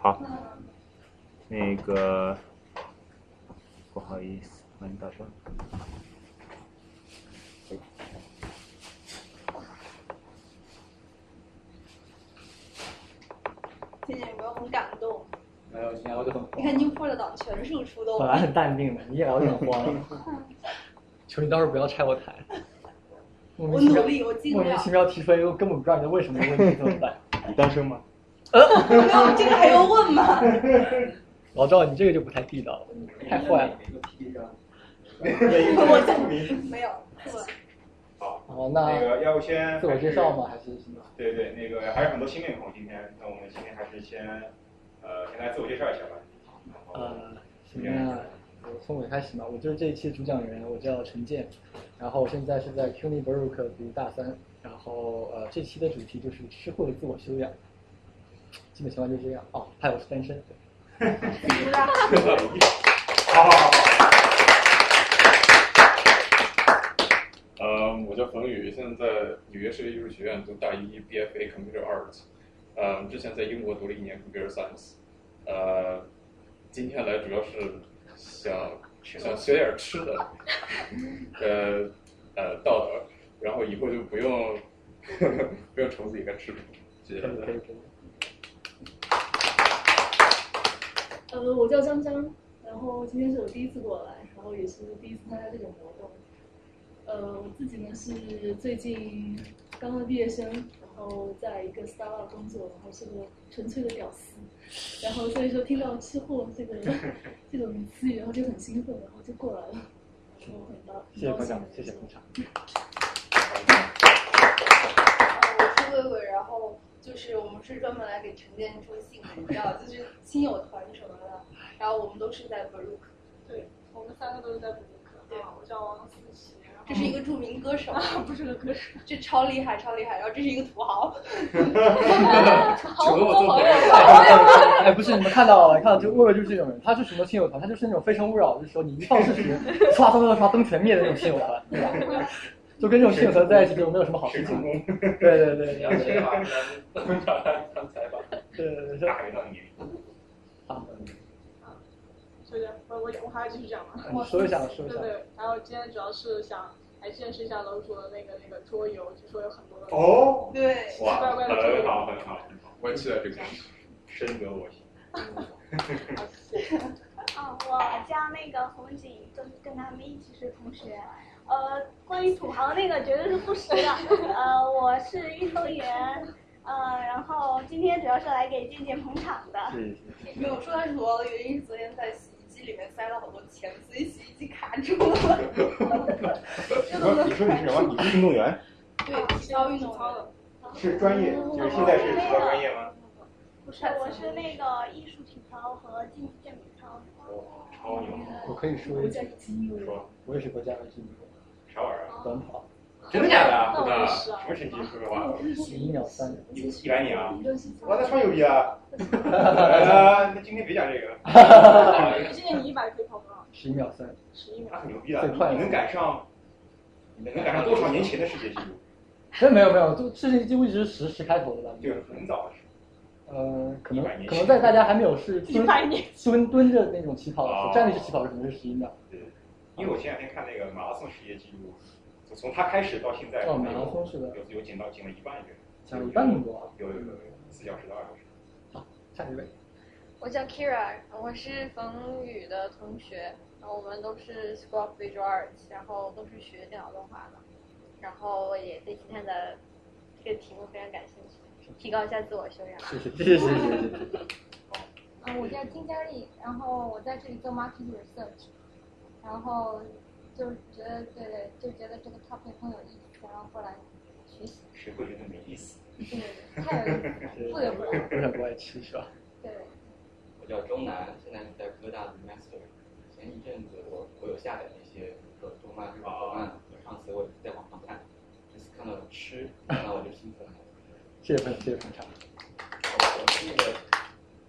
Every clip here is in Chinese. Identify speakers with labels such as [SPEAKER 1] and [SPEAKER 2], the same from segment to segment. [SPEAKER 1] 好，那个不好意思，帮你打断。
[SPEAKER 2] 倩倩有没有很感动？
[SPEAKER 3] 没有，现在我就很
[SPEAKER 2] 你
[SPEAKER 3] 慌。
[SPEAKER 2] 看英副的党全数出动
[SPEAKER 4] 本，来很淡定的，你一来我就慌 了，
[SPEAKER 3] 求你到时候不要拆我 台。
[SPEAKER 4] 莫
[SPEAKER 2] 我
[SPEAKER 4] 名
[SPEAKER 2] 努
[SPEAKER 4] 其妙，
[SPEAKER 2] 力，我尽
[SPEAKER 4] 莫名
[SPEAKER 2] 量
[SPEAKER 4] 其。 妙提出来一个根本不知道你的为什么的问题怎么办？
[SPEAKER 1] 你单身吗？
[SPEAKER 2] 没有这个还用问 吗？
[SPEAKER 4] 老赵，你这个就不太地道了，太坏了。
[SPEAKER 3] 个屁是吧？
[SPEAKER 2] 我真没有，是吧
[SPEAKER 5] 好，
[SPEAKER 4] 哦，
[SPEAKER 5] 那
[SPEAKER 4] 那
[SPEAKER 5] 个要不先
[SPEAKER 4] 自我介绍？吗？还是什么？
[SPEAKER 5] 对对，那个还是很多新面孔，今天，那我们今天还是先，呃，先来自我介绍一下吧。然后
[SPEAKER 4] 呃，行，那我从我开始吧。我就是这一期主讲人，我叫陈建，然后我现在是在 CUNY Baruch 读大三，然后呃，这期的主题就是吃货的自我修养，基本情况就是这样。哦，还有我是单身，
[SPEAKER 2] 自己不知道。
[SPEAKER 5] 好好好好。
[SPEAKER 6] 呃，我叫冯宇，现在在纽约市立艺术学院读大一 BFA Computer Arts，呃，之前在英国读了一年 Computer Science，呃，今天来主要是想想学点吃的，呃呃到的，然后以后就不用 不用愁自己该吃什么，谢谢
[SPEAKER 4] 可
[SPEAKER 6] 大
[SPEAKER 4] 以可
[SPEAKER 6] 家
[SPEAKER 4] 以。可以。
[SPEAKER 7] 呃，我叫张张，然后今天是我第一次过来，然后也是第一次参加这种活动。呃，我自己呢是最近刚刚毕业生，然后在一个 startup 工作，然后是个纯粹的屌丝，然后所以说听到“吃货”这 个这种词语，然后就很兴奋，然后就过来了，然后很高
[SPEAKER 4] 谢谢鼓掌
[SPEAKER 7] 很高兴，
[SPEAKER 4] 谢谢鼓掌。
[SPEAKER 2] 我是魏魏，然后就是我们是专门来给陈建助兴的，你知道，就是亲友团什么的。然后我们都是在 Baruch，
[SPEAKER 8] 对，我们三个都是在补课。对，我叫王思琪，然后
[SPEAKER 2] 这是一个著名歌 手，
[SPEAKER 8] 不是个歌手，
[SPEAKER 2] 这超厉害，超厉害。然后这是一个土 豪，
[SPEAKER 3] 请问我做 朋友？
[SPEAKER 4] 哎，不是，你们看到了，看到就魏魏就是这种人，他是什么亲友团？他就是那种非诚勿扰，就是说你一放视频， 唰唰唰唰灯全灭的那种亲友团，对吧？就跟这种亲友团在一起就没有什么好事
[SPEAKER 5] 水
[SPEAKER 4] 情
[SPEAKER 5] 成。功
[SPEAKER 4] 对对对
[SPEAKER 3] 你
[SPEAKER 4] 对
[SPEAKER 3] 要谁吧？不然找他当采访。
[SPEAKER 4] 对对，
[SPEAKER 5] 大学当年，
[SPEAKER 4] 好，
[SPEAKER 8] 就这样。我我我还要继续讲吗？
[SPEAKER 4] 你说一下，说一
[SPEAKER 8] 对
[SPEAKER 4] 下。
[SPEAKER 8] 对。然后今天主要是想来见识一下楼主的那个那个桌游，就说有很多的
[SPEAKER 5] 哦，
[SPEAKER 2] 对，
[SPEAKER 5] 哇，
[SPEAKER 8] 怪怪的
[SPEAKER 5] 很好很好很好，
[SPEAKER 6] 我也期待这个。
[SPEAKER 5] 深得我心。
[SPEAKER 9] 啊，我叫那个洪景，就是跟他们一起是同学。呃，关于土豪那个绝对是不实的。呃，我是运动员，呃，然后今天主要是来给健健捧场的。
[SPEAKER 4] 是
[SPEAKER 2] 没有说他土豪的原因是昨天在洗衣机里面塞了好多钱，所以洗衣机卡住了。
[SPEAKER 5] 你说你说你是什么？你是运动员？
[SPEAKER 2] 对，体操运动员。
[SPEAKER 5] 是专业？就是现在是体操专业吗？
[SPEAKER 9] 不是，我是那个艺术体操和竞技健美操。
[SPEAKER 5] 哇，哦超牛！
[SPEAKER 4] 我可以说
[SPEAKER 7] 国
[SPEAKER 4] 一
[SPEAKER 7] 家
[SPEAKER 4] 句，
[SPEAKER 7] 一级优
[SPEAKER 5] 说
[SPEAKER 4] 我也是国家二级
[SPEAKER 5] 啥玩意儿啊？
[SPEAKER 4] 短跑，
[SPEAKER 5] 真的假的
[SPEAKER 8] 那
[SPEAKER 5] 啊？
[SPEAKER 8] 我也是啊
[SPEAKER 5] 什。么神奇？说实话，
[SPEAKER 4] 十一秒三，
[SPEAKER 5] 一一百米啊！哇，
[SPEAKER 7] 我
[SPEAKER 5] 那超牛逼啊！呃，那今天别讲这个了，
[SPEAKER 8] 今年你一百可以跑多少？
[SPEAKER 4] 十一秒三，
[SPEAKER 8] 十一秒。
[SPEAKER 5] 那很牛逼了。
[SPEAKER 4] 最快的
[SPEAKER 5] 你能赶上，你能赶上多少年前的世界纪录？
[SPEAKER 4] 哎，没有没有，就世界纪录一直十十开头的吧？
[SPEAKER 5] 对，很早的啊事。
[SPEAKER 4] 呃，可能可能在大家还没有是
[SPEAKER 8] 一
[SPEAKER 4] 蹲
[SPEAKER 8] 百年。
[SPEAKER 4] 蹲蹲着那种起跑的时候，站立式起跑的时候可能是十一秒。
[SPEAKER 5] 对，因为我前两天看那个马拉松世界纪录，就从他开始到现在，
[SPEAKER 4] 哦马拉松是的
[SPEAKER 5] 有有减到减了一半远，
[SPEAKER 4] 讲了一半那么多啊，
[SPEAKER 5] 有有有有四小时到二小时。
[SPEAKER 4] 下一位。
[SPEAKER 10] 我叫 Kira，我是冯宇的同学，然后我们都是 School of Visual Arts，然后都是学电脑动画的，然后我也对今天的这个题目非常感兴趣，提高一下自我修养。
[SPEAKER 4] 谢谢谢谢谢谢。
[SPEAKER 10] 嗯，我叫金佳丽，然后我在这里做 market research，然后就觉得对对，就觉得这个 topic 很有意思，然后过来学习，
[SPEAKER 5] 谁会觉得没意思？
[SPEAKER 10] 对，太有意思了，不得不说，
[SPEAKER 4] 有点不爱吃是吧？
[SPEAKER 10] 对。
[SPEAKER 3] 我叫钟南，现在是在科大的 master。前一阵子我我有下载那些个动漫日本动漫，上次我也是在网上看，这次看到 吃，然后我就兴奋了。
[SPEAKER 4] 谢谢捧，谢谢捧场。
[SPEAKER 3] 我我是那个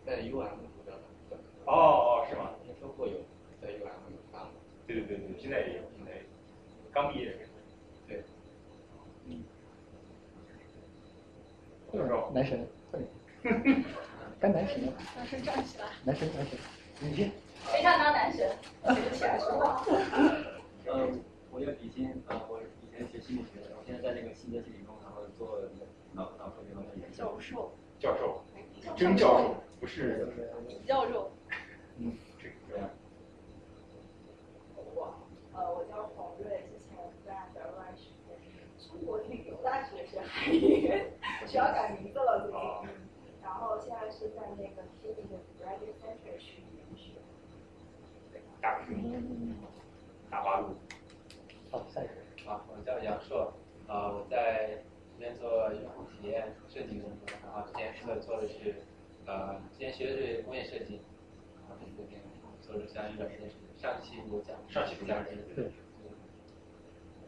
[SPEAKER 3] 在 U M 读的本科，
[SPEAKER 5] 哦哦，是吗？
[SPEAKER 3] 听说过有在 U M 有上过，
[SPEAKER 5] 对对对对，现在也有，现在也有刚毕业的人。
[SPEAKER 4] 男神，快点。干男神呢？
[SPEAKER 11] 男神站起来，
[SPEAKER 4] 男神，男神，你
[SPEAKER 11] 谁想当男神？起来说话。
[SPEAKER 3] 嗯，我叫李欣，呃，我以前学心理学的，我现在在那个新泽西理工，然后做脑脑科学方面的研究。
[SPEAKER 2] 教授，
[SPEAKER 6] 教授，
[SPEAKER 2] 真
[SPEAKER 6] 教授，不是。
[SPEAKER 2] 教授，
[SPEAKER 3] 嗯，这个。
[SPEAKER 12] 我，呃，我叫黄瑞，之前在北外学中国旅游大学学韩语，学校改名字了最近。然后现在是在那个 k i t 的 Graduate Center 去研学。
[SPEAKER 6] 大屏幕，大八路。
[SPEAKER 4] 好，下一个。
[SPEAKER 13] 啊，我叫杨硕，啊，我在这边做用户体验设计工作，然后之前做做的是，呃，之前学的是工业设计，然后这边做的相应软件设计。上期我讲
[SPEAKER 6] 上期
[SPEAKER 13] 讲的
[SPEAKER 6] 对。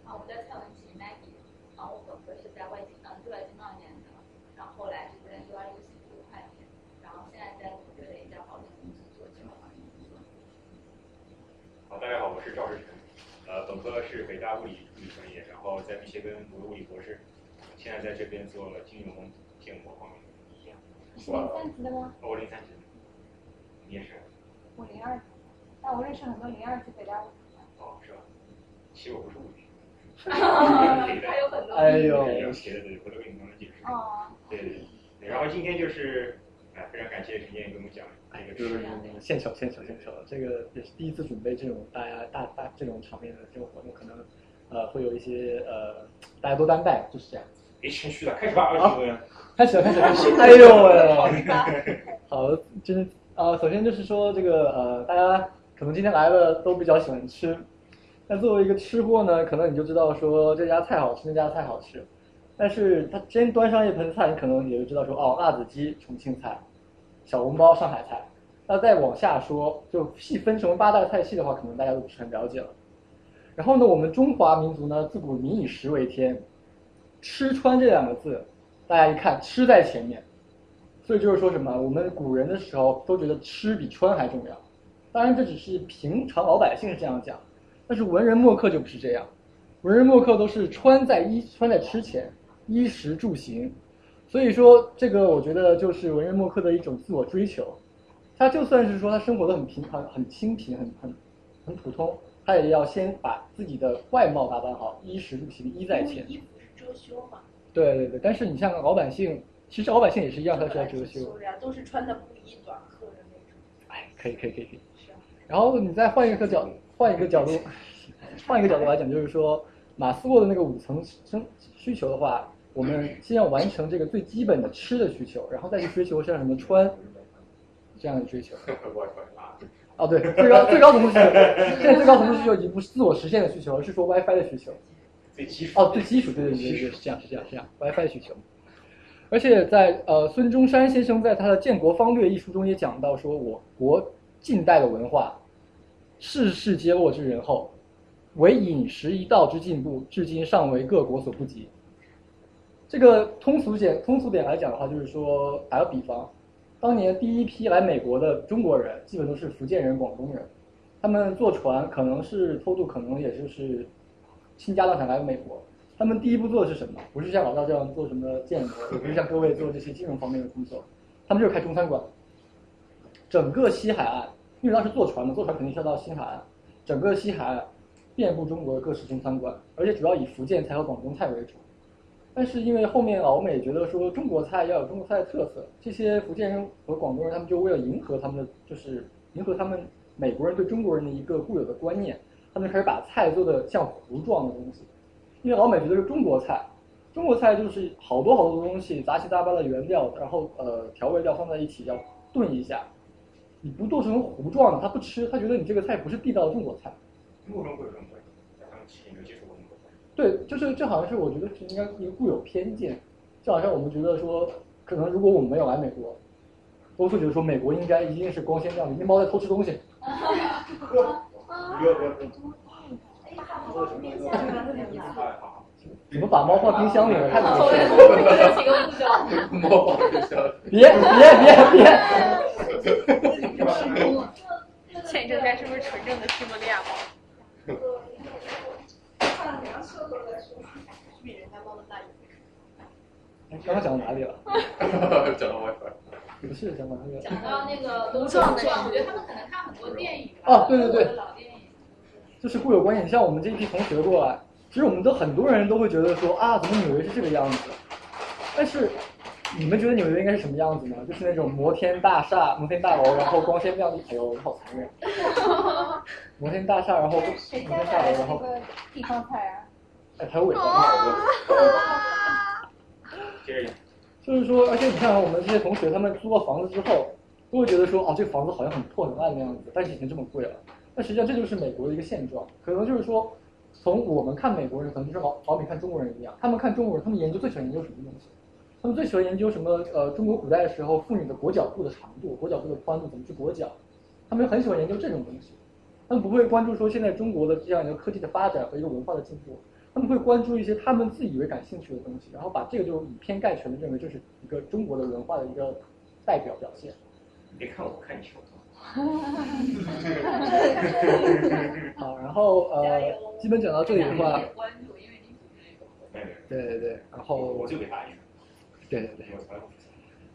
[SPEAKER 12] 啊，我叫蔡文琪 Maggie，然后我本科是在外经，嗯，对外经贸研的，然后后来是在 UI UC 做会计，然后现在在纽约的一家保险公司做计划管理工作。
[SPEAKER 6] 好，大家好，我是赵世晨，呃，本科是北大物理物理专业，然后在密歇根读的物理博士，现在在这边做了金融建模方面的研究。
[SPEAKER 14] 你是零三级的吗？
[SPEAKER 6] 我零三级，你也是？
[SPEAKER 14] 我零二级，但我认识很多零二级北大物理的。
[SPEAKER 6] 哦，是吧？其实我不是物理。
[SPEAKER 12] 还有很多。
[SPEAKER 4] 哎呦
[SPEAKER 6] 有写的，回头给你慢慢解释。
[SPEAKER 12] 哦。
[SPEAKER 6] 对对对。然后今天就是，哎，非常感谢陈建给我们讲那个
[SPEAKER 4] 哎就是献丑献丑献丑，这个也是第一次准备这种大家大大这种场面的这种活动，可能呃会有一些呃大家多担待，就是这样。啊
[SPEAKER 6] 别谦虚了，开始吧，二十分。
[SPEAKER 4] 开始了，开始了，开 始了！哎呦喂！ 好，就是呃，首先就是说这个呃，大家可能今天来了都比较喜欢吃，那作为一个吃货呢，可能你就知道说这家菜好吃，那家菜好吃，但是他真端上一盆菜，你可能也就知道说哦，辣子鸡重庆菜，小笼包上海菜。那再往下说，就细分成八大菜系的话，可能大家都不是很了解了。然后呢，我们中华民族呢，自古民以食为天，吃穿这两个字，大家一看吃在前面，所以就是说什么，我们古人的时候都觉得吃比穿还重要。当然，这只是平常老百姓是这样讲，但是文人墨客就不是这样，文人墨客都是穿在衣穿在吃前，衣食住行，所以说这个我觉得就是文人墨客的一种自我追求。他就算是说他生活的很平常、很清贫、很很很普通，他也要先把自己的外貌打扮好，衣食住行，衣在前。
[SPEAKER 2] 衣服是遮羞嘛？
[SPEAKER 4] 对对对，但是你像老百姓，其实老百姓也是一样，他是要遮羞。
[SPEAKER 2] 对呀，都是穿的布衣短裤的那种。
[SPEAKER 4] 哎，可以可以可以。可以然后你再换一个角，换一个角度，换一个角度来讲，就是说马斯洛的那个五层生需求的话，我们先要完成这个最基本的吃的需求，然后再去追求像什么穿。这样的追求。哦，对，最高最高层次需求，现在最高层次需求已经不是自我实现的需求，而是说 WiFi 的需求。
[SPEAKER 6] 最基础。
[SPEAKER 4] 哦，最基础，对对对对，是这样，是这样，是这样，WiFi 需求。而且在呃，孙中山先生在他的《建国方略》一书中也讲到说，我国近代的文化，世事皆落之人后，唯饮食一道之进步，至今尚为各国所不及。这个通俗点通俗点来讲的话，就是说打个比方，当年第一批来美国的中国人，基本都是福建人、广东人，他们坐船可能是偷渡，可能也就是倾家荡产来美国。他们第一步做的是什么？不是像老赵这样做什么建模，也不是像各位做这些金融方面的工作，他们就是开中餐馆。整个西海岸，因为当时坐船嘛，坐船肯定是要到西海岸，整个西海岸遍布中国的各式中餐馆，而且主要以福建菜和广东菜为主。但是因为后面老美觉得说中国菜要有中国菜的特色，这些福建人和广东人他们就为了迎合他们的，就是迎合他们美国人对中国人的一个固有的观念，他们就开始把菜做的像糊状的东西。因为老美觉得是中国菜，中国菜就是好多好多东西杂七杂八的原料，然后呃调味料放在一起要炖一下，你不做成糊状的他不吃，他觉得你这个菜不是地道的中国菜。
[SPEAKER 6] 陌生会有什么会？咱们其实也没有接触过中国菜。
[SPEAKER 4] 对，就是这好像是我觉得是应该一个固有偏见，就好像我们觉得说，可能如果我们没有来美国，都会觉得说美国应该一定是光鲜亮丽，面包在偷吃东西。
[SPEAKER 10] 哎
[SPEAKER 4] 怎么把猫放冰箱里了？太难吃了。
[SPEAKER 2] 几个步骤。
[SPEAKER 15] 猫放冰箱里。
[SPEAKER 4] 别别别
[SPEAKER 10] 别！前一阵该是不是纯正的西伯利 亚猫？
[SPEAKER 12] 看粮食都在说，
[SPEAKER 2] 比人家猫的大一点。
[SPEAKER 4] 哎刚刚讲到哪里了？
[SPEAKER 15] 讲到 WiFi。
[SPEAKER 4] 不是香港那个。
[SPEAKER 16] 讲到那个
[SPEAKER 4] 无
[SPEAKER 16] 卢撞
[SPEAKER 4] 状的
[SPEAKER 16] 撞，我觉得
[SPEAKER 4] 事
[SPEAKER 16] 他们可能看很多电影吧，
[SPEAKER 4] 哦对对对
[SPEAKER 16] 很多老电影。
[SPEAKER 4] 就是固有观念，像我们这一批同学过来，其实我们都很多人都会觉得说啊，怎么纽约是这个样子？但是你们觉得纽约应该是什么样子呢？就是那种摩天大厦、摩天大楼，然后光鲜亮丽。哎呦，我好残忍！摩天大厦，然后
[SPEAKER 14] 谁
[SPEAKER 4] 摩
[SPEAKER 14] 家
[SPEAKER 4] 天
[SPEAKER 14] 带
[SPEAKER 4] 大
[SPEAKER 14] 来
[SPEAKER 4] 楼，
[SPEAKER 14] 的
[SPEAKER 4] 然
[SPEAKER 14] 这
[SPEAKER 4] 后
[SPEAKER 14] 个地方菜啊？
[SPEAKER 4] 哎，还有尾巴。
[SPEAKER 6] 接着
[SPEAKER 4] 就是说，而且你看啊我们这些同学，他们租了房子之后，都会觉得说，哦，这个房子好像很破很暗的样子，但是已经这么贵了。但实际上这就是美国的一个现状，可能就是说，从我们看美国人，可能就是好好比看中国人一样，他们看中国人，他们研究最喜欢研究什么东西？他们最喜欢研究什么？呃，中国古代的时候妇女的裹脚布的长度、裹脚布的宽度怎么去裹脚，他们很喜欢研究这种东西。他们不会关注说现在中国的这样一个科技的发展和一个文化的进步，他们会关注一些他们自以为感兴趣的东西，然后把这个就以偏概全的认为这是一个中国的文化的一个代表表现。
[SPEAKER 6] 别看我，看你笑。
[SPEAKER 4] 好，啊然后呃，基本讲到这里的话，
[SPEAKER 16] 关注，因为你组织这个活动。
[SPEAKER 4] 对对对，然后
[SPEAKER 13] 哦
[SPEAKER 6] 我就给他一个。
[SPEAKER 4] 对对对。
[SPEAKER 6] 我才不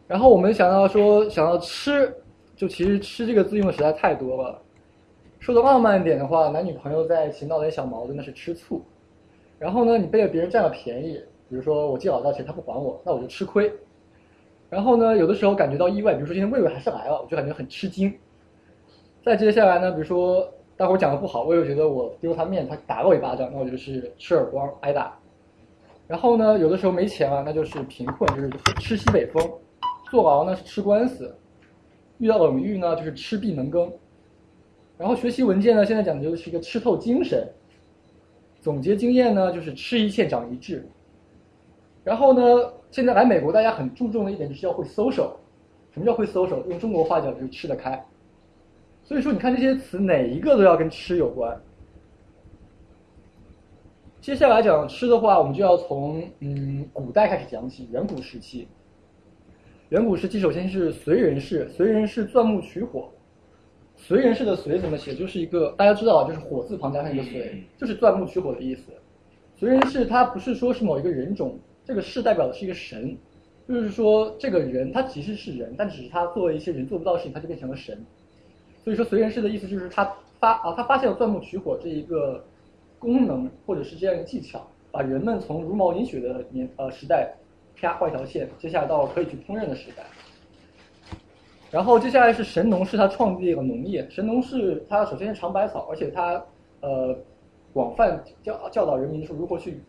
[SPEAKER 4] 然后我们想到说，想要吃，就其实“吃”这个字用的实在太多了。说的浪漫一点的话，男女朋友在一起闹点小矛盾，那是吃醋。然后呢，你被别人占了便宜，比如说我借老赵钱他不还我，那我就吃亏。然后呢，有的时候感觉到意外，比如说今天魏魏还是来了，我就感觉很吃惊。再接下来呢，比如说大伙儿讲的不好，魏魏觉得我丢他面子，他打了我一巴掌，那我就是吃耳光挨打。然后呢，有的时候没钱了，那就是贫困，就是吃西北风；坐牢呢是吃官司；遇到冷遇呢就是吃闭门羹。然后学习文件呢，现在讲究的是一个吃透精神；总结经验呢，就是吃一堑长一智。然后呢，现在来美国，大家很注重的一点就是要会 social。什么叫会 social？用中国话讲就是吃得开。所以说，你看这些词哪一个都要跟吃有关。接下来讲吃的话，我们就要从嗯古代开始讲起，远古时期。远古时期首先是燧人氏，燧人氏钻木取火。燧人氏的燧怎么写？就是一个大家知道啊，就是火字旁加上一个燧，就是钻木取火的意思。燧人氏他不是说是某一个人种，这个氏代表的是一个神，就是说这个人他其实是人，但只是他做了一些人做不到的事情，他就变成了神。所以说燧人氏的意思就是他发啊，他发现了钻木取火这一个功能或者是这样一个技巧，把人们从茹毛饮血的年呃时代啪画一条线，接下来到可以去烹饪的时代。然后接下来是神农氏，他创立了农业。神农氏他首先是尝百草，而且他呃广泛教教导人民说如何去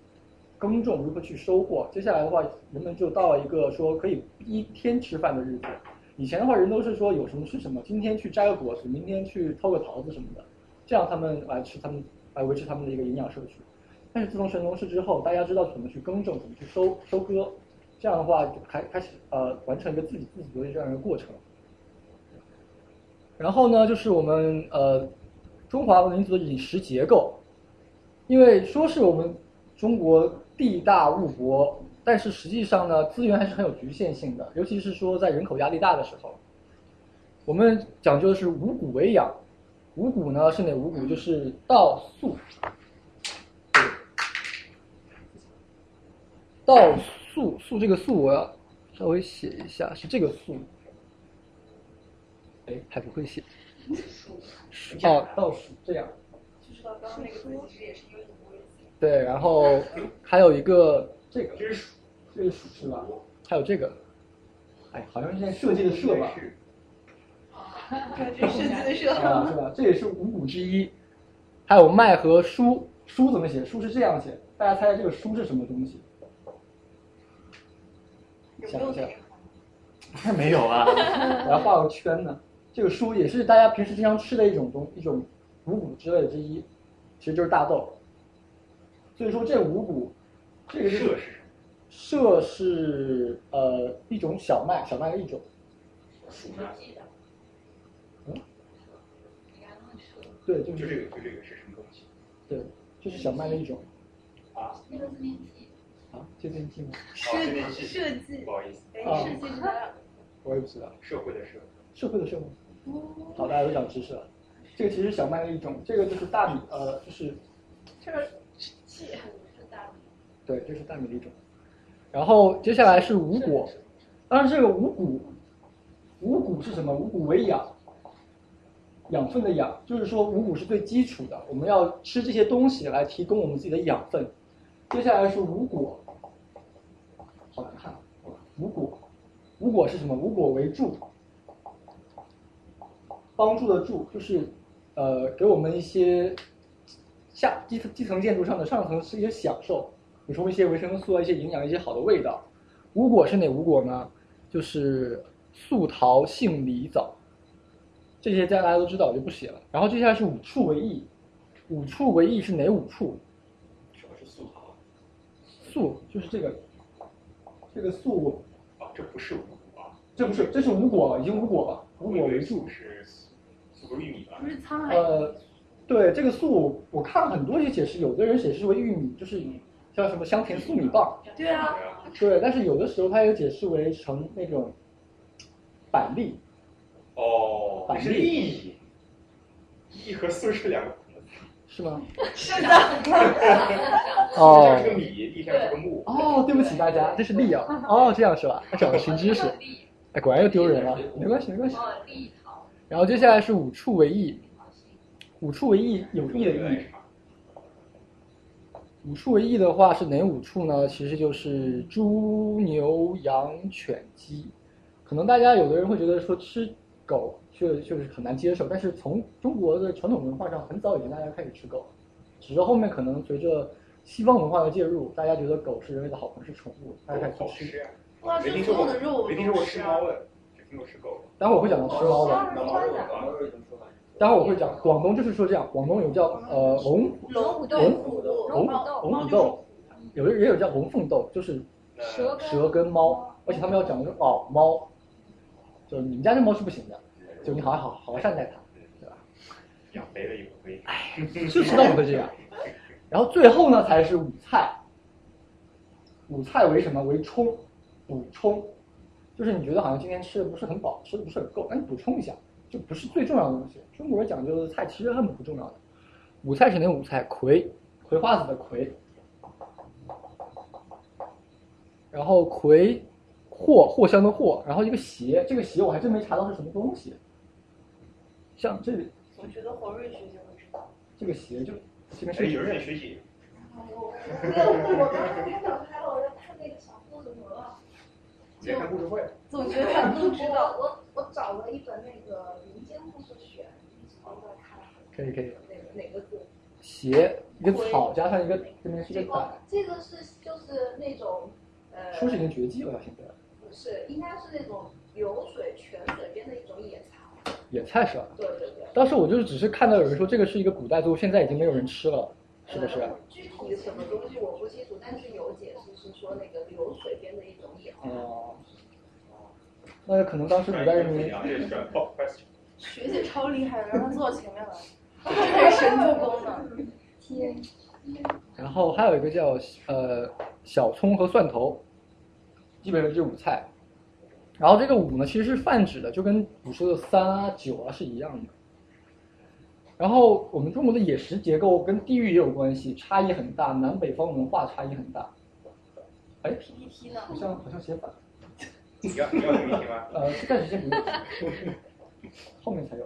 [SPEAKER 4] 耕种，如何去收获。接下来的话，人们就到了一个呃说可以一天吃饭的日子。以前的话，人都是说呃有什么吃什么，今天去摘个果子，明天去偷个桃子什么的，这样他们来吃他们来维持他们的一个营养摄取。但是自从神农氏之后，大家知道怎么去耕种，怎么去收收割，这样的话就开开始呃完成一个自给自足的这样一个过程。然后呢，就是我们呃中华民族的饮食结构，因为说是我们中国地大物博，但是实际上呢，资源还是很有局限性的，尤其是说在人口压力大的时候，我们讲究的是五谷为养。五谷呢是哪五谷？就是稻、粟、稻、粟、粟这个粟，我要稍微写一下，是这个粟。哎，还不会写。哦，倒数这样。
[SPEAKER 2] 就是到刚刚那个字其实也是因为你不会写。
[SPEAKER 4] 对，然后还有一个这个，这个数是吧？还有这个，哎，好像是在设计的设吧？
[SPEAKER 2] 这是姿势
[SPEAKER 4] 啊，是吧？这也是五谷之一。还有麦和黍，黍怎么写？黍是这样写，大家猜猜这个黍是什么东西？想一下，当然没有啊，我要画个圈呢。这个黍也是大家平时经常吃的一种东，一种五谷之类的之一，其实就是大豆。所以说这五谷，这个是麝是呃一种小麦，小麦的一种。
[SPEAKER 6] 数呢？
[SPEAKER 4] 对，就是
[SPEAKER 6] 就这个，就这个是什么东西？
[SPEAKER 4] 对，就是小麦的一种
[SPEAKER 6] 啊，
[SPEAKER 16] 那个字面记，
[SPEAKER 4] 啊，就这么记吗？
[SPEAKER 16] 设计设计，
[SPEAKER 6] 不好意思，
[SPEAKER 16] 哎，设
[SPEAKER 4] 啊
[SPEAKER 16] 计是哪两个字？
[SPEAKER 4] 我也不知道。
[SPEAKER 6] 社会的社，
[SPEAKER 4] 社会的社会。
[SPEAKER 16] 哦
[SPEAKER 4] 好，大家都长知识了。这个其实是小麦的一种，这个就是大米，呃，就是
[SPEAKER 16] 这个气是大米。
[SPEAKER 4] 对，这是大米的一种。然后接下来是五果，当然这个五谷，五谷是什么？五谷为养，养分的养，就是说五谷是最基础的，我们要吃这些东西来提供我们自己的养分。接下来是五果，好难看啊，五果，五果是什么？五果为助，帮助的助就是，呃，给我们一些下基层基层建筑上的上层是一些享受，补充一些维生素啊，一些营养，一些好的味道。五果是哪五果呢？就是素桃杏李枣，这些大家都知道，我就不写了。然后接下来是五畜为益，五畜为益是哪五畜？
[SPEAKER 17] 什么是素好啊？
[SPEAKER 4] 素就是这个，这个素
[SPEAKER 6] 啊，这不是五谷啊，
[SPEAKER 4] 这不是，这是五果，已经五果了，五果为助。
[SPEAKER 6] 是素不是玉米吧？
[SPEAKER 16] 不是沧海
[SPEAKER 4] 呃，对这个素，我看很多人解释，有的人解释为玉米，就是像什么香甜素米棒，
[SPEAKER 16] 对啊，
[SPEAKER 4] 对，但是有的时候它也解释为成那种板栗，
[SPEAKER 6] 哦，
[SPEAKER 4] 板
[SPEAKER 6] 是
[SPEAKER 4] 栗
[SPEAKER 6] 栗，栗和素是两个。
[SPEAKER 4] 是吗？
[SPEAKER 16] 是的。
[SPEAKER 4] 哦
[SPEAKER 6] 这是个米，栗上是个木。
[SPEAKER 4] 哦，对不起大家，这是栗啊。哦，这样是吧？长了新知识，哎，果然又丢人了。没关系，没关系。
[SPEAKER 16] 哦，立陶
[SPEAKER 4] 然后接下来是五畜为益，五畜为益有益的益。五畜为益的话是哪五畜呢？其实就是猪、牛、羊、犬、鸡。可能大家有的人会觉得说吃狗确就是很难接受，但是从中国的传统文化上，很早以前大家开始吃狗了，只是后面可能随着西方文化的介入，大家觉得狗是人类的好朋友，是宠物，大家开始
[SPEAKER 6] 好
[SPEAKER 4] 去吃。
[SPEAKER 6] 吃啊。
[SPEAKER 2] 哇
[SPEAKER 6] 没
[SPEAKER 2] 这
[SPEAKER 6] 听说
[SPEAKER 2] 所有
[SPEAKER 6] 过
[SPEAKER 2] 的肉我们
[SPEAKER 6] 没听说
[SPEAKER 2] 都
[SPEAKER 6] 过
[SPEAKER 2] 吃
[SPEAKER 6] 吃
[SPEAKER 2] 啊
[SPEAKER 6] 猫的，只听说吃狗的。
[SPEAKER 4] 待会儿我会讲到吃猫的。
[SPEAKER 6] 猫肉啊，
[SPEAKER 4] 待会儿我会讲，广东就是说这样，广东有叫呃龙
[SPEAKER 16] 龙虎斗
[SPEAKER 4] 龙
[SPEAKER 16] 龙
[SPEAKER 4] 龙
[SPEAKER 16] 虎斗
[SPEAKER 4] 龙虎斗，有的也有叫龙凤斗，就是
[SPEAKER 16] 蛇跟
[SPEAKER 4] 蛇跟猫，而且他们要讲究哦猫，就是你们家这猫是不行的，就你好好好好善待它，对吧？
[SPEAKER 6] 养肥了以后可以。
[SPEAKER 4] 就知道你会这样。然后最后呢才是五菜，五菜为什么？为充，补充，就是你觉得好像今天吃的不是很饱，吃的不是很够，那你补充一下，就不是最重要的东西。中国人讲究的菜其实很不重要的。五菜是哪五菜？葵，葵花籽的葵。然后葵，藿藿香的藿，然后一个鞋，这个鞋我还真没查到是什么东西。像这里
[SPEAKER 2] 我觉得黄瑞学姐会知道。
[SPEAKER 4] 这个鞋就这边
[SPEAKER 6] 哎，
[SPEAKER 4] 是
[SPEAKER 6] 有人也学习。
[SPEAKER 12] 我我我刚才还想拍了，我在看那个小故事盒。
[SPEAKER 6] 别看故事会。
[SPEAKER 2] 总觉得他们都知道。
[SPEAKER 12] 我我找了一本那个民间故事选，一直都在看
[SPEAKER 4] 可以可以，
[SPEAKER 12] 哪个哪个字。
[SPEAKER 4] 鞋一个草加上一个这边是一个
[SPEAKER 12] 哦
[SPEAKER 4] 胆，，
[SPEAKER 12] 这个是就是那种呃，
[SPEAKER 4] 书是已经绝迹了吧？现在
[SPEAKER 12] 不是，应该是那种流水泉水边的一种野菜。
[SPEAKER 4] 野菜是吧？
[SPEAKER 12] 对对对。
[SPEAKER 4] 当时我就是只是看到有人说这个是一个古代作物，现在已经没有人吃了，是不是？
[SPEAKER 12] 呃具体什么东西我不清楚，但是有解释是说那个流水边的一种野菜。
[SPEAKER 4] 哦，那可能当时古代人民
[SPEAKER 6] 这是转 pop question。
[SPEAKER 2] 学姐超厉害的，让她坐我前 面来，这是神助攻呢。
[SPEAKER 12] 天，
[SPEAKER 4] 然后还有一个叫呃小葱和蒜头，基本上就是五菜。然后这个五呢，其实是泛指的，就跟古时候的三啊、九啊是一样的。然后我们中国的饮食结构跟地域也有关系，差异很大，南北方文化差异很大。哎
[SPEAKER 2] ，PPT 呢？
[SPEAKER 4] 好像好像写反了。
[SPEAKER 6] 你要你要听一听吗？
[SPEAKER 4] 呃，暂时先不用， 后面才有。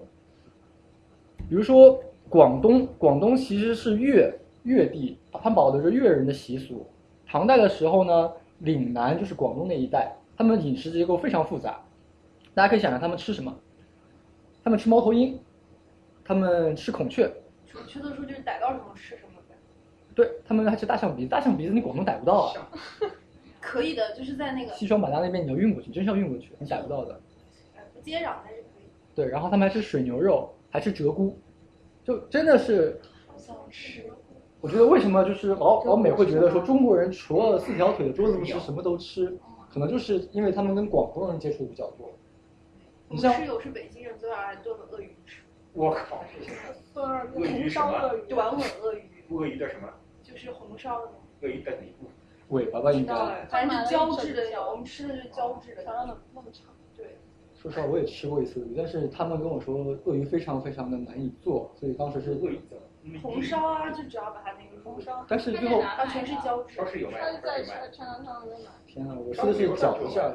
[SPEAKER 4] 比如说广东，广东其实是粤粤地，它保留着粤人的习俗。唐代的时候呢，岭南就是广东那一带，他们饮食结构非常复杂。大家可以想想他们吃什么？他们吃猫头鹰，他们吃孔雀，
[SPEAKER 2] 准确的说就是逮到什么吃什么呗。
[SPEAKER 4] 对他们还吃大象鼻子，大象鼻子你广东逮不到啊，
[SPEAKER 2] 可以的，就是在那个
[SPEAKER 4] 西双版纳那边你要运过去，真是要运过去，你逮不到的。
[SPEAKER 2] 呃不接壤，但是可以。
[SPEAKER 4] 对，然后他们还吃水牛肉，还吃鹧鸪，就真的是
[SPEAKER 2] 好想吃。
[SPEAKER 4] 我觉得为什么就是老老美会觉得说中国人除了四条腿的桌子不吃什么都吃，
[SPEAKER 2] 哦
[SPEAKER 4] 可能就是因为他们跟广东人接触的比较多。
[SPEAKER 2] 我
[SPEAKER 4] 你
[SPEAKER 2] 们
[SPEAKER 4] 像
[SPEAKER 2] 室友是北京人，昨晚还炖了鳄鱼吃，
[SPEAKER 6] 我靠，
[SPEAKER 2] 炖了
[SPEAKER 6] 鳄鱼
[SPEAKER 2] 红
[SPEAKER 6] 什
[SPEAKER 2] 烧
[SPEAKER 6] 么
[SPEAKER 2] 鳄鱼，短吻鳄鱼，
[SPEAKER 6] 鳄鱼的什么？
[SPEAKER 2] 就是红烧的。
[SPEAKER 6] 鳄鱼的哪一部？
[SPEAKER 4] 尾巴吧应该，
[SPEAKER 2] 反正就胶质的，我们吃的就是胶质的，那么那么长。对，
[SPEAKER 4] 说实话我也吃过一次鳄鱼，但是他们跟我说鳄鱼非常非常的难以做，所以当时是
[SPEAKER 6] 鳄鱼
[SPEAKER 2] 红烧啊，就只要把它那个红烧，
[SPEAKER 4] 但是最后
[SPEAKER 2] 啊全是胶质。
[SPEAKER 6] 超市有卖
[SPEAKER 7] 他
[SPEAKER 6] 的，
[SPEAKER 4] 啊
[SPEAKER 7] 是在全全糖汤里面买。
[SPEAKER 4] 天呐，我吃的是脚一下，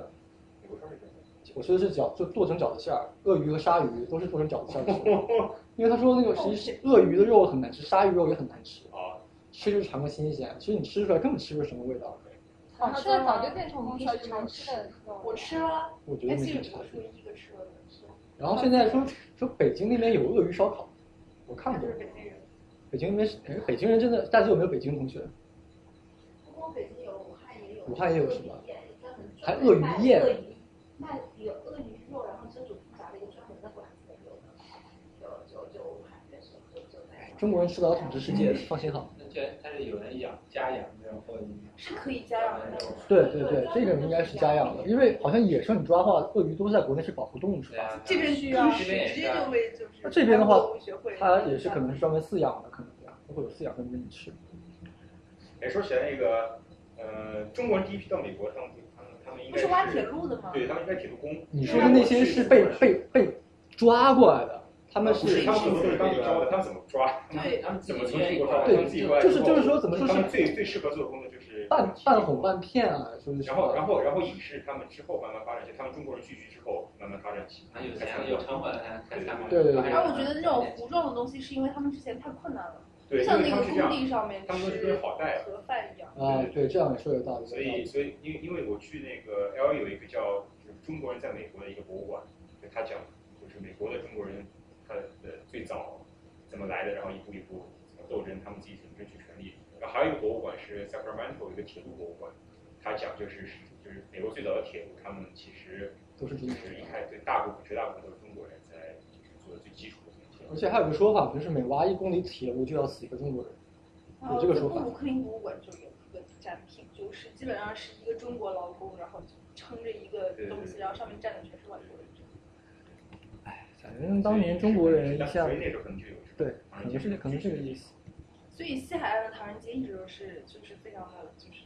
[SPEAKER 6] 美国超市有卖的。
[SPEAKER 4] 我吃的是饺，就剁成饺子馅儿，鳄鱼和鲨鱼都是剁成饺子馅儿吃， 因为他说那个其
[SPEAKER 2] 哦
[SPEAKER 4] 实鳄鱼的肉很难吃，鲨鱼肉也很难吃，吃就是尝个新鲜，其实你吃出来根本吃不出什么味道。
[SPEAKER 9] 好吃的哦啊早就变成我们平时常吃的那种。
[SPEAKER 2] 我吃了，
[SPEAKER 4] 我觉得
[SPEAKER 2] 但
[SPEAKER 4] 没
[SPEAKER 2] 是
[SPEAKER 4] 什
[SPEAKER 2] 哎
[SPEAKER 4] 么差
[SPEAKER 2] 我
[SPEAKER 4] 别
[SPEAKER 2] 说一个吃了没吃。
[SPEAKER 4] 然后现在说说北京那边有鳄鱼烧烤，我看过
[SPEAKER 2] 就，是北京人，
[SPEAKER 4] 北京那边是哎北京人真的，大家有没有北京同学？
[SPEAKER 2] 不光北京有，武汉也有。
[SPEAKER 4] 武汉也有是吧
[SPEAKER 2] 也有一个很
[SPEAKER 4] 还鳄鱼宴
[SPEAKER 2] 卖鳄鱼卖有鳄鱼肉，然后蒸煮复杂的一个专门的馆子，有有有有武汉人是有有在
[SPEAKER 4] 中国人吃不了统治世界，放心
[SPEAKER 2] 嗯
[SPEAKER 4] 好。
[SPEAKER 3] 那这但是有人养家养这种鳄鱼，
[SPEAKER 2] 是可以家养的。
[SPEAKER 4] 对对对，这个应该是家养的，因为好像野生你抓的话，鳄鱼都在国内是保护动物是吧？
[SPEAKER 2] 这边需要，直接
[SPEAKER 6] 啊
[SPEAKER 2] 就被就是。
[SPEAKER 4] 那这边的话
[SPEAKER 2] 动物学会，
[SPEAKER 4] 它也是可能是专门饲养的，可能这样，会有饲养专门给你吃。
[SPEAKER 6] 哎，说起来那个，呃，中国人第一批到美国，他们他们他们应该
[SPEAKER 2] 不是挖铁路的吗
[SPEAKER 6] 对他们应该铁路工。
[SPEAKER 4] 你说的那些是被被被抓过来的，他们
[SPEAKER 6] 啊不是
[SPEAKER 4] 是
[SPEAKER 6] 他们怎么被抓的？他们怎么抓？
[SPEAKER 2] 对，
[SPEAKER 6] 他们怎么从中国抓的？他们自己过
[SPEAKER 4] 对，
[SPEAKER 6] 来
[SPEAKER 4] 就
[SPEAKER 6] 之
[SPEAKER 4] 是
[SPEAKER 6] 后
[SPEAKER 4] 就是说怎么说
[SPEAKER 6] 他
[SPEAKER 4] 是
[SPEAKER 6] 们最最适合做的工作就是
[SPEAKER 4] 半半哄半骗啊，就是
[SPEAKER 6] 然后，然后，然后影视他们之后慢慢发展起来，他们中国人聚居之后慢慢发展起来，
[SPEAKER 3] 有
[SPEAKER 6] 才
[SPEAKER 3] 钱
[SPEAKER 6] 看
[SPEAKER 3] 有
[SPEAKER 6] 到
[SPEAKER 3] 成本才才才买。
[SPEAKER 4] 对对
[SPEAKER 2] 然后我觉得那种糊状的东西，是因为他们之前太困难了，
[SPEAKER 6] 对
[SPEAKER 2] 就像那
[SPEAKER 6] 因为他
[SPEAKER 2] 个
[SPEAKER 6] 们是这样
[SPEAKER 2] 工地上面
[SPEAKER 6] 他们都是
[SPEAKER 2] 吃
[SPEAKER 6] 好带
[SPEAKER 2] 盒饭一样。
[SPEAKER 4] 啊，对，这样也是有道理的。
[SPEAKER 6] 所以，所以，因为因为我去那个 L A 有一个叫就是中国人在美国的一个博物馆，就他讲就是美国的中国人，他的最早怎么来的，然后一步一步怎么斗争，他们自己怎么争取权利。然后还有一个博物馆是 Sacramento 有一个铁路博物馆，他讲就是就是美国最早的铁路，他们其实
[SPEAKER 4] 都是中
[SPEAKER 6] 就
[SPEAKER 4] 国人
[SPEAKER 6] 是一开对大部分绝大部分都是中国人在就是做的最基础的东西。
[SPEAKER 4] 而且还有个说法，就是每挖一公里铁路就要死一个中国人，
[SPEAKER 2] 然
[SPEAKER 4] 有
[SPEAKER 2] 后
[SPEAKER 4] 这个说
[SPEAKER 2] 布
[SPEAKER 4] 法
[SPEAKER 2] 鲁。克林博物馆就有一个展品，就是基本上是一个中国劳工，然后就撑着一个东西，然后上面站的全是外国人。
[SPEAKER 4] 反正当年中国人一下
[SPEAKER 6] 所以，那时候可能就有
[SPEAKER 4] 对，可能是可能是这个意思，
[SPEAKER 2] 所以西海岸的唐人街一直都是就是非常的就是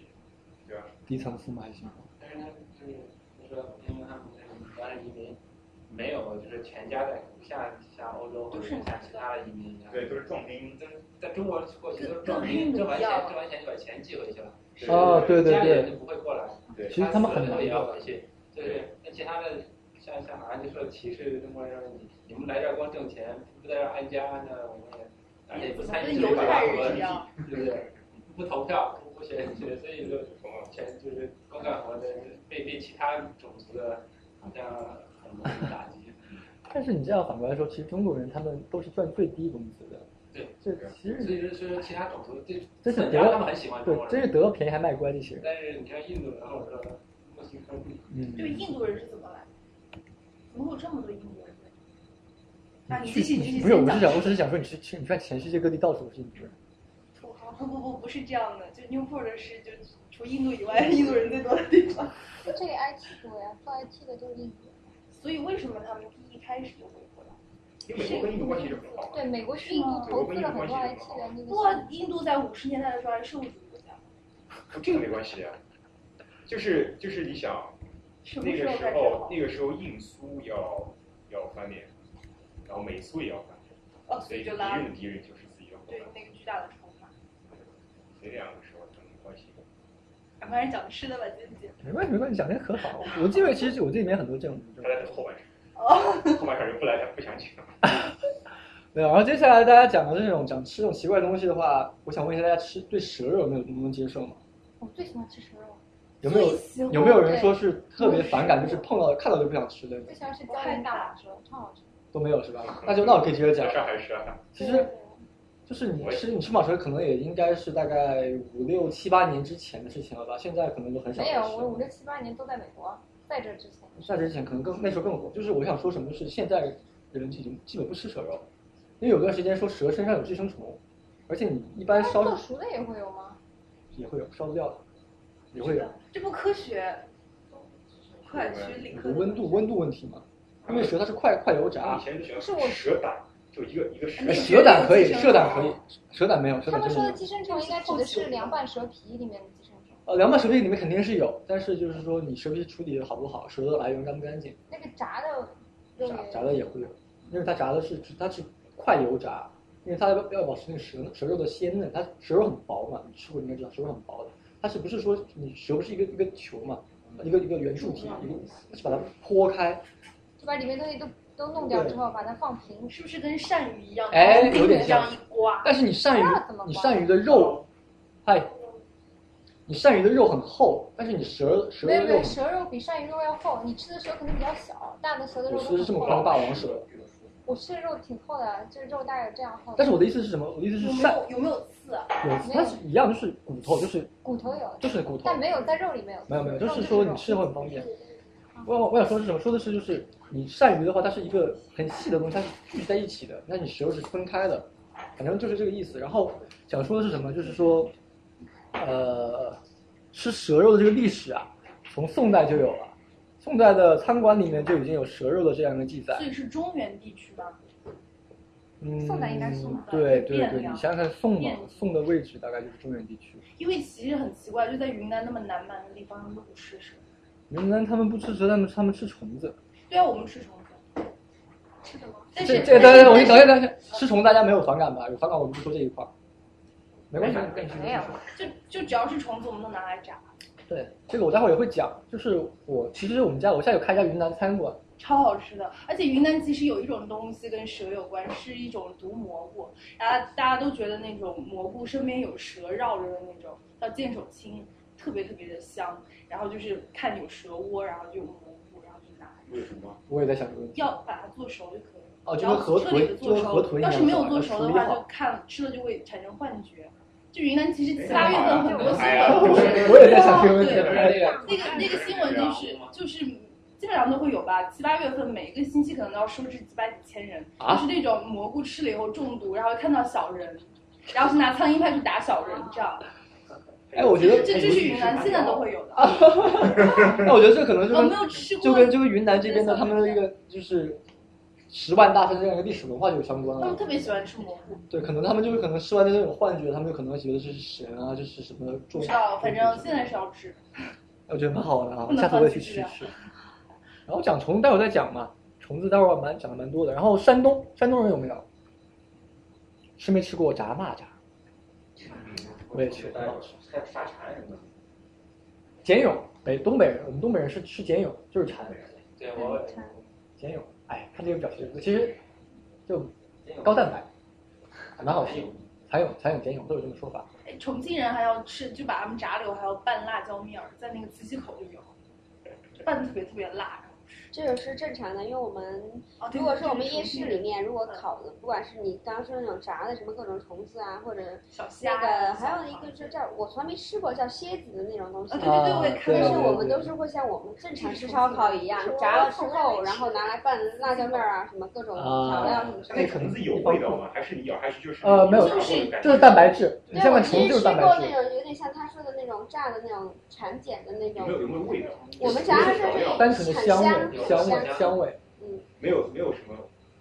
[SPEAKER 6] 对吧？
[SPEAKER 4] 低层次嘛还行。
[SPEAKER 3] 但是他们就是就说，因为他们那个荷兰移民没有就是全家的，不像像欧洲或者像其他的移民一样，
[SPEAKER 6] 对，都是壮丁。
[SPEAKER 3] 但是在中国过去都是
[SPEAKER 2] 跟
[SPEAKER 3] 壮
[SPEAKER 2] 跟
[SPEAKER 3] 丁，
[SPEAKER 2] 黑奴
[SPEAKER 3] 挣完
[SPEAKER 2] 一样
[SPEAKER 3] 钱挣完钱就把钱寄回去了。
[SPEAKER 4] 哦对对
[SPEAKER 3] 家里人
[SPEAKER 4] 对
[SPEAKER 3] 就不会过来。
[SPEAKER 4] 对其实他们很
[SPEAKER 3] 死了
[SPEAKER 4] 忙
[SPEAKER 3] 也要回去。对，那其他的像像好像就说歧视中国人，你你们来这儿光挣钱，不在这儿安家，那我们也而且不参与政治活动，对不对？不投票，不选举，所以就全就是光干活的，被被其他种族的好像很容易打击。
[SPEAKER 13] 嗯
[SPEAKER 4] 但是你这样反过来说，其实中国人他们都是赚最低工资的，
[SPEAKER 3] 对，
[SPEAKER 4] 这其实
[SPEAKER 3] 所以说所以说其他种族对，
[SPEAKER 4] 真是
[SPEAKER 3] 很
[SPEAKER 4] 得
[SPEAKER 3] 他们很喜欢中
[SPEAKER 4] 对
[SPEAKER 3] 国，人，
[SPEAKER 4] 真是得了便宜还卖乖这些人。
[SPEAKER 3] 但是你看印度人啊或者说墨西哥人，
[SPEAKER 4] 嗯
[SPEAKER 2] 对印度人是怎么来的？怎么会有这么多印度人？那你
[SPEAKER 4] 去
[SPEAKER 2] 继续，你继续。
[SPEAKER 4] 嗯不是，我是想，我只是想说，你去去，你看全世界各地到处都是印度人。
[SPEAKER 2] 土豪 不不不不是这样的，就 Newport 是就除印度以外印度人最多的 地方，
[SPEAKER 8] 就这里 IT 多呀，做 IT 的就是印度人。
[SPEAKER 2] 所以为什么他们第一开始就回国了？
[SPEAKER 6] 因为美国跟印度关系是很好的。
[SPEAKER 8] 对，美国是印度投资了很多 IT 的那个。
[SPEAKER 2] 哇，印度在五十年代的时候还是社会主义国家，
[SPEAKER 6] 哦这个没关系啊，就是就是你想，
[SPEAKER 2] 什么
[SPEAKER 6] 那
[SPEAKER 2] 时
[SPEAKER 6] 个
[SPEAKER 2] 候
[SPEAKER 6] 时
[SPEAKER 2] 才知
[SPEAKER 6] 候
[SPEAKER 2] 道？
[SPEAKER 6] 那个时候印苏要要翻脸，然后美苏也要翻脸，
[SPEAKER 2] 哦
[SPEAKER 6] 所以敌
[SPEAKER 2] 就拉
[SPEAKER 6] 人的敌人就是自己的伙
[SPEAKER 2] 对
[SPEAKER 6] 伴，
[SPEAKER 2] 那个巨大的冲突。
[SPEAKER 6] 所以这两个时候他们关系
[SPEAKER 2] 咱们还是讲吃的吧，今天。
[SPEAKER 4] 没关系，没关系，讲的可好。我这边其实我这里面很多这种
[SPEAKER 6] 他在等后半
[SPEAKER 2] 哦，
[SPEAKER 6] 场，后半场就不来他不想去了。
[SPEAKER 4] 对，然后接下来大家讲的这种讲吃这种奇怪的东西的话，我想问一下大家吃对蛇肉有没有能不能接受吗？
[SPEAKER 8] 我最喜欢吃蛇肉，
[SPEAKER 4] 有没有
[SPEAKER 8] 喜欢
[SPEAKER 4] 有没有人说是特别反感，就是碰到看到就不想吃的
[SPEAKER 8] 最喜欢吃椒盐大碗蛇，超好吃。
[SPEAKER 4] 都没有是吧？那就那我可以接着讲
[SPEAKER 6] 在。上海吃啊，
[SPEAKER 4] 其实就是你吃你吃马蛇可能也应该是大概五六七八年之前的事情了吧，现在可能就很少
[SPEAKER 8] 没
[SPEAKER 4] 吃
[SPEAKER 8] 有，
[SPEAKER 4] 了。
[SPEAKER 8] 我五六七八年都在美国，在这之前。
[SPEAKER 4] 在之前可能更那时候更火，就是我想说什么是现在人已经基本不吃蛇肉，因为有段时间说蛇身上有寄生虫，而且你一般烧
[SPEAKER 8] 做熟的也会有吗？
[SPEAKER 4] 也会有烧不掉的，也会有
[SPEAKER 2] 这不科学。快去理科
[SPEAKER 4] 有温度温度问题嘛，因为蛇它是快快油炸，
[SPEAKER 8] 哦
[SPEAKER 6] 以前就喜欢蛇胆，就一个一个蛇
[SPEAKER 4] 哎。蛇胆可以，蛇胆可以，蛇胆没有，蛇
[SPEAKER 8] 他
[SPEAKER 4] 胆
[SPEAKER 8] 们
[SPEAKER 4] 真
[SPEAKER 8] 说
[SPEAKER 4] 的没
[SPEAKER 8] 的
[SPEAKER 4] 有。
[SPEAKER 8] 寄生虫应该指的是凉拌蛇皮里面的寄生虫，
[SPEAKER 4] 呃，凉拌蛇皮里面肯定是有，但是就是说你蛇皮处理的好不好，蛇的来源干不干净，
[SPEAKER 8] 那个炸的肉
[SPEAKER 4] 炸炸的也会有，因为它炸的是它是快油炸，因为它要要保持那个蛇蛇肉的鲜嫩，它蛇肉很薄嘛，你吃过应该知道蛇肉很薄的，它是不是说你蛇不是一个一个球嘛，一个一个圆柱体，一个去把它剖开，
[SPEAKER 16] 就把里面东西都都弄掉之后，把它放平，
[SPEAKER 2] 是不是跟鳝鱼一样？
[SPEAKER 4] 哎，
[SPEAKER 2] 然后
[SPEAKER 4] 有点
[SPEAKER 2] 这样
[SPEAKER 4] 像
[SPEAKER 2] 一刮。。
[SPEAKER 4] 但是你鳝
[SPEAKER 2] 那怎
[SPEAKER 4] 鱼
[SPEAKER 2] 么，
[SPEAKER 4] 你
[SPEAKER 2] 刮
[SPEAKER 4] 鳝鱼的肉，嗨，你鳝鱼的肉很厚，但是你蛇蛇
[SPEAKER 16] 没有
[SPEAKER 4] 的
[SPEAKER 16] 没
[SPEAKER 4] 肉
[SPEAKER 16] 有，，蛇肉比鳝鱼肉要厚，你吃的蛇可能比较小，大的蛇的
[SPEAKER 4] 我
[SPEAKER 16] 肉
[SPEAKER 4] 吃的
[SPEAKER 16] 都
[SPEAKER 4] 是这么
[SPEAKER 16] 很厚。
[SPEAKER 4] 宽的霸王蛇。
[SPEAKER 16] 我吃的肉挺厚的，就是肉大概有这样厚。
[SPEAKER 4] 但是我的意思是什么？我的意思是
[SPEAKER 16] 有没
[SPEAKER 4] 嗯鳝
[SPEAKER 16] 有有没有刺啊
[SPEAKER 4] 有
[SPEAKER 16] 没
[SPEAKER 4] 它
[SPEAKER 16] 有
[SPEAKER 4] 是一样，就是骨头，就是
[SPEAKER 16] 骨头有，
[SPEAKER 4] 就是骨头
[SPEAKER 16] 但没有在肉里面有刺。
[SPEAKER 4] 没有没有，就
[SPEAKER 16] 肉
[SPEAKER 4] 是说
[SPEAKER 16] 肉
[SPEAKER 4] 你吃的话很方便。我我想说是什么？说的是就是你鳝鱼的话，它是一个很细的东西，它是聚集在一起的，但你蛇肉是分开的，反正就是这个意思。然后想说的是什么？就是说，呃，吃蛇肉的这个历史啊，从宋代就有了，宋代的餐馆里面就已经有蛇肉的这样一个记载
[SPEAKER 2] 所。以是中原地区吧？
[SPEAKER 4] 嗯，
[SPEAKER 2] 宋代应该是宋代
[SPEAKER 4] 对对
[SPEAKER 2] 汴
[SPEAKER 4] 对，你
[SPEAKER 2] 梁
[SPEAKER 4] 想想看宋嘛
[SPEAKER 2] 汴，
[SPEAKER 4] 宋的位置大概就是中原地区。
[SPEAKER 2] 因为其实很奇怪，就在云南那么南蛮的地方，他们都不吃蛇。
[SPEAKER 4] 云南他们不吃蛇，他们他们吃虫子。
[SPEAKER 2] 对啊，我们吃虫子。吃的吗？但是
[SPEAKER 4] 这这
[SPEAKER 2] 但
[SPEAKER 4] 大
[SPEAKER 2] 是
[SPEAKER 4] 家，我先等一下，
[SPEAKER 2] 但
[SPEAKER 4] 等一
[SPEAKER 2] 是
[SPEAKER 4] 下，吃虫大家没有反感吧？有反感我们不说这一块儿，没关系，你继续
[SPEAKER 2] 没有，就就只要是虫子，我们都拿来炸，
[SPEAKER 4] 对，这个我待会儿也会讲。就是我其实我们家楼下有开一家云南餐馆，
[SPEAKER 2] 超好吃的。而且云南其实有一种东西跟蛇有关，是一种毒蘑菇，然后大家都觉得那种蘑菇身边有蛇绕着的那种叫剑手青，特别特别的香。然后就是看有蛇窝，然后就有蘑菇，然后就拿，
[SPEAKER 17] 为什么？
[SPEAKER 4] 我也在想这个问题。
[SPEAKER 2] 要把它做熟就可以了。
[SPEAKER 4] 哦就
[SPEAKER 2] 只
[SPEAKER 4] 跟
[SPEAKER 2] 要
[SPEAKER 4] 河
[SPEAKER 2] 彻底的
[SPEAKER 4] 豚就
[SPEAKER 2] 做
[SPEAKER 4] 跟河
[SPEAKER 2] 熟，
[SPEAKER 4] 豚一
[SPEAKER 2] 要
[SPEAKER 4] 样
[SPEAKER 2] 是没有
[SPEAKER 4] 是吧
[SPEAKER 2] 做熟的
[SPEAKER 4] 处理
[SPEAKER 2] 话，
[SPEAKER 4] 好
[SPEAKER 2] 就看吃了就会产生幻觉。就云南其实七八月份很多新
[SPEAKER 4] 哎呀
[SPEAKER 2] 闻都是，
[SPEAKER 4] 我也在想这个问题
[SPEAKER 2] 对
[SPEAKER 4] 哎呀
[SPEAKER 2] 那
[SPEAKER 16] 啊
[SPEAKER 2] 个那个新闻就是就是基本上都会有吧，七八月份每个星期可能都要收治几百几千人，
[SPEAKER 4] 啊
[SPEAKER 2] 就是那种蘑菇吃了以后中毒，然后看到小人，然后是拿苍蝇拍去打小人这样。
[SPEAKER 4] 哎，我觉得
[SPEAKER 2] 这这是云南现在都会有的。啊
[SPEAKER 4] 那我觉得这可能就
[SPEAKER 2] 我
[SPEAKER 4] 跟
[SPEAKER 2] 没有吃过
[SPEAKER 4] 就跟就跟云南这边的他们的一个就是十万大山这样一个历史文化就有相关
[SPEAKER 2] 他们
[SPEAKER 4] 了。
[SPEAKER 2] 特别喜欢吃蘑菇，
[SPEAKER 4] 对，可能他们就是可能吃完的那种幻觉，他们就可能觉得这是神啊，这是什么
[SPEAKER 2] 不
[SPEAKER 4] 重
[SPEAKER 2] 知道，反正现在是要吃。
[SPEAKER 4] 我觉得蛮好玩的啊
[SPEAKER 2] 不，能
[SPEAKER 4] 下次我也
[SPEAKER 2] 放
[SPEAKER 4] 去
[SPEAKER 2] 弃
[SPEAKER 4] 吃
[SPEAKER 2] 治疗
[SPEAKER 4] 吃。然后讲虫子，待会儿再讲嘛，虫子待会儿蛮讲的蛮多的。然后山东，山东人有没有吃没吃过炸蚂蚱？我也吃，
[SPEAKER 3] 但是还有沙茶什么的。
[SPEAKER 4] 茧蛹，北东北人，我们东北人是吃茧蛹，就是蝉，
[SPEAKER 3] 对，我
[SPEAKER 4] 茧蛹。哎，看这个表情，其实就高蛋白，啊还蛮好吃。蚕蛹、蚕蛹、茧蛹都有这个说法。
[SPEAKER 2] 哎，重庆人还要吃，就把他们炸了以后还要拌辣椒面儿，在那个磁器口就有，拌得特别特别辣。
[SPEAKER 8] 这个是正常的，因为我们
[SPEAKER 2] 哦对
[SPEAKER 8] 如果说我
[SPEAKER 2] 这
[SPEAKER 8] 们
[SPEAKER 2] 是
[SPEAKER 8] 夜
[SPEAKER 2] 重
[SPEAKER 8] 市
[SPEAKER 2] 庆
[SPEAKER 8] 里
[SPEAKER 2] 人
[SPEAKER 8] 面如果烤的，不管是你刚刚说的那种炸的什么各种虫子啊，或者
[SPEAKER 2] 虾
[SPEAKER 8] 那
[SPEAKER 2] 啊
[SPEAKER 8] 个
[SPEAKER 2] 小
[SPEAKER 8] 还有一个就叫我从来没吃过叫蝎子的那种东西，
[SPEAKER 2] 啊对对对我也看
[SPEAKER 8] 但
[SPEAKER 2] 到
[SPEAKER 8] 是
[SPEAKER 2] 过
[SPEAKER 8] 我们
[SPEAKER 2] 对
[SPEAKER 8] 都是会像我们正常吃烧烤一样，炸了之后，然后拿来拌辣椒面儿啊，什么各种调料什么之
[SPEAKER 6] 那
[SPEAKER 8] 类的。
[SPEAKER 6] 虫子有味道吗？还是你咬下去就是
[SPEAKER 4] 呃，没有，就是蛋白质。你
[SPEAKER 8] 对，
[SPEAKER 4] 像
[SPEAKER 8] 我
[SPEAKER 4] 看
[SPEAKER 8] 之
[SPEAKER 4] 虫子
[SPEAKER 8] 前
[SPEAKER 4] 就
[SPEAKER 8] 吃
[SPEAKER 4] 是蛋白
[SPEAKER 8] 过
[SPEAKER 4] 质
[SPEAKER 8] 那。种有点像他说的那种炸的那种蚕茧的那种，
[SPEAKER 6] 有没有有没有味道？
[SPEAKER 8] 我们炸的时候就
[SPEAKER 4] 单纯的
[SPEAKER 8] 很
[SPEAKER 4] 香味
[SPEAKER 8] 很
[SPEAKER 4] 香味香味
[SPEAKER 8] 嗯，
[SPEAKER 6] 没有没有什么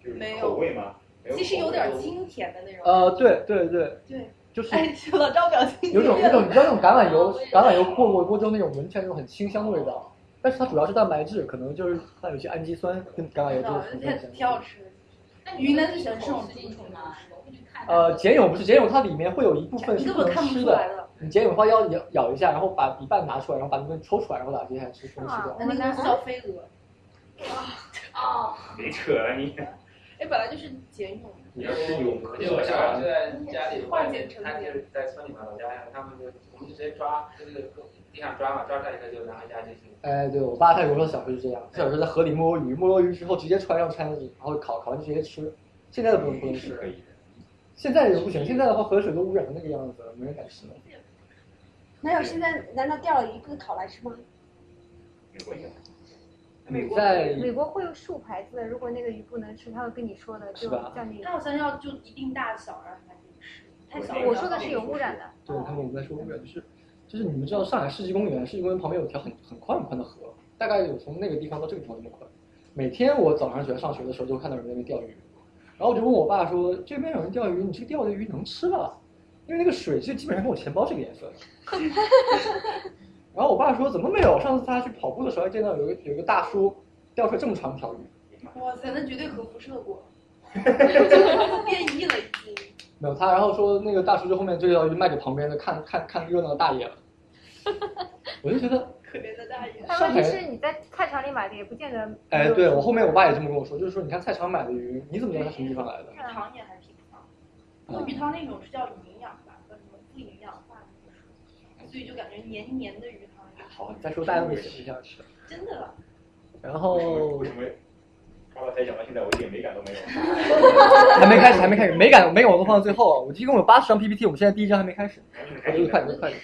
[SPEAKER 6] 就是口味吗？没有
[SPEAKER 2] 其实
[SPEAKER 6] 口
[SPEAKER 2] 有
[SPEAKER 6] 味
[SPEAKER 2] 点
[SPEAKER 6] 都
[SPEAKER 2] 清甜的那种。
[SPEAKER 4] 呃，对对对，
[SPEAKER 2] 对，
[SPEAKER 4] 就是
[SPEAKER 2] 哎，老赵表情
[SPEAKER 4] 有种
[SPEAKER 2] 变
[SPEAKER 4] 有种，你
[SPEAKER 2] 了
[SPEAKER 4] 知道那种橄榄油，橄榄油过过锅之后那种闻起来那种很清香的味道，但是它主要是蛋白质，可能就是它有一些氨基酸跟橄榄
[SPEAKER 2] 真
[SPEAKER 4] 油都有
[SPEAKER 2] 的，
[SPEAKER 4] 成
[SPEAKER 2] 太
[SPEAKER 4] 分。
[SPEAKER 2] 挺好吃的。云南最喜欢吃那种竹虫嘛，
[SPEAKER 4] 呃，茧蛹不是茧蛹，它里面会有一部分
[SPEAKER 2] 你
[SPEAKER 4] 是
[SPEAKER 2] 根
[SPEAKER 4] 不
[SPEAKER 2] 本
[SPEAKER 4] 能
[SPEAKER 2] 看不
[SPEAKER 4] 吃
[SPEAKER 2] 出来
[SPEAKER 4] 的
[SPEAKER 2] 的。
[SPEAKER 4] 你茧蛹的话要咬咬一下，然后把一半拿出来，然后把那边抽出来，然后把接下来吃全部吃掉。
[SPEAKER 2] 那个叫飞蛾。啊
[SPEAKER 8] 哦
[SPEAKER 6] 别扯了 你。
[SPEAKER 2] 哎，本来就是茧蛹。
[SPEAKER 6] 你要是有
[SPEAKER 13] 我记得我小时候就在家里，
[SPEAKER 2] 化解成
[SPEAKER 13] 他就是在村里面，老家他们就我们就直接抓，就是地上抓嘛，抓上一个就然后压进去。
[SPEAKER 4] 哎，对我爸他有时候小时候就这样，小时候在河里摸鱼，摸鱼之后直接穿上穿子，然后烤，烤完就直接吃。现在的不能不能吃，现在也不行，现在的话河水都污染成那个样子了，没人敢吃了。
[SPEAKER 8] 没有，现在难道掉了一个烤来吃吗？
[SPEAKER 4] 你在
[SPEAKER 16] 美国会有竖牌子，如果那个鱼不能吃，他会跟你说的，
[SPEAKER 4] 是
[SPEAKER 16] 就
[SPEAKER 4] 吧
[SPEAKER 16] 叫你。
[SPEAKER 2] 它好像要就一定大小，然后才可以吃。太小了。
[SPEAKER 16] 我说的是有污染的。
[SPEAKER 4] 对，他们我们在说污染，就是就是你们知道上海世纪公园，世纪公园旁边有条很很宽很宽的河，大概有从那个地方到这个地方这么宽。每天我早上起来上学的时候，就看到有人在那边钓鱼，然后我就问我爸说：“这边有人钓鱼，你这个钓的鱼能吃吧？因为那个水就基本上跟我钱包这个颜色。” 然后我爸说：“怎么没有？上次他去跑步的时候还见到有一个有一个大叔钓出来这么长一条鱼。”
[SPEAKER 2] 哇塞，那绝对核辐射过，变异了已经。
[SPEAKER 4] 没有他，然后说那个大叔就后面这条鱼卖给旁边的看看看热闹的大爷了。 我就觉得，
[SPEAKER 2] 可怜的大爷。
[SPEAKER 4] 上海
[SPEAKER 16] 但问题是你在菜场里买的也不见得。
[SPEAKER 4] 哎，对我后面我爸也这么跟我说，就是说你看菜场买的鱼，你怎么知道它什么地方来的？嗯
[SPEAKER 2] 汤也还挺烫，那
[SPEAKER 9] 嗯
[SPEAKER 2] 鱼汤那种是叫营养吧，叫什么不营养化那种，所以就感觉黏黏的鱼汤。
[SPEAKER 4] 好，你再说大家都写不下去。
[SPEAKER 2] 真的了。
[SPEAKER 4] 然后
[SPEAKER 6] 为什么刚才讲到现在，我一点美感都没有？
[SPEAKER 4] 还没开始，还没开始，没敢没敢，我都放到最后啊。我一共有八十张 PPT，我们现在第一张还没开始，我就快点，快点。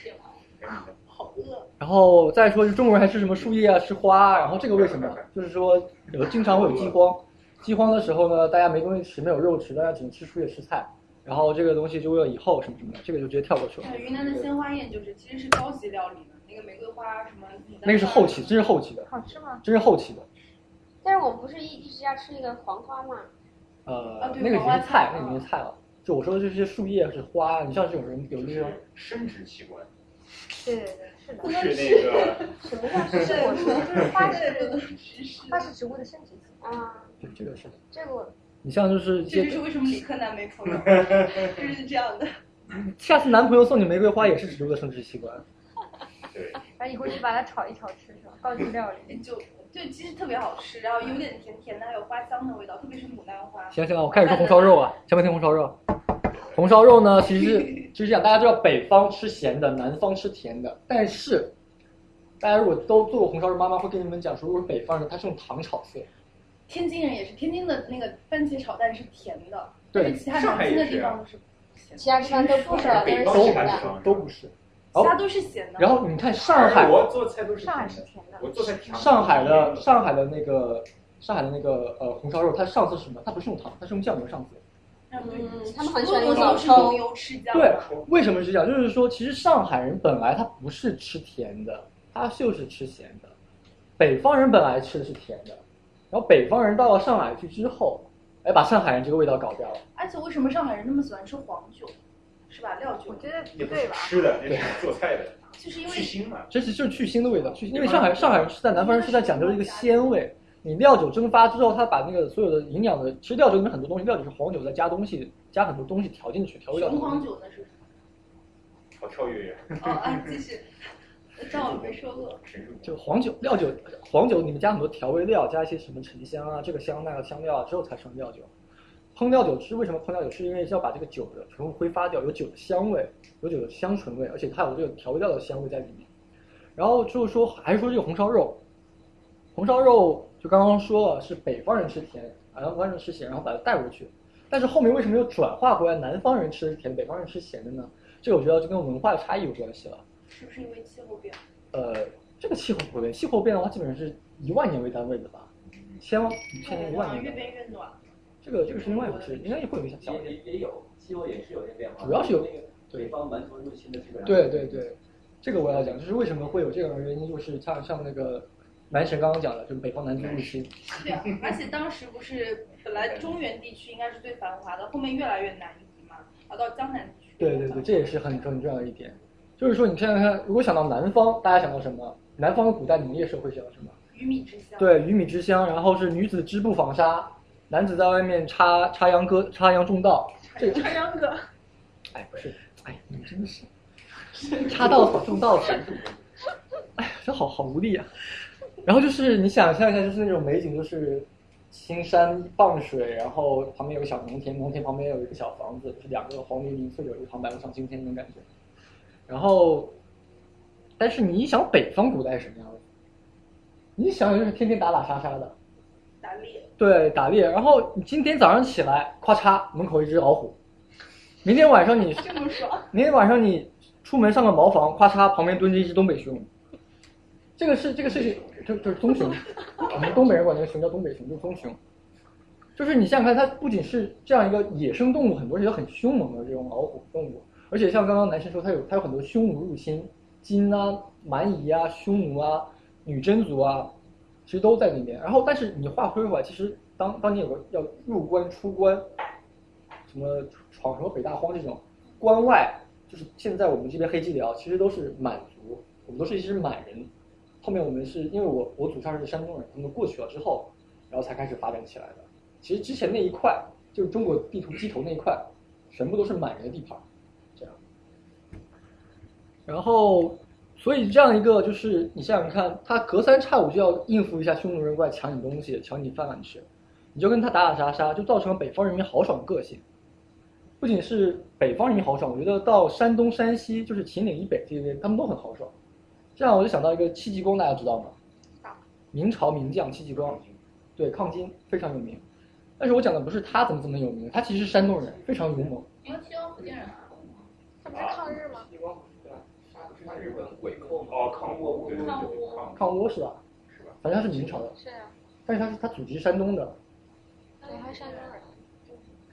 [SPEAKER 2] 好饿。
[SPEAKER 4] 然后再说，就中国人还吃什么树叶啊，吃花啊。然后这个为什么？就是说有经常会有饥荒，饥荒的时候呢，大家没东西吃，没有肉吃，大家只能吃树叶吃菜。然后这个东西就为了以后什么什么的，这个就直接跳过去了。
[SPEAKER 2] 对，云南的鲜花宴就是其实是高级料理嘛，那个玫瑰花什么。
[SPEAKER 4] 那个是后期，真是后期的，
[SPEAKER 16] 好吃吗？
[SPEAKER 4] 真是后期的。
[SPEAKER 8] 但是我不是一一直要吃那个黄瓜嘛？
[SPEAKER 4] 呃
[SPEAKER 2] 啊，对
[SPEAKER 4] 那个已经
[SPEAKER 2] 黄瓜
[SPEAKER 4] 是菜
[SPEAKER 2] 菜，
[SPEAKER 4] 那个已
[SPEAKER 8] 啊
[SPEAKER 4] 经是菜了。就我说的这些树叶是花，你像这种人有这种
[SPEAKER 6] 生殖器官，
[SPEAKER 16] 对对对，是的。
[SPEAKER 6] 不是那个
[SPEAKER 16] 什么叫是果实？就是花是花是植物的生殖器
[SPEAKER 8] 啊。
[SPEAKER 4] 对这个是的。
[SPEAKER 16] 这个我
[SPEAKER 4] 你像就是一
[SPEAKER 2] 这
[SPEAKER 4] 些
[SPEAKER 2] 就是为什么理科男没朋友，就是这样的。
[SPEAKER 4] 下次男朋友送你玫瑰花也是植物的生殖器官。
[SPEAKER 16] 然后以后就把它炒哎一炒吃是吧？高级料理。
[SPEAKER 2] 就对，其实特别好吃，然后有点甜甜的，还有花香的味道，特别是牡丹花。
[SPEAKER 4] 行行啊，我开始说红烧肉啊，前面听红烧肉。红烧肉呢，其实是 就是这样，大家知道北方吃咸的，南方吃甜的，但是大家如果都做过红烧肉，妈妈会跟你们讲说，如果是北方人，他是用糖炒色。
[SPEAKER 2] 天津人也是，天津的那个番茄炒蛋是甜的，
[SPEAKER 4] 对
[SPEAKER 2] 但是其他南京的地方都是，
[SPEAKER 8] 其他地方都不是，都是
[SPEAKER 4] 都
[SPEAKER 8] 咸
[SPEAKER 4] 不
[SPEAKER 8] 的。
[SPEAKER 4] 是，都不是。哦
[SPEAKER 2] 其
[SPEAKER 4] 然
[SPEAKER 2] 他
[SPEAKER 4] 后
[SPEAKER 2] 都是咸的。
[SPEAKER 4] 然后你看上海，
[SPEAKER 6] 我做菜都是
[SPEAKER 16] 上海是甜的，
[SPEAKER 6] 我做菜挺
[SPEAKER 4] 上海的上海的那个上海的那个呃红烧肉，它上色是什么？它不是用糖，它是用酱油上色。
[SPEAKER 8] 嗯，他们很喜欢用老
[SPEAKER 2] 都是
[SPEAKER 8] 抽
[SPEAKER 2] 浓。油赤酱。
[SPEAKER 4] 对，为什么是这样？就是说，其实上海人本来他不是吃甜的，他就是吃咸的。北方人本来吃的是甜的，然后北方人到了上海去之后，哎，把上海人这个味道搞掉了。
[SPEAKER 2] 而且为什么上海人那么喜欢吃黄酒，是吧？料酒。我觉
[SPEAKER 16] 得
[SPEAKER 6] 也不是吃的，那是做菜的，
[SPEAKER 2] 就是因为
[SPEAKER 6] 去腥嘛。
[SPEAKER 4] 这是就是去腥的味道，嗯去腥因为上海上海人是在南方人是在讲究一个鲜味。你料酒蒸发之后，它把那个所有的营养的，其实料酒里面很多东西，料酒是黄酒再加东西，加很多东西调进去，调味料进
[SPEAKER 2] 雄
[SPEAKER 4] 去。
[SPEAKER 2] 黄酒那是什么？
[SPEAKER 6] 好跳跃呀！
[SPEAKER 2] 哦，啊，继续。当我没说过。
[SPEAKER 4] 就黄酒、料酒、黄酒里面加很多调味料，加一些什么沉香啊、这个香那个香料啊，之后才成料酒。烹料酒是为什么烹料酒？是因为是要把这个酒的全部挥发掉，有酒的香味，有酒的香醇味，而且它有这个调味料的香味在里面。然后就是说，还是说这个红烧肉，红烧肉就刚刚说了是北方人吃甜，南方人吃咸，然后把它带回去。但是后面为什么又转化回来，南方人吃甜，北方人吃咸的呢？这个我觉得就跟文化的差异有关系了。
[SPEAKER 2] 是不是因为气候变化？
[SPEAKER 4] 呃，这个气候不会变，气候变的话，基本上是一万年为单位的吧，千万千年一万
[SPEAKER 2] 然后越
[SPEAKER 4] 年，
[SPEAKER 2] 变越暖。
[SPEAKER 4] 这个这个是另外一回事，应该也会有影响。
[SPEAKER 3] 也也也有，气候也是有些变化。
[SPEAKER 4] 主要是有
[SPEAKER 3] 那个北方蛮族入侵的基本上。
[SPEAKER 4] 对对对，这个我要讲，就是为什么会有这样的原因，就是像像那个男神刚刚讲的，就是北方男族入侵，
[SPEAKER 2] 对啊，而且当时不是本来中原地区应该是最繁华的，后面越来越南移嘛，然后到江南地区。
[SPEAKER 4] 对对对，这也是很很重要的一点。就是说，你看看，如果想到南方，大家想到什么？南方的古代农业社会想到什么？
[SPEAKER 2] 鱼米之乡。
[SPEAKER 4] 对，鱼米之乡，然后是女子织布纺纱，男子在外面插插秧歌、插秧种稻，这
[SPEAKER 2] 插秧歌。
[SPEAKER 4] 哎，不是，哎，你们真的 是插稻草种稻田，哎呀，这好好无力啊。然后就是你想象一下，就是那种美景，就是青山傍水，然后旁边有个小农田，农田旁边有一个小房子，就是两个黄鹂鸣翠柳，一个长白鹿上青天那种感觉。然后，但是你一想北方古代是什么样子，你一想就是天天打打杀杀的，
[SPEAKER 2] 打猎。
[SPEAKER 4] 对，打猎。然后你今天早上起来，咔嚓，门口一只老虎。明天晚上 你，
[SPEAKER 2] 这么爽。
[SPEAKER 4] 明天晚上你出门上个茅房，咔嚓，旁边蹲着一只东北熊。这个是这个事情，就就是棕熊，我们东北人管那个熊叫东北熊，就是棕熊。就是你想想看，它不仅是这样一个野生动物，很多是一个很凶猛的这种老虎动物，而且像刚刚男生说，它有它有很多匈奴入侵，金啊、蛮夷啊、匈奴啊、女真族啊，其实都在里面。然后，但是你话说回来，其实当当你有个要入关、出关，什么闯什么北大荒这种，关外就是现在我们这边黑吉辽，其实都是满族，我们都是一支满人。后面我们是因为我我祖上是山东人，他们过去了之后，然后才开始发展起来的。其实之前那一块，就是中国地图鸡头那一块，全部都是满人的地盘，这样。然后，所以这样一个就是你想想看，他隔三差五就要应付一下匈奴人过来抢你东西、抢你饭碗吃，你就跟他打打杀杀，就造成了北方人民豪爽的个性。不仅是北方人民豪爽，我觉得到山东、山西，就是秦岭以北这边，他们都很豪爽。这样我就想到一个戚继光，大家知道吗？明朝名将戚继光，对抗金非常有名。但是我讲的不是他怎么怎么有名，他其实是山东人，非常勇猛。
[SPEAKER 18] 因为西方福建人啊，
[SPEAKER 7] 他不是抗日吗？
[SPEAKER 17] 他日本鬼寇嘛，
[SPEAKER 6] 哦，抗倭，对对
[SPEAKER 7] 抗
[SPEAKER 6] 对，
[SPEAKER 7] 倭
[SPEAKER 6] 抗
[SPEAKER 4] 抗倭是吧？
[SPEAKER 6] 是吧？
[SPEAKER 4] 反正他是明朝的，
[SPEAKER 7] 是啊，
[SPEAKER 4] 但是他是他祖籍山东的，
[SPEAKER 7] 对，他是山东人。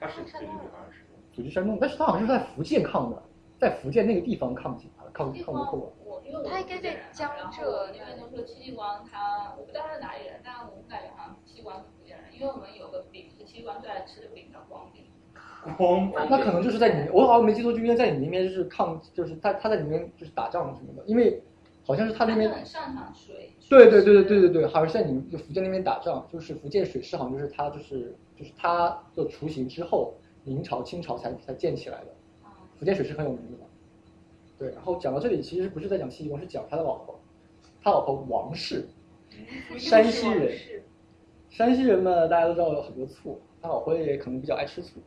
[SPEAKER 6] 他是对对对，好像是。
[SPEAKER 4] 祖籍山东，但是他好像是在福建抗的，在福建那个地方抗击啊抗抗倭寇。
[SPEAKER 18] 我因为他应该在江浙，因为就是说戚继光他，我不知道他是哪里人，啊但我们感觉好像戚继光是福建人，因为我们有个饼是戚继光最爱吃的饼叫光饼。
[SPEAKER 4] 那可能就是在你，我好像没记错，就应该在你那边就是抗，就是他他在里面就是打仗什么的，因为好像是他那边
[SPEAKER 18] 就很擅长水，
[SPEAKER 4] 对对对对对对对，好像是在你们就福建那边打仗，就是福建水师，好像就是他就是就是他的雏形之后，明朝、清朝才才建起来的。福建水师很有名的嘛。对，然后讲到这里，其实不是在讲戚继光，是讲他的老婆，他老婆王氏，山西人。山西人嘛，大家都知道有很多醋，他老婆也可能比较爱吃醋。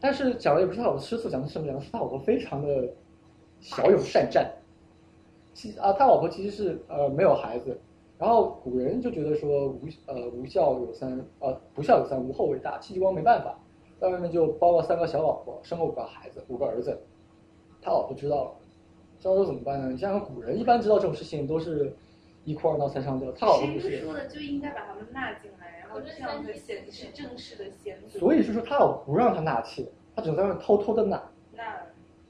[SPEAKER 4] 但是讲的也不是他老婆吃醋，讲的是什么？讲的是他老婆非常的骁勇善战。其啊，他老婆其实是呃没有孩子，然后古人就觉得说无呃无孝有三呃不孝有三无后为大，戚继光没办法，在外面就包了三个小老婆，生了五个孩子五个儿子，他老婆知道了，知道说怎么办呢？你像古人一般知道这种事情都是一哭二闹三上吊，他老婆不
[SPEAKER 2] 谁
[SPEAKER 4] 是。
[SPEAKER 2] 说的就应该把他们纳进来，然后这样子显示正式的贤德。
[SPEAKER 4] 所以就说他老婆不让他纳妾，他只能在外面偷偷的纳。
[SPEAKER 2] 那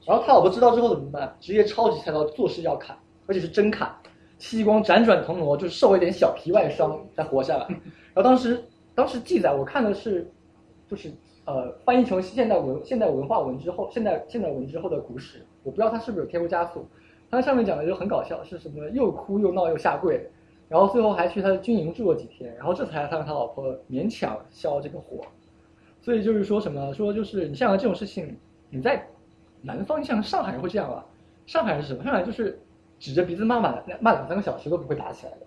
[SPEAKER 4] 然后他老婆知道之后怎么办？直接抄起菜刀，做事要砍，而且是真砍。戚继光辗转腾挪，就是受了一点小皮外伤才活下来。然后当时当时记载我看的是，就是呃翻译成现代文现代文化文之后，现代现代文之后的古史，我不知道他是不是有添油加醋。他上面讲的就很搞笑，是什么又哭又闹又下跪，然后最后还去他的军营住了几天，然后这才让他老婆勉强消这个火。所以就是说什么说就是你像这种事情，你在南方，你像上海人会这样吧？上海人是什么？上海就是指着鼻子骂骂骂两三个小时都不会打起来的，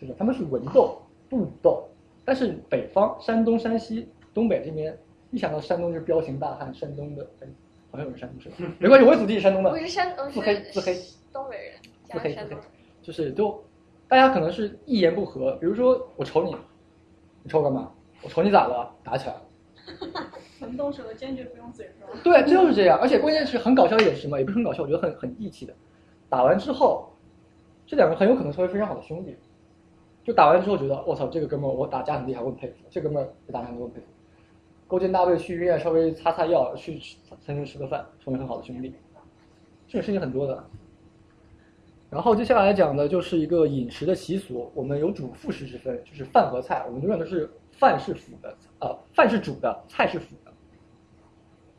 [SPEAKER 4] 就是他们是文斗不武斗。但是北方山东、山西、东北这边，一想到山东就是彪形大汉，山东的，哎，好像有人山东是吧？没关系，我也祖地是山东的，
[SPEAKER 10] 我是山，我
[SPEAKER 4] 自黑
[SPEAKER 10] 是
[SPEAKER 4] 自黑。
[SPEAKER 10] 东北人，
[SPEAKER 4] 自
[SPEAKER 10] 家
[SPEAKER 4] 黑
[SPEAKER 10] 是
[SPEAKER 4] 自
[SPEAKER 10] 山
[SPEAKER 4] 黑
[SPEAKER 10] 东人。，
[SPEAKER 4] 就是就大家可能是一言不合，比如说我瞅你，你瞅我干嘛？我瞅你咋了？打起来了。
[SPEAKER 7] 能动手的坚决不用嘴说。
[SPEAKER 4] 对，就是这样。而且关键是很搞笑的一点是什么？也不是很搞笑，我觉得很很义气的。打完之后，这两个人很有可能成为非常好的兄弟。就打完之后觉得，我操，这个哥们儿我打架很厉害，我很佩服；这哥们儿打架很我很佩服。勾肩搭背去医院稍微擦擦药，去吃餐厅吃个饭，成为很好的兄弟。这种事情很多的。然后接下来讲的就是一个饮食的习俗，我们有主副食之分，就是饭和菜。我们永远都是饭是辅的，啊、饭是主的，菜是辅的。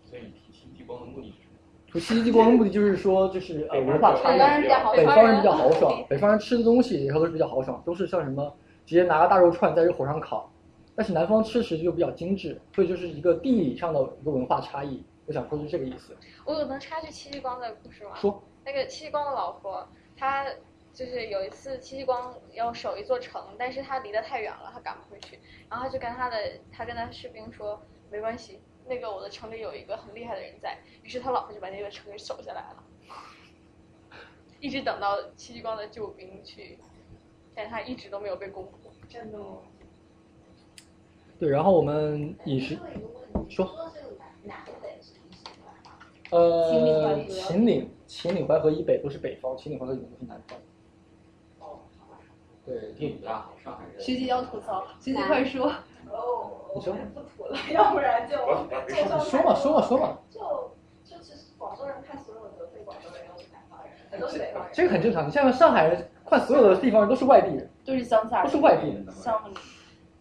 [SPEAKER 17] 所以提戚继光的目的是什么？
[SPEAKER 4] 除戚继光的目的就是说，就是呃文化差异，
[SPEAKER 10] 北
[SPEAKER 4] 北
[SPEAKER 10] 方
[SPEAKER 4] 方
[SPEAKER 10] 人
[SPEAKER 4] 人
[SPEAKER 10] 比
[SPEAKER 4] 比
[SPEAKER 10] 较
[SPEAKER 4] 较
[SPEAKER 10] 豪
[SPEAKER 4] 豪
[SPEAKER 10] 爽
[SPEAKER 4] 爽，北方人吃的东西也都是比较豪爽，都是像什么直接拿个大肉串在这火上烤，但是南方吃食就比较精致，所以就是一个地理上的一个文化差异。我想说的是这个意思。
[SPEAKER 10] 我有能插句戚继光的故事吗？
[SPEAKER 4] 说，
[SPEAKER 10] 那个戚继光的老婆，她就是有一次戚继光要守一座城，但是他离得太远了，他赶不回去。然后他就跟他的他跟他士兵说，没关系，那个我的城里有一个很厉害的人在。于是他老婆就把那个城给守下来了，一直等到戚继光的救兵去，但是他一直都没有被攻破。
[SPEAKER 12] 真的哦。
[SPEAKER 4] 对，然后我们饮食
[SPEAKER 12] 我有一个问题，
[SPEAKER 4] 说
[SPEAKER 12] 说是南南北是一些吧？
[SPEAKER 4] 呃，秦岭、秦岭淮河以北都是北方，秦岭淮河以南都是南方。对，
[SPEAKER 17] 英语不大好，上海人。
[SPEAKER 2] 学姐要吐槽，学姐快说。
[SPEAKER 12] 哦，
[SPEAKER 4] 你说
[SPEAKER 12] 不吐了，要不然就
[SPEAKER 4] 我
[SPEAKER 12] 就
[SPEAKER 4] 你说嘛说嘛说嘛，
[SPEAKER 12] 就就其实广州人看所有人得罪广州人，我是南方人，都是北方人。
[SPEAKER 4] 这个很正常。你像上海人，快所有的地方人都是外地人，
[SPEAKER 2] 都是乡下
[SPEAKER 4] 都是外地人。
[SPEAKER 2] 像你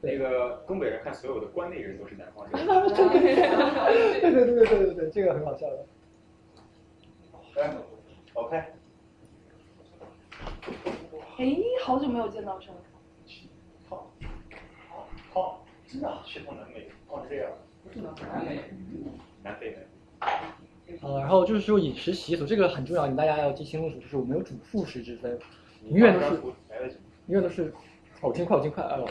[SPEAKER 6] 那个东北人看所有的关内人都是南方人。
[SPEAKER 4] 对对对对对对对，这个很好笑的。
[SPEAKER 6] OK，
[SPEAKER 2] 哎，好久没有见到陈文凯。
[SPEAKER 6] 好，真的去趟南美，哦是这样，不是南
[SPEAKER 17] 南美，
[SPEAKER 6] 南非人。
[SPEAKER 4] 呃，然后就是说饮食习俗这个很重要，你大家要记清楚，就是我们有主副食之分，永远都是永远都是，哦，我听快，我听快，哦，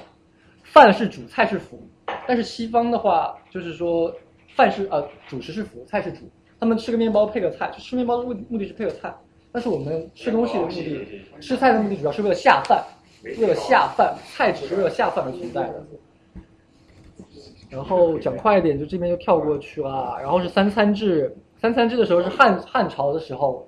[SPEAKER 4] 饭是主，菜是辅，但是西方的话就是说饭是呃主食是辅，菜是主，他们吃个面包配个菜，就吃面包的目目的是配个菜，但是我们吃东西的目的，吃菜的目的主要是为了下饭，为了下饭，菜只是为了下饭而存在的。然后讲快一点，就这边就跳过去啦。然后是三餐制，三餐制的时候是汉汉朝的时候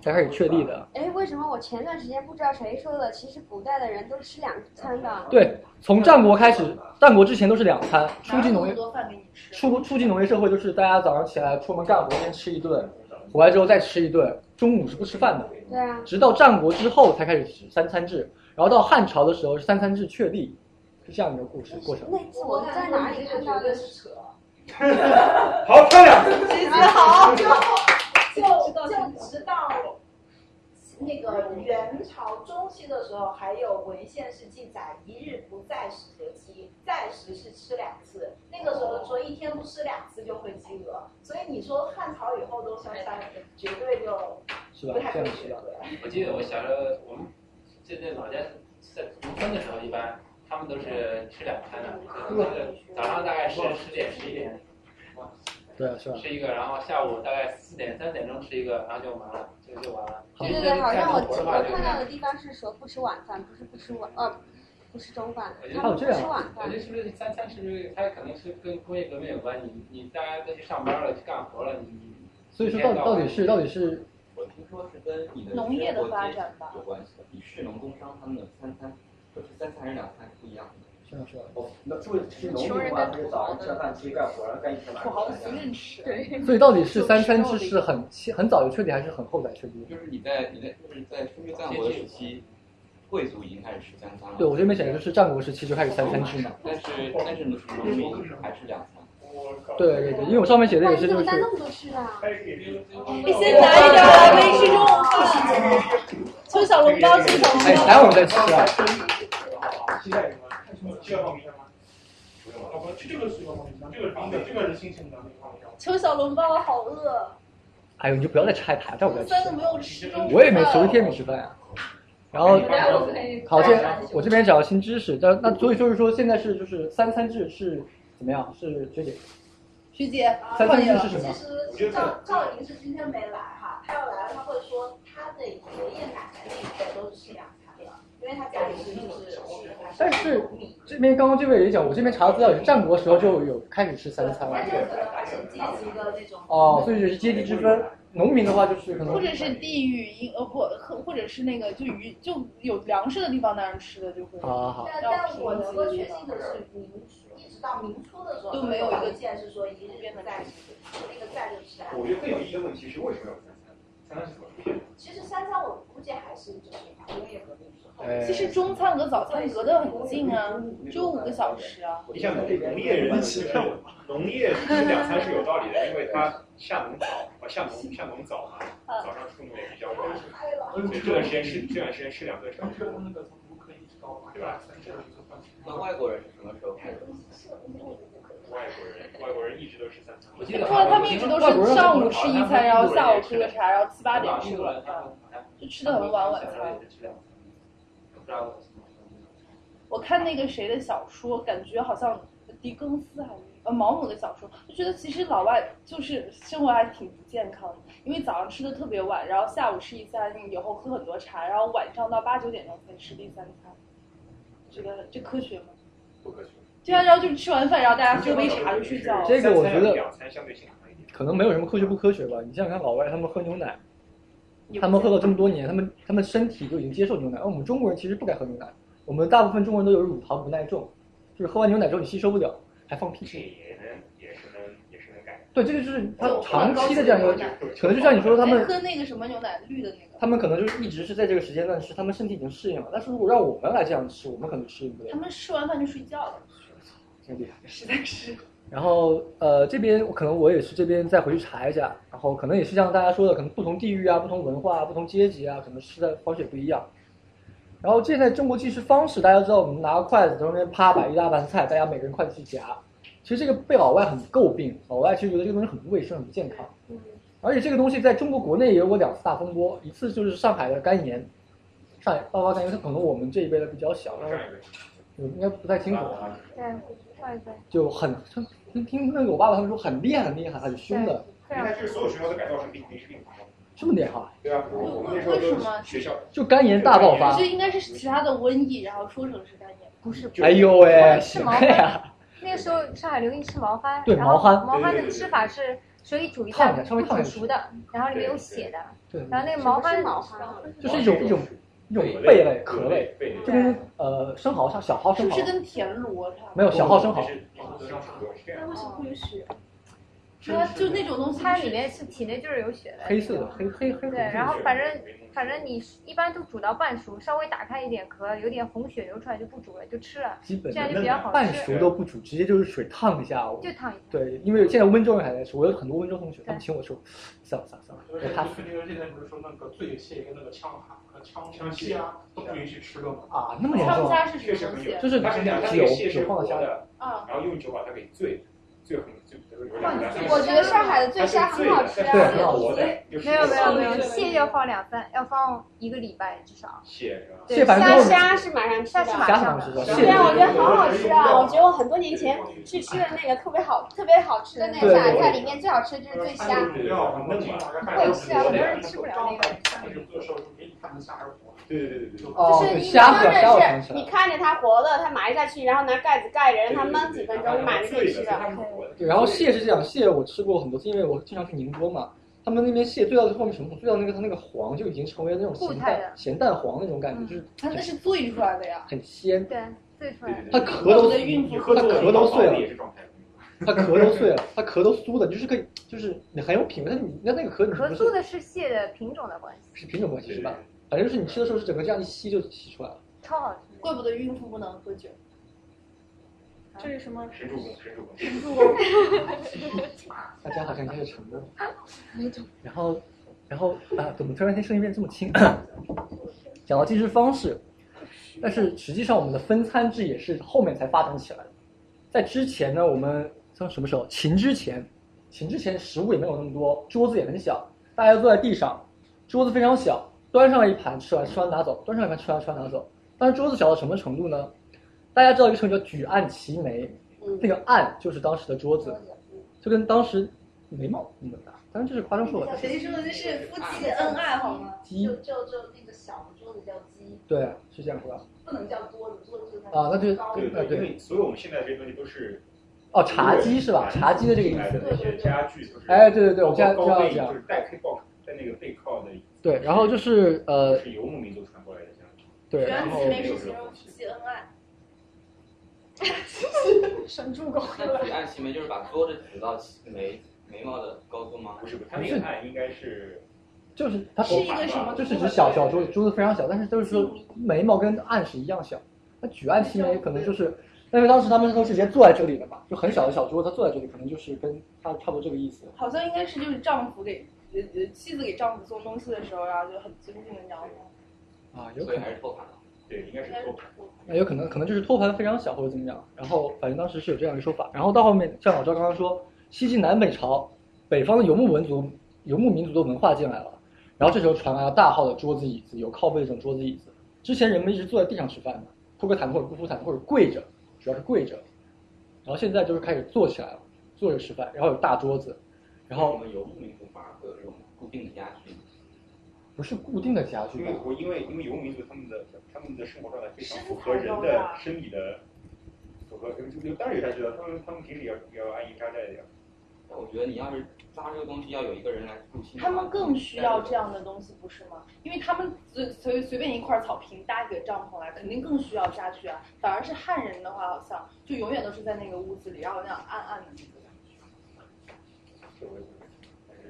[SPEAKER 4] 才开始确立的。
[SPEAKER 8] 哎，为什么我前段时间不知道谁说的？其实古代的人都吃两餐的。
[SPEAKER 4] 对，从战国开始，战国之前都是两餐。初级农业，
[SPEAKER 7] 多饭给你吃。
[SPEAKER 4] 初初级农业社会就是大家早上起来出门干活，先吃一顿，回来之后再吃一顿，中午是不吃饭的。
[SPEAKER 8] 对啊。
[SPEAKER 4] 直到战国之后才开始三餐制，然后到汉朝的时候是三餐制确立，是这样一个故事过程。
[SPEAKER 8] 那次我在哪里看到的？
[SPEAKER 19] 是扯。
[SPEAKER 6] 好漂亮！
[SPEAKER 9] 直 接好，就就就直到那个元朝中期的时候，还有文献是记载“一日不在食则饥”，在食是吃两次。那个时候说一天不吃两次就会饥饿，所以你说汉朝以后都三餐，绝对
[SPEAKER 4] 是
[SPEAKER 9] 就
[SPEAKER 4] 吧
[SPEAKER 9] 不太科
[SPEAKER 4] 这样
[SPEAKER 9] 学了。
[SPEAKER 3] 我记得我小时候，我们就在老家在农村的时候，一般他们都是吃两餐的，就是早上大概是十点十一点
[SPEAKER 4] 对啊，是吧？
[SPEAKER 3] 吃一个，然后下午大概四点三点钟吃一个，然后就完了，就就完了。
[SPEAKER 8] 对对对，好像我我看到的
[SPEAKER 3] 地
[SPEAKER 8] 地方是说不吃晚饭，不是不吃晚呃，不吃中饭，
[SPEAKER 3] 我觉得
[SPEAKER 8] 他
[SPEAKER 4] 哦
[SPEAKER 8] 们不
[SPEAKER 4] 啊
[SPEAKER 8] 吃晚
[SPEAKER 3] 我
[SPEAKER 8] 饭
[SPEAKER 3] 觉得。是不是三餐是不是它可能是跟工业革命有关？你你大家都去上班了，去干活了，你你
[SPEAKER 4] 所以说到底到底是到底是
[SPEAKER 2] 我听说是跟你的
[SPEAKER 7] 农业的发展吧
[SPEAKER 2] 有关系的。你士农工商他们的三餐，就是三餐还是两餐是不一样的。
[SPEAKER 4] 是啊是啊。
[SPEAKER 2] 哦，那住是农民嘛，就是早上吃了饭，出去干活，然后干一天晚上。
[SPEAKER 7] 吃。
[SPEAKER 2] 对
[SPEAKER 4] 所以到底是三餐制是很先很早就确立，还是很后才确立？
[SPEAKER 2] 就是你在你在就是在中国战国时期，贵族已经开始吃三餐了。
[SPEAKER 4] 对，我这边讲的就是战国时期就开始三餐制嘛。
[SPEAKER 2] 但是但是农民还是两餐。
[SPEAKER 4] 对对对，因为我上面写的也是
[SPEAKER 8] 你
[SPEAKER 4] 就
[SPEAKER 8] 怎么
[SPEAKER 4] 是
[SPEAKER 8] 带那么多吃的啊？
[SPEAKER 7] 你先拿一点来喂吃中午饭，吃小笼包，吃小笼包。
[SPEAKER 4] 哎，待会儿再吃啊。
[SPEAKER 6] 期待什么？需要放冰箱吗？不用了。哦，不，这这个是要放冰箱，这个是这个是新鲜的，那个放冰箱。
[SPEAKER 7] 吃小笼包，好饿。
[SPEAKER 4] 哎呦，你就不要再拆台，但我在
[SPEAKER 7] 三
[SPEAKER 4] 吃
[SPEAKER 7] 个。没有吃中午饭。
[SPEAKER 4] 我也没吃，我一天没吃饭呀、啊然后 好，这我这边找到新知识，但那所以就是说，现在是就是三餐制是怎么样？是学姐，
[SPEAKER 7] 徐姐，
[SPEAKER 4] 三
[SPEAKER 2] 哎
[SPEAKER 4] 餐
[SPEAKER 7] 换你
[SPEAKER 4] 制
[SPEAKER 7] 了
[SPEAKER 4] 是。什么？
[SPEAKER 9] 其实赵赵莹是今天没来哈，她要来了，她会说她的爷爷奶奶那一辈都是吃两餐的，因为她家里是就是我们家
[SPEAKER 4] 但是这边刚刚这位也讲，我这边查的资料也是战国时候就有开始吃三餐了
[SPEAKER 9] 但。是可能还是阶级的那种
[SPEAKER 4] 哦，所以就是阶级之分，农民的话就是可能
[SPEAKER 7] 或者是地域因呃或或或者是那个就鱼就有粮食的地方，当然吃的就 会。
[SPEAKER 4] 啊好
[SPEAKER 9] 但但我能够确信的是，明一直到明初的时候
[SPEAKER 7] 都没有一个
[SPEAKER 9] 见是说一日不在食，那个在就是来。
[SPEAKER 6] 我觉得更有意义的问题是为什么要三餐？三餐是怎么出现的？
[SPEAKER 9] 其实三餐我估计还是就是工业革命之后。
[SPEAKER 4] 哎
[SPEAKER 7] 其实中餐和早餐隔得很近啊，只有五个小时啊。
[SPEAKER 6] 你像农业人，农业吃两餐是有道理的，因为他下农早，啊下农下农早嘛，早上出农也比较晚，
[SPEAKER 2] 嗯
[SPEAKER 6] 所以这段时间吃这段时间吃两顿少，对吧？
[SPEAKER 2] 那外国人是什么时候开始？
[SPEAKER 6] 外国人外国人一直都吃三餐。
[SPEAKER 3] 我记
[SPEAKER 7] 不
[SPEAKER 3] 得
[SPEAKER 7] 过他们一直都是上午吃一餐，然后下午喝个茶，然后七八点吃晚饭，就吃的很晚晚餐。
[SPEAKER 3] 不知道为什么。
[SPEAKER 7] 我看那个谁的小说，感觉好像狄更斯还是呃毛姆的小说，就觉得其实老外就是生活还挺不健康的，因为早上吃的特别晚，然后下午吃一餐，以后喝很多茶，然后晚上到八九点钟才吃第三餐，觉得这科学吗？
[SPEAKER 6] 不科学。
[SPEAKER 7] 对啊，然后就是吃完饭，然后大家喝杯茶就睡觉了。
[SPEAKER 4] 这个我觉得
[SPEAKER 6] 两餐相对健康一点。
[SPEAKER 4] 可能没有什么科学不科学吧。你想想看，老外他们喝牛奶，他们喝了这么多年，他们他们身体就已经接受牛奶。而我们中国人其实不该喝牛奶，我们大部分中国人都有乳糖不耐重，就是喝完牛奶之后你吸收不了，还放屁。
[SPEAKER 6] 也能也是能也是能改。
[SPEAKER 4] 对，这个就是他长期的这样一个，可能就像你说，他
[SPEAKER 7] 哎
[SPEAKER 4] 们
[SPEAKER 7] 喝那个什么牛奶绿的那个，
[SPEAKER 4] 他们可能就是一直是在这个时间段吃，他们身体已经适应了。但是如果让我们来这样吃，我们可能适应不了
[SPEAKER 7] 他，们吃完饭就睡觉了，
[SPEAKER 4] 真厉害。
[SPEAKER 7] 实在是。
[SPEAKER 4] 然后呃，这边我可能我也是这边再回去查一下，然后可能也是像大家说的，可能不同地域啊、不同文化啊、不同阶级啊，可能吃的方式也不一样。然后现在中国计时方式，大家知道我们拿个筷子从那边啪摆一大盘菜，大家每个人筷子去夹。其实这个被老外很诟病，老外其实觉得这个东西很不卫生、很不健康。
[SPEAKER 20] 嗯，
[SPEAKER 4] 而且这个东西在中国国内也有过两次大风波，一次就是上海的干盐，上海爆发干盐，它可能我们这一辈的比较小，但是我应该不太清楚。
[SPEAKER 16] 对，上一辈。
[SPEAKER 4] 就很听听那个我爸爸他们说很厉害很厉害，很凶的，
[SPEAKER 6] 应该是所有学校都改造成临临时病房了，
[SPEAKER 4] 这么厉害。
[SPEAKER 6] 对吧？我我们那时候都是学校
[SPEAKER 4] 就肝炎大爆发
[SPEAKER 2] 我觉得应该是其他的瘟疫，然后说成是肝炎。
[SPEAKER 16] 不是，
[SPEAKER 4] 哎呦喂，
[SPEAKER 16] 是
[SPEAKER 4] 什
[SPEAKER 16] 毛
[SPEAKER 4] 么
[SPEAKER 16] 蚶
[SPEAKER 4] 呀？。
[SPEAKER 16] 那个时候上海流行吃毛蚶，
[SPEAKER 4] 对
[SPEAKER 16] 然后
[SPEAKER 4] 毛蚶
[SPEAKER 16] 毛蚶
[SPEAKER 4] 对对
[SPEAKER 16] 的
[SPEAKER 4] 对
[SPEAKER 16] 吃法是水煮一
[SPEAKER 4] 烫
[SPEAKER 16] 下，
[SPEAKER 4] 一下稍微
[SPEAKER 16] 不
[SPEAKER 4] 烫一
[SPEAKER 16] 煮
[SPEAKER 4] 下
[SPEAKER 16] 熟的，然后里面有血的。
[SPEAKER 4] 对
[SPEAKER 16] 然后那个毛蚶，
[SPEAKER 4] 就是一种一种一种贝类壳类，就跟呃生蚝像小蚝
[SPEAKER 2] 是
[SPEAKER 4] 生
[SPEAKER 2] 不
[SPEAKER 4] 蚝
[SPEAKER 2] 是，跟田螺差不多？
[SPEAKER 4] 没有小号生蚝
[SPEAKER 2] 那为什么会有血？
[SPEAKER 16] 主要就那种东西，它里面是体内就是有血的，
[SPEAKER 4] 黑色的黑黑黑
[SPEAKER 16] 对，然后反正反正你一般都煮到半熟，稍微打开一点壳，有点红血流出来就不煮了，就吃了，
[SPEAKER 4] 基本
[SPEAKER 16] 这样就比较好吃。
[SPEAKER 4] 半熟都不煮，直接就是水烫一下。
[SPEAKER 16] 就烫一下。
[SPEAKER 4] 对，因为现在温州人还在吃，我有很多温州同学，他们请我吃，算了算了算了，
[SPEAKER 21] 而
[SPEAKER 4] 我
[SPEAKER 21] 且
[SPEAKER 4] 怕
[SPEAKER 21] 你那个现在不是说那个醉蟹跟那个枪蛤、呃枪枪蟹啊都不允许吃的吗？
[SPEAKER 4] 啊那么严重啊
[SPEAKER 6] 确实很有，
[SPEAKER 4] 就是
[SPEAKER 6] 它是两它那
[SPEAKER 4] 酒
[SPEAKER 6] 个蟹是
[SPEAKER 4] 酒放
[SPEAKER 6] 活
[SPEAKER 4] 到虾里
[SPEAKER 6] 的，
[SPEAKER 2] 啊
[SPEAKER 6] 然后用酒把它给醉，醉很醉，有
[SPEAKER 16] 哇
[SPEAKER 6] 两个
[SPEAKER 16] 我觉得上海的醉虾很好吃啊
[SPEAKER 6] 它是醉的但是它是活的，就
[SPEAKER 16] 没有没有没有，
[SPEAKER 6] 是
[SPEAKER 16] 蟹要放两三，要放一个礼拜至少。
[SPEAKER 6] 蟹是吧？
[SPEAKER 16] 对，
[SPEAKER 8] 虾
[SPEAKER 16] 虾
[SPEAKER 8] 虾是马上吃
[SPEAKER 16] 虾
[SPEAKER 8] 的，
[SPEAKER 16] 是
[SPEAKER 4] 马上吃的虾是马上吃的
[SPEAKER 8] 对啊，我觉得好好吃啊！我觉得我很多年前去吃的那个特别好，特别好吃的那个
[SPEAKER 4] 对
[SPEAKER 8] 下
[SPEAKER 4] 对
[SPEAKER 8] 下里面最好吃的就是醉虾。对，是啊，我当时吃不了那个。
[SPEAKER 16] 啊
[SPEAKER 6] 对对对对对。
[SPEAKER 8] 就是你
[SPEAKER 4] 哦虾啊和虾我
[SPEAKER 8] 真
[SPEAKER 4] 常
[SPEAKER 8] 的
[SPEAKER 4] 吃
[SPEAKER 8] 是，你看着它活的，它埋下去，然后拿盖子盖着，让它焖几分钟，你马上就可以吃了。
[SPEAKER 4] 对，然后蟹是这样，蟹我吃过很多次，因为我经常去宁波嘛。他们那边蟹醉到最后面什么？醉到那个它那个黄就已经成为那种
[SPEAKER 2] 固
[SPEAKER 4] 咸
[SPEAKER 2] 态
[SPEAKER 4] 蛋
[SPEAKER 2] 的
[SPEAKER 4] 咸蛋黄那种感
[SPEAKER 16] 嗯
[SPEAKER 4] 觉，就是
[SPEAKER 2] 它那是醉出来的呀。
[SPEAKER 4] 很鲜。
[SPEAKER 16] 对，醉出来的。
[SPEAKER 4] 它壳都
[SPEAKER 2] 的孕妇
[SPEAKER 4] 它壳都碎
[SPEAKER 6] 也是
[SPEAKER 4] 了
[SPEAKER 6] 状，
[SPEAKER 4] 它壳都碎了，它壳都酥的，你就是可以，就是你很有品味。但是你那那个壳你
[SPEAKER 16] 壳
[SPEAKER 4] 不
[SPEAKER 16] 素
[SPEAKER 4] 是
[SPEAKER 16] 的是蟹的品种的关系，
[SPEAKER 4] 是品种关系是吧？反正就是你吃的时候是整个这样一吸就吸出来了。
[SPEAKER 16] 超好吃。
[SPEAKER 2] 怪不得孕妇不能喝酒。
[SPEAKER 16] 这是什么？
[SPEAKER 6] 神助攻，神助攻。
[SPEAKER 2] 神助
[SPEAKER 4] 攻大家好像开始沉默了。 然后，然后啊，怎么突然间声音变这么轻？ 讲到进食方式，但是实际上我们的分餐制也是后面才发展起来的。在之前呢，我们从什么时候？秦之前，秦之前食物也没有那么多，桌子也很小，大家坐在地上，桌子非常小，端上来一盘吃完，吃完拿走，端上一盘吃完，吃完拿走。但是桌子小到什么程度呢？大家知道一个成语叫举案齐眉，那个案就是当时的嗯桌子，就跟当时眉毛那么大，当然这是啊夸张说法。
[SPEAKER 2] 谁说的是夫妻的恩爱好吗？
[SPEAKER 4] 鸡
[SPEAKER 9] 就就就那个小的桌子叫鸡，
[SPEAKER 4] 对，啊是这样说吧？
[SPEAKER 9] 不能叫桌子，桌子就是
[SPEAKER 4] 啊，那就
[SPEAKER 9] 高
[SPEAKER 4] 对
[SPEAKER 9] 的
[SPEAKER 4] 对
[SPEAKER 6] 因
[SPEAKER 4] 对
[SPEAKER 6] 为。所有我们现在这些东西都是
[SPEAKER 4] 哦，茶几是吧？茶几的这个意
[SPEAKER 6] 哎对对对
[SPEAKER 4] 思。
[SPEAKER 6] 家具就是
[SPEAKER 4] 哎，对对对，我们现在
[SPEAKER 6] 高
[SPEAKER 4] 这样
[SPEAKER 6] 背
[SPEAKER 4] 讲
[SPEAKER 6] 就。是带背靠在那个背靠的，
[SPEAKER 4] 对，然后就是呃，
[SPEAKER 6] 是游牧民族传过来的这样。
[SPEAKER 4] 对，
[SPEAKER 2] 举
[SPEAKER 4] 然
[SPEAKER 2] 案
[SPEAKER 4] 后
[SPEAKER 2] 齐眉是形容夫妻恩爱。
[SPEAKER 16] 神助攻
[SPEAKER 17] 那举案齐眉就是把桌子举到眉眉毛的高度吗？
[SPEAKER 6] 不是不是，它那个案应该是
[SPEAKER 4] 就是它啊
[SPEAKER 6] 是一个什么
[SPEAKER 4] 就是指小小桌子，桌子非常小，但是就是说
[SPEAKER 6] 嗯
[SPEAKER 4] 眉毛跟案是一样小。那举案齐眉可能就是，因为当时他们都是直接坐在这里的嘛，就很小的小桌子，他坐在这里可能就是跟他差不多这个意思。
[SPEAKER 2] 好像应该是就是丈夫给呃呃妻子给丈夫送东西的时候，然啊后就很尊敬的丈夫。
[SPEAKER 4] 啊，有
[SPEAKER 17] 所以还是托盘了。
[SPEAKER 6] 对，应该
[SPEAKER 2] 是托
[SPEAKER 6] 盘。
[SPEAKER 4] 那有可能可能就是托盘非常小或者怎么样，然后反正当时是有这样一个说法。然后到后面，像老赵刚刚说，西晋南北朝，北方的游牧文族、游牧民族的文化进来了，然后这时候传来了大号的桌子椅子，有靠背的这种桌子椅子。之前人们一直坐在地上吃饭嘛，铺个毯子或者不铺毯子或者跪着，主要是跪着。然后现在就是开始坐起来了，坐着吃饭，然后有大桌子，然后
[SPEAKER 17] 我们游牧民族反而会有这种固定的家具。
[SPEAKER 4] 不是固定的家具
[SPEAKER 6] 因
[SPEAKER 4] 吧
[SPEAKER 6] 为？我因为因为游牧民族他们的他们的生活状态非常符合人的生理的符合，就就当然有家具了，他们他们平时也要也要安营扎寨的呀。
[SPEAKER 17] 但我觉得你要是抓这个东西，要有一个人来入侵的
[SPEAKER 2] 他
[SPEAKER 17] 话。
[SPEAKER 2] 们更需要这样的东西，不是吗？因为他们随随随便一块草坪搭一个帐篷来，啊肯定更需要家具啊。反而是汉人的话，好像就永远都是在那个屋子里，然后那样暗暗的那个感觉。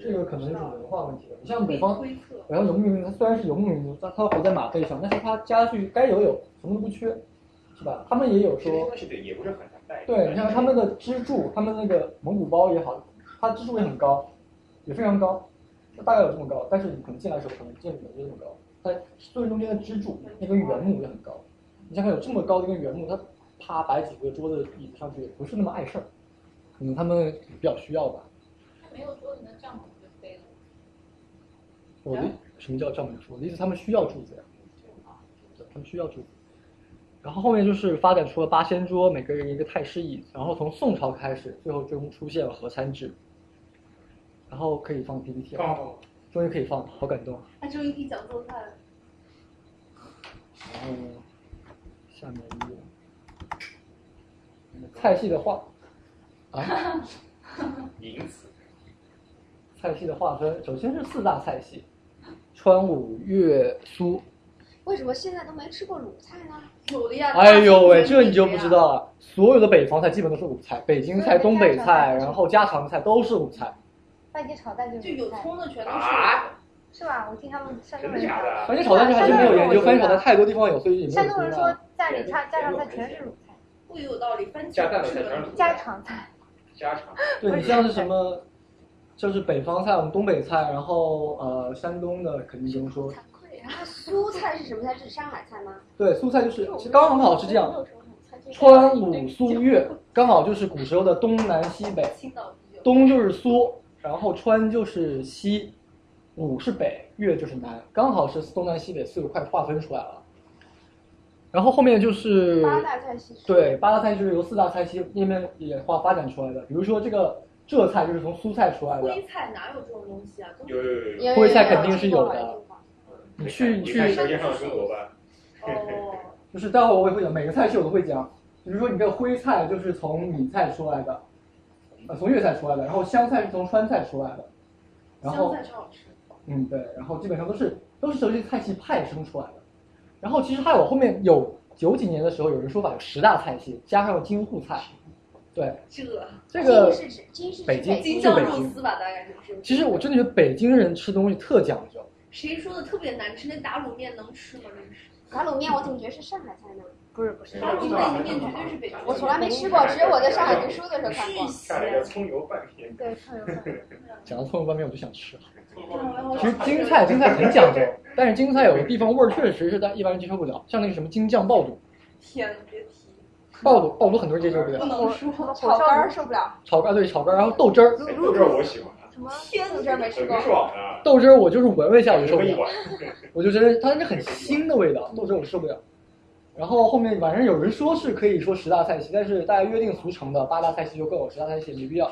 [SPEAKER 4] 这个可能就是文化问题了。你像北方
[SPEAKER 2] 可以推测，
[SPEAKER 4] 然后游牧民族，他虽然是游牧民族，但他活在马背上，但是他家具该有有，什么都不缺，是吧？他们也有说，
[SPEAKER 6] 是的，也不是很难带。
[SPEAKER 4] 对你像他们的支柱，他们那个蒙古包也好，它支柱也很高，也非常高，大概有这么高，但是你可能进来的时候可能见没有这么高。它最中间的支柱那根原木也很高，你想想有这么高的一根原木，它啪摆几个桌子椅子上去也不是那么碍事儿，可能他们比较需要吧。
[SPEAKER 18] 没有桌子，那帐篷就飞了。啊
[SPEAKER 4] 我的什么叫照明书？我的意思他们需要柱子呀，啊对他们需要柱子。然后后面就是发展出了八仙桌，每个人一个太师椅，然后从宋朝开始，最后终出现了合参制。然后可以放 PPT 了，终于可以放了，好感动。啊
[SPEAKER 11] 他终于可以讲做饭了。
[SPEAKER 4] 然后下面一个菜系的划啊，
[SPEAKER 6] 名词
[SPEAKER 4] 菜系的划分，首先是四大菜系：川鲁粤苏。
[SPEAKER 8] 为什么现在都没吃过鲁菜呢？
[SPEAKER 2] 有的呀。
[SPEAKER 4] 哎呦喂，这你就
[SPEAKER 2] 啊
[SPEAKER 4] 不知道了。所有的北方菜基本都是鲁菜，北京菜、东北菜，然后家常菜都是鲁菜。
[SPEAKER 16] 番茄炒蛋就是
[SPEAKER 2] 有葱的全都是，
[SPEAKER 6] 啊
[SPEAKER 16] 是吧？我听他们山东人
[SPEAKER 6] 真的假的
[SPEAKER 16] 讲，
[SPEAKER 4] 番茄炒蛋这还真没有研究，番茄炒蛋太多地方有，所以你没有
[SPEAKER 16] 山
[SPEAKER 4] 知
[SPEAKER 16] 东人
[SPEAKER 4] 道。
[SPEAKER 16] 说家里家家常菜全是鲁菜，
[SPEAKER 2] 不有道理。番茄
[SPEAKER 6] 加蛋的菜全是
[SPEAKER 16] 家常菜。
[SPEAKER 6] 家常，
[SPEAKER 4] 对你像是什么，就是北方菜，我们东北菜，然后呃山东的肯定不用说。
[SPEAKER 8] 那苏菜是什么菜？是上海菜吗？
[SPEAKER 4] 对，苏菜就是刚刚好是这样，
[SPEAKER 8] 川
[SPEAKER 4] 川鲁苏粤刚好就是古时候的东南西北，东就是苏，然后川就是西，鲁是北，粤就是南，刚好是东南西北四个块划分出来了。然后后面就是
[SPEAKER 8] 八大菜系是
[SPEAKER 4] 对，八大菜就是由四大菜系页面演化发展出来的。比如说这个浙菜就是从苏菜出来的，
[SPEAKER 2] 徽菜哪有这种东西啊？都
[SPEAKER 6] 有有有
[SPEAKER 2] 有
[SPEAKER 4] 徽菜肯定是有的。你去你
[SPEAKER 6] 你
[SPEAKER 4] 去
[SPEAKER 6] 看《舌尖上的中国》吧，
[SPEAKER 4] 就是待会儿我也会讲，每个菜系我都会讲。比如说你这个徽菜就是从米菜出来的，呃，从粤菜出来的，然后湘菜是从川菜出来的，然后
[SPEAKER 2] 哦香菜超好吃。
[SPEAKER 4] 嗯对，然后基本上都是都是这些菜系派生出来的。然后其实还有后面有九几年的时候，有人说法有十大菜系，加上了京沪菜，对，
[SPEAKER 2] 这
[SPEAKER 4] 这个
[SPEAKER 8] 京是指京是指
[SPEAKER 4] 北京
[SPEAKER 2] 京
[SPEAKER 4] 就
[SPEAKER 2] 酱
[SPEAKER 4] 北
[SPEAKER 2] 肉
[SPEAKER 4] 京
[SPEAKER 2] 丝吧，大概是不是？
[SPEAKER 4] 其实我真的觉得北京人吃东西特讲究。
[SPEAKER 2] 谁说的特别难吃？那打卤面能吃吗？真是。
[SPEAKER 8] 打卤面我怎么觉得是上海菜呢？
[SPEAKER 16] 不是不
[SPEAKER 6] 是
[SPEAKER 2] 打卤面面绝对是北京。
[SPEAKER 8] 我从来没吃过，只有我在上海读书的时候看 过。
[SPEAKER 6] 下了一个葱油拌面，
[SPEAKER 16] 对，葱油拌面。
[SPEAKER 4] 讲到葱油拌面，我就想吃。其实京菜京菜很讲究，但是京菜有的地方味儿确实是大一般人接受不了，像那个什么京酱爆肚，
[SPEAKER 2] 天呐，别提。
[SPEAKER 4] 爆肚爆肚很多人接受不
[SPEAKER 2] 不
[SPEAKER 4] 了，
[SPEAKER 2] 能说
[SPEAKER 8] 炒肝儿受不了，
[SPEAKER 4] 炒肝对炒肝，然后豆汁儿，
[SPEAKER 6] 豆汁儿我喜欢，啊
[SPEAKER 8] 什么豆汁儿没吃过
[SPEAKER 6] 很。爽啊的，
[SPEAKER 4] 豆汁儿我就是闻闻一下我就受不
[SPEAKER 6] 一
[SPEAKER 4] 了
[SPEAKER 6] 碗，，
[SPEAKER 4] 我就觉得它是很腥的味道，豆汁儿我受不了。然后后面反正有人说是可以说十大菜系，但是大家约定俗成的八大菜系就够了，十大菜系也没必要。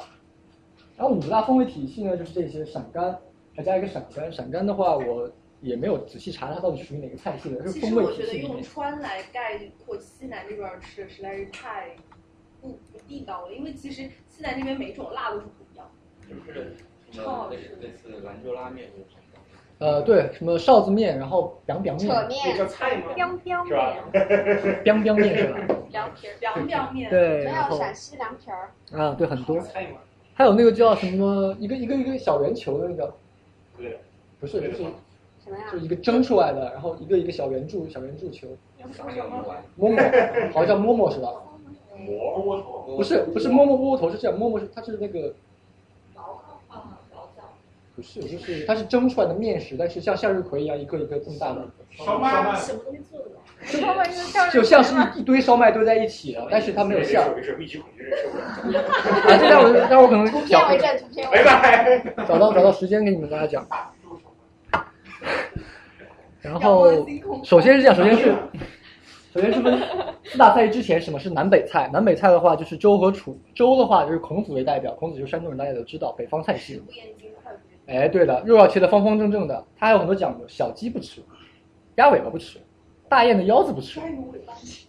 [SPEAKER 4] 然后五大风味体系呢，就是这些陕甘，还加一个陕甘。陕甘的话，我也没有仔细查它到底属于哪个菜系的，是
[SPEAKER 2] 其
[SPEAKER 4] 风
[SPEAKER 2] 实
[SPEAKER 4] 味
[SPEAKER 2] 我
[SPEAKER 4] 体
[SPEAKER 2] 觉得
[SPEAKER 4] 系里
[SPEAKER 2] 用
[SPEAKER 4] 面。
[SPEAKER 2] 川来概括西南这边吃的实在是太不不地道了，因为其实西南这边每种辣都是不一样的。
[SPEAKER 17] 就是
[SPEAKER 2] 超好
[SPEAKER 17] 类
[SPEAKER 2] 吃
[SPEAKER 17] 似类似兰州拉面这种。
[SPEAKER 4] 呃，对，什么臊子面，然后 biang biang
[SPEAKER 8] 扯
[SPEAKER 4] 面
[SPEAKER 8] 面，
[SPEAKER 16] 彪彪
[SPEAKER 6] 是吧
[SPEAKER 16] 面，
[SPEAKER 4] ，biang biang 面是 吧？
[SPEAKER 2] 凉皮儿、凉凉面。
[SPEAKER 4] 对，
[SPEAKER 8] 没
[SPEAKER 4] 然
[SPEAKER 8] 有
[SPEAKER 4] 后
[SPEAKER 8] 陕西凉皮儿，
[SPEAKER 4] 啊，对，很多。还有那个叫什么，一个一个一个小圆球的那个，
[SPEAKER 6] 对，
[SPEAKER 4] 不是，就是
[SPEAKER 8] 什么呀
[SPEAKER 4] 就？是一个蒸出来的，然后一个一个小圆柱小圆柱球，
[SPEAKER 17] 叫馍馍，
[SPEAKER 4] 摸摸，好像叫摸摸是吧？
[SPEAKER 6] 馍
[SPEAKER 21] 窝窝头，
[SPEAKER 4] 不是不是摸摸窝窝头是这样，摸摸是它是那个
[SPEAKER 18] 啊，老早。
[SPEAKER 4] 不是就是它是蒸出来的面食，但是像向日葵一样一个一个这么大的，
[SPEAKER 21] 烧麦，
[SPEAKER 18] 什么东西做的？
[SPEAKER 16] 他们是叫
[SPEAKER 4] 就像是一堆烧麦堆在一起了，但是它没有
[SPEAKER 6] 没事
[SPEAKER 4] 馅儿。
[SPEAKER 6] 没事，密集恐惧症受不了，
[SPEAKER 4] 啊，这待会儿待会儿可能
[SPEAKER 8] 图片
[SPEAKER 4] 找
[SPEAKER 8] 为证，图片为
[SPEAKER 6] 拜
[SPEAKER 8] 证。
[SPEAKER 6] 拜。
[SPEAKER 4] 找到找到时间给你们大家讲。然后首先是这样，首先是 首先是分四大菜系之前什么是南北菜？南北菜的话就是周和楚，周的话就是孔子为代表，孔子就是山东人，大家都知道，北方菜系。
[SPEAKER 2] 不燕京快不燕
[SPEAKER 4] 哎，对的，肉要切得方方正正的。它还有很多讲究，小鸡不吃，鸭尾巴不吃，大雁的腰子不吃，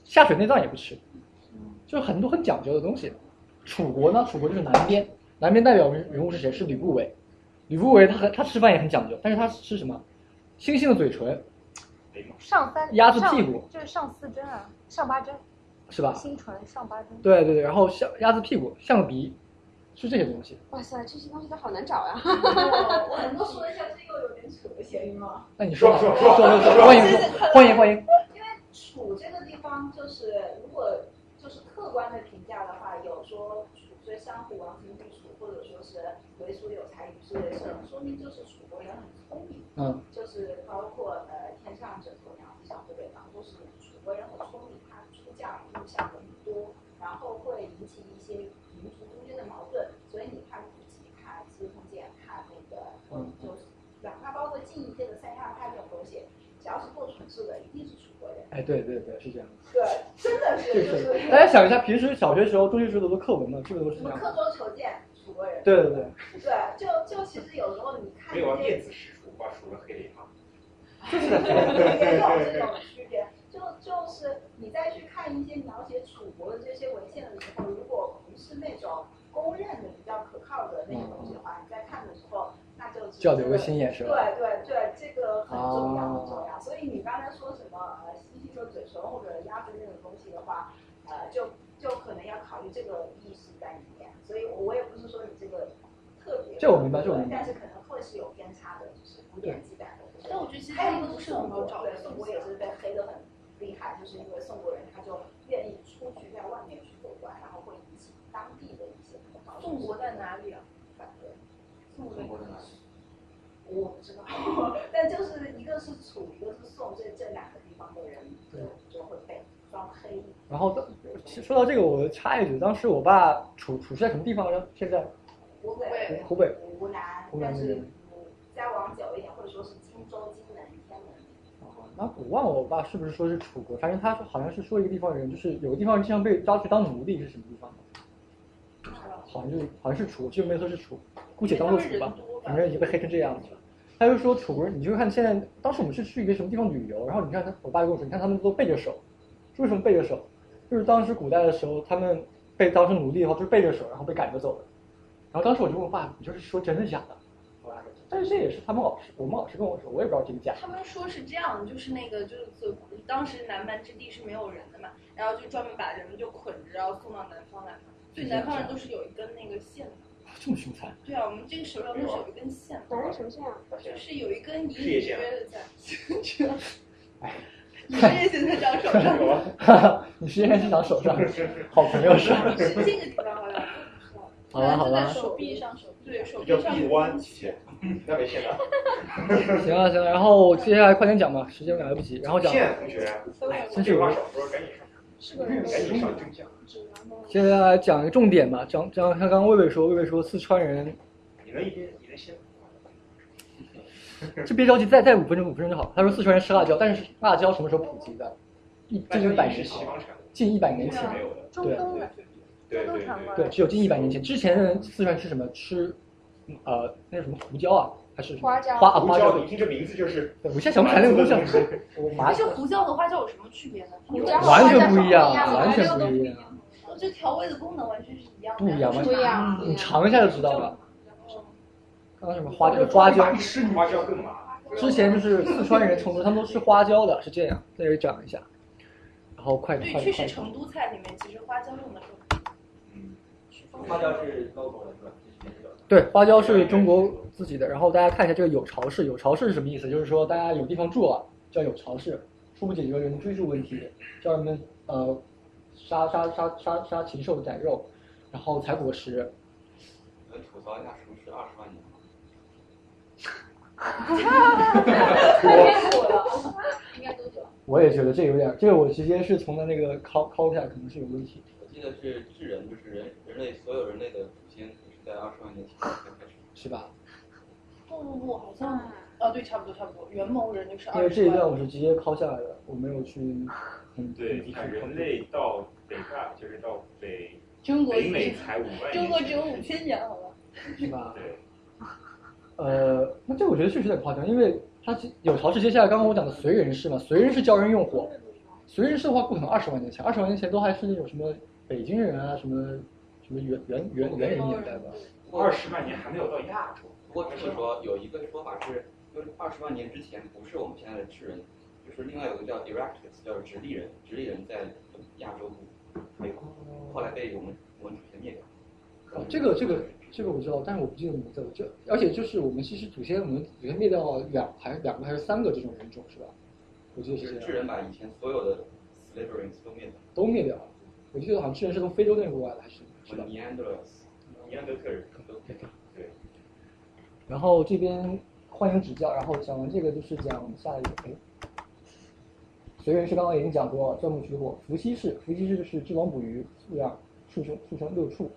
[SPEAKER 4] 下水内脏也不吃，就是很多很讲究的东西。楚国呢，楚国就是南边，南边代表人人物是谁？是吕不韦。吕不韦他很他吃饭也很讲究，但是他吃什么？星星的嘴唇
[SPEAKER 16] 上三
[SPEAKER 4] 鸭子屁股
[SPEAKER 16] 上就是上四针啊，上八针，
[SPEAKER 4] 是吧？
[SPEAKER 16] 心唇上八针。
[SPEAKER 4] 对对对，然后象鸭子屁股、象鼻，是这些东西。
[SPEAKER 8] 哇塞，这些东西都好难找呀！
[SPEAKER 12] 我能够说一下这个有点扯的嫌疑吗？
[SPEAKER 4] 那你说吧，
[SPEAKER 6] 说
[SPEAKER 4] 说
[SPEAKER 6] 说
[SPEAKER 4] 说
[SPEAKER 6] 说
[SPEAKER 4] 说，欢迎说欢迎欢迎。
[SPEAKER 12] 因为楚这个地方，就是如果就是客观的评价的话，有说楚虽商乎王秦不楚，或者说是为楚有才，与世为圣，说明就是楚国人很聪明。
[SPEAKER 4] 嗯，
[SPEAKER 12] 就是包括呃天上枕头鸟，地上飞北方，都是楚国人很聪明，他出嫁入相很多，然后会引起一些民族中间的矛盾，所以你看古籍、看《资治通鉴》、看那个
[SPEAKER 4] 嗯
[SPEAKER 12] 就是哪怕包括近一些
[SPEAKER 9] 品质的，一定是楚国人。
[SPEAKER 4] 哎，对对对，是这样的。
[SPEAKER 9] 对，真的是
[SPEAKER 4] 这
[SPEAKER 9] 就是是。
[SPEAKER 4] 大家想一下，平时小学时候、中学时候读的课文呢，是不是都是
[SPEAKER 9] 什
[SPEAKER 4] 这
[SPEAKER 9] 么
[SPEAKER 4] 样
[SPEAKER 9] 刻
[SPEAKER 4] 的？
[SPEAKER 9] 舟求剑，楚国人。
[SPEAKER 4] 对对对。
[SPEAKER 9] 对，就就其实有时候你看
[SPEAKER 6] 没有啊，
[SPEAKER 9] 这些
[SPEAKER 6] 电子时数把数了黑啊了一行。
[SPEAKER 9] 也有这种区别。就就是你再去看一些描写楚国的这些文献的时候，如果不是那种公认的比较可靠的那个东西的话，你在看的时候，那就只
[SPEAKER 4] 就要留个心眼是吧
[SPEAKER 9] 对对对，这个很重要
[SPEAKER 4] 啊
[SPEAKER 9] 很重要。所以你刚才说什么呃吸吸说嘴唇或者鸭子那种东西的话，呃，就就可能要考虑这个意识在里面。所以我也不是说你这个特别，
[SPEAKER 4] 这我明白这我明白
[SPEAKER 9] 但是可能会是有偏差的，就是古典记载的。
[SPEAKER 2] 但我觉得其实
[SPEAKER 9] 还有
[SPEAKER 2] 这
[SPEAKER 9] 一
[SPEAKER 2] 个
[SPEAKER 9] 个就
[SPEAKER 2] 不
[SPEAKER 9] 是
[SPEAKER 2] 是很
[SPEAKER 9] 宋
[SPEAKER 2] 好
[SPEAKER 9] 国，
[SPEAKER 2] 找的啊
[SPEAKER 9] 对宋国也是被黑的很厉害，就是因为宋国人他就愿意出去在外面去做官，然后会引起当地的一些什么暴动
[SPEAKER 2] 宋国在哪里啊？
[SPEAKER 9] 反对。
[SPEAKER 2] 宋国在哪里？
[SPEAKER 9] 我不知道，但就是一个是楚，一个是宋，这这两个地方的人就就会被装黑。
[SPEAKER 4] 然后当说到这个，我插一句，当时我爸处处是在什么地方呢？现在
[SPEAKER 9] 湖北、
[SPEAKER 4] 湖北
[SPEAKER 9] 湖南，
[SPEAKER 4] 湖南
[SPEAKER 9] 但
[SPEAKER 4] 那
[SPEAKER 9] 是
[SPEAKER 4] 边
[SPEAKER 9] 嗯再往久一点，或者说是荆州、荆南、天门。
[SPEAKER 4] 哦那我忘了我爸是不是说是楚国，反正他好像是说一个地方人，就是有个地方人经常被抓去当奴隶，是什么地方？好像就是好像是楚，就没说是楚，姑且当做楚吧，反正已经被黑成这样子了。他就说楚国人，你就看现在，当时我们是去一个什么地方旅游，然后你看他，我爸就跟我说，你看他们都背着手，为什么背着手？就是当时古代的时候，他们被当成奴隶的话，都是背着手，然后被赶着走的。然后当时我就问我爸，你就是说真的假的？我爸说，但是这也是他们老师，我们老师跟我说，我也不知道真假。
[SPEAKER 2] 他们说是这样，就是那个就是最当时南蛮之地是没有人的嘛，然后就专门把人们就捆着，然后送到南方来嘛。所以南方人都是有一根那个线的。
[SPEAKER 4] 这么凶残？
[SPEAKER 2] 对啊，我们这个手表都是有一根线的。
[SPEAKER 22] 哪是什么线啊？
[SPEAKER 4] 哎
[SPEAKER 2] 就是有一根隐
[SPEAKER 4] 事业
[SPEAKER 2] 隐
[SPEAKER 4] 线
[SPEAKER 2] 约约的在。
[SPEAKER 4] 哎
[SPEAKER 2] 你这也现在长手上。
[SPEAKER 6] 啊
[SPEAKER 4] 你实验是长手上，好朋友是吧？
[SPEAKER 2] 是这个地方好像。
[SPEAKER 4] 好了好了，
[SPEAKER 2] 手臂上，手臂对手
[SPEAKER 6] 叫
[SPEAKER 2] 臂上
[SPEAKER 6] 臂弯极限， 那没线了。
[SPEAKER 4] 行啊行啊，然后接下来快点讲吧，时间来不及。然后讲，
[SPEAKER 6] 线同学，哎，
[SPEAKER 4] 真是
[SPEAKER 6] 这
[SPEAKER 4] 有
[SPEAKER 6] 话
[SPEAKER 4] 意思
[SPEAKER 6] 少说，赶紧上，
[SPEAKER 8] 是
[SPEAKER 6] 个人赶紧上正向。
[SPEAKER 4] 接下来讲一个重点吧，讲讲像刚刚魏魏说，魏魏说四川人，
[SPEAKER 6] 你能一边，你能先。
[SPEAKER 4] 就别着急，再再五分钟五分钟就好。他说四川人吃辣椒，但是辣椒什么时候普及的？一近一百年前，近一百年前，
[SPEAKER 2] 啊
[SPEAKER 4] 对
[SPEAKER 6] 的，啊对对对
[SPEAKER 4] 对，只有近一百年前。之前的人四川吃什么？吃，呃，那是什么胡椒啊，还是什么
[SPEAKER 2] 花椒
[SPEAKER 4] 花啊
[SPEAKER 6] 胡
[SPEAKER 4] 花
[SPEAKER 6] 椒，
[SPEAKER 4] 椒
[SPEAKER 6] 你。听这名字 就是。
[SPEAKER 4] 对我现在想不起来那个东西了，我麻
[SPEAKER 2] 而且胡椒和花椒有什么区别呢？
[SPEAKER 4] 完全不一样，完全不一样。
[SPEAKER 2] 我觉得调味的功能完全是一样的。
[SPEAKER 4] 不一样，完
[SPEAKER 2] 不一样。
[SPEAKER 4] 全你尝一下就知道了。刚刚什么花椒？花椒。
[SPEAKER 6] 花椒更麻。
[SPEAKER 4] 之前就是四川人、成都，他们都吃花椒的，是这样。这里讲一下，然后快点，
[SPEAKER 2] 对，
[SPEAKER 4] 快
[SPEAKER 2] 确
[SPEAKER 4] 点，快
[SPEAKER 2] 实
[SPEAKER 4] 点。
[SPEAKER 2] 成都菜里面其实花椒用的是。
[SPEAKER 6] 嗯
[SPEAKER 23] 花椒是 local 的是吧？
[SPEAKER 4] 对，花椒是中国自己的。然后大家看一下这个有巢氏，有巢氏是什么意思？就是说大家有地方住了，叫有巢氏；初步解决人追逐问题，叫人们呃杀杀杀杀杀禽兽宰肉，然后采果实。
[SPEAKER 3] 能吐槽一下什么是二十万年吗？
[SPEAKER 8] 太火了，
[SPEAKER 24] 应该多久？
[SPEAKER 4] 我也觉得这有点，这个我直接是从他那个 call call 下可能是有问题。
[SPEAKER 3] 我记得是智人，就是人人类所有人类的祖先，就是在二十万年前才开始。
[SPEAKER 4] 是吧？
[SPEAKER 2] 不不不，好像哦，对，差不多差不多。元谋人就是
[SPEAKER 4] 因
[SPEAKER 2] 二
[SPEAKER 4] 为这
[SPEAKER 2] 十
[SPEAKER 4] 一段
[SPEAKER 2] 万。
[SPEAKER 4] 我是直接拷下来的，我没有去很
[SPEAKER 6] 对，你看人类到北大就是到北，
[SPEAKER 2] 中国
[SPEAKER 6] 北美才五万
[SPEAKER 2] 中
[SPEAKER 6] 年
[SPEAKER 2] 国只有五千年，好吧？
[SPEAKER 4] 是吧？
[SPEAKER 6] 对。
[SPEAKER 4] 呃，那这我觉得确实有点夸张，因为他有朝氏接下来刚刚我讲的燧人氏嘛，燧人氏教人用火，燧人氏的话不可能二十万年前，二十万年前都还是那种什么北京人啊，什么什么原原原原人年代吧。
[SPEAKER 6] 二十万年还没有到亚洲。
[SPEAKER 3] 不过这么说，有一个说法是，就是二十万年之前不是我们现在的智人，就是另外有个叫 Erectus，叫直立人，直立人在亚洲还有，后来被我们我们祖先灭掉。
[SPEAKER 4] 哦这个这个这个我知道，但是我不记得名字了。就而且就是我们其实祖先我们祖先灭掉两还是两个还是三个这种人种是吧？我记得
[SPEAKER 3] 就是是
[SPEAKER 4] 这
[SPEAKER 3] 智
[SPEAKER 4] 样，
[SPEAKER 3] 人把以前所有的 slaverings 都灭掉，
[SPEAKER 4] 都灭掉了。我记得好像之前是从非洲那边过来的嗯还是是吧？
[SPEAKER 3] 尼安德尔斯，
[SPEAKER 6] 尼安德特人
[SPEAKER 3] 都灭掉。
[SPEAKER 6] 对。
[SPEAKER 4] 然后这边欢迎指教，然后讲完这个就是讲下一个，哎，随人是刚刚已经讲过了，钻木取火，伏羲氏，伏羲氏就是治网捕鱼、素养、畜生、畜生六畜，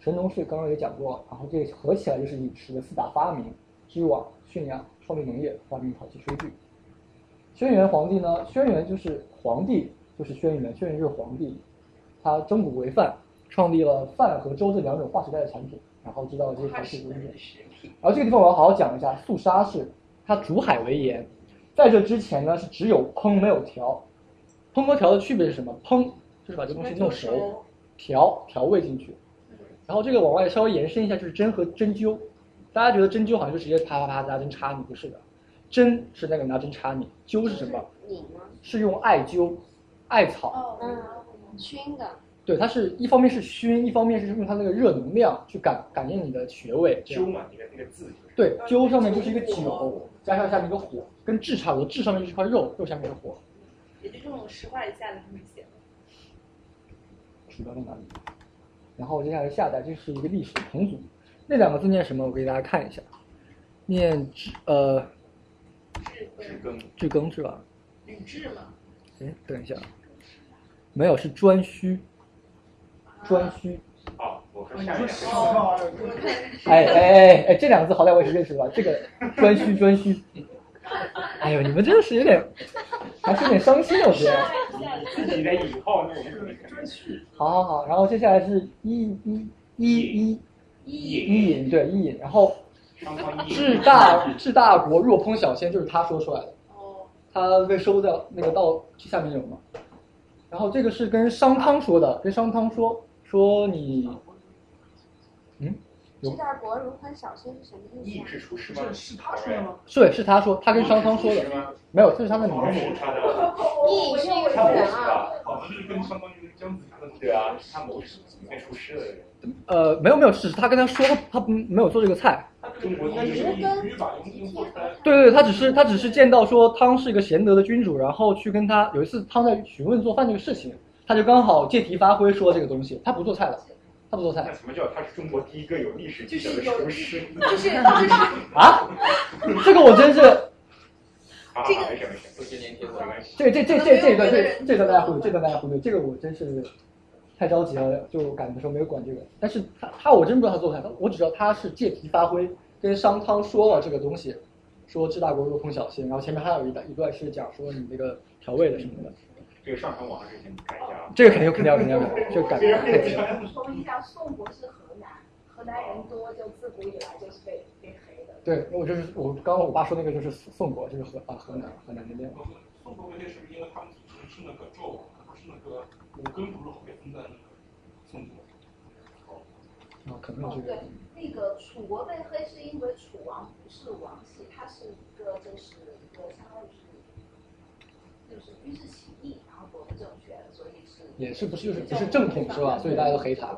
[SPEAKER 4] 神农氏刚刚也讲过了，然后这合起来就是饮食的四大发明：织网、驯养、创立农业、发明陶器、炊具。轩辕皇帝呢，轩辕就是皇帝，就是轩辕，轩辕就是皇帝，他征古为范，创立了范和周这两种划时代的产品，然后知道了这些
[SPEAKER 9] 化
[SPEAKER 4] 传世
[SPEAKER 9] 石
[SPEAKER 4] 古典。
[SPEAKER 9] 品。
[SPEAKER 4] 然后这个地方我要好好讲一下，肃杀是它煮海为盐，在这之前呢是只有烹没有调，烹和调的区别是什么？烹就是把这个东西弄熟，调调味进去，然后这个往外稍微延伸一下就是针和针灸，大家觉得针灸好像就直接啪啪啪拿针插你，不是的，针是那个拿针插你，灸是什么？
[SPEAKER 8] 拧吗？
[SPEAKER 4] 是哦用艾灸，艾草。
[SPEAKER 8] 嗯，熏的。
[SPEAKER 4] 对，它是一方面是熏，一方面是用它那个热能量去感感应你的穴位。这样
[SPEAKER 6] 灸嘛，那个那个字就是
[SPEAKER 4] 对，灸上面呃就是一个酒，加上下面一个火，跟炙差不多，炙上面就是块肉，肉下面是火。
[SPEAKER 2] 也就这种十块以下的明显。
[SPEAKER 4] 鼠标在哪里？然后接下来下载，这是一个历史同组，那两个字念什么？我给大家看一下，念至呃
[SPEAKER 15] 日更
[SPEAKER 4] 至庚是吧？
[SPEAKER 2] 吕雉嘛，
[SPEAKER 4] 哎，等一下，没有是颛顼，颛顼。
[SPEAKER 6] 哦，我说下面两个
[SPEAKER 21] 哦
[SPEAKER 4] 哎哎哎哎，这两个字好歹我也是认识的吧？这个颛顼颛顼，哎呦，你们真的是有点，还是有点伤心，我觉得。
[SPEAKER 6] 自己的引号那种专属。
[SPEAKER 4] 好好好，然后接下来是一一一一一引对一引，然后
[SPEAKER 6] 双方一
[SPEAKER 4] 治大治大国若烹小鲜就是他说出来的，他被收在那个到下面有嘛，然后这个是跟商汤说的，跟商汤说说你，嗯，有
[SPEAKER 8] 这大国如烹小鲜是什么意 思？啊
[SPEAKER 6] 是出师吗？
[SPEAKER 21] 是他说的吗？
[SPEAKER 4] 是是他说，他跟商汤说的，没有，这是他在里面说的。
[SPEAKER 6] 你
[SPEAKER 8] 是一个人
[SPEAKER 6] 啊，我们是跟相当于姜子牙的对啊，是他谋士变出师的人。
[SPEAKER 4] 呃，没有没有，只是他跟他说他他没有做这个菜。
[SPEAKER 6] 中国第一人
[SPEAKER 21] 语法用用过来，
[SPEAKER 4] 对对，对他只是他只是见到说汤是一个贤德的君主，然后去跟他有一次汤在询问做饭这个事情，他就刚好借题发挥说这个东西，他不做菜了，他不做菜
[SPEAKER 6] 那什么叫他是中国第一个有历史底
[SPEAKER 9] 就
[SPEAKER 6] 蕴的
[SPEAKER 9] 是有
[SPEAKER 6] 厨师？
[SPEAKER 9] 就是就是
[SPEAKER 4] 啊，这个我真是
[SPEAKER 6] 啊，
[SPEAKER 9] 这个
[SPEAKER 6] 没事没事，都是连接的。
[SPEAKER 4] 这这这这这段这这段大家忽略，这段大家忽略，这个我真是太着急了，就赶的时候没有管这个。但是他他我真不知道他做菜，他我只知道他是借题发挥，跟商汤说了这个东西，说治大国若烹小鲜，然后前面还有一段一段是讲说你那个调味的什么的，
[SPEAKER 6] 这个上传网上之前你看一下啊。
[SPEAKER 4] 这个肯定肯定要肯定要改，这个改太急了。
[SPEAKER 12] 我跟你讲，宋国是河南，河南人多，就自古以来就是被被黑的。
[SPEAKER 4] 对，我就是我刚刚我爸说那个就是宋国，就是河啊河南河南那边。
[SPEAKER 21] 宋国那些是不是因为他们祖宗是那个纣王，他是那个五根不入后被分在那个宋国？
[SPEAKER 4] 啊，可能有这个
[SPEAKER 12] 对，那个楚国被黑是因为楚王不是王室，他是一个就是一个相当于是就是军事起义，然后夺的政权，所以是
[SPEAKER 4] 也是不是就是不是正统是吧？所以大家都黑他。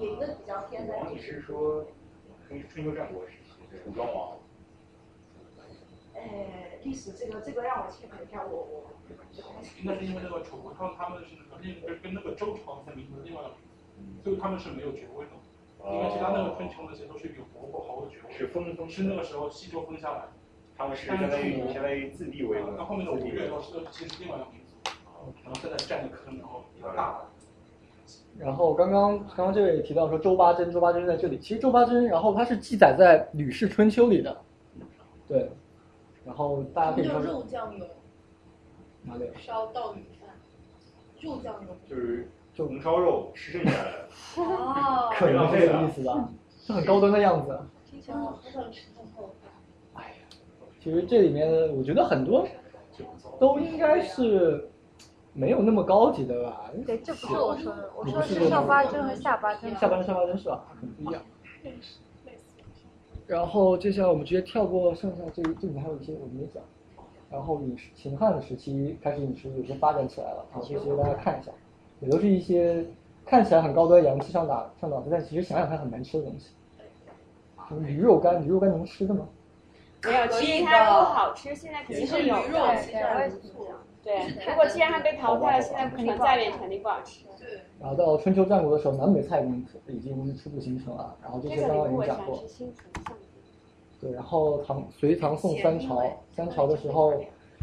[SPEAKER 12] 有一个比较偏的
[SPEAKER 6] 王你是说春春秋战国时期楚庄王？
[SPEAKER 12] 呃历史这个这个让我去买票，我我
[SPEAKER 21] 那是因为那个楚国他们他们是那个另跟跟那个周朝在民族的另外一个民族，所以他们是没有爵位的。因为其他那个春秋那些都是有国国侯爵位，
[SPEAKER 6] 呃是分封
[SPEAKER 21] 是那个时候西周分下来的。
[SPEAKER 6] 他们是相当于相当于自立为
[SPEAKER 21] 那啊后面的
[SPEAKER 6] 自
[SPEAKER 21] 五
[SPEAKER 6] 立
[SPEAKER 21] 越
[SPEAKER 6] 为哦
[SPEAKER 21] 都是都是其实另外一个民族，啊然后现在占着坑，然后一个
[SPEAKER 6] 啊
[SPEAKER 21] 大的。
[SPEAKER 4] 然后刚刚刚刚这位也提到说周八珍，周八珍在这里。其实周八珍，然后它是记载在《吕氏春秋》里的，对。然后大家可以
[SPEAKER 2] 就
[SPEAKER 4] 说
[SPEAKER 2] 肉酱油
[SPEAKER 4] 哪里？
[SPEAKER 2] 烧稻米饭，肉酱 油。
[SPEAKER 6] 就是
[SPEAKER 4] 就
[SPEAKER 6] 红烧肉吃剩下的，
[SPEAKER 2] 哦
[SPEAKER 4] 可能是这个意思吧，是很高端的样子。
[SPEAKER 2] 听起来我好想吃红烧饭。
[SPEAKER 4] 其实这里面我觉得很多都应该是没有那么高级的吧。
[SPEAKER 16] 对，这不是我说的，我
[SPEAKER 4] 你
[SPEAKER 16] 说的
[SPEAKER 4] 不是
[SPEAKER 16] 是
[SPEAKER 4] 说
[SPEAKER 16] 上
[SPEAKER 4] 的
[SPEAKER 16] 八针和下八针。
[SPEAKER 4] 下半身上半身是吧？很不一样。然后接下来我们直接跳过剩下这一这里面还有一些我们没讲。然后饮食，秦汉的时期开始饮食有些发展起来了，然后这些大家看一下，也都是一些看起来很高端、洋气上档上档次，但其实想想它很难吃的东西。什么驴肉干，驴肉干能吃的吗？
[SPEAKER 8] 没有，其实它不好吃，现在肯定是有的。对，对，如果既然它被淘汰了，现在不存在了，肯定不好吃。
[SPEAKER 4] 然后到春秋战国的时候，南北菜已经已经初步形成了，然后这
[SPEAKER 8] 这
[SPEAKER 4] 些
[SPEAKER 8] 个
[SPEAKER 4] 刚刚已
[SPEAKER 8] 礼
[SPEAKER 4] 经
[SPEAKER 8] 物我喜
[SPEAKER 4] 讲
[SPEAKER 8] 欢
[SPEAKER 4] 过
[SPEAKER 8] 吃。新竹象
[SPEAKER 4] 对，然后唐隋唐宋三朝，三朝的时候，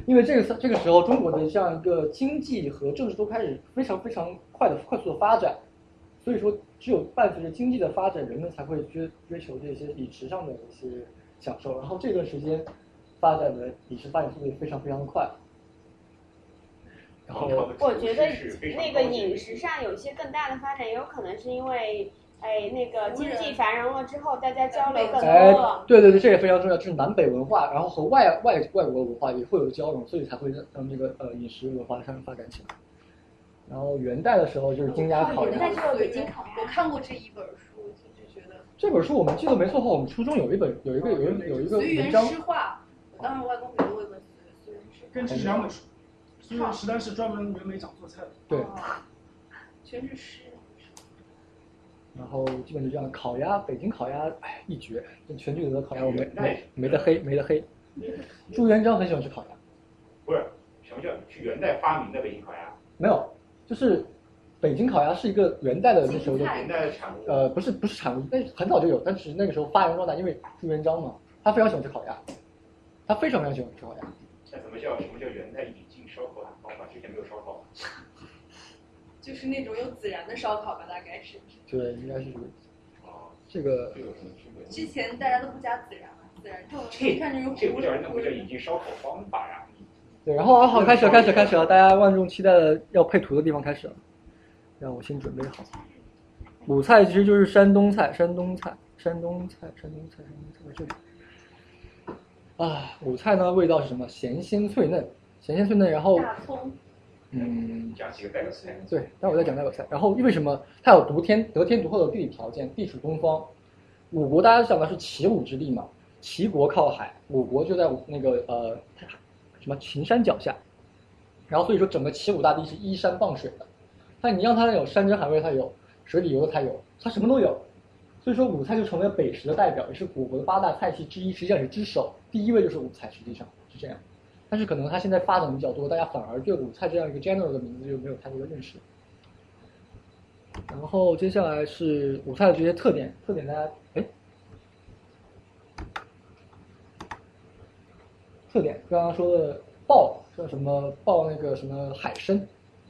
[SPEAKER 4] 因为这个这个时候中国的这样一个经济和政治都开始非常非常快的快速的发展，所以说只有伴随着经济的发展，人们才会追追求这些饮食上的一些享受。然后这段时间，发展的饮食发展速度也非常非常的快。然后
[SPEAKER 8] 我觉得那个饮食上有一些更大的发展，也有可能是因为，哎，那个经济繁荣了之后，大家交流更多
[SPEAKER 4] 哎
[SPEAKER 8] 了，。
[SPEAKER 4] 对对对，这也非常重要，就是南北文化，然后和外外外国文化也会有交融，所以才会让让这个呃饮食文化上发展起来。然后元代的时候就是京鸭烤
[SPEAKER 2] 哦元
[SPEAKER 4] 鸭
[SPEAKER 2] 代，是有北京烤鸭，我看过这一本书，就就觉得
[SPEAKER 4] 这本书我们记得没错的话，我们初中有一本有一个有一有一
[SPEAKER 2] 随
[SPEAKER 4] 个文
[SPEAKER 2] 园
[SPEAKER 4] 章，
[SPEAKER 2] 诗画，我当时外公给了我一本随园诗画，
[SPEAKER 21] 跟这是两本书，所以实在是专门人为讲做菜的。
[SPEAKER 4] 嗯对，
[SPEAKER 2] 全是诗。
[SPEAKER 4] 然后基本就这样。烤鸭，北京烤鸭，哎，一绝！这全聚德的烤鸭我没
[SPEAKER 6] 哎
[SPEAKER 4] 没没得黑，没得黑。朱元璋很喜欢吃烤鸭，
[SPEAKER 6] 不是什么叫是元代发明的北京烤鸭？
[SPEAKER 4] 没有，就是北京烤鸭是一个元代的那时候的
[SPEAKER 6] 元代的产物。
[SPEAKER 4] 呃，不是不是产物，那很早就有，但是那个时候发扬光大，因为朱元璋嘛，他非常喜欢吃烤鸭，他非常非常喜欢吃烤鸭。
[SPEAKER 6] 那怎么叫什么叫元代引进烧烤的方法？之前没有烧烤。
[SPEAKER 2] 就是那种有孜然的烧烤吧，大概是。
[SPEAKER 4] 对，应该是
[SPEAKER 6] 啊
[SPEAKER 4] 这个
[SPEAKER 2] 之前大家都不加孜然嘛，孜然这种
[SPEAKER 6] 这
[SPEAKER 2] 看着就
[SPEAKER 6] 这不叫那不叫引进烧烤方法呀、
[SPEAKER 4] 对，然后啊，好，开始了，开始了，开始了，大家万众期待的要配图的地方开始了，让我先准备好。鲁菜其实就是山东菜，山东菜，山东菜，山东菜，山东菜，在这里。啊，鲁菜呢，味道是什么？咸鲜脆嫩，咸鲜脆嫩，然后
[SPEAKER 2] 大葱，
[SPEAKER 4] 嗯，
[SPEAKER 6] 讲几个代表菜。
[SPEAKER 4] 对，待会儿再讲代表菜。然后因为什么？它有独天得天独厚的地理条件，地处东方。鲁国大家想的是齐鲁之地嘛，齐国靠海，鲁国就在那个呃什么秦山脚下。然后所以说整个齐鲁大地是依山傍水的，但你让它有山珍海味，它有水里游的它有，它什么都有。所以说鲁菜就成为了北食的代表，也是我国的八大菜系之一，实际上也是之首，第一位就是鲁菜，实际上是这样。但是可能它现在发展的比较多，大家反而对鲁菜这样一个 general 的名字就没有太多的认识。然后接下来是鲁菜的这些特点，特点大家哎，特点刚刚说的爆叫什么爆那个什么海参，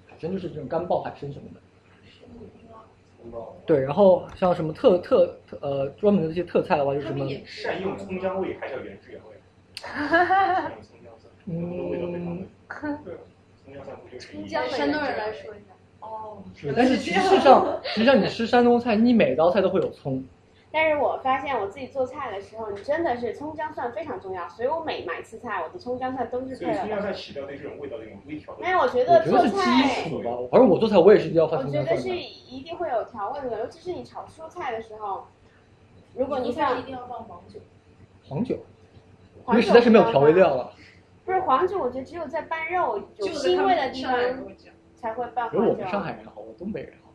[SPEAKER 4] 海参就是这种干爆海参什么的。对，然后像什么特特特呃专门的这些特菜的话，就是什么
[SPEAKER 6] 善用葱姜味还叫原 汁原味。
[SPEAKER 4] 嗯，
[SPEAKER 6] 葱姜蒜不就是
[SPEAKER 16] 新
[SPEAKER 6] 一？
[SPEAKER 16] 疆的
[SPEAKER 2] 山东人
[SPEAKER 16] 来
[SPEAKER 2] 来
[SPEAKER 16] 说一下，
[SPEAKER 2] 哦，
[SPEAKER 4] 对但是其实上实际上你吃山东菜，你每道菜都会有葱。
[SPEAKER 8] 但是我发现我自己做菜的时候，你真的是葱姜蒜非常重要，所以我每买次菜，我的葱姜蒜都是
[SPEAKER 6] 所
[SPEAKER 8] 配
[SPEAKER 6] 以葱姜
[SPEAKER 8] 了
[SPEAKER 6] 蒜
[SPEAKER 8] 的。
[SPEAKER 6] 起到对这种味道的一种微
[SPEAKER 4] 哦
[SPEAKER 6] 调的。
[SPEAKER 8] 那我觉
[SPEAKER 4] 我
[SPEAKER 8] 得
[SPEAKER 4] 觉
[SPEAKER 8] 做
[SPEAKER 4] 得是基
[SPEAKER 8] 菜，
[SPEAKER 4] 础吧，反正我做菜我也是一定要放
[SPEAKER 8] 我
[SPEAKER 4] 葱
[SPEAKER 8] 觉
[SPEAKER 4] 姜
[SPEAKER 8] 得
[SPEAKER 4] 蒜
[SPEAKER 8] 是
[SPEAKER 4] 的。
[SPEAKER 8] 一定会有调味的，尤其是你炒蔬菜的时候，如果你
[SPEAKER 2] 放
[SPEAKER 8] 放
[SPEAKER 2] 一定要放黄酒，
[SPEAKER 4] 黄酒，因
[SPEAKER 8] 黄
[SPEAKER 4] 为
[SPEAKER 8] 酒
[SPEAKER 4] 实在是没有
[SPEAKER 8] 不要
[SPEAKER 4] 调味
[SPEAKER 8] 放
[SPEAKER 4] 料了。
[SPEAKER 8] 不是黄酒，我觉得只有在拌肉有
[SPEAKER 2] 就
[SPEAKER 8] 腥味的地
[SPEAKER 2] 上海人
[SPEAKER 8] 方
[SPEAKER 2] 会这样。
[SPEAKER 8] 才会拌
[SPEAKER 4] 比如我
[SPEAKER 8] 黄酒
[SPEAKER 4] 们。上海人好，我东北人好。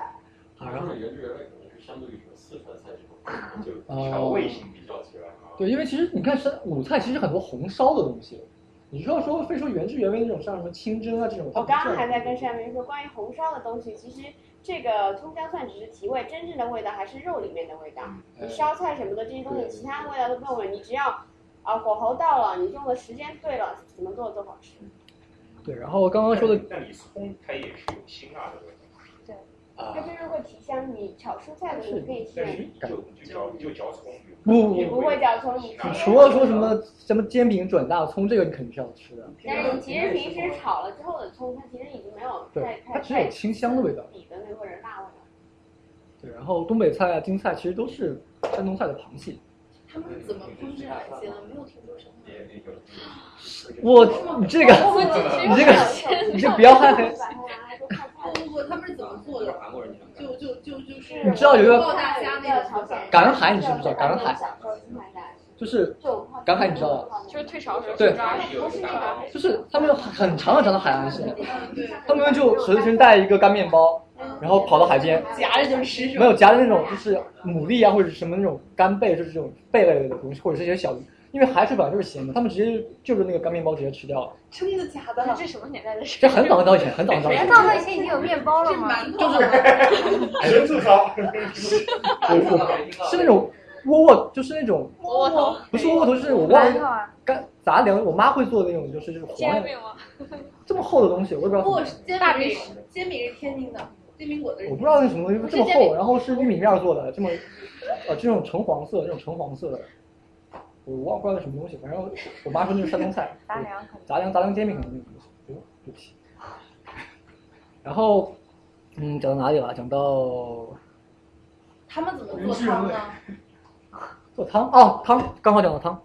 [SPEAKER 4] 啊
[SPEAKER 3] 好像是原汁原味，可能是相对于四川菜这种，
[SPEAKER 4] 哦
[SPEAKER 3] 就调味性比较起来啊。
[SPEAKER 4] 对，因为其实你看山鲁菜，其实很多红烧的东西，你说说非说原汁原味那种，像什么清蒸啊这种，它
[SPEAKER 8] 我
[SPEAKER 4] 不
[SPEAKER 8] 刚
[SPEAKER 4] 是
[SPEAKER 8] 刚还在跟善明说，关于红烧的东西，其实这个葱姜蒜只是提味，真正的味道还是肉里面的味道。
[SPEAKER 6] 嗯
[SPEAKER 8] 你烧菜什么的这些东西，其他味道都不用了，你只要啊火候到了，你用的时间对了，怎么做都好吃。
[SPEAKER 4] 对，然后刚刚说的，
[SPEAKER 6] 但你葱它也是有辛辣的味道，
[SPEAKER 8] 对，
[SPEAKER 4] 啊
[SPEAKER 8] 它就是会提香。你炒蔬菜的时候可以
[SPEAKER 6] 但是
[SPEAKER 8] 先，
[SPEAKER 6] 你就你就嚼你就嚼葱，
[SPEAKER 4] 不
[SPEAKER 8] 你不会叫葱，你
[SPEAKER 4] 你
[SPEAKER 8] 直接
[SPEAKER 4] 除了说什么什么煎饼转大葱，这个你肯定是要吃的。
[SPEAKER 8] 但是你其实平时炒了之后的葱，它其实已经没有太
[SPEAKER 4] 对，它
[SPEAKER 8] 太
[SPEAKER 4] 只有
[SPEAKER 8] 太
[SPEAKER 4] 清香的味道。
[SPEAKER 8] 底的那个味儿辣味了。
[SPEAKER 4] 对，然后东北菜啊、京菜其实都是山东菜的旁系。
[SPEAKER 2] 他们怎么烹制海鲜的？没有听说什么。
[SPEAKER 4] 我你这个，
[SPEAKER 8] 哦
[SPEAKER 4] 你这个，你这不要害黑。
[SPEAKER 8] 啊
[SPEAKER 2] 不不不，他们是怎么做的？就就就就是。
[SPEAKER 4] 你知道有一个
[SPEAKER 2] 爆大虾那个做法
[SPEAKER 4] 赶海你知不知道？赶海就是赶海，你知道吧？
[SPEAKER 10] 就是退潮时候
[SPEAKER 4] 对
[SPEAKER 10] 吃抓鱼，
[SPEAKER 4] 就是他们有很长很长的海岸线，他们就随身带一个干面包，然后跑到海边，
[SPEAKER 2] 夹着就吃是吧？
[SPEAKER 4] 没有夹的那种，就是牡蛎啊，或者是什么那种干贝，就是这种贝类的东西，或者是一些小鱼，因为海水本来就是咸的，他们直接就是那个干面包直接吃掉了。
[SPEAKER 2] 真的假的？
[SPEAKER 10] 这什么年代的事？
[SPEAKER 4] 这很早很早以前，很早很
[SPEAKER 8] 哎
[SPEAKER 4] 早以 前
[SPEAKER 16] 难，道那些已经有面包了吗？，
[SPEAKER 6] 神吐槽，
[SPEAKER 4] 我我是那种窝窝，就是那种
[SPEAKER 10] 窝窝头，
[SPEAKER 4] 不是窝窝头，就是我忘
[SPEAKER 8] 啊
[SPEAKER 4] 了干杂粮，我妈会做的那种，就是就是黄
[SPEAKER 10] 煎
[SPEAKER 4] 的
[SPEAKER 10] 饼 吗？
[SPEAKER 4] 这么厚的东西，我也不知道，
[SPEAKER 2] 不
[SPEAKER 4] 我，
[SPEAKER 2] 煎饼是煎饼是天津的，煎饼果子是
[SPEAKER 4] 不知道那什么东西这么啊厚，然后是玉米面做的，这么呃这种橙黄色，这种橙黄色的，我忘不知道那什么东西，反正我我妈说那是山东菜
[SPEAKER 16] 杂粮可能
[SPEAKER 4] 杂粮杂粮煎饼可能那个东西，哎呦，对不起。然后，嗯，讲到哪里了？讲到
[SPEAKER 2] 他们怎么做汤呢？
[SPEAKER 4] 做汤哦，汤刚好讲到汤，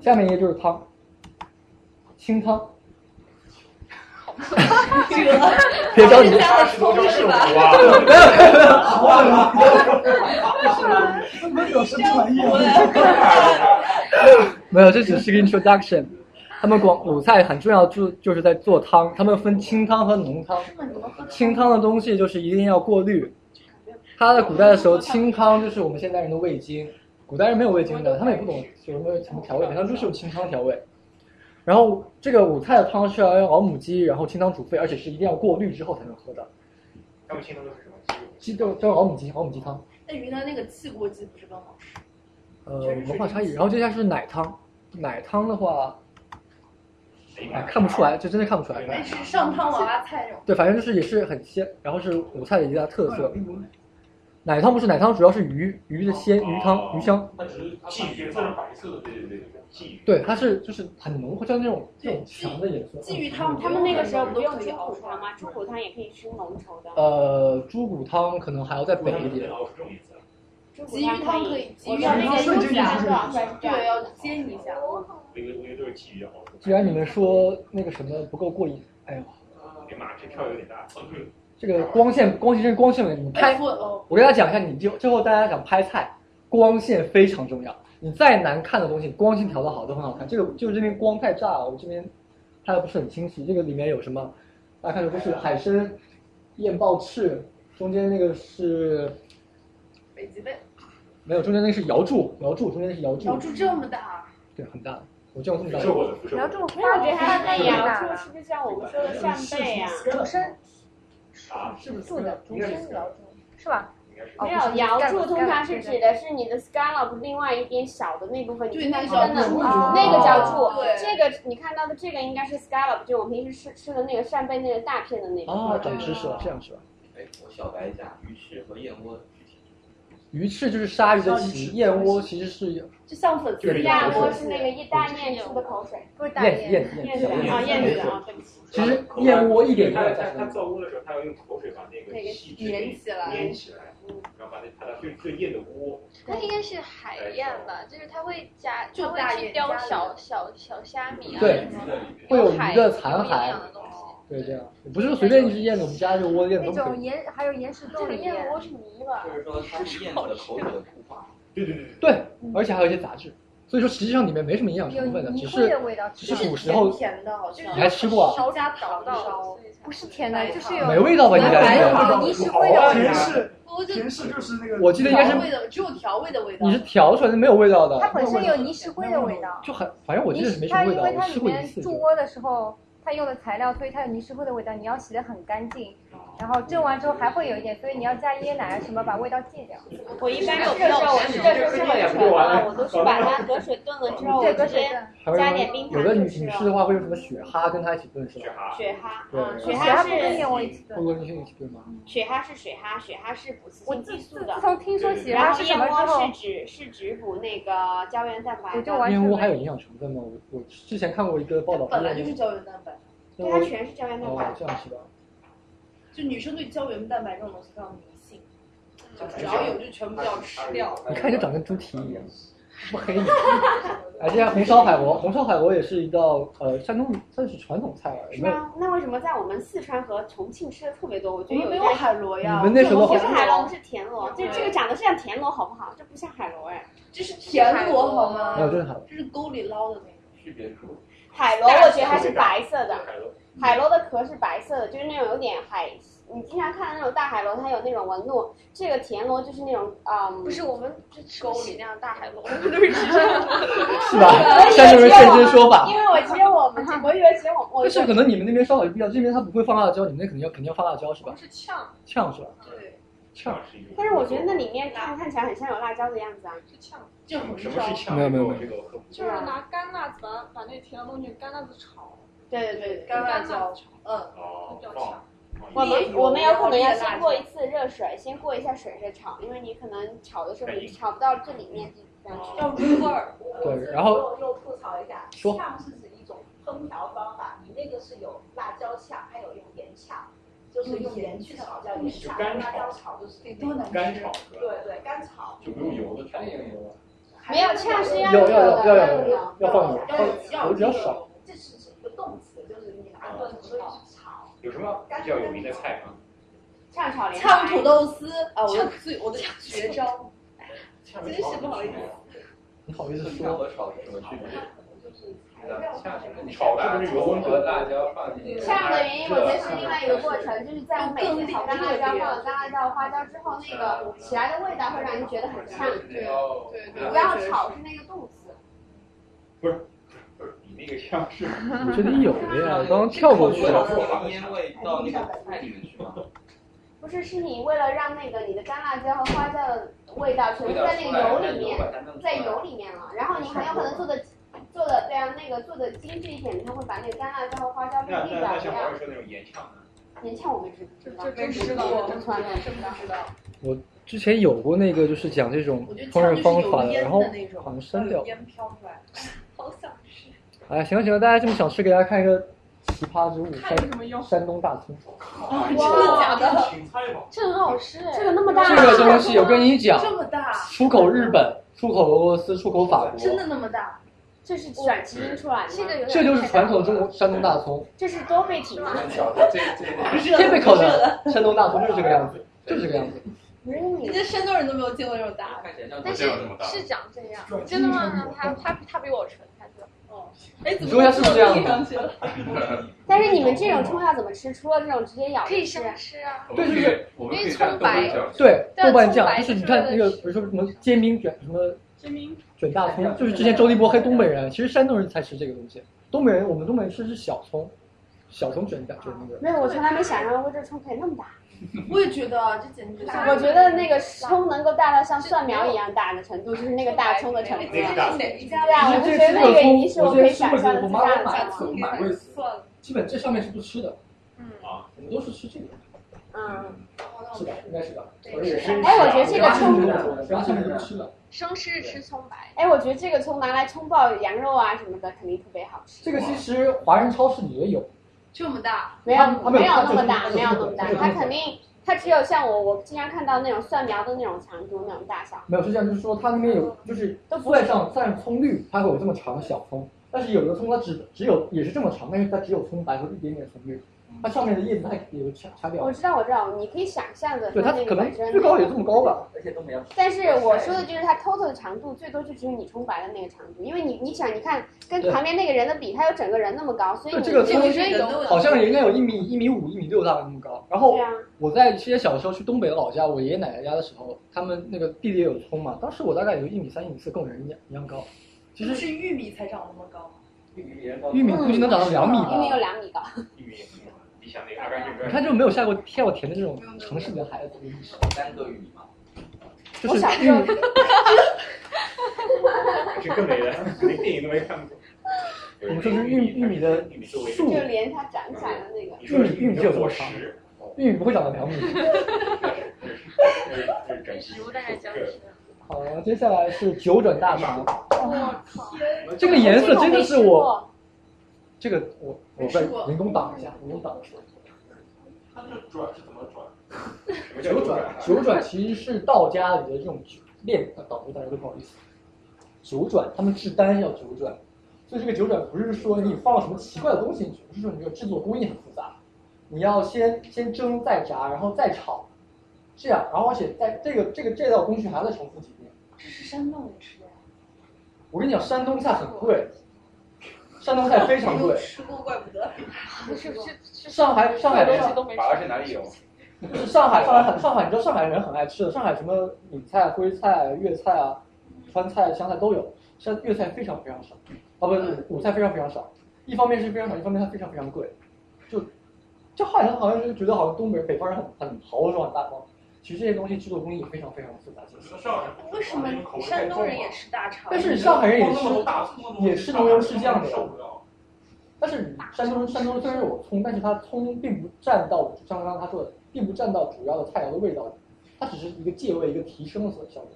[SPEAKER 4] 下面一个就是汤，清汤。 别着急，
[SPEAKER 2] 加了葱是吧？
[SPEAKER 12] 没有什么玩意
[SPEAKER 4] 没有，这只是个 introduction。他们广鲁菜很重要，就就是在做汤，他们分清汤和浓汤。清汤的东西就是一定要过滤。它在古代的时候，清汤就是我们现代人的味精，古代人没有味精的，他们也不懂有没有什么调味，他们就是用清汤调味。然后这个鲁菜的汤是要用老母鸡，然后清汤煮沸，而且是一定要过滤之后才能喝的。
[SPEAKER 6] 他们清汤都是什么？
[SPEAKER 4] 鸡都都是老母鸡，老母鸡汤，
[SPEAKER 2] 那云南那个汽锅鸡不是更好吃？
[SPEAKER 4] 呃，文化差异。然后接下来是奶汤，奶汤的话，哎，看不出来，这真的看不出来。
[SPEAKER 2] 那是上汤娃娃菜那种。
[SPEAKER 4] 对，反正就是也是很鲜，然后是鲁菜的一大特
[SPEAKER 8] 哦
[SPEAKER 4] 色。奶汤不是奶汤，主要是鱼鱼的
[SPEAKER 8] 哦
[SPEAKER 4] 鲜鱼汤鱼香。
[SPEAKER 21] 它只是鲫鱼色是白色的，对对对，鲫鱼。
[SPEAKER 4] 对，它是就是很浓，像那种这种强的颜色。
[SPEAKER 8] 他们那个时候不用猪骨汤吗？猪骨汤也可以吃浓稠的。
[SPEAKER 4] 呃，猪骨汤可能还要再北一
[SPEAKER 8] 哦
[SPEAKER 4] 点。
[SPEAKER 8] 猪骨
[SPEAKER 2] 鲫鱼汤可
[SPEAKER 8] 可
[SPEAKER 2] 以，鲫
[SPEAKER 8] 我
[SPEAKER 2] 鱼
[SPEAKER 8] 知道
[SPEAKER 2] 要那
[SPEAKER 8] 那
[SPEAKER 2] 个
[SPEAKER 8] 个
[SPEAKER 2] 煎一
[SPEAKER 8] 煎饺
[SPEAKER 2] 下，对，
[SPEAKER 8] 对，
[SPEAKER 2] 要煎一下。
[SPEAKER 6] 我觉得我觉得都是鲫鱼好吃。
[SPEAKER 4] 既然你们说那个什么不够过瘾，哎呦，
[SPEAKER 6] 给马这票有点大。哦
[SPEAKER 4] 这个光线光线真是光线问题。你拍，我跟大家讲一下，你就最后大家想拍菜，光线非常重要。你再难看的东西，光线调得好都很好看。这个就是这边光太炸了，我这边拍的不是很清晰。这个里面有什么？大家看这都是海参、燕鲍翅，中间那个是
[SPEAKER 2] 北极贝，
[SPEAKER 4] 没有，中间那个是瑶柱，瑶柱中间那是瑶柱，
[SPEAKER 2] 瑶柱这么大，
[SPEAKER 4] 对，很大的，我见过这么大
[SPEAKER 6] 不是我的不
[SPEAKER 8] 是我的
[SPEAKER 4] 的。
[SPEAKER 8] 没有，我觉得它那也要是不是像我们说的扇贝呀？
[SPEAKER 16] 竹身
[SPEAKER 6] 啊，
[SPEAKER 16] 是不是住的竹身瑶柱是吧？
[SPEAKER 8] 没有，瑶柱通常是指的是你的 scallop 另外一边小的那部分，
[SPEAKER 2] 对
[SPEAKER 8] 你看
[SPEAKER 2] 那个叫
[SPEAKER 8] 到的
[SPEAKER 2] 柱
[SPEAKER 8] 哦那个叫
[SPEAKER 2] 哦
[SPEAKER 8] 柱
[SPEAKER 2] 对，
[SPEAKER 8] 这个你看到的这个应该是 scallop，就我们平时吃吃的那个扇贝那个大片的那个。
[SPEAKER 4] 啊，长知识了，这样是吧？
[SPEAKER 17] 哎，我小白一下，鱼翅和燕窝的具体
[SPEAKER 4] 鱼翅就是鲨鱼的鳍，燕窝其实是
[SPEAKER 2] 就像粉
[SPEAKER 4] 就是
[SPEAKER 2] 丝
[SPEAKER 4] 鸭
[SPEAKER 8] 燕窝
[SPEAKER 4] 窝
[SPEAKER 8] 是那个一大雁出的口水，不是
[SPEAKER 4] 大雁燕子燕
[SPEAKER 8] 燕
[SPEAKER 4] 子
[SPEAKER 8] 子啊，燕子啊，对不起。
[SPEAKER 4] 其实燕窝一点都
[SPEAKER 6] 他
[SPEAKER 4] 没有
[SPEAKER 6] 他他造窝的时候，他要用口水把那个细菌
[SPEAKER 2] 粘起来
[SPEAKER 6] 粘起来，
[SPEAKER 8] 嗯
[SPEAKER 6] 然后把那它的最最硬的窝。
[SPEAKER 10] 它应该是海燕吧，就是它会加，
[SPEAKER 2] 就
[SPEAKER 10] 它
[SPEAKER 2] 大
[SPEAKER 10] 会去
[SPEAKER 2] 雁
[SPEAKER 10] 雕
[SPEAKER 2] 加的
[SPEAKER 10] 小小小虾米啊
[SPEAKER 4] 对
[SPEAKER 10] 什么的，，
[SPEAKER 4] 会有鱼的残
[SPEAKER 10] 海
[SPEAKER 4] 骸
[SPEAKER 10] 有营养的东西，
[SPEAKER 4] 对，这样不是随便一只燕子，我们家这窝的燕子
[SPEAKER 16] 那
[SPEAKER 4] 都可
[SPEAKER 16] 种
[SPEAKER 4] 以。
[SPEAKER 16] 岩还有岩石洞里面，
[SPEAKER 8] 燕窝是泥巴
[SPEAKER 17] 就是说它是燕子的口水的固化。
[SPEAKER 6] 对对对
[SPEAKER 4] 对，而且还有一些杂质，所以说实际上里面没什么营养
[SPEAKER 16] 有
[SPEAKER 4] 成分的，
[SPEAKER 16] 泥
[SPEAKER 4] 只
[SPEAKER 16] 灰
[SPEAKER 4] 是
[SPEAKER 16] 的味道，
[SPEAKER 4] 只是
[SPEAKER 16] 甜
[SPEAKER 4] 古时候
[SPEAKER 2] 甜的，好像
[SPEAKER 4] 你还吃过啊？
[SPEAKER 2] 烧加糖烧，
[SPEAKER 16] 不是甜的，就是有
[SPEAKER 4] 没味道吧应该
[SPEAKER 16] 白
[SPEAKER 4] 是
[SPEAKER 16] 糖泥石灰的味
[SPEAKER 4] 甜
[SPEAKER 16] 道。
[SPEAKER 4] 是
[SPEAKER 2] 不就
[SPEAKER 4] 甜
[SPEAKER 2] 是
[SPEAKER 4] 就是那个我记嗯得应该是
[SPEAKER 2] 调味的，只有调味的味道。啊
[SPEAKER 4] 你是调出来的没有味道的，
[SPEAKER 16] 它本身有泥石灰的味道，
[SPEAKER 4] 就很，反正我记得是没什
[SPEAKER 16] 它
[SPEAKER 4] 么
[SPEAKER 16] 因
[SPEAKER 4] 味
[SPEAKER 16] 为
[SPEAKER 4] 道，我
[SPEAKER 16] 它
[SPEAKER 4] 吃
[SPEAKER 16] 里
[SPEAKER 4] 过一
[SPEAKER 16] 面
[SPEAKER 4] 次就。
[SPEAKER 16] 铸窝的时候，它用的材料，所以它有泥石灰的味道。你要洗得很干净，
[SPEAKER 6] 啊
[SPEAKER 16] 然后蒸完之后还会有一点，所以你要加椰奶啊什么把味道戒掉。
[SPEAKER 8] 我一般有时候我吃的时候是很纯的，我都是把它隔水炖了之后，我直接
[SPEAKER 4] 还有
[SPEAKER 8] 加点冰
[SPEAKER 4] 有
[SPEAKER 8] 糖
[SPEAKER 4] 的女
[SPEAKER 8] 就吃
[SPEAKER 4] 女
[SPEAKER 8] 了
[SPEAKER 4] 士。的话会用什么雪蛤跟它一起炖是
[SPEAKER 6] 啊
[SPEAKER 4] 吧？
[SPEAKER 8] 雪蛤，
[SPEAKER 4] 对
[SPEAKER 8] 嗯，
[SPEAKER 4] 对
[SPEAKER 8] 雪
[SPEAKER 4] 雪
[SPEAKER 8] 蛤
[SPEAKER 4] 蛤
[SPEAKER 8] 是
[SPEAKER 4] 不跟燕
[SPEAKER 16] 窝
[SPEAKER 6] 嗯
[SPEAKER 16] 一起
[SPEAKER 4] 会不会跟一起炖吗？
[SPEAKER 9] 嗯
[SPEAKER 8] 雪蛤是水蛤，雪蛤是补雌性激素的。
[SPEAKER 16] 自从听说喜
[SPEAKER 8] 然
[SPEAKER 16] 欢
[SPEAKER 8] 后
[SPEAKER 16] 吃什
[SPEAKER 8] 燕
[SPEAKER 16] 么之后
[SPEAKER 8] 窝是指是指补那个胶原蛋白的，
[SPEAKER 4] 燕窝还有营养成分吗？我我之前看过一个报道，
[SPEAKER 2] 本来就是胶原蛋白，
[SPEAKER 8] 对它全是胶原蛋白
[SPEAKER 4] 哦，。这样是吧？
[SPEAKER 2] 就女生对胶原蛋白这种东西非常迷信，
[SPEAKER 4] 嗯
[SPEAKER 2] 就只要有就全部都要吃掉。
[SPEAKER 4] 你看就长跟猪蹄一样，不黑你。哎，这家红烧海螺，红烧海螺也是一道呃山东算是传统菜了，
[SPEAKER 8] 是
[SPEAKER 4] 有没有？
[SPEAKER 8] 吗？那为什么在我们四川和重庆吃的特别多？我觉
[SPEAKER 2] 我
[SPEAKER 8] 得
[SPEAKER 2] 们没有
[SPEAKER 8] 一家
[SPEAKER 2] 海螺呀
[SPEAKER 4] 你们那时候
[SPEAKER 8] 不是海螺，我们是田螺。哦这这个长得像田螺好不好？这不像海螺哎，
[SPEAKER 2] 这是田螺好吗？
[SPEAKER 4] 没有，这是海螺。
[SPEAKER 2] 这是沟里捞的那种。
[SPEAKER 17] 区别住。
[SPEAKER 8] 海螺我觉得它是白色的，海螺的壳是白色的，就是那种有点海，你经常看的那种大海螺，它有那种纹路。这个田螺就是那种嗯，
[SPEAKER 10] 不是我们这吃不起那样大 海螺，我们都是吃这样的。
[SPEAKER 4] 是吧
[SPEAKER 8] 啊我以为
[SPEAKER 4] 山东人现
[SPEAKER 8] 只有我
[SPEAKER 4] 身
[SPEAKER 8] 们
[SPEAKER 4] 说法
[SPEAKER 8] 因为我只有我们，我以为只有我，我
[SPEAKER 4] 但是可能你们那边烧烤就不一样，这边它不会放辣椒，你们那肯定要肯定要放辣椒是吧？
[SPEAKER 10] 是呛，
[SPEAKER 4] 呛是吧？
[SPEAKER 2] 对，
[SPEAKER 4] 呛
[SPEAKER 6] 是一
[SPEAKER 8] 但是我觉得那里面看看起来很像有辣椒的样子啊。
[SPEAKER 7] 是呛，
[SPEAKER 2] 就很
[SPEAKER 6] 什么是呛？
[SPEAKER 4] 没有没有
[SPEAKER 6] 这个我喝不
[SPEAKER 7] 就是
[SPEAKER 10] 啊
[SPEAKER 7] 拿干辣子把把那甜的东西干辣子炒，
[SPEAKER 8] 对对对，
[SPEAKER 2] 干辣
[SPEAKER 7] 辣
[SPEAKER 2] 椒，嗯，
[SPEAKER 6] 哦
[SPEAKER 7] 比较呛。
[SPEAKER 8] 我们我们有可能要先过一次热水，先过一下水再炒，因为你可能炒的时候你炒不到这里面，
[SPEAKER 2] 叫 river。
[SPEAKER 4] 对然后
[SPEAKER 9] 又又吐槽一下，
[SPEAKER 4] 说
[SPEAKER 9] 炝是指一种烹调方法，你那个是有辣椒炝，还有用盐炝，就是用盐去炒叫
[SPEAKER 8] 嗯
[SPEAKER 9] 盐
[SPEAKER 6] 就
[SPEAKER 9] 炝，
[SPEAKER 6] 干
[SPEAKER 9] 用
[SPEAKER 6] 炒
[SPEAKER 9] 辣椒炒就是对
[SPEAKER 6] 多难干吃炒是吧
[SPEAKER 9] 对对，干炒
[SPEAKER 6] 就不用油的炒。
[SPEAKER 9] 没有
[SPEAKER 8] 炝是
[SPEAKER 4] 要有的要有的
[SPEAKER 9] 要
[SPEAKER 4] 要放油
[SPEAKER 9] 要
[SPEAKER 4] 放油比较少。
[SPEAKER 9] 这是一个动词，就是你拿过来
[SPEAKER 8] 嗯
[SPEAKER 9] 你会炒。
[SPEAKER 6] 有什么比较有名的菜吗？
[SPEAKER 8] 炝炒莲
[SPEAKER 2] 炝
[SPEAKER 8] 菜，
[SPEAKER 2] 土豆丝，
[SPEAKER 8] 啊，
[SPEAKER 2] 我的最我的绝招，真是不好意思。
[SPEAKER 4] 你好意思
[SPEAKER 3] 说和炒有什么区别？
[SPEAKER 13] 像是你
[SPEAKER 6] 炒
[SPEAKER 13] 把
[SPEAKER 6] 是不是油温
[SPEAKER 13] 和辣椒放进去，
[SPEAKER 8] 这样的原因，我觉得是另外一个过程，就是在我每次炒干辣椒放了干辣椒、花椒之后，那个起来的味道会让你觉得很呛。
[SPEAKER 6] 对
[SPEAKER 8] 对不要炒是那个动词。
[SPEAKER 6] 不是你那个像是，
[SPEAKER 4] 我觉得有的呀，刚刚跳过去了。
[SPEAKER 3] 烟味到那个菜里面去吗？
[SPEAKER 8] 不是，是你为了让那个你的干辣椒和花椒的味道全部在那个油里面，在油里面了。然后你很有可能做的做的对啊，那个做的精致一点，它会把那个干辣椒和花椒
[SPEAKER 6] 那
[SPEAKER 8] 滤
[SPEAKER 6] 那那
[SPEAKER 8] 掉一
[SPEAKER 6] 像王
[SPEAKER 8] 样
[SPEAKER 6] 瑞。说那种盐炝呢？
[SPEAKER 8] 年前我们知不知道？
[SPEAKER 2] 真不知道，
[SPEAKER 8] 我
[SPEAKER 2] 真
[SPEAKER 8] 从来没有
[SPEAKER 2] 真不知道。
[SPEAKER 4] 我之前有过那个，就是讲这种烹饪方法的，然后好像删
[SPEAKER 8] 嗯
[SPEAKER 4] 掉。
[SPEAKER 2] 烟飘出来，好想吃。
[SPEAKER 4] 哎呀，行了行了，大家这么想吃，给大家看一个奇葩之物，
[SPEAKER 2] 看有什么用
[SPEAKER 4] 山山东大葱。
[SPEAKER 2] 哇，真的假
[SPEAKER 8] 嗯
[SPEAKER 2] 的？
[SPEAKER 8] 这很好吃哎，这个那么大，
[SPEAKER 4] 这个东西，我跟你讲，
[SPEAKER 2] 这么大，
[SPEAKER 4] 出口日本，出口俄罗斯，出口法国，
[SPEAKER 2] 真的那么大？
[SPEAKER 8] 这是转基因出来的，这个
[SPEAKER 4] 这就是传统中国山东大葱，
[SPEAKER 8] 这是多倍体吗？
[SPEAKER 4] typical 的山东大葱就是这个样子，就是这个样子。
[SPEAKER 8] 不是你，
[SPEAKER 2] 人家山东人都没有见过这种大的。
[SPEAKER 10] 但是是长这样，真的吗？他他他比我纯，他说，哦，
[SPEAKER 2] 哎，
[SPEAKER 4] 你说一下是不是这样
[SPEAKER 2] 子？
[SPEAKER 8] 但是你们这种葱要怎么吃？除了这种直接咬，
[SPEAKER 10] 可以生吃啊。
[SPEAKER 4] 对对对，
[SPEAKER 10] 我们可以蘸豆瓣酱
[SPEAKER 4] 对
[SPEAKER 10] 但
[SPEAKER 4] 豆瓣
[SPEAKER 10] 葱
[SPEAKER 4] 酱，
[SPEAKER 10] 白
[SPEAKER 4] 就是
[SPEAKER 10] 是
[SPEAKER 4] 你看
[SPEAKER 10] 为
[SPEAKER 4] 那
[SPEAKER 10] 了
[SPEAKER 4] 个，比如说什么煎饼卷，什么
[SPEAKER 7] 煎饼
[SPEAKER 4] 卷大葱，就是之前周立波黑东北人，其实山东人才吃这个东西，东北人我们东北人吃是小葱，小葱卷大卷那个。
[SPEAKER 8] 没有，我从来没想象过这葱可以那么大。
[SPEAKER 2] 我也觉得，这简直
[SPEAKER 8] 我觉得那个葱能够大到像蒜苗一样大的程度，就是那个大葱的程度。
[SPEAKER 3] 那个大葱
[SPEAKER 8] 对啊，我就觉得那个已经是我可以想象的最大的葱了。
[SPEAKER 4] 基本这上面是不吃的，
[SPEAKER 8] 嗯
[SPEAKER 4] 啊，我们都是吃这个，
[SPEAKER 8] 嗯，
[SPEAKER 4] 是吧？应该是吧？
[SPEAKER 10] 对
[SPEAKER 4] 而且
[SPEAKER 10] 是的
[SPEAKER 8] 哎我觉得这个葱
[SPEAKER 4] 然后上面都是吃的。
[SPEAKER 10] 生吃吃葱白，
[SPEAKER 8] 哎，我觉得这个葱拿来葱爆羊肉啊什么的，肯定特别好吃。
[SPEAKER 4] 这个其实华人超市里也有，
[SPEAKER 2] 这么大，
[SPEAKER 8] 没有没有那么大，没有那么大，它肯定它只有像我我经常看到那种蒜苗的那种长度那种大小。
[SPEAKER 4] 没有是这样，就是说它那边有，就是蒜上蘸葱绿，它会有这么长的小葱，但是有的葱它只只有也是这么长，但是它只有葱白和一点点葱绿，它上面的叶子它也有掐掐掉
[SPEAKER 8] 我。知道我知道，你可以想象的
[SPEAKER 4] 对，它
[SPEAKER 8] 那
[SPEAKER 4] 可
[SPEAKER 8] 个
[SPEAKER 4] 能
[SPEAKER 8] 本身。
[SPEAKER 4] 最高也这么高吧。
[SPEAKER 3] 而且都没有。
[SPEAKER 8] 但是我说的就是它 total 的长度，最多就只有你冲白的那个长度，因为你你想，你看跟
[SPEAKER 4] 对
[SPEAKER 8] 旁边那个人的比，他有整个人那么高，所以
[SPEAKER 4] 对
[SPEAKER 8] 你
[SPEAKER 4] 这个
[SPEAKER 8] 你
[SPEAKER 4] 葱
[SPEAKER 8] 觉得有
[SPEAKER 4] 好像也应该有一米一米五、一米六大概那么高。然后
[SPEAKER 8] 对啊
[SPEAKER 4] 我在其实小时候去东北的老家，我爷爷奶奶家的时候，他们那个地里也有葱嘛，当时我大概有一米三、一米四，跟我人一样一样高。其
[SPEAKER 2] 不
[SPEAKER 4] 实
[SPEAKER 2] 是玉米才长那么高，
[SPEAKER 4] 玉米估计能长到两米吧。
[SPEAKER 8] 因为有两嗯米高。
[SPEAKER 6] 玉米你想那个阿甘正
[SPEAKER 4] 你
[SPEAKER 6] 传，
[SPEAKER 4] 看，就没有下过跳田的这种城市里的孩子，
[SPEAKER 3] 三个玉米嘛，
[SPEAKER 4] 就
[SPEAKER 8] 我
[SPEAKER 4] 是
[SPEAKER 8] 小
[SPEAKER 4] 玉
[SPEAKER 8] 时候
[SPEAKER 4] 米，
[SPEAKER 6] 这更没了，连电影都没看过。
[SPEAKER 4] 我们说是玉米玉米的
[SPEAKER 8] 就
[SPEAKER 4] 树，
[SPEAKER 8] 连它长不长的那个。
[SPEAKER 4] 玉米玉米就有多长？玉米不会长到两米。
[SPEAKER 10] 食物大概僵尸。
[SPEAKER 4] 好，接下来是九转大肠，
[SPEAKER 10] 我天
[SPEAKER 4] 这个颜色真的是我，
[SPEAKER 8] 我
[SPEAKER 4] 这个我我被人工挡一下，人工挡一下。
[SPEAKER 21] 它那个转是怎么转？
[SPEAKER 4] 九转啊九转其实是道家里的这种炼，啊，导致大家都不好意思。九转，他们制丹要九转，所以这个九转不是说你放了什么奇怪的东西进去，不是说你这个制作工艺很复杂，你要先先蒸再炸，然后再炒，这样，然后而且在这个这个这道工序还要再重复几遍。
[SPEAKER 2] 这是山东人吃的呀。
[SPEAKER 4] 我跟你讲，山东菜很贵，山东菜非常贵。
[SPEAKER 2] 吃过怪不得。
[SPEAKER 10] 不是是是
[SPEAKER 4] 上海上海
[SPEAKER 10] 东西都没吃。
[SPEAKER 6] 法拉是哪里有？
[SPEAKER 4] 就是上海，上海很上海，你知道上海人很爱吃的，上海什么闽菜、啊徽菜、粤菜啊、川菜、湘菜都有，像粤菜非常非常少，啊不
[SPEAKER 2] 嗯
[SPEAKER 4] 是，鲁菜非常非常少。一方面是非常少，一方面它非常非常贵，就就好像好像就觉得好像东北北方人很很豪爽很大方，其实这些东西制作工艺非常非常复杂。其实
[SPEAKER 2] 为什么山东人也吃大肠？
[SPEAKER 4] 但是上海人也
[SPEAKER 21] 光那么大
[SPEAKER 4] 吃也吃浓油赤酱的呀，但是山东山东虽然有葱，但是它葱并不占到像刚刚他说的，并不占到主要的菜肴的味道，它只是一个借味一个提升的效果。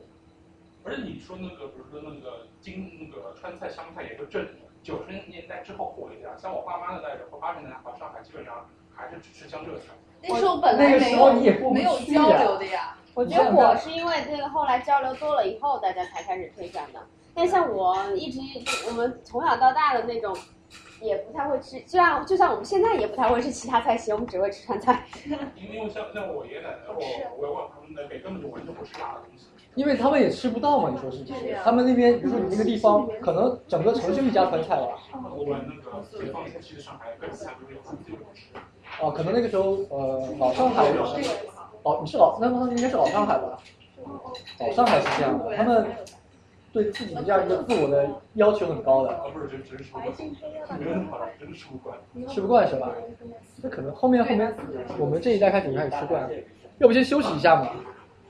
[SPEAKER 6] 而且你说那个，比如说那个京那个川菜、湘菜也就这九十年代之后火一点，像我爸妈那代人或八十年代到上海，基本上还是只吃江浙菜。
[SPEAKER 2] 那时候本来没有、没有交流的呀。
[SPEAKER 8] 我觉得火是因为这个后来交流多了以后，大家才开始推广的。但像我一直我们从小到大的那种，也不太会吃，就像就像我们现在也不太会吃其他菜系，我们只会吃川菜。
[SPEAKER 6] 因为像像我爷爷奶奶，我我外婆他们那辈根本就完全不吃辣的东西。
[SPEAKER 4] 因为他们也吃不到嘛，你说是不是？他们那边，比如说你那个地方，可能整个城就一家川菜了。
[SPEAKER 6] 我们那个解放前去上海，跟菜不是有很多种吃。
[SPEAKER 4] 哦，可能那个时候，呃，老上海，哦，你是老，那么应该是老上海吧？老上海是这样的，他们对自己的这样一个自我的要求很高的。
[SPEAKER 6] 啊，不是，真真吃不惯，没有那么好吃， 真吃不惯。
[SPEAKER 4] 吃不惯是吧？那可能后面后面，我们这一代开始开始吃惯，要不先休息一下嘛？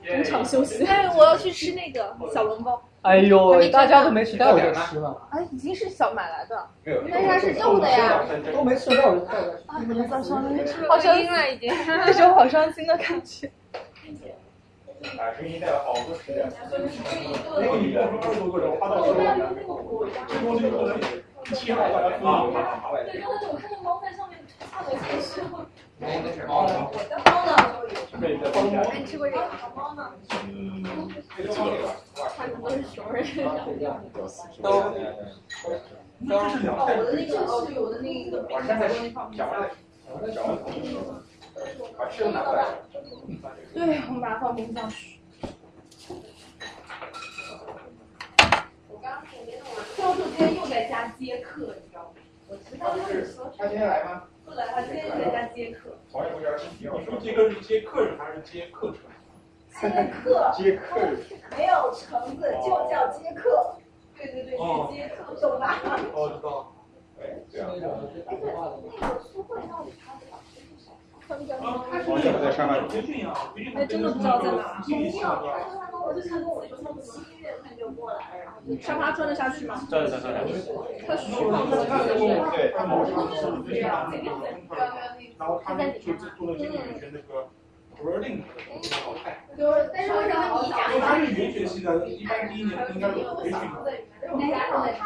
[SPEAKER 6] 中
[SPEAKER 7] 场休息。但是我要去吃那个小笼包。
[SPEAKER 4] 哎呦，大家都没吃，待会就吃嘛。
[SPEAKER 7] 啊，已经是小买来的，
[SPEAKER 8] 但是它是肉的呀。
[SPEAKER 4] 都没吃，待会就吃。
[SPEAKER 7] 啊，好伤心，
[SPEAKER 25] 好
[SPEAKER 7] 好
[SPEAKER 25] 伤
[SPEAKER 7] 伤心
[SPEAKER 25] 心了已经。
[SPEAKER 7] 那时候好伤心的感 觉。
[SPEAKER 5] 啊，这一代好多吃的，
[SPEAKER 6] 那个一共是二十多个人，花到手里，这东西可能一千块钱啊。
[SPEAKER 3] 对，刚才我看到猫在上面差点结束。
[SPEAKER 6] 猫呢？
[SPEAKER 3] 猫呢？
[SPEAKER 6] 对，在帮
[SPEAKER 7] 哎，你吃过这个？
[SPEAKER 3] 猫呢？
[SPEAKER 7] 看的都是穷人。
[SPEAKER 6] 这是两代。
[SPEAKER 9] 我的那个哦，对，我的那个饼
[SPEAKER 5] 上再
[SPEAKER 9] 在那放
[SPEAKER 5] 讲完了，讲完了，讲完了，把吃的拿过来。
[SPEAKER 2] 对，我们把它放冰箱。
[SPEAKER 26] 我刚刚前面弄完，
[SPEAKER 2] 教授今天又在家接客，你知道吗？
[SPEAKER 26] 我知道他是说
[SPEAKER 5] 他今天来吗？
[SPEAKER 2] 不来，他今天又在家接客。
[SPEAKER 5] 同一个家亲戚要
[SPEAKER 6] 你说这个是接客人还是接客船？
[SPEAKER 9] 接客，
[SPEAKER 5] 接客人
[SPEAKER 9] 没有橙子就叫接客，
[SPEAKER 2] 对对对，
[SPEAKER 6] 哦
[SPEAKER 2] 是接客，
[SPEAKER 9] 懂吧？
[SPEAKER 6] 哦，知道。
[SPEAKER 5] 哎，对啊。
[SPEAKER 9] 哎，对，那个书柜到底他的老师是谁？他们叫什么？
[SPEAKER 5] 好像不在上海。
[SPEAKER 7] 哎，真的不知道在哪。
[SPEAKER 9] 我就看跟我说，他们七月份就过来了，然后就
[SPEAKER 7] 沙发转得下去吗？
[SPEAKER 5] 转得下去，转得下
[SPEAKER 7] 他说
[SPEAKER 5] 对，
[SPEAKER 6] 然后他们就在做了这个是那个 Berlin 的淘汰。
[SPEAKER 9] 就是，但是为什么你
[SPEAKER 6] 因
[SPEAKER 9] 讲
[SPEAKER 6] 为他
[SPEAKER 9] 到
[SPEAKER 6] 是语言学系的，一般第一年应该是培训的。
[SPEAKER 9] 没有，他他那天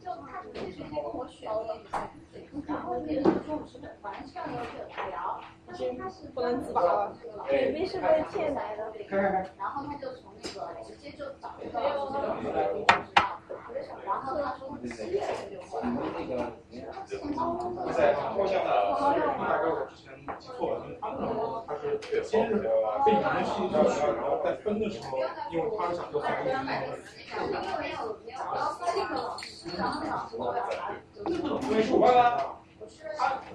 [SPEAKER 9] 就他出去还跟我选了一下，然后那个人说我是完全没有诊疗，但是他是
[SPEAKER 7] 不能自拔了
[SPEAKER 9] 里面是被骗来的，然后他就从那个直接就找不到，然后他说七月份就过来了，
[SPEAKER 6] 在高校的，大概我之前记错了，因为他们他是先是被你们吸进去，然后在分的时候，因为他是想做反
[SPEAKER 9] 没有没有找到那个老师，然后老师过来了。
[SPEAKER 5] 因为是我爸爸，
[SPEAKER 9] 我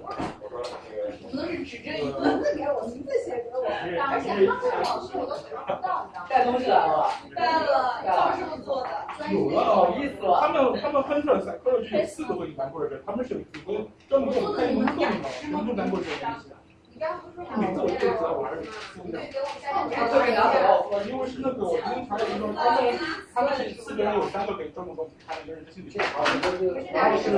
[SPEAKER 9] 都是指着一个名字给我，名字写给我，而且他们老师我都查不到，你知道吗？
[SPEAKER 6] 带东西来了
[SPEAKER 9] 带了，赵师傅做的，
[SPEAKER 6] 有了，他们他们分出来 psychology 有四个会难过的人，他们是有个专门做开门课的，全部难过这个东西。
[SPEAKER 9] 你刚不是说
[SPEAKER 6] 每次我记得我还是
[SPEAKER 9] 你对给我们家
[SPEAKER 6] 他这个拿走了，我因为是那个我们团里头，他们他们是四个人有三个给专门做开门，一个人在心理学，然后是他们是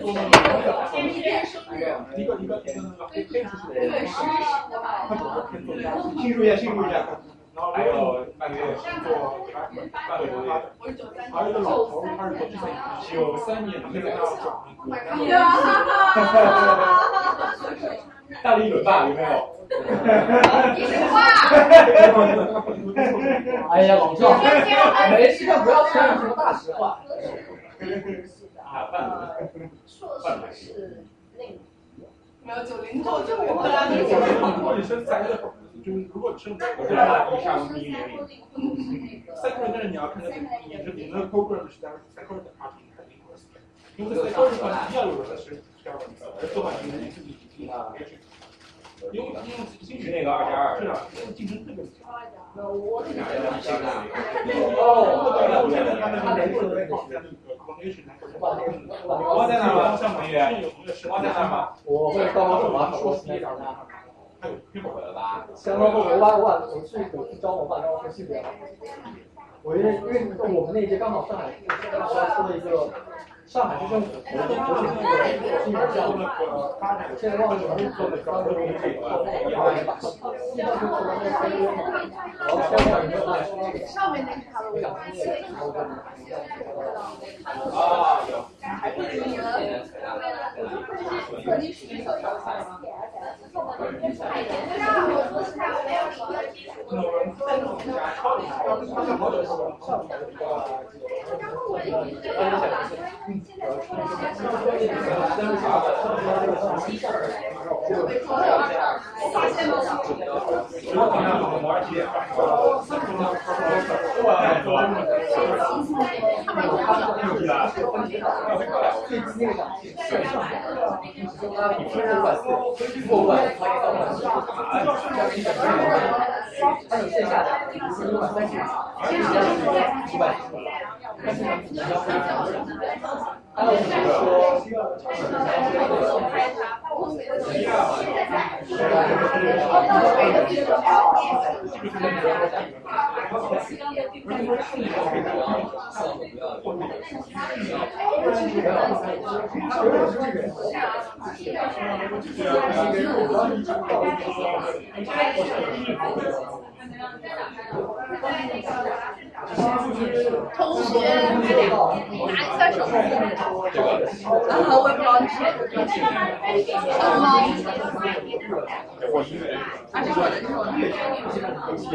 [SPEAKER 6] 做那个一个一个那个黑黑是
[SPEAKER 5] 对
[SPEAKER 6] 对，他主要偏做庆
[SPEAKER 5] 祝一下庆祝一下。
[SPEAKER 6] 然后
[SPEAKER 5] 还有
[SPEAKER 6] 半个月是做半个月的，
[SPEAKER 9] 我是九三
[SPEAKER 6] 还有一个老头儿，他是做计算机，九三年没来到
[SPEAKER 5] 大力滚吧，有没有？
[SPEAKER 9] 你是爸，
[SPEAKER 4] 哎呀，老赵，没事不要说这种大实话。
[SPEAKER 5] 啊，半
[SPEAKER 9] 硕士是那个。
[SPEAKER 2] 没有九零后，这我
[SPEAKER 6] 我
[SPEAKER 2] 回答你。
[SPEAKER 6] 如果你生三个，就是如果生，我是大一上第一年龄。三个人，但是你要看的你是你的 program 是在三个人的 party 还是 course，因为三个人一样有人是这样的，而做法你自己自己别去。因为因为竞争是啊，因为竞争特别强。
[SPEAKER 9] 我
[SPEAKER 6] 哪来的？哦，对了，我现在他们那个放在那个 coordination 那个，
[SPEAKER 5] 我在哪吗？
[SPEAKER 6] 像我
[SPEAKER 5] 同
[SPEAKER 6] 们
[SPEAKER 5] 学，
[SPEAKER 6] 是
[SPEAKER 5] 我在哪吗？
[SPEAKER 4] 我会帮我手把
[SPEAKER 6] 说
[SPEAKER 4] 手
[SPEAKER 6] 第一场呢，还有一会儿了吧？
[SPEAKER 4] 相当于我把我把我去有一招我把招分析不了。我因为因为我们那一届刚好上海上说了一个
[SPEAKER 2] 上海市政府活动不是那个基本上，我现在忘了是做的高中这一块儿，
[SPEAKER 4] 上面那是他的味道。
[SPEAKER 9] 嗯
[SPEAKER 4] 同学，拿一下手机。啊，我也不知道是谁。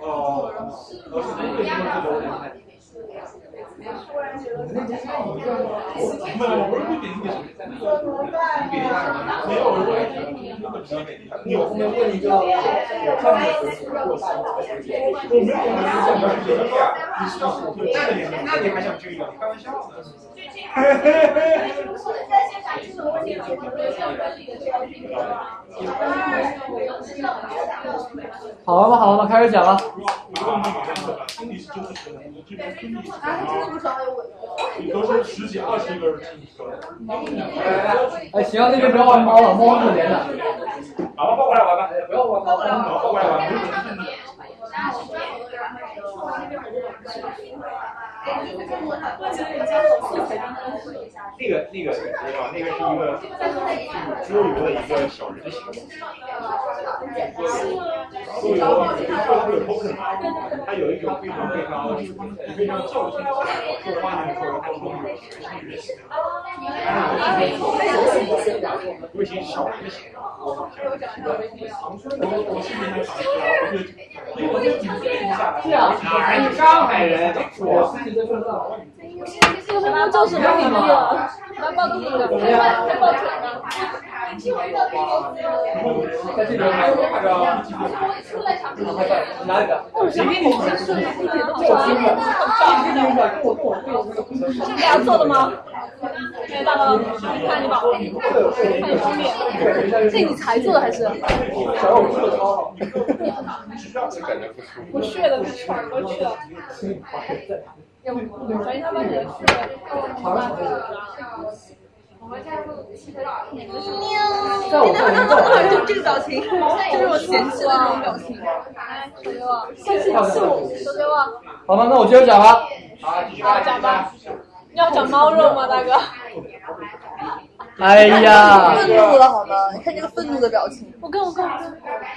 [SPEAKER 6] 呃，我是
[SPEAKER 8] 突然觉得自己好
[SPEAKER 6] 我
[SPEAKER 8] 像
[SPEAKER 6] 我不是不点进去，
[SPEAKER 8] 怎么办呀？
[SPEAKER 6] 没有，我说直接给你。
[SPEAKER 4] 你有后面问一个上面的词汇过去，
[SPEAKER 6] 我没有跟他说想听这样，你是要那你那你还想听吗？你开玩笑呢？
[SPEAKER 2] 或者在现场这种问题，我们没有跟理的这样去说啊。我有知道，我知道。
[SPEAKER 4] 好玩吗？好玩吗？开始讲了。
[SPEAKER 6] 心里是真的觉得，你这边听力
[SPEAKER 8] 然后真的不知道有我的。
[SPEAKER 6] 你都是十几二十个人听你说的。
[SPEAKER 4] 哎，行，那就不要玩猫了，猫可怜了。
[SPEAKER 6] 好吧，抱过来玩吧，
[SPEAKER 4] 不要玩猫了，
[SPEAKER 6] 抱过来玩。那个那个你知道吗？那个是一个桌游的一个小人形，桌游桌游会有 token 嘛，它有一种非常非常非常教训的，就是八年后它从有是新人形，
[SPEAKER 4] 啊
[SPEAKER 3] 哦
[SPEAKER 6] 微信小人形，我去年还想因为我就体验一下，
[SPEAKER 4] 这样
[SPEAKER 6] 哪儿啊？你上海人，
[SPEAKER 4] 我自己在这上。
[SPEAKER 2] 这个妈做什么努力了？来报个名字，来报来报你替我遇到
[SPEAKER 4] 在这边还有那个，
[SPEAKER 2] 我出来尝试一下。
[SPEAKER 4] 哪里的？谁给你？这是那个，跟我跟我跟我那个不行。
[SPEAKER 2] 是这样做的吗？没办法，看你宝贝，看你经历，这你才做的还是？
[SPEAKER 4] 小友做的超好。
[SPEAKER 27] 感觉不舒服。
[SPEAKER 2] 我去了，全都去了。
[SPEAKER 7] 所以他们人是
[SPEAKER 9] 我们在录汽车老师，
[SPEAKER 2] 等会儿，等会儿， 就这个表情，就是我嫌弃的那种表情。
[SPEAKER 9] 手给我，
[SPEAKER 2] 但是是我，
[SPEAKER 9] 手给我，
[SPEAKER 4] 好吧，那我接着讲了。
[SPEAKER 2] 好讲吧。要讲猫肉吗，大哥？
[SPEAKER 4] 哎呀，
[SPEAKER 2] 愤怒了，好吗？你看这个愤怒的表情。我跟我跟我，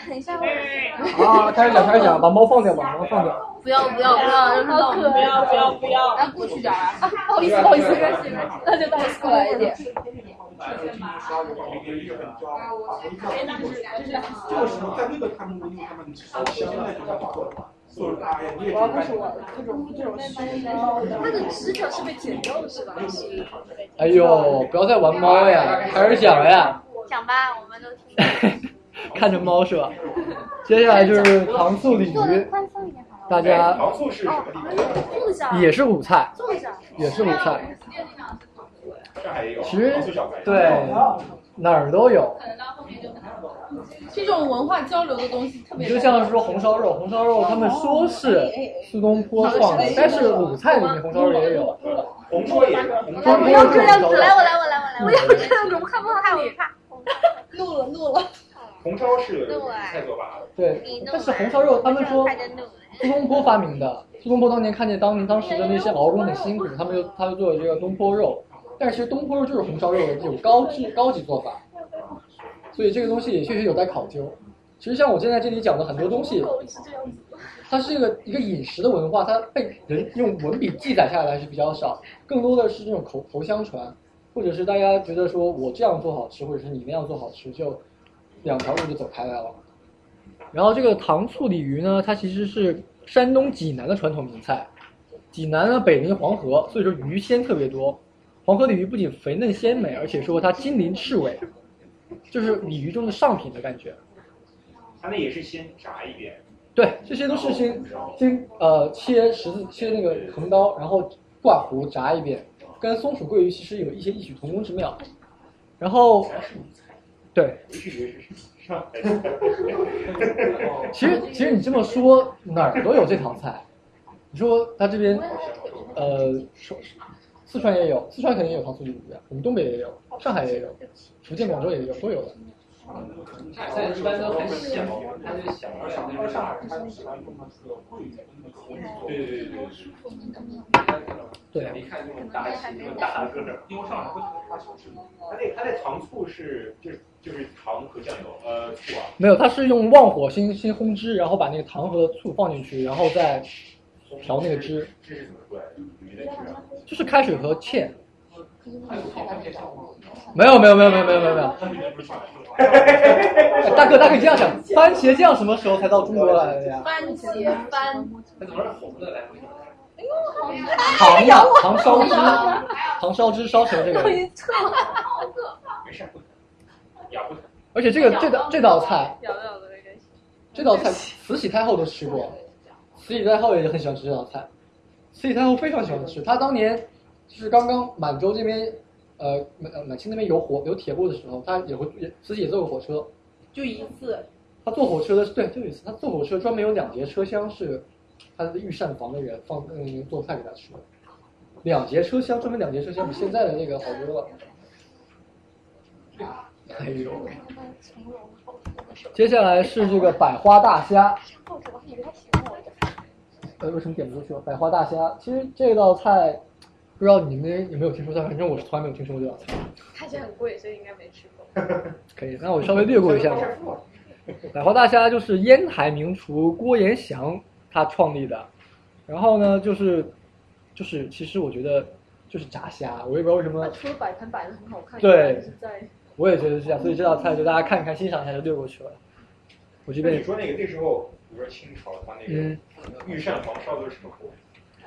[SPEAKER 2] 等一下，
[SPEAKER 4] 啊，开始讲，开始讲，把猫放掉吧，把猫放掉。
[SPEAKER 2] 不要不要不要，扔到不要不要不要，让过去点啊！不好意思不好意思， 那就到过来一点。
[SPEAKER 6] 这个时候在那个他们的那个他们，现在就在网络了，所以大家你也
[SPEAKER 2] 我要不是我这种这种它的指甲是被剪掉是吧？
[SPEAKER 4] 哎呦，不要再玩猫呀，开始讲呀，
[SPEAKER 9] 讲吧，我们都听。
[SPEAKER 4] 看着猫是吧？接下来就是糖醋鲤
[SPEAKER 9] 做的
[SPEAKER 4] 鱼，
[SPEAKER 9] 宽松一点好吗？
[SPEAKER 4] 大家
[SPEAKER 6] 是什么地方？
[SPEAKER 2] 坐一下，
[SPEAKER 4] 也是午菜，
[SPEAKER 2] 坐一下。
[SPEAKER 4] 也是午菜。
[SPEAKER 6] 上海也有，
[SPEAKER 4] 其实
[SPEAKER 6] 糖醋小排
[SPEAKER 4] 对哪儿都有，
[SPEAKER 2] 这种文化交流的东西特
[SPEAKER 4] 你
[SPEAKER 2] 别。
[SPEAKER 4] 就像是说红烧肉，红烧肉他们说是苏东坡创的，但是午菜里面红烧肉也有，
[SPEAKER 6] 红烧也有，红
[SPEAKER 4] 烧
[SPEAKER 2] 我
[SPEAKER 4] 也有
[SPEAKER 2] 要这样
[SPEAKER 4] 红
[SPEAKER 2] 子，
[SPEAKER 4] 烧
[SPEAKER 2] 来
[SPEAKER 4] 肉
[SPEAKER 2] 我来我来我来，我要这样子，我害不害我怕。
[SPEAKER 9] 怒了怒了，
[SPEAKER 6] 红烧是菜做法，
[SPEAKER 4] 对，但是红烧肉他们说苏东坡发明的，苏东坡当年看见当当时的那些劳工很辛苦，他们就他就做了这个东坡肉，但是其实东坡肉就是红烧肉的这种高质高级做法，所以这个东西也确实有待考究。其实像我现在这里讲的很多东西，它是一个一个饮食的文化，它被人用文笔记载下来是比较少，更多的是这种口口相传，或者是大家觉得说我这样做好吃，或者是你那样做好吃，就两条路就走开来了。然后这个糖醋鲤鱼呢，它其实是山东济南的传统名菜。济南呢北临黄河，所以说鱼鲜特别多。黄河鲤鱼不仅肥嫩鲜美，而且说它金鳞赤尾，就是鲤鱼中的上品的感觉。
[SPEAKER 28] 它那也是先炸一遍，
[SPEAKER 4] 对，这些都是先先呃切十字切那个横刀，然后挂糊炸一遍，跟松鼠桂鱼其实有一些异曲同工之妙。然后，对，
[SPEAKER 28] 上海
[SPEAKER 4] 其实其实你这么说，哪儿都有这堂菜。你说他这边，呃，说四川也有，四川肯定也有糖醋鲤鱼啊，我们东北也有，上海也有，福建、广州也有，都有的。
[SPEAKER 3] 菜一般都很小，它就小
[SPEAKER 6] 而上而上海人他们喜欢用的是桂鱼的那个口味，
[SPEAKER 3] 对对对
[SPEAKER 2] 嗯
[SPEAKER 4] 对，
[SPEAKER 3] 一看这种大气，这种
[SPEAKER 6] 大
[SPEAKER 3] 大
[SPEAKER 6] 个
[SPEAKER 3] 个
[SPEAKER 6] 儿
[SPEAKER 3] 儿，，
[SPEAKER 6] 因为上海会很花小吃嘛。
[SPEAKER 28] 它那它那糖醋是就是就是糖和酱油，呃醋啊，
[SPEAKER 4] 没有，它是用旺火先先烘汁，然后把那个糖和醋放进去，然后再调那个汁，
[SPEAKER 28] 这是怎么出来的？鱼的汁啊，
[SPEAKER 4] 就是开水和芡。没有没有没有没有没有没有没有，嗯大哥大哥你这样想，番茄酱什么时候才到中国来的呀？
[SPEAKER 2] 番茄番，
[SPEAKER 3] 它总是红的来回。
[SPEAKER 4] 糖呀，糖烧
[SPEAKER 9] 还
[SPEAKER 4] 汁，糖烧汁烧成这个。
[SPEAKER 9] 撤，好可怕！
[SPEAKER 6] 没事，不疼，咬不疼。
[SPEAKER 4] 而且这个这道这道菜，
[SPEAKER 10] 咬着咬着有点喜
[SPEAKER 4] 这道菜慈禧太后都吃过，慈禧太后也很喜欢吃这道菜，慈禧太后非常喜欢吃。她当年就是刚刚满洲这边，呃，满呃满清那边有火有铁路的时候，她也会也慈禧也坐过火车。
[SPEAKER 2] 就一次，
[SPEAKER 4] 她坐火车的对，就有一次她坐火车专门有两节车厢是她的御膳房的人放嗯做菜给她吃的，两节车厢专门两节车厢比现在的那个好多了。哎呦
[SPEAKER 9] 欢从容抱住我的手
[SPEAKER 4] 接下来是这个百花大虾，
[SPEAKER 9] 抱着我还以为他喜欢我的。
[SPEAKER 4] 呃，为什么点不出去？百花大虾，其实这道菜，不知道你们有没有听说，但反正我是从来没有听说过这道菜。
[SPEAKER 10] 它现在很贵，所以应该没吃过。
[SPEAKER 4] 可以，那我稍微略过一下吧。百花大虾就是烟台名厨郭延祥他创立的，然后呢，就是就是其实我觉得就是炸虾，我也不知道为什么
[SPEAKER 7] 那除了摆盘摆的很好看，
[SPEAKER 4] 嗯对
[SPEAKER 7] 就是在
[SPEAKER 4] 我也觉得是这样，所以这道菜就大家看一看、欣赏一下就略过去了。我这
[SPEAKER 6] 那
[SPEAKER 4] 边
[SPEAKER 6] 你说那个那时候，比如说清朝的话，那
[SPEAKER 4] 嗯
[SPEAKER 6] 个御膳房烧的是什么火？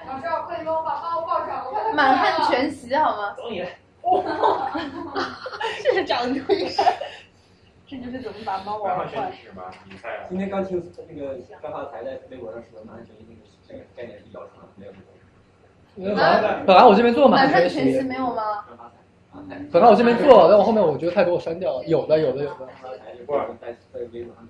[SPEAKER 14] 老师，快点帮我把帮我抱上，我快
[SPEAKER 10] 满汉全席好吗？
[SPEAKER 6] 走你的。
[SPEAKER 10] 这是长知识。
[SPEAKER 8] 这就是怎么把猫
[SPEAKER 6] 白
[SPEAKER 8] 玩
[SPEAKER 6] 话
[SPEAKER 8] 坏。
[SPEAKER 6] 全是什么？你猜啊？
[SPEAKER 3] 今天刚听那个刚刚才在微博上说满汉全席那个这个概念是谣传，没有这
[SPEAKER 4] 本
[SPEAKER 3] 个。
[SPEAKER 4] 来本来我这边做满
[SPEAKER 10] 满
[SPEAKER 4] 汉
[SPEAKER 10] 汉
[SPEAKER 4] 全
[SPEAKER 10] 全
[SPEAKER 4] 席
[SPEAKER 10] 席，没有吗？
[SPEAKER 4] 本来我这边做，但我后面我觉得太多，我删掉了。有的，有的，有的。
[SPEAKER 6] 不是
[SPEAKER 3] 在在微博上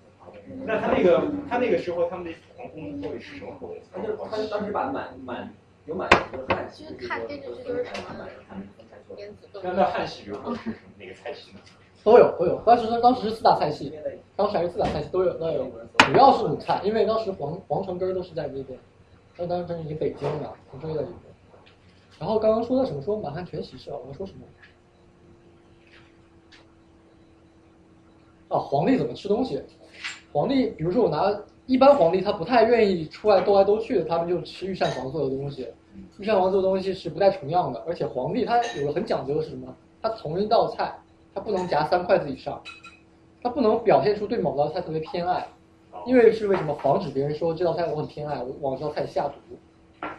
[SPEAKER 6] 那他那个他那个时候他们那皇宫到底是什么口味？
[SPEAKER 3] 他就他就当时把满满有满有汉
[SPEAKER 10] 就
[SPEAKER 3] 就是
[SPEAKER 10] 看电视剧都是什么莲子豆
[SPEAKER 6] 那那汉式比如说是什么哪个菜系呢？
[SPEAKER 4] 都有都有，当时当时是四大菜系，当时还是四大菜系都有都有，主要是鲁菜，因为当时皇皇城根儿都是在这边，但当时已经北京了，皇城也在这边。然后刚刚说到什么？说满汉全席是吧？我要说什么？啊，皇帝怎么吃东西？皇帝，比如说我拿一般皇帝他不太愿意出来兜来兜去的，他们就吃御膳房做的东西。御膳房做的东西是不带重样的，而且皇帝他有个很讲究的是什么？他同一道菜，他不能夹三筷子以上，他不能表现出对某道菜特别偏爱，因为是为什么防止别人说这道菜我很偏爱，我往这道菜下毒。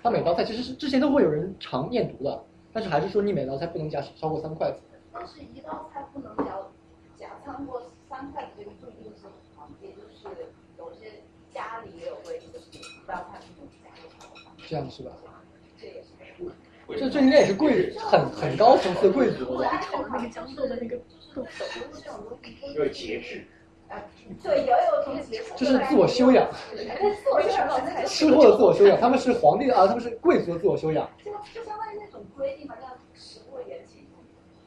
[SPEAKER 4] 他每道菜其实是之前都会有人尝验毒的，但是还是说你每道菜不能夹超过三筷子。
[SPEAKER 12] 但是一道菜不能夹夹餐过三筷子这个规定是很常见，就是有些家里也有规定，就是一道菜不能夹超过三筷子，
[SPEAKER 4] 这样是吧？
[SPEAKER 12] 这也是没有。
[SPEAKER 4] 这这应该也是贵很很高层次的贵族了。
[SPEAKER 12] 炒那个
[SPEAKER 7] 江浙的那个豆
[SPEAKER 12] 豆，就是这种东西。
[SPEAKER 6] 要有节制。
[SPEAKER 12] 对，也有一种节制。
[SPEAKER 4] 这是自我修养，
[SPEAKER 12] 自
[SPEAKER 10] 哎
[SPEAKER 12] 我修养，
[SPEAKER 4] 吃货的自我修养，他们是皇帝的啊，他们是贵族的自我修养。
[SPEAKER 12] 就就相当于那种规定嘛，叫食过言轻，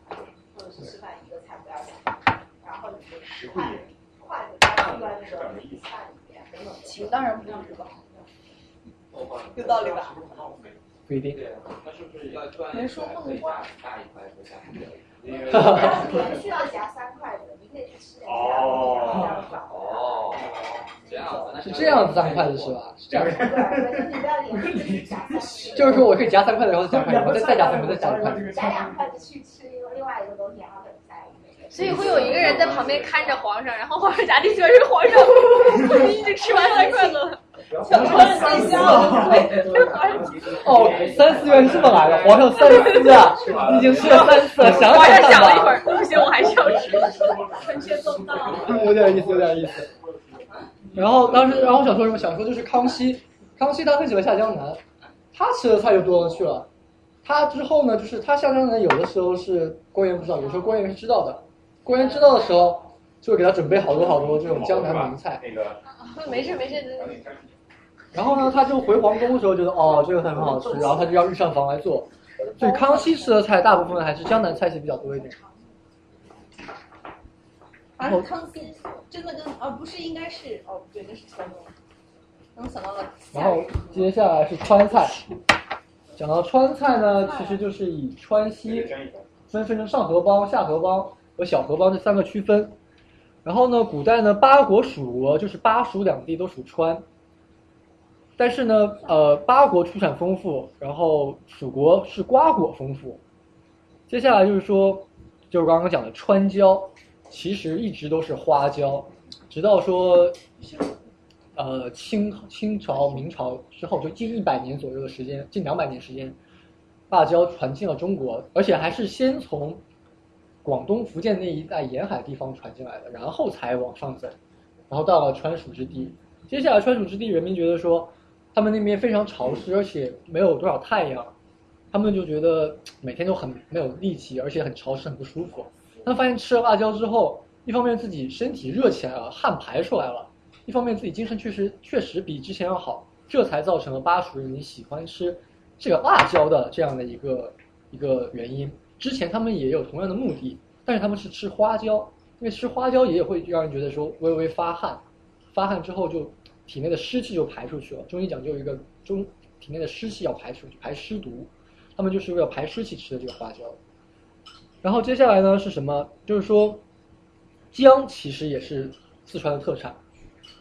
[SPEAKER 12] 或者是吃饭一个菜不要夹，然后你
[SPEAKER 6] 食
[SPEAKER 12] 筷子筷子夹出来的时候，饭里面等等。
[SPEAKER 2] 情当然不是吧？
[SPEAKER 8] 有道理吧？
[SPEAKER 4] 不一定。
[SPEAKER 3] 他是不是要断
[SPEAKER 2] 没说
[SPEAKER 3] 可以
[SPEAKER 2] 梦
[SPEAKER 3] 大
[SPEAKER 2] 话
[SPEAKER 3] 大一块和下一块？
[SPEAKER 12] 连续要夹三筷子，你可以去吃点其他东西，然后这样转回来。
[SPEAKER 3] 哦，这样子
[SPEAKER 4] 是这样子三筷子是吧？是这样子，
[SPEAKER 12] 对，可是你不要连续夹三筷子，
[SPEAKER 4] 就是说我可以夹三筷子，然后再夹两筷子，然后再再夹三筷子，再夹两筷子。
[SPEAKER 12] 夹两筷子去吃另外一个东西，然后再夹一个。
[SPEAKER 10] 所以会有一个人在旁边看着皇上，然后皇上夹进去是皇上，你已经吃完三筷子了。
[SPEAKER 4] 皇上
[SPEAKER 10] 三
[SPEAKER 4] 思啊！哦，三思源是这么来的，皇上三思啊！你已经吃了三次了，想
[SPEAKER 10] 皇上
[SPEAKER 4] 想
[SPEAKER 10] 想
[SPEAKER 4] 看
[SPEAKER 10] 了一会
[SPEAKER 4] 吧。
[SPEAKER 10] 儿，不行，我还是要 吃。
[SPEAKER 7] 臣妾送到了。
[SPEAKER 4] 有点意思，有点意思。然后当时，然后我想说什么？想说就是康熙，康熙他很喜欢下江南，他吃的菜就多了去了。他之后呢，就是他下江南有的时候是官员不知道，有时候官员是知道的。官员知道的时候，就会给他准备好多好多这种江南名菜。
[SPEAKER 6] 那个
[SPEAKER 10] 没事没事，
[SPEAKER 4] 然后呢，他就回皇宫的时候觉得哦，这个菜很好吃，然后他就让御膳房来做。所以康熙吃的菜大部分还是江南菜系比较多一点。
[SPEAKER 10] 啊
[SPEAKER 2] 反正康熙真的跟啊不是应该是哦不对那是乾隆，然后想到了
[SPEAKER 4] 然后接下来是川菜，讲到川菜呢，其实就是以川西分分成上河帮、下河帮和小河帮这三个区分。然后呢，古代呢，八国蜀国就是巴蜀两地都属川，但是呢，呃，八国出产丰富，然后蜀国是瓜果丰富。接下来就是说，就是刚刚讲的川椒，其实一直都是花椒，直到说呃清清朝、明朝之后，就近一百年左右的时间，近两百年时间，辣椒传进了中国，而且还是先从广东、福建那一带沿海地方传进来的，然后才往上走，然后到了川蜀之地。接下来川蜀之地人民觉得说，他们那边非常潮湿，而且没有多少太阳，他们就觉得每天都很没有力气，而且很潮湿，很不舒服。他们发现吃了辣椒之后，一方面自己身体热起来了，汗排出来了，一方面自己精神确实确实比之前要好，这才造成了巴蜀人民喜欢吃这个辣椒的这样的一个一个原因。之前他们也有同样的目的，但是他们是吃花椒，因为吃花椒也会让人觉得说微微发汗，发汗之后就体内的湿气就排出去了。中医讲究一个中体内的湿气要排出去，排湿毒，他们就是为了排湿气吃的这个花椒。然后接下来呢是什么？就是说，姜其实也是四川的特产。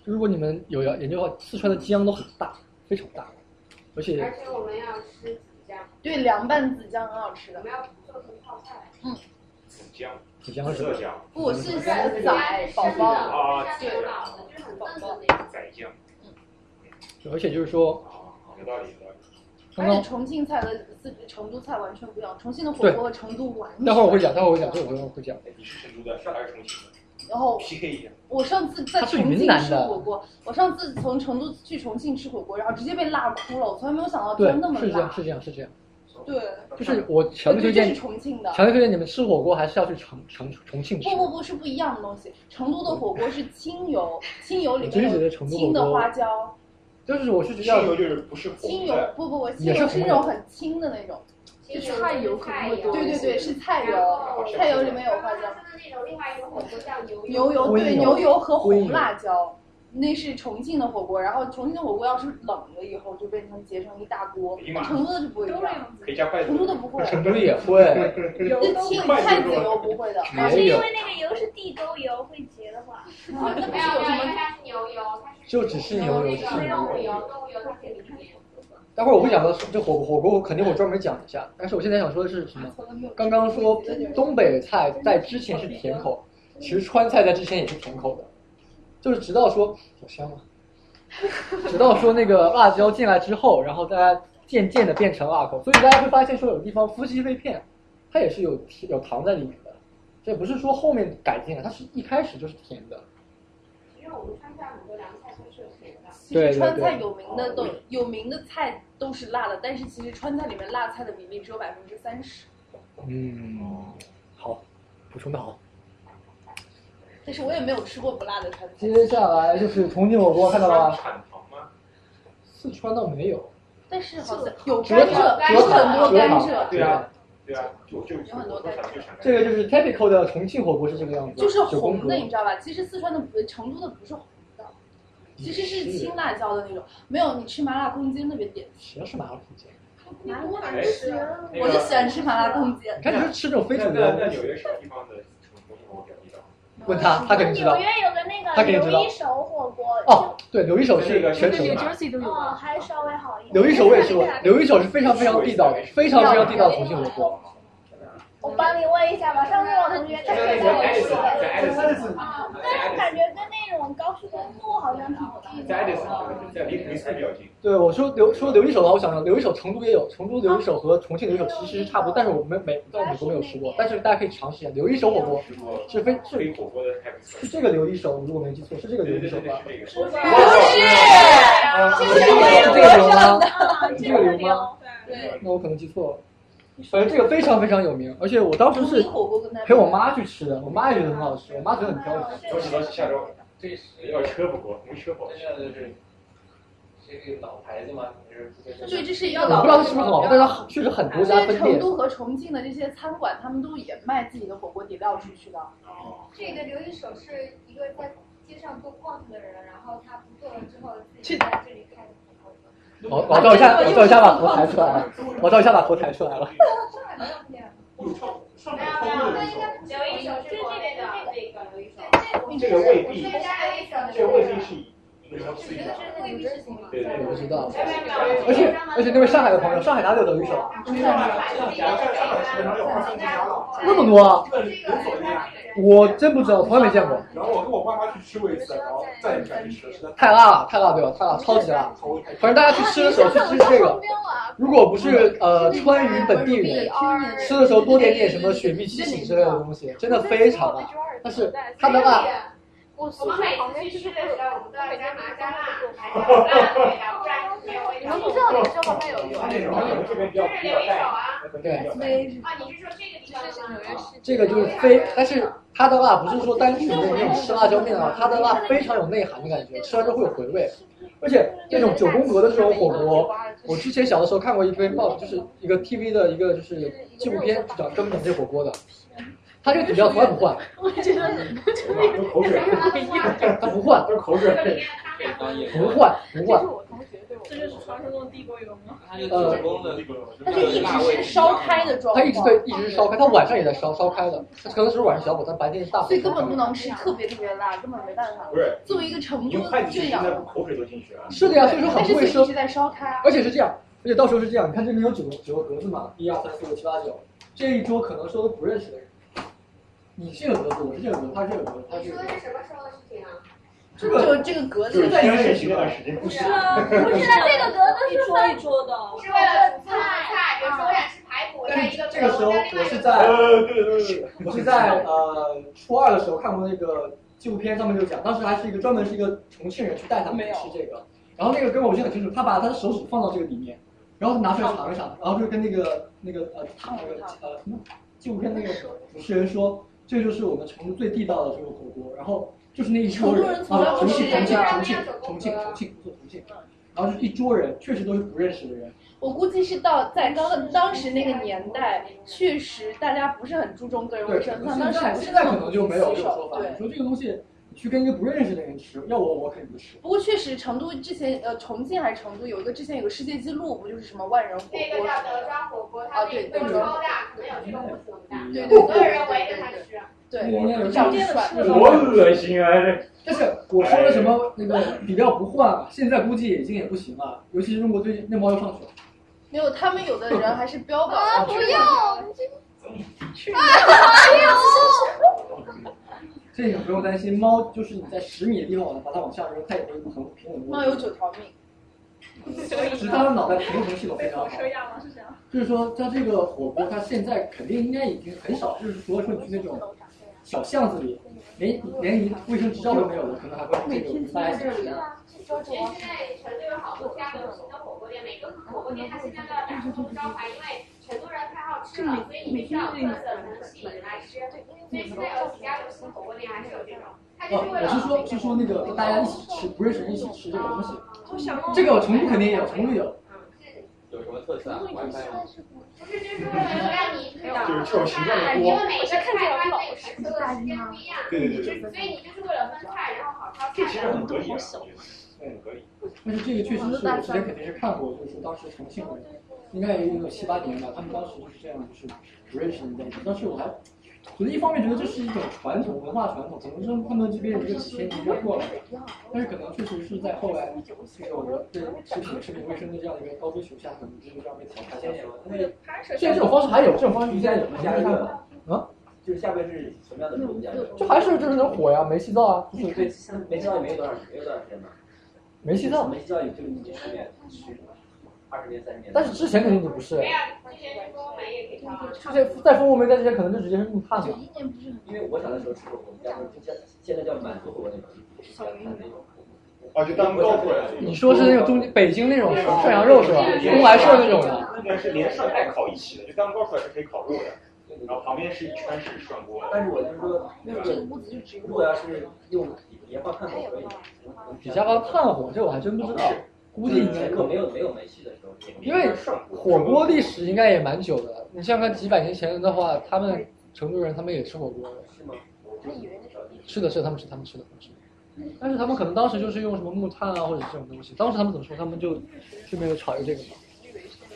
[SPEAKER 4] 就如果你们有要研究的话，四川的姜都很大，非常大，而且
[SPEAKER 7] 而且我们要吃子酱，
[SPEAKER 2] 对，凉拌子酱很好吃的。
[SPEAKER 7] 我们要做成泡菜。嗯，
[SPEAKER 6] 子姜，
[SPEAKER 4] 子姜
[SPEAKER 6] 是浙江，
[SPEAKER 2] 不是仔仔宝宝
[SPEAKER 6] 啊，
[SPEAKER 2] 对，
[SPEAKER 7] 就是很棒的
[SPEAKER 6] 仔姜，
[SPEAKER 4] 而且就是说，
[SPEAKER 6] 有道理，有道理。
[SPEAKER 2] 而
[SPEAKER 4] 嗯
[SPEAKER 2] 且重庆菜和四成都菜完全不一样，重庆的火锅和成都完全不一样。
[SPEAKER 4] 待会儿我会讲，待会儿我会讲，这我会会讲。
[SPEAKER 2] 哦
[SPEAKER 6] 你是成都的，上还是重庆的？
[SPEAKER 2] 然后
[SPEAKER 6] PK 一下。
[SPEAKER 2] 我上次在
[SPEAKER 4] 它是
[SPEAKER 2] 重
[SPEAKER 4] 云
[SPEAKER 2] 庆
[SPEAKER 4] 南
[SPEAKER 2] 吃
[SPEAKER 4] 的
[SPEAKER 2] 火锅，我上次从成都去重庆吃火锅，然后直接被辣哭了，我从来没有想到
[SPEAKER 4] 对
[SPEAKER 2] 真那么，
[SPEAKER 4] 是这样，
[SPEAKER 2] 辣。
[SPEAKER 4] 是这样，是这样。
[SPEAKER 2] 对，
[SPEAKER 4] 就是我强
[SPEAKER 2] 我觉得
[SPEAKER 4] 烈推
[SPEAKER 2] 这
[SPEAKER 4] 荐，
[SPEAKER 2] 是重庆的
[SPEAKER 4] 强烈推荐你们吃火锅还是要去重重重庆吃
[SPEAKER 2] 不。不不是不一样的东西，成都的火锅是清 油，清油里
[SPEAKER 4] 我真是
[SPEAKER 2] 面
[SPEAKER 4] 觉得
[SPEAKER 2] 有
[SPEAKER 4] 成都火
[SPEAKER 2] 清的
[SPEAKER 4] 锅
[SPEAKER 2] 花椒，
[SPEAKER 4] 就是我是觉得
[SPEAKER 6] 清油就是不是
[SPEAKER 2] 清油不不不，清
[SPEAKER 4] 也是
[SPEAKER 2] 油是
[SPEAKER 4] 红
[SPEAKER 2] 那
[SPEAKER 4] 油
[SPEAKER 2] 种很轻的那种，
[SPEAKER 7] 清
[SPEAKER 2] 就
[SPEAKER 7] 油
[SPEAKER 2] 菜
[SPEAKER 7] 是
[SPEAKER 2] 油可
[SPEAKER 7] 菜
[SPEAKER 2] 能会
[SPEAKER 7] 油
[SPEAKER 2] 多一些对对对，是菜油，菜油里面有花椒，
[SPEAKER 7] 那种另外一个火锅叫牛
[SPEAKER 2] 牛油
[SPEAKER 4] 灰
[SPEAKER 2] 对
[SPEAKER 4] 油
[SPEAKER 2] 牛油和
[SPEAKER 4] 灰油
[SPEAKER 2] 红辣椒，那是重庆的火锅，然后重庆的火锅要是冷了以后就变成结成一大
[SPEAKER 4] 哎
[SPEAKER 2] 锅，
[SPEAKER 6] 妈
[SPEAKER 2] 成都的就不会这样，
[SPEAKER 6] 可以加筷子。
[SPEAKER 2] 成都的不会，
[SPEAKER 4] 成都也会，
[SPEAKER 2] 这清菜籽油不会的，
[SPEAKER 9] 那
[SPEAKER 4] 也
[SPEAKER 9] 是因
[SPEAKER 4] 有
[SPEAKER 9] 为那个油是地沟油会结的话，
[SPEAKER 2] 啊那不是有什么
[SPEAKER 9] 它哦是牛油，它
[SPEAKER 4] 就只是牛油，是
[SPEAKER 9] 是
[SPEAKER 4] 牛
[SPEAKER 9] 动物
[SPEAKER 4] 油。
[SPEAKER 9] 油，动物油它可以里面。
[SPEAKER 4] 待会儿我会讲到这火火锅，我肯定我专门讲一下。但是我现在想说的是什么？刚刚说东北菜在之前是甜口，其实川菜在之前也是甜口的，就是直到说好香啊，直到说那个辣椒进来之后，然后大家渐渐的变成辣口，所以大家会发现说有地方夫妻肺片，它也是有甜有糖在里面的，这不是说后面改进的，它是一开始就是甜的。
[SPEAKER 7] 因为我们川菜很多凉菜都是有甜的。
[SPEAKER 2] 其
[SPEAKER 4] 对
[SPEAKER 2] 实
[SPEAKER 4] 对
[SPEAKER 2] 川菜
[SPEAKER 4] 对
[SPEAKER 2] 有名的都有名的菜都是辣的，但是其实川菜里面辣菜的比例只有百分之三十。
[SPEAKER 4] 嗯，好，补充的好。
[SPEAKER 2] 但是我也没有吃过不辣的川菜，
[SPEAKER 4] 接下来就是重庆火锅，看到了吧？
[SPEAKER 6] 产糖吗？
[SPEAKER 4] 四川倒没有，
[SPEAKER 2] 但是好像有
[SPEAKER 4] 蔗
[SPEAKER 2] 甘蔗，
[SPEAKER 4] 蔗
[SPEAKER 2] 有很多
[SPEAKER 4] 蔗
[SPEAKER 2] 甘
[SPEAKER 4] 糖
[SPEAKER 2] 蔗，
[SPEAKER 6] 对啊，对啊，就就有很多甘蔗。
[SPEAKER 4] 这个就是 typical 的重庆火锅是这个样子，
[SPEAKER 2] 就是
[SPEAKER 4] 九宫
[SPEAKER 2] 红
[SPEAKER 4] 格
[SPEAKER 2] 的，你知道吧？其实四川的不，成都的不是红的，其实是青辣椒的那种。没有，你吃麻辣空间那边点。
[SPEAKER 4] 谁是麻辣空间？
[SPEAKER 2] 麻
[SPEAKER 6] 辣
[SPEAKER 2] 辣
[SPEAKER 6] 哎
[SPEAKER 2] 吃
[SPEAKER 8] 啊
[SPEAKER 6] 那，个
[SPEAKER 2] 我就喜欢吃麻辣空间。
[SPEAKER 4] 你看你是吃这种非主
[SPEAKER 6] 那
[SPEAKER 4] 流
[SPEAKER 6] 那那纽约什么地方的重庆火锅比较地道？
[SPEAKER 4] 问他，他肯定知道
[SPEAKER 9] 纽。约有个那
[SPEAKER 4] 他肯
[SPEAKER 9] 个
[SPEAKER 4] 定知道
[SPEAKER 9] 牛一手火锅，
[SPEAKER 4] 哦，对，刘一手是全球的，
[SPEAKER 9] Jersey 都有，哦，还稍微好一点。
[SPEAKER 4] 刘一手我也吃过，刘一手是非常非常地道的，非常非常地道的重庆火锅。
[SPEAKER 9] 我帮你问一下吧，上次我同学他也在我吃的，啊，但是感觉跟那种高速公路好像挺近
[SPEAKER 6] 在爱
[SPEAKER 9] 的。
[SPEAKER 6] 迪生，在离离斯比较近。
[SPEAKER 4] 对，我说刘说刘一手的话，我想想，刘一手成都也有，成都刘一手和重庆刘一手其实是差不多，但是我们美在美国没有吃过，但是大家可以尝试一下刘一手火锅，是非是
[SPEAKER 6] 火锅的还不错。
[SPEAKER 4] 是这个刘一手，如果没记错，是这个刘一手吧？不
[SPEAKER 6] 是，不是
[SPEAKER 2] 哎
[SPEAKER 9] 啊
[SPEAKER 4] 这个刘吗？是这个刘吗？
[SPEAKER 2] 对，
[SPEAKER 4] 那我可能记错了。反正这个非常非常有名，而且我当时是陪我妈去吃的，我妈也觉得很好吃，我妈觉得很挑剔。
[SPEAKER 6] 我只能下周
[SPEAKER 3] 这是
[SPEAKER 6] 要车不过，没车不
[SPEAKER 3] 真正的就是这个老牌子嘛，就是
[SPEAKER 2] 对，这是一
[SPEAKER 4] 我
[SPEAKER 2] 个老
[SPEAKER 4] 不知道它是不是很好，但是它确实很多
[SPEAKER 2] 其
[SPEAKER 4] 家
[SPEAKER 2] 实
[SPEAKER 4] 分
[SPEAKER 2] 嗯成
[SPEAKER 4] 店。
[SPEAKER 2] 都和重庆的这些餐馆，他们都也卖自己的火锅底料出去的。
[SPEAKER 29] 这个刘一手是一个在街上多逛的人，然后他不做了之后，自己在这里开的。
[SPEAKER 4] 我我照一下，我照一下把头抬出来了，我照一下把头抬出来了。
[SPEAKER 9] 刘一手是这边的这个刘一手，
[SPEAKER 6] 这个未必，这
[SPEAKER 9] 这
[SPEAKER 6] 个未必是一个对对，
[SPEAKER 4] 我知道，而且而且那位上海的朋友，上海哪里有德云社？啊
[SPEAKER 6] 上海上海上海市场有二三家，
[SPEAKER 4] 那么多啊！
[SPEAKER 6] 这个无所谓啊，
[SPEAKER 4] 我真不知道，从来没见过。
[SPEAKER 21] 然后我跟我爸妈去吃过一次，然后再也不敢去吃了，实在
[SPEAKER 4] 太辣了，太辣对吧？太辣，超级辣。反正大家去吃的时候去吃这个，如果不是呃川渝本地人，吃的时候多点点什么雪碧、七喜之类的东西，真的非常辣。但是啊它的辣，
[SPEAKER 9] 我们每次去吃的时候，我们都要加麻啊加辣，
[SPEAKER 8] 你们不知道你生活上有
[SPEAKER 21] 他那种可能这边比较比较淡，
[SPEAKER 4] 对，
[SPEAKER 9] 啊，你啊是说这个地方吗？
[SPEAKER 4] 这个就是非，但是它的辣不是说单纯的那种吃辣椒面的辣，它的辣非常有内涵的感觉，吃完之后会有回味。而且那种九宫格的这种火锅，我之前小的时候看过一篇报，就是一个 TV 的一个就是纪录片，叫专门讲这火锅的。他这个底料从来不换，
[SPEAKER 9] 我觉得
[SPEAKER 21] 都口水，
[SPEAKER 4] 他不换，
[SPEAKER 21] 都是口水，
[SPEAKER 4] 不换不换。
[SPEAKER 7] 这就是传说中的地沟油吗？
[SPEAKER 4] 呃，
[SPEAKER 8] 它就一直是烧开的状
[SPEAKER 4] 他
[SPEAKER 8] 况，
[SPEAKER 4] 一直对一直是烧开，他晚上也在烧烧开的，他可能是晚上小火，他白天是大火。
[SPEAKER 8] 所以根本不能吃特别特别辣，根本没办法。
[SPEAKER 21] 不是
[SPEAKER 8] 作为一个成
[SPEAKER 21] 你
[SPEAKER 8] 都
[SPEAKER 21] 用筷子去
[SPEAKER 8] 这
[SPEAKER 21] 现
[SPEAKER 8] 样，
[SPEAKER 21] 在口水都进去了。
[SPEAKER 4] 是的啊呀，所以说很不会
[SPEAKER 8] 但是所以
[SPEAKER 4] 生
[SPEAKER 8] 一直。在烧开啊。
[SPEAKER 4] 而且是这样，而且到时候是这样，你看这边有九个九个格子嘛，一二三四五六七八九，这一桌可能说都不认识的人。你这个格子，我是这个格子，他这个格子，他
[SPEAKER 9] 你
[SPEAKER 4] 这
[SPEAKER 9] 说
[SPEAKER 4] 个格
[SPEAKER 9] 的
[SPEAKER 4] 子。
[SPEAKER 9] 是什么时候的事情啊？
[SPEAKER 8] 这个这个格子
[SPEAKER 21] 就是
[SPEAKER 8] 在
[SPEAKER 21] 天神奇那段时间，
[SPEAKER 9] 不是啊，不是啊，这个格子是分
[SPEAKER 7] 一桌的，
[SPEAKER 9] 是为了煮菜，比如说我想吃排骨，我在
[SPEAKER 4] 但
[SPEAKER 9] 一
[SPEAKER 4] 是
[SPEAKER 9] 个
[SPEAKER 4] 啊这个时候，
[SPEAKER 9] 在另
[SPEAKER 4] 我
[SPEAKER 9] 外一
[SPEAKER 4] 是
[SPEAKER 9] 个。
[SPEAKER 4] 在
[SPEAKER 21] 呃对对对
[SPEAKER 4] 我是在呃初二的时候看过那个纪录片，上面就讲，当时还是一个专门是一个重庆人去带他们去吃这个，然后那个哥们儿我记得很清楚，他把他的手指放到这个里面，然后拿出来尝一尝，然后就跟那个那个呃他那个呃什么纪录片那个主持人说，这就是我们成都最地道的这个火锅，然后就是那一桌人啊，重庆重庆重庆重庆重庆不是重庆，然后就一桌人确实都是不认识的人，
[SPEAKER 2] 我估计是到在当当时那个年代，确实大家不是很注重个人
[SPEAKER 4] 对，
[SPEAKER 2] 卫
[SPEAKER 4] 可
[SPEAKER 2] 生，像
[SPEAKER 4] 能现
[SPEAKER 2] 当时
[SPEAKER 4] 在
[SPEAKER 2] 不是
[SPEAKER 4] 现在
[SPEAKER 2] 那
[SPEAKER 4] 可
[SPEAKER 2] 么
[SPEAKER 4] 能就没有这
[SPEAKER 2] 洗
[SPEAKER 4] 种
[SPEAKER 2] 手
[SPEAKER 4] 说法。
[SPEAKER 2] 对
[SPEAKER 4] 你说这个东西，你去跟一个不认识的人吃，要我我肯定不吃。
[SPEAKER 2] 不过确实，成都之前呃，重庆还是成都有一个之前有个世界纪录，不就是什么万人火锅？
[SPEAKER 9] 那个叫德庄火锅，它
[SPEAKER 2] 啊，
[SPEAKER 9] 那
[SPEAKER 2] 对，
[SPEAKER 9] 个
[SPEAKER 2] 那
[SPEAKER 9] 锅
[SPEAKER 2] 种
[SPEAKER 9] 超大，可能有这个屋子那么大，
[SPEAKER 2] 对对
[SPEAKER 9] 所有人围着它吃。
[SPEAKER 2] 对，
[SPEAKER 4] 我
[SPEAKER 2] 长得帅
[SPEAKER 21] 多恶心啊！这
[SPEAKER 4] 但是我说的什
[SPEAKER 2] 哎
[SPEAKER 4] 么那个底料不换啊，现在估计已经也不行了，尤其是中国最近面包又上去了。
[SPEAKER 2] 没有，他们有的人还是标榜
[SPEAKER 10] 啊，不 要，
[SPEAKER 2] 去
[SPEAKER 4] 这个不用担心，猫就是你在十米的地方把它往下扔，它也会很平稳地
[SPEAKER 2] 猫有九条命，
[SPEAKER 4] 只是它的脑袋平衡系统非
[SPEAKER 7] 被
[SPEAKER 4] 常
[SPEAKER 7] 火
[SPEAKER 4] 好。
[SPEAKER 7] 车压吗？是这样。
[SPEAKER 4] 就是说，它这个火锅，它现在肯定应该已经很少，就是除了说你去那种小巷子里，连连一个卫生执照都没有的，可能还会这个大家一起吃。
[SPEAKER 9] 其实现在成都有好多家有新的火锅店，每个火锅店它现在都要打出招牌，因为成都人太好吃了，所以你必须要有特色才能吸引人来吃。所以现在有几家有新火锅店还是有这种，它就
[SPEAKER 4] 哦
[SPEAKER 9] 是，为
[SPEAKER 4] 我
[SPEAKER 9] 了
[SPEAKER 4] 是说，是说那个大家一起吃，不认识人一起吃这个东西。
[SPEAKER 7] 好想
[SPEAKER 4] 这个成都肯定也有，成都有。
[SPEAKER 17] 有什么特色啊？WiFi 吗？
[SPEAKER 9] 不是就是为了让你知道，
[SPEAKER 21] 就是这种形状的
[SPEAKER 9] 因
[SPEAKER 21] 锅
[SPEAKER 9] 为，每个菜它每个时间不一样，
[SPEAKER 21] 对对对对，
[SPEAKER 9] 所以你就是为了分菜，然后好好
[SPEAKER 21] 这
[SPEAKER 9] 挑
[SPEAKER 21] 其实很
[SPEAKER 9] 菜。
[SPEAKER 21] 合理啊，很合理。
[SPEAKER 4] 但是这个确实是我之前肯定是看过，就是当时重庆人，应该也有七八年吧，他们当时就是这样，就是不认识人在一起。当时我还觉得一方面觉得这是一种传统文化传统，可能是他们这边有一个几千年就过来了，但是可能确实是在后来这种对食品食品卫生的这样一个高追求下，可能就是这样被淘汰下去了。虽然这种方式还有，这种方式现在有，你现在看过吗啊？
[SPEAKER 3] 就是下面是什么样的主题啊？
[SPEAKER 4] 就还是就是那种火呀、煤气灶啊，就是
[SPEAKER 3] 对，没教也没有多少，没有多少时间吧。
[SPEAKER 4] 煤气灶。
[SPEAKER 3] 没教也就一十年、十二十年、三十年。
[SPEAKER 4] 但是之前肯定就不是，
[SPEAKER 9] 没有，之前是跟我们也可以挑啊。
[SPEAKER 4] 之前在蜂窝煤在之前可能就直接是木炭了。
[SPEAKER 3] 因为我小的时候吃火锅，叫叫现在叫满族火锅那种。
[SPEAKER 21] 啊，就当高回来。
[SPEAKER 4] 你说是那个中间北京那种涮羊肉是吧？东来顺那种的。
[SPEAKER 21] 那个是连涮带烤一起的，就当高出来是可以烤肉的，然后旁边是一圈是涮锅。
[SPEAKER 3] 但是我就是说，那
[SPEAKER 21] 对吧
[SPEAKER 3] 个如果要是用棉花炭火可以，
[SPEAKER 4] 底下方炭火这我还真不知道，估计
[SPEAKER 3] 以
[SPEAKER 4] 应该
[SPEAKER 3] 前如果没有没有煤气的时候，
[SPEAKER 4] 因为火锅历史应该也蛮久的。你想想看几百年前的话，他们成都人他们也吃火锅的，
[SPEAKER 3] 是吗？
[SPEAKER 4] 是的，是的他们吃，他们吃的，他们吃的。但是他们可能当时就是用什么木炭啊，或者是这种东西。当时他们怎么说？他们就顺便就炒一个这个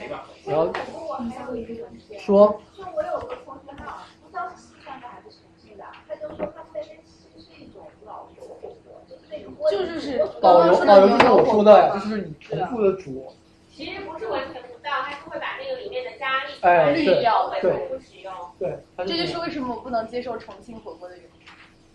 [SPEAKER 4] 嘛。然后
[SPEAKER 9] 我还有一个问题，
[SPEAKER 4] 说
[SPEAKER 9] 就我有个同学哈，不知道是西藏的还是重庆的，他就说他们那边其实是一种老油火锅，就是那种锅
[SPEAKER 2] 就是
[SPEAKER 4] 导游，导游就是我说的，就是你重复的煮。
[SPEAKER 9] 其实不是完全不到，它是会把那个里面的咖喱
[SPEAKER 4] 哎，
[SPEAKER 2] 绿
[SPEAKER 4] 对
[SPEAKER 2] 药
[SPEAKER 4] 对
[SPEAKER 2] 不使用。
[SPEAKER 4] 对，它
[SPEAKER 2] 这就
[SPEAKER 4] 是
[SPEAKER 2] 是为什么我不能接受重庆火锅的原因。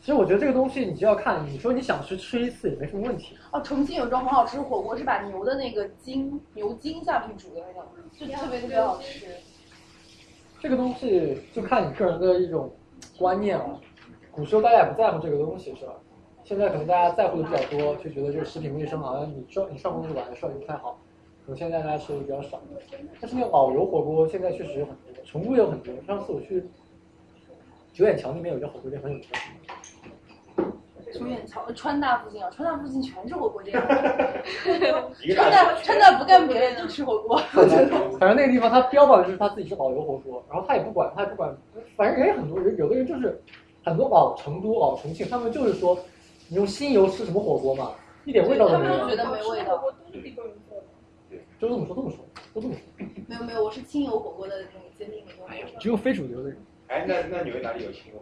[SPEAKER 4] 其实我觉得这个东西你就要看，你说你想吃吃一次也没什么问题。
[SPEAKER 2] 哦，重庆有一种很好吃的火锅，是把牛的那个筋牛筋下去煮的那种，就特别特别好吃。
[SPEAKER 4] 这个东西就看你个人的一种观念了。古时候大家也不在乎这个东西，是吧？现在可能大家在乎的比较多，就觉得这个食品卫生好像你上你上工是晚上效率不太好，可能现在大家吃的比较少。但是那种老油火锅现在确实有很多，成都也有很多。上次我去九眼桥那边有一家火锅店很有名，
[SPEAKER 2] 九眼桥、川大附近啊，川大附近全是火 锅店。
[SPEAKER 4] 一个
[SPEAKER 2] 川大川大不干别的，就吃火锅。
[SPEAKER 4] 反正那个地方他标榜的就是他自己是老油火锅，然后他也不管，他也不管，反正人也很多人，有的人就是很多老成都、老重庆，他们就是说，你用新油吃什么火锅嘛，一点味道都没有，
[SPEAKER 2] 味道。
[SPEAKER 4] 就这么说，这么说，都这么说，
[SPEAKER 2] 没有没有，我是清油火锅的那个坚定的用户。
[SPEAKER 4] 哎只有非主流的人。
[SPEAKER 6] 哎，那那纽约哪里有青油？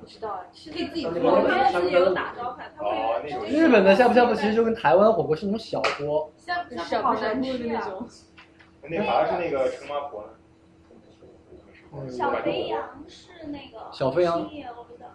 [SPEAKER 2] 不知道啊，
[SPEAKER 8] 哎
[SPEAKER 2] 是可以自己做
[SPEAKER 4] 那
[SPEAKER 2] 的。
[SPEAKER 4] 个
[SPEAKER 2] 他们有打招牌，他们
[SPEAKER 6] 哦，那种
[SPEAKER 4] 日本的呷哺呷哺其实就跟台湾火锅是那种小锅，
[SPEAKER 2] 像
[SPEAKER 18] 像不好难吃啊。
[SPEAKER 6] 那好像是那个陈麻婆呢。
[SPEAKER 4] 嗯
[SPEAKER 30] 小肥羊是那个
[SPEAKER 4] 小肥羊
[SPEAKER 30] 清油的，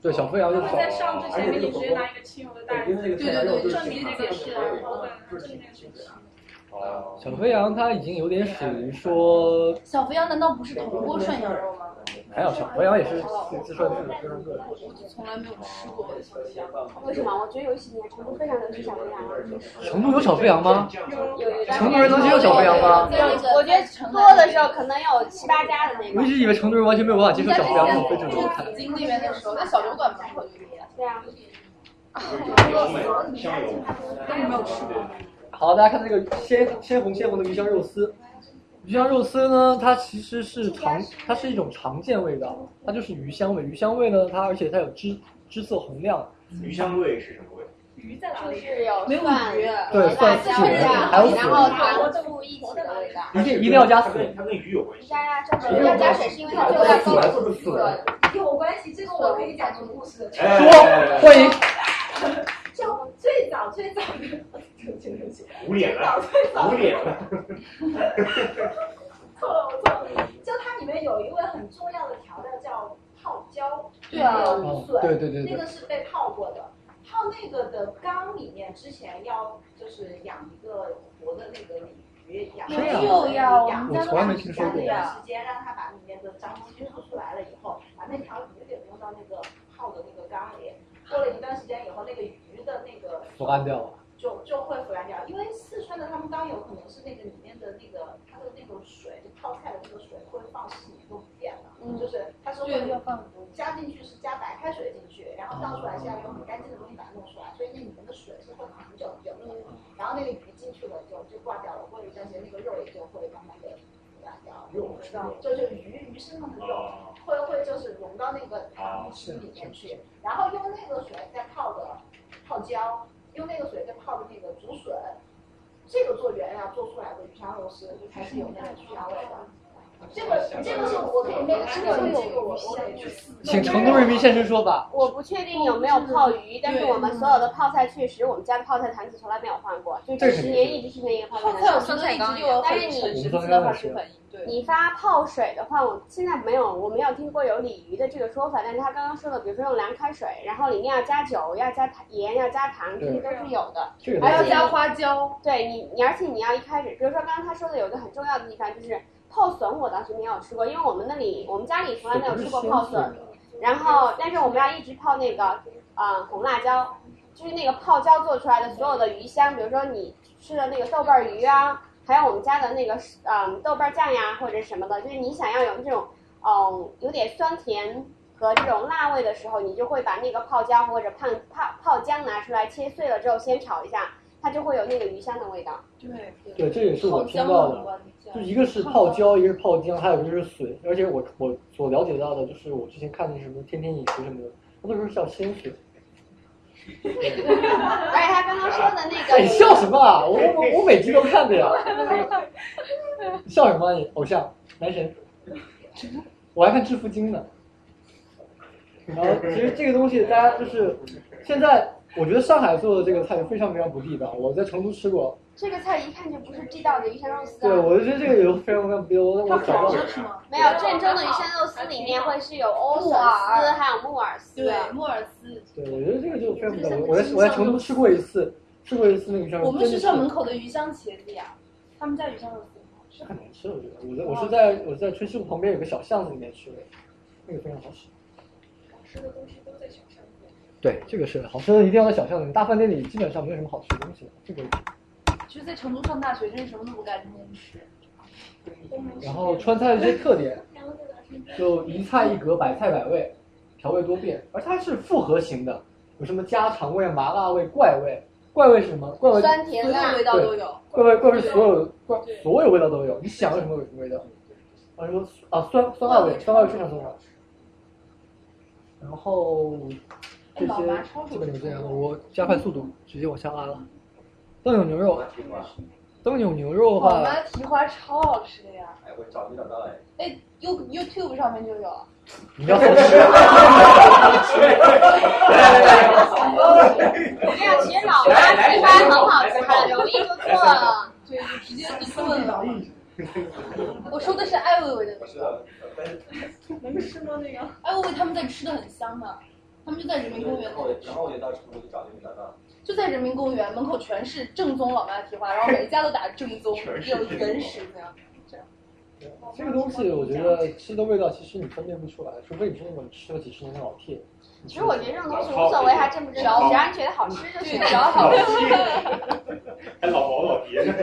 [SPEAKER 4] 对，小肥羊就
[SPEAKER 7] 他
[SPEAKER 4] 好。
[SPEAKER 7] 在上之前给你直接拿一个清油的袋
[SPEAKER 4] 对
[SPEAKER 7] 子，
[SPEAKER 4] 对对对
[SPEAKER 7] 证明那个是
[SPEAKER 4] 对
[SPEAKER 7] 我本正面去吃。
[SPEAKER 3] 啊
[SPEAKER 6] 哦，
[SPEAKER 4] 小肥羊它已经有点属于说，
[SPEAKER 2] 小肥羊难道不是铜锅涮羊肉吗？
[SPEAKER 4] 还有小肥羊也是自自涮自个人个人。
[SPEAKER 2] 我就从来没有吃过小肥羊。
[SPEAKER 8] 为什么？我觉得有几年成都非常流行小肥羊。
[SPEAKER 4] 成都有小肥羊吗？
[SPEAKER 8] 有有
[SPEAKER 4] 成都人能接受小肥羊吗？
[SPEAKER 8] 我觉得多的时候可能有七八家的那
[SPEAKER 4] 我
[SPEAKER 8] 种
[SPEAKER 4] 一。直以为成都人完全没有办法接受小肥羊这种非主流的菜。
[SPEAKER 2] 住紫金那边的时候，在小酒馆门口就有。
[SPEAKER 8] 对啊。
[SPEAKER 6] 香油。
[SPEAKER 2] 但是没有吃过。
[SPEAKER 4] 好，大家看这个鲜鲜红鲜红的鱼香肉丝，鱼香肉丝呢，它其实是常，它是一种常见味道，
[SPEAKER 8] 嗯
[SPEAKER 4] 它就是鱼香味。鱼香味呢，它而且它有汁汁色红亮，
[SPEAKER 6] 鱼香味是什么味？
[SPEAKER 8] 鱼在哪里？是有
[SPEAKER 2] 没有
[SPEAKER 8] 蒜
[SPEAKER 2] 鱼
[SPEAKER 4] 对
[SPEAKER 8] 辣
[SPEAKER 4] 蒜
[SPEAKER 8] 椒
[SPEAKER 4] 粉
[SPEAKER 8] 然
[SPEAKER 4] 还有嗯粉
[SPEAKER 8] 后然后糖醋一起的味道。
[SPEAKER 4] 一定一定要加笋。
[SPEAKER 6] 它跟鱼有关
[SPEAKER 8] 系。加加加水，要加水是因为它热量高。
[SPEAKER 4] 笋，
[SPEAKER 9] 有关系，这个我可以讲个故事。
[SPEAKER 4] 说
[SPEAKER 6] 哎
[SPEAKER 4] 欢迎。
[SPEAKER 9] 就最早最早的，对不起对不起，
[SPEAKER 6] 捂脸了，捂脸了。
[SPEAKER 9] 错了我错了， 就它里面有一味很重要的调料叫泡椒，
[SPEAKER 2] 对啊
[SPEAKER 9] 还有笋，
[SPEAKER 2] 对对对对
[SPEAKER 9] 那个是被泡过的。泡那个的缸里面之前要就是养一个活的那个鲤鱼，养
[SPEAKER 2] 这样又要
[SPEAKER 9] 养
[SPEAKER 2] 我从来没听说过
[SPEAKER 9] 养一段时间让它把里面的脏东西吐出来了以后，把那条鱼给弄到那个泡的那个缸里。过了一段时间以后，那个鱼的那个
[SPEAKER 4] 腐烂掉了。
[SPEAKER 9] 就就会腐烂掉，因为四川的他们缸有可能是那个里面的那个它的那种水，就泡菜的那个水会放十年都不变的，
[SPEAKER 2] 嗯
[SPEAKER 9] 就是它是
[SPEAKER 2] 对
[SPEAKER 9] 会
[SPEAKER 2] 要放
[SPEAKER 9] 加进去是加白开水进去，然后倒出来是要用很干净的东西把它弄出来，所以那里面的水是会很久很久的。
[SPEAKER 2] 嗯
[SPEAKER 9] 然后那个鱼进去了就就挂掉了，过一段时间那个肉也就会慢慢的腐烂掉了，
[SPEAKER 6] 肉
[SPEAKER 9] 知道就就鱼鱼身上的肉
[SPEAKER 6] 哦
[SPEAKER 9] 会会就是融到那个汤汁里面去，然后用那个水再泡的泡椒，用那个水再泡的那个竹笋，这个做原料做出来的鱼香肉丝就开始有那个鱼香味的。这个这个是我可以那个吃的，这个我我可以去试。
[SPEAKER 4] 请成都人民现身说法。
[SPEAKER 8] 我不确定有没有泡鱼，但是我们所有的泡菜确实，我们家的泡菜坛子从来没有换过，就这十年一直是那个泡菜坛子。但是你你发泡水的话，我现在没有，我没有听过有鲤鱼的这个说法，但是他刚刚说的，比如说用凉开水，然后里面要加酒，要加糖盐，要加糖，这些都是有的
[SPEAKER 2] 这个，
[SPEAKER 8] 而且
[SPEAKER 2] 还
[SPEAKER 8] 你
[SPEAKER 2] 要加花椒。
[SPEAKER 8] 对你，你而且你要一开始，比如说刚刚他说的有一个很重要的地方就是泡笋，我倒是没有吃过，因为我们那里我们家里从来没有吃过泡笋。然后，但是我们要一直泡那个呃红辣椒，就是那个泡椒做出来的所有的鱼香，比如说你吃的那个豆瓣儿鱼啊，还有我们家的那个嗯、豆瓣儿酱呀或者什么的，就是你想要有这种嗯、有点酸甜和这种辣味的时候，你就会把那个泡椒或者泡泡泡姜拿出来切碎了之后先炒一下，它就会有那个鱼香的味道。
[SPEAKER 2] 对
[SPEAKER 4] 对，这也是我听到的，就一个是泡椒，一个是泡姜，还有一个就是笋。而且我我所了解到的，就是我之前看那什么《天天饮食》什么的，那都是叫鲜 笋。
[SPEAKER 8] 而且他刚刚说的那个，
[SPEAKER 4] 哎，你笑什么啊？我我我每集都看的呀。你笑什么、啊你？偶像男神，我还看《致富经》呢。然后其实这个东西大家就是现在我觉得上海做的这个菜非常非常不地道，我在成都吃过，
[SPEAKER 8] 这个菜一看就不是地道的鱼香肉丝啊。
[SPEAKER 4] 对我就觉得这个有非常非常不地道，我我找到。
[SPEAKER 8] 没有正宗的鱼香肉丝里面会是有莴笋丝还有木耳丝的。
[SPEAKER 2] 对木耳丝。
[SPEAKER 4] 对，我觉得这个就非常不地道。我在我在成都吃过一次，吃过一次那个鱼香肉
[SPEAKER 2] 我
[SPEAKER 4] 丝。
[SPEAKER 2] 们学校门口的鱼香茄子呀，他们家鱼香肉丝很好吃。哦
[SPEAKER 4] 很难吃，我觉得。我在我是在我在春熙路旁边有个小巷子里面吃的，那个非常好吃。
[SPEAKER 18] 好吃的东西都在小巷子里。
[SPEAKER 4] 对，这个是好吃的，一定要在小巷里，大饭店里基本上没有什么好吃的东西了。这个。
[SPEAKER 2] 其实，在成都上大学，真是什么都不干，天天吃。
[SPEAKER 4] 然后川菜的一些特点，
[SPEAKER 18] 然后就把身边
[SPEAKER 4] 就一菜一格，百菜百味，调味多变，而它是复合型的，有什么家常味、麻辣味、怪味。怪味是什么？怪味
[SPEAKER 8] 酸甜辣
[SPEAKER 4] 对
[SPEAKER 8] 味道都有
[SPEAKER 4] 怪味怪味是所有怪所有味道都有，你想有什么有什么味道。啊什么啊酸酸辣味，酸辣味非常重要。然后这
[SPEAKER 8] 哎
[SPEAKER 2] 哎
[SPEAKER 4] 些基本就这样了，我加快速度，直接往下拉了。灯油牛肉，灯油牛肉的
[SPEAKER 2] 我
[SPEAKER 4] 话，
[SPEAKER 2] 妈蹄花超好吃的呀，
[SPEAKER 3] 哎，我找没找到哎？
[SPEAKER 2] 哎，You YouTube 上面就有。
[SPEAKER 4] 你要怎么 吃？
[SPEAKER 8] 没有，哎其实老妈蹄花很好吃的，容易就做了。
[SPEAKER 2] 对，就直接就炖了。我说的是艾薇薇的那个。
[SPEAKER 31] 能吃吗？那个？
[SPEAKER 2] 艾薇薇他们在吃的很香的，他们就在人民公园
[SPEAKER 3] 然后，然后我就到成都去找就没找到。
[SPEAKER 2] 就在人民公园门口全是正宗老妈蹄花，然后每一家都打正宗，有原始的。这样
[SPEAKER 4] 这个东西我觉得吃的味道其实你分辨不出来，除非你是那种吃了几十年的老铁。
[SPEAKER 8] 其实我觉得这种东西无所谓它正不正宗，只要你觉得好吃就行，只要好吃。
[SPEAKER 6] 还老毛老爹呢。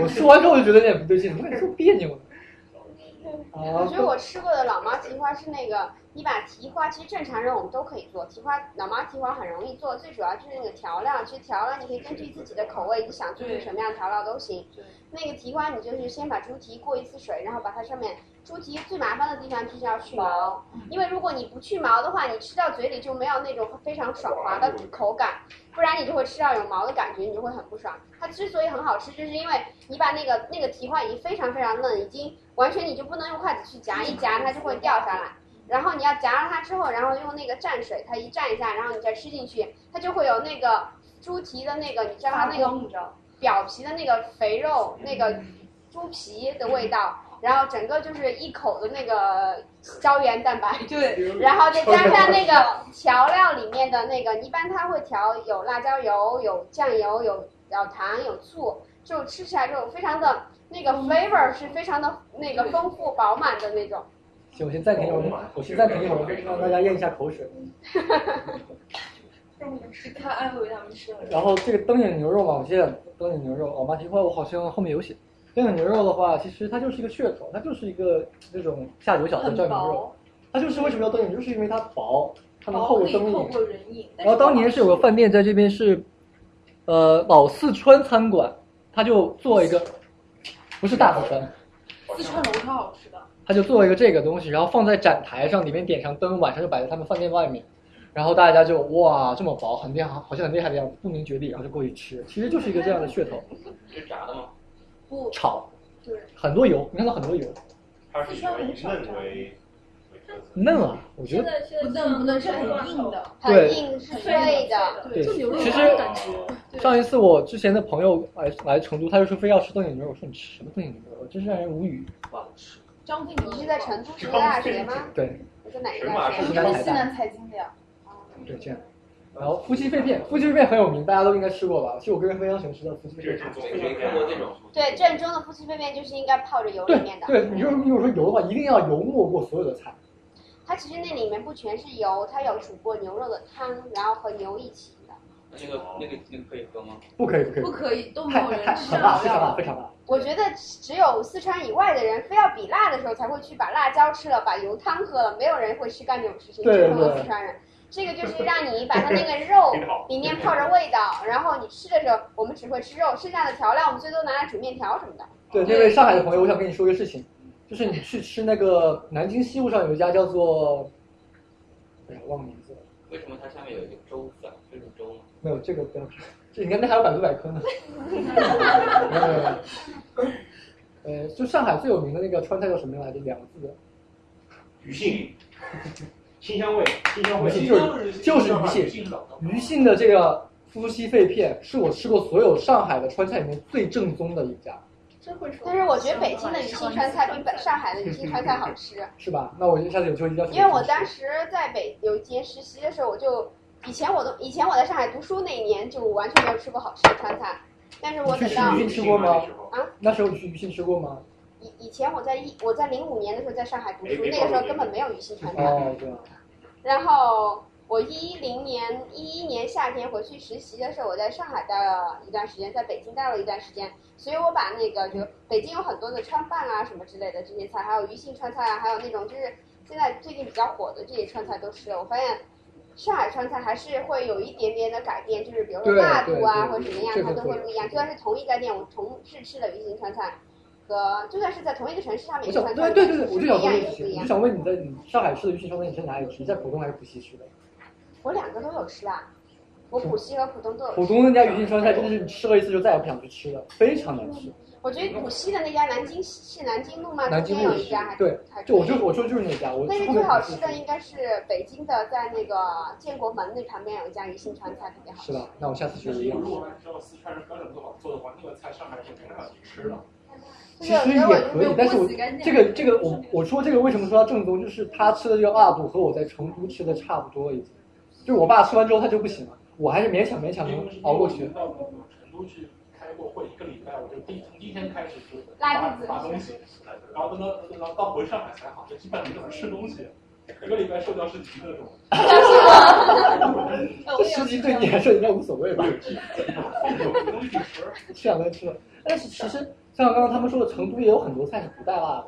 [SPEAKER 4] 我吃完之后就觉得有点不对劲，怎么感觉这么别扭呢？啊
[SPEAKER 8] 我觉得我吃过的老妈蹄花是那个，你把蹄花，其实正常人我们都可以做，蹄花老妈蹄花很容易做，最主要就是那个调料，其实调料你可以根据自己的口味，你想做成什么样的调料都行。那个蹄花你就是先把猪蹄过一次水，然后把它上面猪蹄最麻烦的地方就是要去毛，因为如果你不去毛的话，你吃到嘴里就没有那种非常爽滑的口感，不然你就会吃到有毛的感觉，你就会很不爽。它之所以很好吃，就是因为你把那个那个蹄花已经非常非常嫩，已经完全你就不能用筷子去夹一夹，它就会掉下来。然后你要夹了它之后，然后用那个蘸水，它一蘸一下，然后你再吃进去，它就会有那个猪蹄的那个，你知道它那
[SPEAKER 2] 发光你知
[SPEAKER 8] 个表皮的那个肥肉，那个猪皮的味道，然后整个就是一口的那个胶原蛋白，
[SPEAKER 2] 对
[SPEAKER 8] 然后再加上那个调料里面的那个，一般它会调有辣椒油、有酱油、有有糖、有醋，就吃起来就非常的那个 flavor 是非常的那个丰富饱满的那种。
[SPEAKER 4] 行，我先暂停一会儿，我先暂停一会儿，让大家咽一下口水。
[SPEAKER 2] 让我们吃，看艾薇薇他们吃的。
[SPEAKER 4] 然后这个灯影牛肉嘛，我记得灯影牛肉，老妈蹄花我好像后面有写。灯影牛肉的话，其实它就是一个噱头，它就是一个那种下酒小菜蘸牛肉，它就是为什么要灯影，就是因为它薄，它能透过灯
[SPEAKER 2] 透
[SPEAKER 4] 影。
[SPEAKER 2] 过人影。
[SPEAKER 4] 然后当年是有个饭店在这边是，呃，老四川餐馆，他就做一个，不是大四川，
[SPEAKER 2] 四川楼超好吃的，
[SPEAKER 4] 他就做一个这个东西，然后放在展台上，里面点上灯，晚上就摆在他们饭店外面，然后大家就哇这么薄，很厉害，好像很厉害的样子，不明觉厉，然后就过去吃，其实就是一个这样的噱头，
[SPEAKER 17] 是炸的吗？
[SPEAKER 2] 不
[SPEAKER 4] 炒
[SPEAKER 2] 对，
[SPEAKER 4] 很多油，你看到很多油，
[SPEAKER 6] 它是以嫩为
[SPEAKER 4] 嫩啊，我觉
[SPEAKER 18] 现
[SPEAKER 4] 得呃
[SPEAKER 18] 在现在
[SPEAKER 2] 不嫩不嫩是很硬的，
[SPEAKER 4] 对
[SPEAKER 8] 是脆的
[SPEAKER 4] 对
[SPEAKER 2] 就牛肉
[SPEAKER 4] 其实
[SPEAKER 2] 干的感觉。
[SPEAKER 4] 上一次我之前的朋友来来成都，他就说非要吃炖影牛肉，我说你吃什么炖影牛肉，真是让人无语。
[SPEAKER 2] 张俊，
[SPEAKER 8] 你是在成都啊读的大学吗？
[SPEAKER 4] 对，
[SPEAKER 8] 你在哪一
[SPEAKER 4] 神马
[SPEAKER 8] 大
[SPEAKER 4] 是
[SPEAKER 8] 学？
[SPEAKER 4] 西南台大西南
[SPEAKER 2] 财经的呀。
[SPEAKER 4] 对，这样。然后夫妻肺片，夫妻肺片很有名，大家都应该吃过吧？其实我个人非常喜欢吃的夫妻肺片。
[SPEAKER 8] 对，正宗的夫妻肺片就是应该泡着油里
[SPEAKER 4] 对
[SPEAKER 8] 面的。
[SPEAKER 4] 对，你就是你有时候油的话，一定要油没过所有的菜。
[SPEAKER 8] 它其实那里面不全是油，它有煮过牛肉的汤，然后和牛一起的。
[SPEAKER 17] 那个那个那个可以喝吗？
[SPEAKER 4] 不可以，不可以，
[SPEAKER 8] 不可以都
[SPEAKER 4] 太
[SPEAKER 8] 没有人
[SPEAKER 4] 太
[SPEAKER 8] 吃
[SPEAKER 4] 很辣，
[SPEAKER 8] 啊
[SPEAKER 4] 非常辣，非常辣。
[SPEAKER 8] 我觉得只有四川以外的人，非要比辣的时候才会去把辣椒吃了，把油汤喝了，没有人会去干这种事情，
[SPEAKER 4] 对
[SPEAKER 8] 只有
[SPEAKER 4] 对
[SPEAKER 8] 四川人。这个就是让你把它那个肉里面泡着味道，然后你吃的时候，我们只会吃肉，剩下的调料我们最多拿来煮面条什么的。
[SPEAKER 4] 对，那位上海的朋友，我想跟你说一个事情，就是你去吃那个南京西路上有一家叫做，哎呀，忘了名字了，
[SPEAKER 17] 为什么它上面有一个粥字啊？这是粥吗？
[SPEAKER 4] 没有这个不要说，这你看那还有百度百 科呢。没有没有没有呃，就上海最有名的那个川菜叫什么来着？两个字的。
[SPEAKER 6] 鱼性新香味，新香味，
[SPEAKER 4] 就是就是鱼信，鱼信的这个苏西肺片是我吃过所有上海的川菜里面最正宗的一家，
[SPEAKER 31] 真会说。
[SPEAKER 8] 但是我觉得北京的鱼腥川菜比本上海的鱼腥川菜好吃。
[SPEAKER 4] 是吧？那我下次有机会一定要去吃。
[SPEAKER 8] 因为我当时在北有一年实习的时候，我就以前我都以前我在上海读书那一年就完全没有吃过好吃的川菜，但是我
[SPEAKER 4] 你
[SPEAKER 8] 等
[SPEAKER 4] 去吃
[SPEAKER 8] 到
[SPEAKER 4] 鱼信吃过吗？
[SPEAKER 8] 啊，
[SPEAKER 4] 那时候你去鱼信吃过吗？
[SPEAKER 8] 以以前我在一我在零五年的时候在上海读
[SPEAKER 21] 哎
[SPEAKER 4] 没
[SPEAKER 8] 书，
[SPEAKER 4] 没
[SPEAKER 8] 那个时
[SPEAKER 4] 报
[SPEAKER 8] 候
[SPEAKER 4] 过
[SPEAKER 8] 根本没有鱼腥川菜。
[SPEAKER 4] 哦，对。
[SPEAKER 8] 然后我一零年一一年夏天回去实习的时候，我在上海待了一段时间，在北京待了一段时间，所以我把那个就北京有很多的川饭啊什么之类的这些菜，还有鱼腥川菜啊，还有那种就是现在最近比较火的这些川菜都吃了。我发现上海川菜还是会有一点点的改变，就是比如说
[SPEAKER 4] 对
[SPEAKER 8] 辣度
[SPEAKER 4] 对
[SPEAKER 8] 啊
[SPEAKER 4] 对
[SPEAKER 8] 或者什么样，
[SPEAKER 4] 这个
[SPEAKER 8] 它都会
[SPEAKER 4] 会
[SPEAKER 8] 不一样。就算是同一家店，我同是吃的鱼腥川菜。和就算是在同一个城市，它每
[SPEAKER 4] 我
[SPEAKER 8] 个
[SPEAKER 4] 想
[SPEAKER 8] 川菜
[SPEAKER 4] 对对对对，
[SPEAKER 8] 吃
[SPEAKER 4] 我
[SPEAKER 8] 不
[SPEAKER 4] 就
[SPEAKER 8] 一
[SPEAKER 4] 想
[SPEAKER 8] 样
[SPEAKER 4] 问
[SPEAKER 8] 也
[SPEAKER 4] 你
[SPEAKER 8] 不一，
[SPEAKER 4] 我
[SPEAKER 8] 样
[SPEAKER 4] 就。想问你在你上海吃的鱼信川菜你是哪里吃？在浦东还是浦西吃的？
[SPEAKER 8] 我两个都有吃啊，我浦西和浦东都有吃。
[SPEAKER 4] 浦东那家鱼信川菜真的是你吃了一次就再也不想去吃了，非常难吃。
[SPEAKER 8] 我觉得浦西的那家南京是南京路吗？
[SPEAKER 4] 南京
[SPEAKER 8] 中
[SPEAKER 4] 路
[SPEAKER 8] 间有一家还
[SPEAKER 4] 对
[SPEAKER 8] 还，
[SPEAKER 4] 就我就我说就是那家，我
[SPEAKER 8] 但是
[SPEAKER 4] 后
[SPEAKER 8] 最
[SPEAKER 4] 面
[SPEAKER 8] 好
[SPEAKER 4] 不是
[SPEAKER 8] 吃的应该是北京的，在那个建国门那旁边有一家鱼腥川菜特别好
[SPEAKER 4] 是吧？那我下次去
[SPEAKER 21] 但是
[SPEAKER 4] 一定要
[SPEAKER 21] 如
[SPEAKER 4] 吃
[SPEAKER 21] 果。按照四川人标准做法做的话，那个菜上海是没办法去吃的。
[SPEAKER 4] 其实也可以，但是我这个这个我我说这个为什么说它正宗，就是他吃的这个辣度和我在成都吃的差不多已经，就是我爸吃完之后他就不行了，我还是勉强勉强能熬过去。
[SPEAKER 21] 到成都去开过会一个礼拜，我就第一从第一天开始就
[SPEAKER 31] 拉
[SPEAKER 21] 把
[SPEAKER 31] 肚子
[SPEAKER 21] 把东西，然后等到然后到回上海才好，就基本上没怎么吃东西，一个礼拜瘦掉十几斤那 种。
[SPEAKER 4] 这十级对你来说应该无所谓吧？吃两顿吃了，但是其实像刚刚他们说的，成都也有很多菜是不带辣的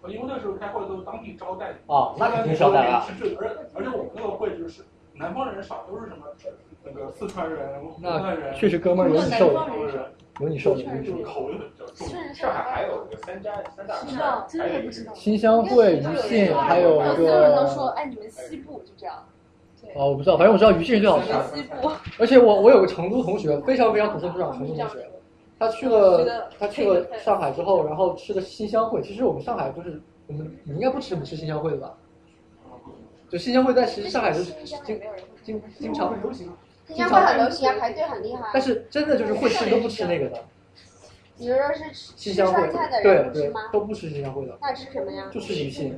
[SPEAKER 21] 我因为那时候开会都是当地招待的
[SPEAKER 4] 哦那肯定是要带辣
[SPEAKER 21] 是是，而而且我们那个会就是南方人少，都是什么那个四川人、湖南人，
[SPEAKER 4] 确实哥们儿有你瘦的有你瘦的嗯有你瘦
[SPEAKER 21] 就是
[SPEAKER 4] 的
[SPEAKER 21] 口味比较重。
[SPEAKER 6] 上海还有个三家三大
[SPEAKER 31] 知道，真的不知道。
[SPEAKER 4] 新乡会鱼信还有一
[SPEAKER 31] 所有人都
[SPEAKER 4] 个
[SPEAKER 31] 说，哎，你们西部就这样。
[SPEAKER 4] 哦，我不知道，反正我知道鱼信是最好吃的。
[SPEAKER 31] 西部。
[SPEAKER 4] 而且我我有个成都同学，非常非常土生土长的成都同学，他去了他去了上海之后，然后吃的新香会。其实我们上海就是我们你应该不吃不吃新香会的吧？就新香会，但其实上海就是经经经常
[SPEAKER 21] 流行，
[SPEAKER 8] 新疆会很流行啊，排队很厉害。
[SPEAKER 4] 但是真的就是会吃都不吃那个的
[SPEAKER 8] 你们说是吃
[SPEAKER 4] 新
[SPEAKER 8] 吃
[SPEAKER 4] 香会
[SPEAKER 8] 川菜，的
[SPEAKER 4] 对
[SPEAKER 8] 人不吃
[SPEAKER 4] 对
[SPEAKER 8] 吗？
[SPEAKER 4] 都不吃新香会的，
[SPEAKER 8] 那吃什么呀？
[SPEAKER 4] 就吃鱼信。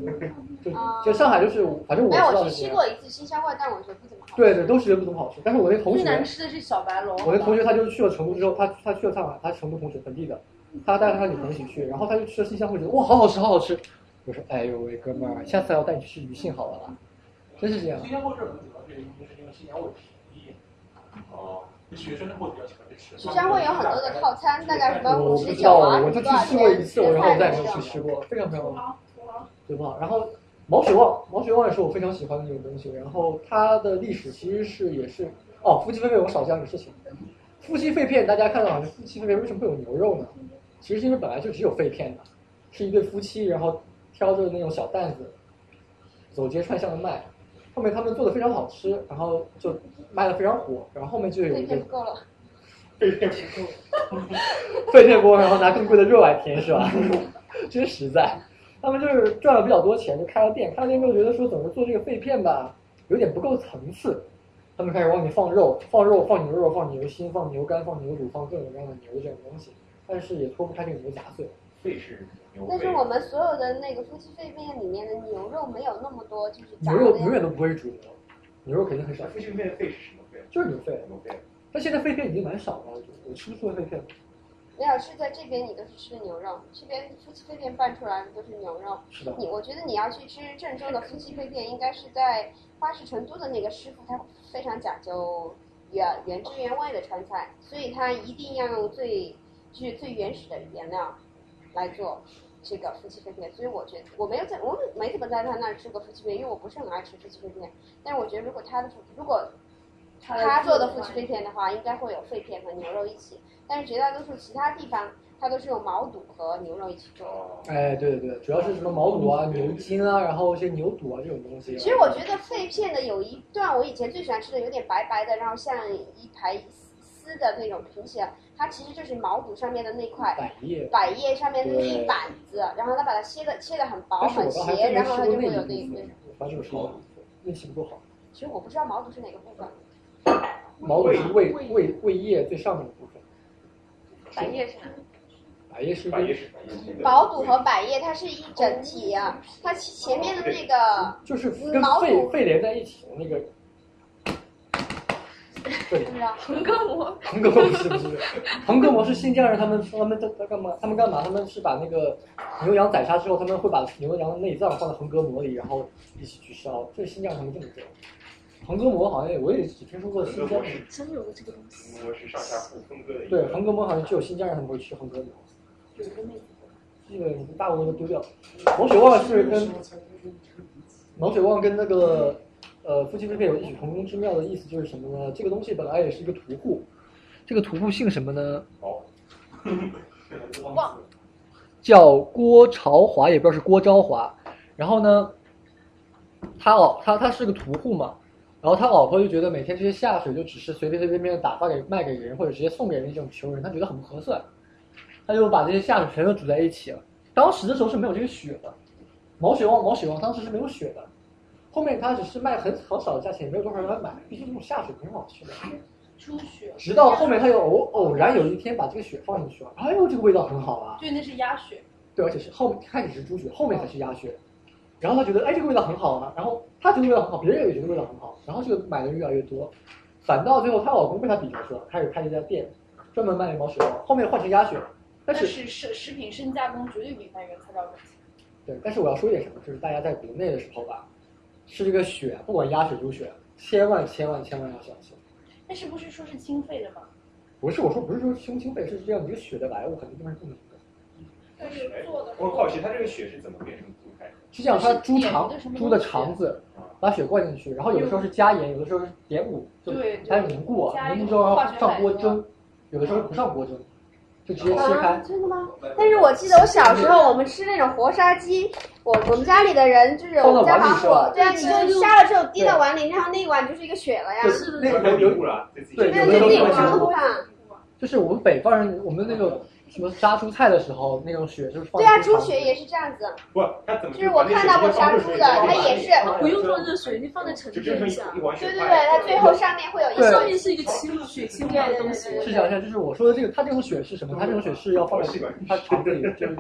[SPEAKER 4] 就
[SPEAKER 8] 啊
[SPEAKER 4] 就上海就是反正我
[SPEAKER 8] 没
[SPEAKER 4] 知
[SPEAKER 8] 有，
[SPEAKER 4] 道
[SPEAKER 8] 哎我
[SPEAKER 4] 是这
[SPEAKER 8] 去吃
[SPEAKER 4] 样
[SPEAKER 8] 过一次新香会，但我觉得不怎么好。
[SPEAKER 4] 对对，都是觉得不怎么好吃。但是我那同
[SPEAKER 2] 最
[SPEAKER 4] 学
[SPEAKER 2] 难吃的是小白龙。
[SPEAKER 4] 我的同学他就去了成都之后，他他去了上海，他是成都同学本地的，他带着他女朋友一起去，然后他就吃了新香会，觉得哇好好吃好好吃。我说哎呦喂哥们儿，下次要带你去吃鱼信好了啦，真是这样
[SPEAKER 21] 新。疆会这种主要是因为是因为新疆会便宜，哦，学生会比较喜欢去吃。
[SPEAKER 8] 新疆会有很多的套餐，大概什么
[SPEAKER 4] 我不
[SPEAKER 8] 五十
[SPEAKER 4] 知
[SPEAKER 8] 九
[SPEAKER 4] 道，
[SPEAKER 8] 啊，
[SPEAKER 4] 我就
[SPEAKER 8] 多
[SPEAKER 4] 去
[SPEAKER 8] 少
[SPEAKER 4] 吃过一
[SPEAKER 8] 钱？
[SPEAKER 4] 次，然后我再也没有去吃过，非常非常好，对吧？然后毛血旺，毛血旺也是我非常喜欢的一种东西。然后它的历史其实是也是哦，夫妻肺片我少讲点事情。夫妻肺片大家看到好像夫妻肺片为什么会有牛肉呢？其实是因为本来就只有肺片的，是一对夫妻，然后挑着那种小担子，走街串巷的卖。后面他们做的非常好吃，然后就卖的非常火，然后后面就有
[SPEAKER 8] 这
[SPEAKER 4] 一个
[SPEAKER 8] 片不够了。
[SPEAKER 4] 费电锅，然后拿更贵的肉来填，是吧？ 真实在。他们就是赚了比较多钱，就开了店。开了店之后觉得说，总是做这个肺片吧，有点不够层次。他们开始往里放肉，放肉，放牛肉，放牛心，放牛肝，放牛肚，放各种各样的牛这种东西，但是也脱不开这个牛杂碎。
[SPEAKER 6] 肺是牛
[SPEAKER 8] 但是我们所有的那个夫妻肺片里面的牛肉没有那么多，就是炸
[SPEAKER 4] 牛肉
[SPEAKER 8] 的
[SPEAKER 4] 永远都不会是主流，牛肉肯定很少。
[SPEAKER 6] 那肺片肺是什么肺？
[SPEAKER 4] 就是牛肺。
[SPEAKER 6] 牛肺。
[SPEAKER 4] 但现在肺片已经蛮少了，我觉得我吃不出来肺片了。
[SPEAKER 8] 没有，是在这边你都是吃的牛肉，这边夫妻肺片拌出来的都是牛肉。
[SPEAKER 4] 是的
[SPEAKER 8] 你我觉得你要去吃郑州的夫妻肺片，应该是在花市成都的那个师傅，他非常讲究原原汁原味的川菜，所以他一定要用最就是最原始的原料来做这个夫妻肺片。所以我觉得我没有在我没怎么在他那儿吃过夫妻肺片，因为我不是很爱吃夫妻肺片。但是我觉得如果他的夫如果
[SPEAKER 31] 他的
[SPEAKER 8] 他做的
[SPEAKER 31] 自己
[SPEAKER 8] 夫
[SPEAKER 31] 的
[SPEAKER 8] 妻肺片的话，应该会有肺片和牛肉一起，但是绝大多数其他地方它都是用毛肚和牛肉一起做的。
[SPEAKER 4] 哎，对对对，主要是什么毛肚啊、牛筋啊，然后一些牛肚啊这种东西。
[SPEAKER 8] 其实我觉得肺片的有一段我以前最喜欢吃的，有点白白的，然后像一排丝的那种平起来，它其实就是毛肚上面的那块
[SPEAKER 4] 百叶
[SPEAKER 8] 百叶上面的那一
[SPEAKER 4] 对
[SPEAKER 8] 板子，然后它把它切的切的很薄
[SPEAKER 4] 但是我
[SPEAKER 8] 很
[SPEAKER 4] 倒还
[SPEAKER 8] 斜，
[SPEAKER 4] 真没
[SPEAKER 8] 然
[SPEAKER 4] 吃
[SPEAKER 8] 后它
[SPEAKER 4] 过
[SPEAKER 8] 就
[SPEAKER 4] 那
[SPEAKER 8] 会
[SPEAKER 4] 一
[SPEAKER 8] 有
[SPEAKER 4] 部
[SPEAKER 8] 那
[SPEAKER 4] 分，我反正我吃过。运气不够好。
[SPEAKER 8] 其实我不知道毛肚是哪个部分，
[SPEAKER 4] 毛肚是胃胃胃液最上面的部分，
[SPEAKER 10] 百叶是哪？
[SPEAKER 4] 百叶是百叶
[SPEAKER 6] 是
[SPEAKER 8] 毛肚和百叶它是一整体啊，它其前面的那个
[SPEAKER 4] 就是
[SPEAKER 8] 嗯
[SPEAKER 4] 跟
[SPEAKER 8] 毛
[SPEAKER 4] 肺
[SPEAKER 8] 肚，
[SPEAKER 4] 肺连在一起的那个这里。
[SPEAKER 10] 横膈膜，
[SPEAKER 4] 横膈膜是不是？横膈膜是新疆人，他们他们在在干嘛？他们干嘛？他们是把那个牛羊宰杀之后，他们会把牛羊的内脏放在横膈膜里，然后一起去烧。这是新疆他们这么做。横膈膜好像我也只听说过新疆人，
[SPEAKER 6] 真有这个东西。嗯我是上下腹分割的一
[SPEAKER 4] 对
[SPEAKER 6] 个。
[SPEAKER 4] 横膈膜好像只有新疆人他们会去横膈膜，
[SPEAKER 6] 有一个
[SPEAKER 4] 基本大部分都丢掉。毛血旺是跟毛血旺跟那个呃夫妻肺片有异曲同工之妙的意思就是什么呢？这个东西本来也是一个屠户，这个屠户姓什么呢？
[SPEAKER 8] 忘
[SPEAKER 4] 叫郭朝华，也不知道是郭昭华。然后呢，他老他他是个屠户嘛，然后他老婆就觉得每天这些下水就只是随便随便便打发给卖给人或者直接送给人这种穷人，他觉得很不合算，他就把这些下水全都煮在一起了。当时的时候是没有这个血的，毛血旺毛血旺当时是没有血的，后面他只是卖很很少的价钱，也没有多少人来买，毕竟这种下水没人往去买。
[SPEAKER 2] 出血，
[SPEAKER 4] 直到后面他又偶偶然有一天把这个血放进去了，哎呦，这个味道很好啊。
[SPEAKER 2] 对，那是鸭血，
[SPEAKER 4] 对，而且是后面开始是猪血，后面才是鸭血。然后他觉得，哎，这个味道很好啊，然后他觉得味道很好，别人也觉得味道很好，然后就买的人越来越多，反倒最后她老公被她比较出来，开始开了一家店，专门卖毛血旺，后面换成鸭血，
[SPEAKER 2] 但
[SPEAKER 4] 但是
[SPEAKER 2] 是食食品深加工绝对比卖原材料更强。
[SPEAKER 4] 对，但是我要说一点什么，就是大家在国内的时候吧，吃这个血，不管鸭血猪血，千万千万千万要小心。
[SPEAKER 2] 但是不是说是清肺的吗？
[SPEAKER 4] 不是我说，不是说胸清肺，是这样，你这个血的来物肯定就是不能的。
[SPEAKER 2] 但是做的
[SPEAKER 6] 我很好奇，它这个血是怎么变成猪开的？
[SPEAKER 4] 是这样，它猪肠
[SPEAKER 2] 就是点的什么东西啊
[SPEAKER 4] 猪的肠子把血灌进去，然后有的时候是加盐，有的时候是点五，就
[SPEAKER 2] 对
[SPEAKER 4] 它凝固
[SPEAKER 2] 加
[SPEAKER 4] 啊，
[SPEAKER 2] 一
[SPEAKER 4] 凝
[SPEAKER 2] 种
[SPEAKER 4] 固之后
[SPEAKER 2] 化学
[SPEAKER 4] 上
[SPEAKER 2] 反
[SPEAKER 4] 锅
[SPEAKER 2] 应啊哦
[SPEAKER 4] 蒸，有的时候不上锅蒸，就直接切开
[SPEAKER 8] 啊。真的吗？但是我记得我小时候我们吃那种活杀鸡，我我们家 里的人就是我们家把火，对啊，你就杀了之后滴到碗里，然后那一碗就是一个血了呀。
[SPEAKER 4] 那个有对，
[SPEAKER 8] 那
[SPEAKER 4] 有的时候
[SPEAKER 8] 自己
[SPEAKER 4] 会凝
[SPEAKER 8] 糊
[SPEAKER 4] 固。
[SPEAKER 8] 上。
[SPEAKER 4] 就是我们北方人，我们那个什么杀猪菜的时候，那种血就是放
[SPEAKER 8] 对啊，
[SPEAKER 4] 猪
[SPEAKER 8] 猪
[SPEAKER 4] 肠
[SPEAKER 8] 血也是这样子。
[SPEAKER 6] 不，它怎么？
[SPEAKER 8] 就是我看到过杀猪的，它也是。
[SPEAKER 7] 不用放热水，你放在橙
[SPEAKER 6] 就
[SPEAKER 7] 汁
[SPEAKER 6] 变成
[SPEAKER 7] 里
[SPEAKER 6] 一
[SPEAKER 7] 下。
[SPEAKER 6] 碗
[SPEAKER 8] 对
[SPEAKER 6] 血
[SPEAKER 8] 对
[SPEAKER 6] 块。
[SPEAKER 8] 对，它最后上面会有一
[SPEAKER 4] 对
[SPEAKER 7] 上面是一个清血清化的东西。
[SPEAKER 4] 试想一下，就是我说的这个，它这种血是什么？它这种血是要放在它肠子里，就是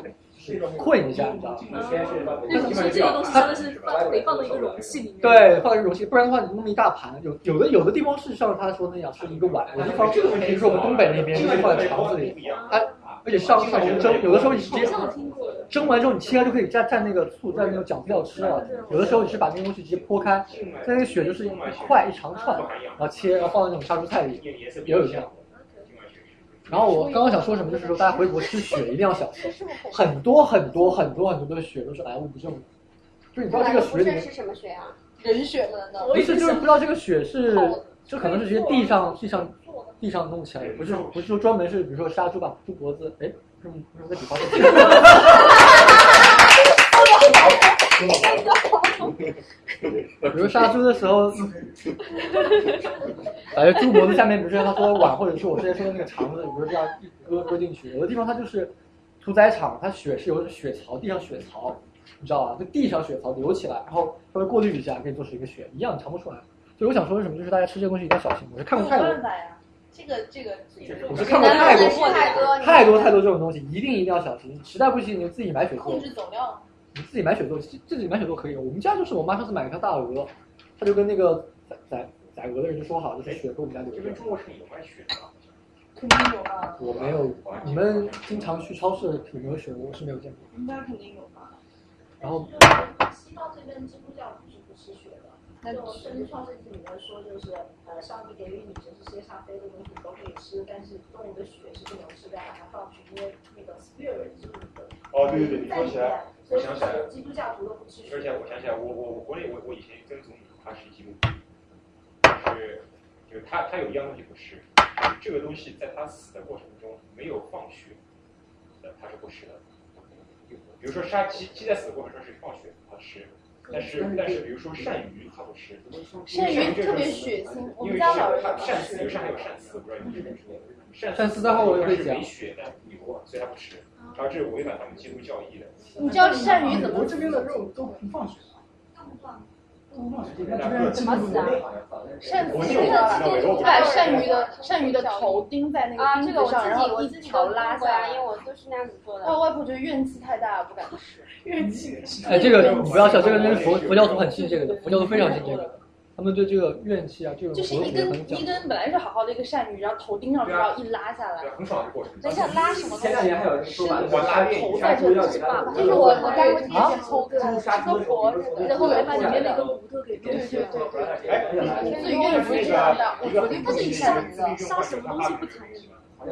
[SPEAKER 4] 困一下，你知道吗？
[SPEAKER 7] 这种是这个东西真的是放得放到一个容器里面。
[SPEAKER 4] 对，放在容器，不然的话你那么一大盘，有有的有的地方是像他说那样是一个碗，有的地方比如说我们东北那边就是放在肠子里，啊它而且上上红蒸，有的时候你直接蒸完之后你切开就可以蘸蘸那个醋蘸那种酱料吃了，有的时候你是把那个东西直接泼开，那个血就是一块一长串，然后切然后放在那种杀猪菜里，也有这样。然后我刚刚想说什么，就是说大家回国吃血一定要小心，很多很多很多很多的血都是来路不正的，就你不知道这个血里面
[SPEAKER 8] 是什么血啊？
[SPEAKER 2] 人血吗？难道
[SPEAKER 4] 不是，就是不知道这个血是，就可能是直接地上地上地上弄起来，不是不是说专门是，比如说杀猪把猪脖子，哎，不是不是在比方 说，比如杀猪的时候，哎，猪脖子下面，比如说他说的碗，或者是我之前说的那个肠子，比如这样一割割进去，有的地方它就是屠宰场，它血是有血槽，地上血槽，你知道吧？就地上血槽留起来，然后稍微过滤一下，可以做成一个血，一样尝不出来。所以我想说的是什么，就是大家吃这个东西一定要小心。我是看过泰
[SPEAKER 2] 没有
[SPEAKER 4] 国
[SPEAKER 2] 办，法呀，这个这个这个
[SPEAKER 4] 我是看过泰国
[SPEAKER 2] 太多
[SPEAKER 4] 太多太多这种东西，一定一定要小心。实在不行，你就自己买血做
[SPEAKER 2] 控，制总量。
[SPEAKER 4] 你自己买血做，自自己买血做可以。我们家就是我妈上次买了条大鹅，她就跟那个宰宰宰鹅的人就说好，就是血给我们家留
[SPEAKER 6] 这
[SPEAKER 4] 着
[SPEAKER 6] 边。中国是有卖血的吧，啊
[SPEAKER 2] 肯定有吧？
[SPEAKER 4] 我没有，你们经常去超市有没有血？我是没有见过。
[SPEAKER 2] 应该肯定有吧？
[SPEAKER 4] 然后
[SPEAKER 31] 西方这边基督教不许不吃血
[SPEAKER 2] 那
[SPEAKER 31] 的，就圣经创世纪里面说，就是呃，上帝给予你就是世界上飞的东西你都可以吃，但是动物的血是不能吃的，把它放去，因为那个 spirit 就是你的
[SPEAKER 6] 哦，对对对，你
[SPEAKER 31] 在
[SPEAKER 6] 说
[SPEAKER 31] 里
[SPEAKER 6] 起来
[SPEAKER 31] 面，，所
[SPEAKER 6] 我
[SPEAKER 31] 以
[SPEAKER 6] 想起来了。
[SPEAKER 31] 基督教徒都不吃血。
[SPEAKER 6] 而且我想起来，我我我国内我我以前跟总理他是基督徒，就是就是他他有一样东西不吃，就是这个东西在他死的过程中没有放血，呃他是不吃的。比如说杀鸡，鸡在死的过程中是放血他吃，但是
[SPEAKER 4] 嗯
[SPEAKER 6] 但是比如说鳝鱼他不吃，
[SPEAKER 2] 鳝
[SPEAKER 6] 因为
[SPEAKER 2] 鱼
[SPEAKER 6] 这
[SPEAKER 2] 特
[SPEAKER 6] 种
[SPEAKER 2] 别
[SPEAKER 6] 死
[SPEAKER 2] 血腥，我
[SPEAKER 6] 因
[SPEAKER 2] 们
[SPEAKER 6] 为
[SPEAKER 2] 家老人
[SPEAKER 6] 它
[SPEAKER 2] 也
[SPEAKER 6] 鳝死
[SPEAKER 2] 是
[SPEAKER 6] 有上面有鳝丝，我不知道你们知不知道。
[SPEAKER 4] 鳝丝待会儿我也
[SPEAKER 6] 它
[SPEAKER 4] 会
[SPEAKER 6] 是
[SPEAKER 4] 讲
[SPEAKER 6] 没血的牛啊，所以它不吃，然后这是违反他们基督教义的。
[SPEAKER 2] 你知道鳝鱼怎么
[SPEAKER 21] 我这边的肉都不放血，
[SPEAKER 31] 那不放，
[SPEAKER 14] 怎么死啊？
[SPEAKER 2] 鳝
[SPEAKER 14] 我
[SPEAKER 2] 鱼
[SPEAKER 14] 就知道了
[SPEAKER 6] 嗯
[SPEAKER 2] 的，把鳝鱼的鳝鱼的头钉在那
[SPEAKER 8] 啊，
[SPEAKER 2] 嗯个
[SPEAKER 8] 这
[SPEAKER 2] 钉
[SPEAKER 8] 个我
[SPEAKER 2] 子
[SPEAKER 8] 自
[SPEAKER 2] 上，然
[SPEAKER 8] 己
[SPEAKER 2] 后
[SPEAKER 8] 我
[SPEAKER 2] 一
[SPEAKER 8] 自己
[SPEAKER 2] 条
[SPEAKER 8] 都
[SPEAKER 2] 拉
[SPEAKER 8] 拉
[SPEAKER 2] 下
[SPEAKER 8] 过来，因
[SPEAKER 2] 来
[SPEAKER 8] 为。我就是那样子做的。
[SPEAKER 2] 但我外婆觉得怨气太大，不敢吃。
[SPEAKER 8] 怨
[SPEAKER 2] 气
[SPEAKER 4] 哎，这个不要笑，这个真是佛佛教徒很信这个的，佛教徒非常信这个，他们对这个怨气啊，这种
[SPEAKER 2] 就是
[SPEAKER 4] 佛
[SPEAKER 2] 一
[SPEAKER 4] 学
[SPEAKER 2] 根
[SPEAKER 4] 很讲
[SPEAKER 2] 一
[SPEAKER 4] 究。
[SPEAKER 2] 根本来是好好的一个鳝鱼，然后头钉上去，
[SPEAKER 4] 对啊
[SPEAKER 2] 然后一拉下来，
[SPEAKER 6] 很爽的过程。
[SPEAKER 2] 等一下拉什么东西？
[SPEAKER 3] 前两年还有人说把
[SPEAKER 2] 是
[SPEAKER 3] 拉面
[SPEAKER 2] 头
[SPEAKER 3] 一
[SPEAKER 2] 在
[SPEAKER 3] 下
[SPEAKER 2] 这
[SPEAKER 3] 猪
[SPEAKER 2] 里
[SPEAKER 3] 要
[SPEAKER 2] 是
[SPEAKER 3] 给
[SPEAKER 2] 吧
[SPEAKER 3] 它？
[SPEAKER 2] 就是我我干过第一
[SPEAKER 3] 啊
[SPEAKER 2] 次抽根
[SPEAKER 3] 猪杀猪
[SPEAKER 2] 然后把里面那个骨
[SPEAKER 3] 头给
[SPEAKER 2] 对对对对对。
[SPEAKER 6] 哎，
[SPEAKER 2] 自己用不是这样的，我昨天不是杀鱼的，
[SPEAKER 6] 杀什么东西不
[SPEAKER 2] 残忍？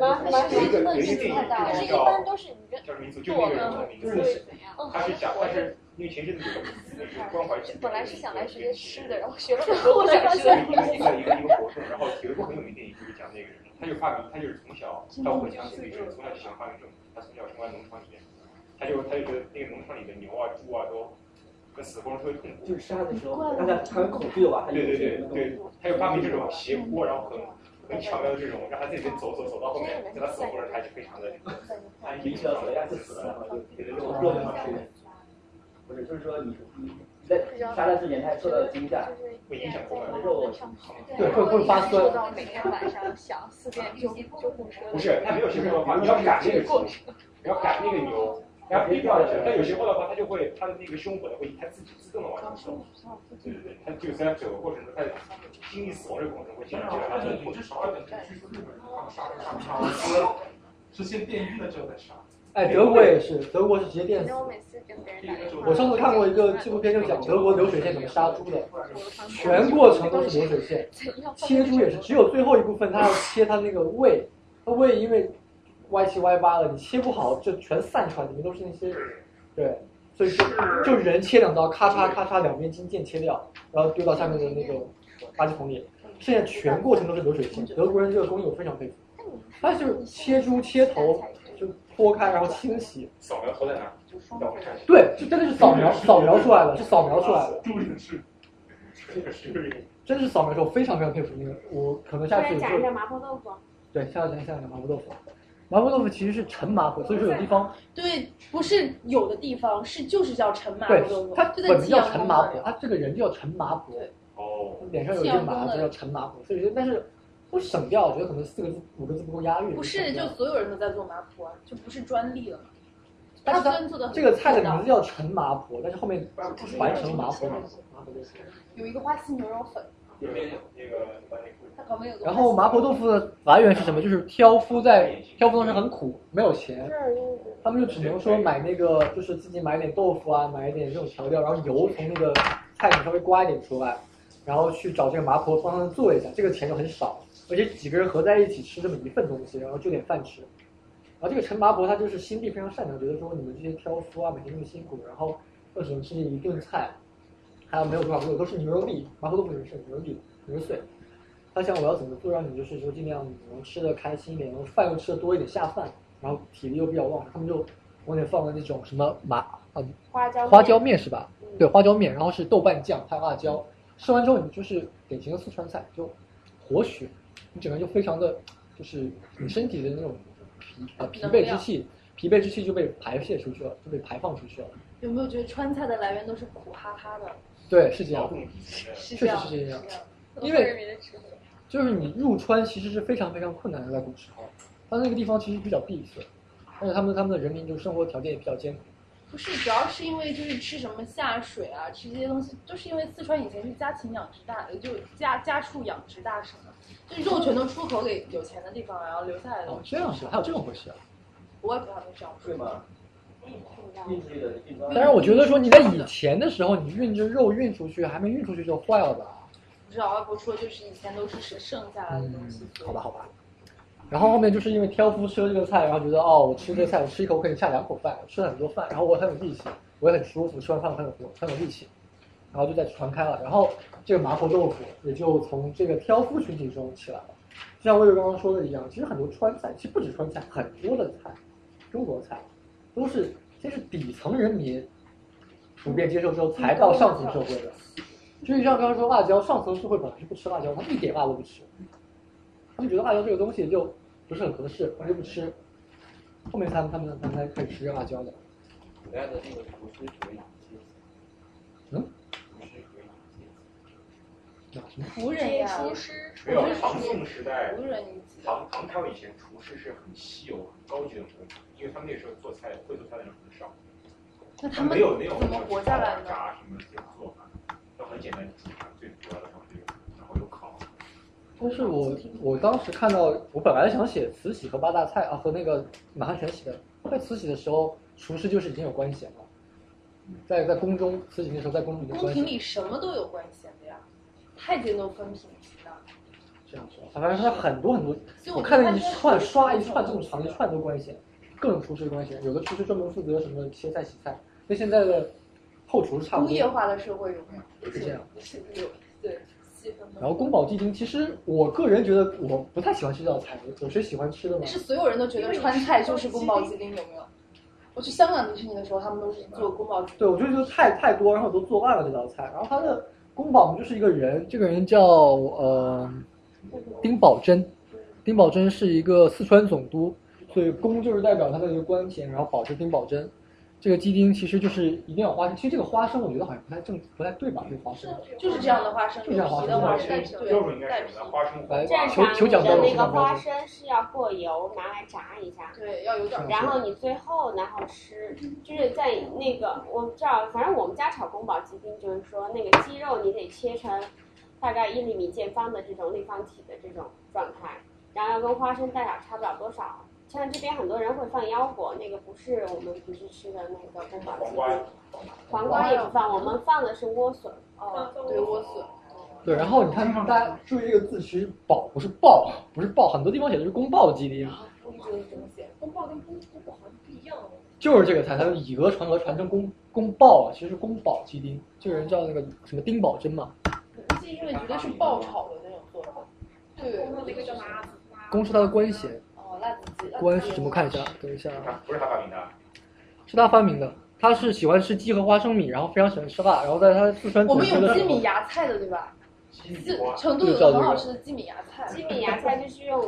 [SPEAKER 6] 蛮蛮有一个有一个电影
[SPEAKER 10] 可是，一
[SPEAKER 6] 叫
[SPEAKER 10] 般都是你
[SPEAKER 6] 叫什么名字？就那个人的名字，他是讲他是因为前阵子有个关怀
[SPEAKER 10] 本来是想来学些吃的，然后学了
[SPEAKER 6] 一
[SPEAKER 10] 很
[SPEAKER 6] 个
[SPEAKER 10] 多我想吃的
[SPEAKER 6] 一个一个一个一个活动，然后有一部很有名的电影就是讲那个人，他就是发明，他就是从小到口腔自闭症，从小就喜欢发明这种，他从小生活在农场里面，他就他就觉得那个农场里的牛啊、猪啊都跟死活人特别痛苦，
[SPEAKER 3] 就是杀的时候，大家很恐惧的吧？
[SPEAKER 6] 对对对对，他就发明这种斜坡，然后很很巧妙的这种，让他自己走走走到后面，给他死活人，他就非常的，他
[SPEAKER 3] 你只要走下去死了，然后就给这种弱的方式，或者就是说你你你在杀他之前，他受到惊吓，
[SPEAKER 6] 会影响
[SPEAKER 3] 我们肉，
[SPEAKER 4] 对会会发酸
[SPEAKER 10] 说到每天晚上想四点就就火车，
[SPEAKER 6] 不是，他没有斜坡的话，你要赶那个牛，你要赶那个牛，然后可以掉下去，但有斜坡的话，他就会他的那个胸火的会他自己自动的往上升，对对对，他就在整个过程中，他经历死亡这个过程会经常觉得他很痛
[SPEAKER 21] 我。至少要等着去日本，他们杀人杀杀死，是先电晕了之后再杀。
[SPEAKER 4] 哎，德国也是，德国是直接电
[SPEAKER 10] 反
[SPEAKER 4] 死
[SPEAKER 10] 正。我每次跟别人打电话，
[SPEAKER 4] 我上次看过一个纪录片，就讲德国流水线怎么杀猪的，全过程都是流水线，切猪也是，只有最后一部分它要切它那个胃，它胃因为歪七歪八了，你切不好就全散出来，里面都是那些，对，所以就就人切两刀，咔嚓咔嚓，两边筋腱切掉，然后丢到下面的那个垃圾桶里。现在全过程都是流水线，德国人这个工艺我非常佩服。他就是切猪切头，就剖开然后清洗，
[SPEAKER 6] 扫描头在哪？让我看。
[SPEAKER 4] 对，就真的是扫描扫描出来了，是扫描出来了，
[SPEAKER 6] 是，
[SPEAKER 4] 真的是扫描出来，我非常非常佩服那个。我可能
[SPEAKER 8] 突
[SPEAKER 4] 下次
[SPEAKER 8] 然
[SPEAKER 4] 有机
[SPEAKER 8] 讲一下
[SPEAKER 4] 会，
[SPEAKER 8] 麻婆豆腐，
[SPEAKER 4] 对，下次讲讲麻婆豆腐。啊麻婆豆腐其实是陈麻婆，所以说有地方
[SPEAKER 2] 对，不是有的地方是就是叫陈麻
[SPEAKER 4] 对
[SPEAKER 2] 婆豆腐，
[SPEAKER 4] 他
[SPEAKER 2] 就
[SPEAKER 4] 本
[SPEAKER 2] 在
[SPEAKER 4] 名
[SPEAKER 2] 济
[SPEAKER 4] 叫
[SPEAKER 2] 阳
[SPEAKER 4] 陈
[SPEAKER 2] 宫
[SPEAKER 4] 麻
[SPEAKER 2] 那
[SPEAKER 4] 婆，
[SPEAKER 2] 里。
[SPEAKER 4] 他这个人就叫陈麻婆，
[SPEAKER 6] 哦，
[SPEAKER 4] 脸上有一个麻就叫陈麻婆，所以有些但是我省掉，我觉得可能四个字五个字不够押韵。
[SPEAKER 2] 不
[SPEAKER 4] 省
[SPEAKER 2] 是，
[SPEAKER 4] 掉
[SPEAKER 2] 就所有人都在做麻婆啊，就不是专利了嘛。
[SPEAKER 4] 但是
[SPEAKER 2] 虽
[SPEAKER 4] 它
[SPEAKER 2] 然做的
[SPEAKER 4] 这个菜的名字叫陈麻婆，但是后面传成麻婆豆腐。
[SPEAKER 2] 有一个花溪牛肉粉，
[SPEAKER 6] 有那那个把那个。
[SPEAKER 2] 它旁边有个。
[SPEAKER 4] 然后麻婆豆腐的来源是什么？就是挑夫在挑夫当时很苦，没有钱，他们就只能说买那个，就是自己买点豆腐啊，买一点这种调料，然后油从那个菜里稍微刮一点出来，然后去找这个麻婆帮他们做一下，这个钱就很少，而且几个人合在一起吃这么一份东西，然后就点饭吃。然后这个陈麻婆他就是心地非常善良，觉得说你们这些挑夫啊，每天那么辛苦，然后又只能吃这一顿菜，还有没有多少肉，都是牛肉粒，麻婆豆腐里面是有牛肉粒、牛肉碎。他想我要怎么做让你就是说尽量能吃的开心一点，然后饭又吃的多一点下饭，然后体力又比较旺，他们就往里放了那种什么麻呃
[SPEAKER 8] 花椒
[SPEAKER 4] 花椒面是吧？对，花椒面，然后是豆瓣酱，还有辣椒。吃完之后你就是典型的四川菜，就活血，你整个就非常的就是你身体的那种疲呃疲惫之气，疲惫之气就被排泄出去了，就被排放出去了。
[SPEAKER 2] 有没有觉得川菜的来源都是苦哈哈的？
[SPEAKER 4] 对，是这样，
[SPEAKER 6] 哦
[SPEAKER 2] 是这
[SPEAKER 4] 确实
[SPEAKER 2] 样，
[SPEAKER 4] 是这样。因
[SPEAKER 2] 因
[SPEAKER 4] 为
[SPEAKER 2] 为
[SPEAKER 4] 就是你入川其实是非常非常困难的，在古时候，它那个地方其实比较闭塞，而且他们他们的人民就生活条件也比较艰苦。
[SPEAKER 2] 不是，主要是因为就是吃什么下水啊，吃这些东西，就是因为四川以前是家禽养殖大，呃就家家畜养殖大省嘛，就是肉全都出口给有钱的地方，然后留下来的。
[SPEAKER 4] 哦，这样是还有这种回事啊？
[SPEAKER 2] 我外婆还没这样说。
[SPEAKER 3] 对吗？运气的运气。
[SPEAKER 4] 但是我觉得说你在以前的时候，你运这肉运出去还没运出去就坏了吧？
[SPEAKER 2] 不知道外婆说就是以前都是剩剩下来的东西。
[SPEAKER 4] 嗯好吧，好吧。然后后面就是因为挑夫吃了这个菜，然后觉得哦，我吃这个菜，我吃一口可以下两口饭，吃了很多饭，然后我很有力气，我也很舒服，吃完饭很有活很有力气，然后就在传开了。然后这个麻婆豆腐也就从这个挑夫群体中起来了。就像魏巍刚刚说的一样，其实很多川菜，其实不止川菜，很多的菜，中国菜，都是先是底层人民普遍接受之后，才到上层社会的。就是像刚刚说辣椒，上层社会本来是不吃辣椒，他们一点辣都不吃，他们觉得辣椒这个东西就不是很合适，他们就不吃。后面他们他们他们才开始吃辣椒的。
[SPEAKER 17] 古代的那个厨师主为哪些？
[SPEAKER 4] 嗯，
[SPEAKER 17] 厨师主为哪些？
[SPEAKER 2] 仆人呀，
[SPEAKER 10] 厨师
[SPEAKER 6] 没有唐宋时代
[SPEAKER 2] 仆人一级，
[SPEAKER 6] 唐唐朝以前厨师是很稀有、很高级的职业，因为他们那时候做菜会做菜的人很少。
[SPEAKER 2] 那
[SPEAKER 4] 啊
[SPEAKER 2] 他们
[SPEAKER 6] 没有没有
[SPEAKER 2] 怎么活下来呢
[SPEAKER 6] 炸什么这种做法，都很简单，煮饭最主要的方式，然后又烤。
[SPEAKER 4] 但是我我当时看到，我本来想写慈禧和八大菜啊，和那个满汉全席的。在慈禧的时候，厨师就是已经有官衔了，在在宫中，慈禧那时候在宫中已经
[SPEAKER 2] 宫
[SPEAKER 4] 有官衔
[SPEAKER 2] 廷。里什么都有关系的呀，太监都分品级的。
[SPEAKER 4] 这样说，反正它很多很多
[SPEAKER 2] 所以，我
[SPEAKER 4] 我
[SPEAKER 2] 们
[SPEAKER 4] 看了
[SPEAKER 2] 看
[SPEAKER 4] 一
[SPEAKER 2] 电视
[SPEAKER 4] 串
[SPEAKER 2] 剧
[SPEAKER 4] 刷
[SPEAKER 2] 看
[SPEAKER 4] 一
[SPEAKER 2] 这
[SPEAKER 4] 串这
[SPEAKER 2] 种
[SPEAKER 4] 么长一串都关系，各种厨师关系，有的厨师专门负责什么切菜洗菜，跟现在的后厨是差不
[SPEAKER 2] 工业
[SPEAKER 4] 多。
[SPEAKER 2] 化的社会有没有？
[SPEAKER 4] 是这样
[SPEAKER 2] 是有对细分的。
[SPEAKER 4] 然后宫保鸡丁，其实我个人觉得我不太喜欢吃这道菜，有谁喜欢吃的吗？
[SPEAKER 2] 是所有人都觉得川菜就是宫保鸡丁，有没有？我去香港迪士尼的时候，他们都是做宫保鸡
[SPEAKER 4] 对，我觉得就太太多，然后我都做烂了这道菜。然后他的宫保我们就是一个人，这个人叫呃丁宝桢，丁宝桢是一个四川总督，所以公就是代表他的一个官衔，然后保是丁宝桢。这个鸡丁其实就是一定要花生，其实这个花生我觉得好像不太正，不太对吧？这个花生
[SPEAKER 2] 丁，就是这样的花生，
[SPEAKER 4] 就是这样
[SPEAKER 2] 有皮的花
[SPEAKER 4] 花
[SPEAKER 2] 生，
[SPEAKER 4] 生
[SPEAKER 2] 对，
[SPEAKER 6] 标准应该是什么呢？花生黄瓜。
[SPEAKER 4] 求求讲究，
[SPEAKER 8] 的那
[SPEAKER 4] 求
[SPEAKER 8] 个
[SPEAKER 4] 讲
[SPEAKER 8] 花
[SPEAKER 4] 究。
[SPEAKER 8] 生是要过油，拿来炸一下。
[SPEAKER 2] 对，要有
[SPEAKER 4] 点儿
[SPEAKER 8] 然后你最后然后吃，就是在那个我不知道，反正我们家炒宫保鸡丁就是说那个鸡肉你得切成大概一厘米见方的这种立方体的这种状态，然后要跟花生大小差不了多少。像这边很多人会放腰果，那个不是我们平时吃的那个宫保鸡
[SPEAKER 6] 黄瓜
[SPEAKER 8] 丁，黄瓜也不放，我们放的是莴笋。哦，
[SPEAKER 2] 对莴笋。
[SPEAKER 4] 对，然后你看大家注意这个字，其实“宝”不是“爆”，不是“爆”，很多地方写的是“宫爆鸡丁”。啊
[SPEAKER 31] 我一直都这么写，宫爆跟宫宫保好像不一样哦。
[SPEAKER 4] 就是这个菜，它以讹传讹，传成宫宫爆啊，其实是宫保鸡丁，这个人叫那个什么丁宝桢嘛，
[SPEAKER 2] 我记得绝对是爆炒的那种做法。对，那个叫辣子。
[SPEAKER 4] 宫是他的官衔，
[SPEAKER 2] 哦，辣子鸡。
[SPEAKER 4] 官是什么？看一下，等一下，啊
[SPEAKER 6] 不是他发明的，
[SPEAKER 4] 是他发明的，他是喜欢吃鸡和花生米，然后非常喜欢吃辣，然后在他四川
[SPEAKER 2] 我
[SPEAKER 4] 总
[SPEAKER 2] 们
[SPEAKER 4] 督
[SPEAKER 2] 有
[SPEAKER 4] 的
[SPEAKER 2] 鸡
[SPEAKER 4] 时候
[SPEAKER 2] 米芽菜的对吧？是
[SPEAKER 4] 花
[SPEAKER 2] 成都有
[SPEAKER 4] 就叫
[SPEAKER 2] 个很
[SPEAKER 4] 这
[SPEAKER 2] 好
[SPEAKER 4] 个
[SPEAKER 2] 吃的鸡米芽菜。
[SPEAKER 8] 鸡米芽菜就是用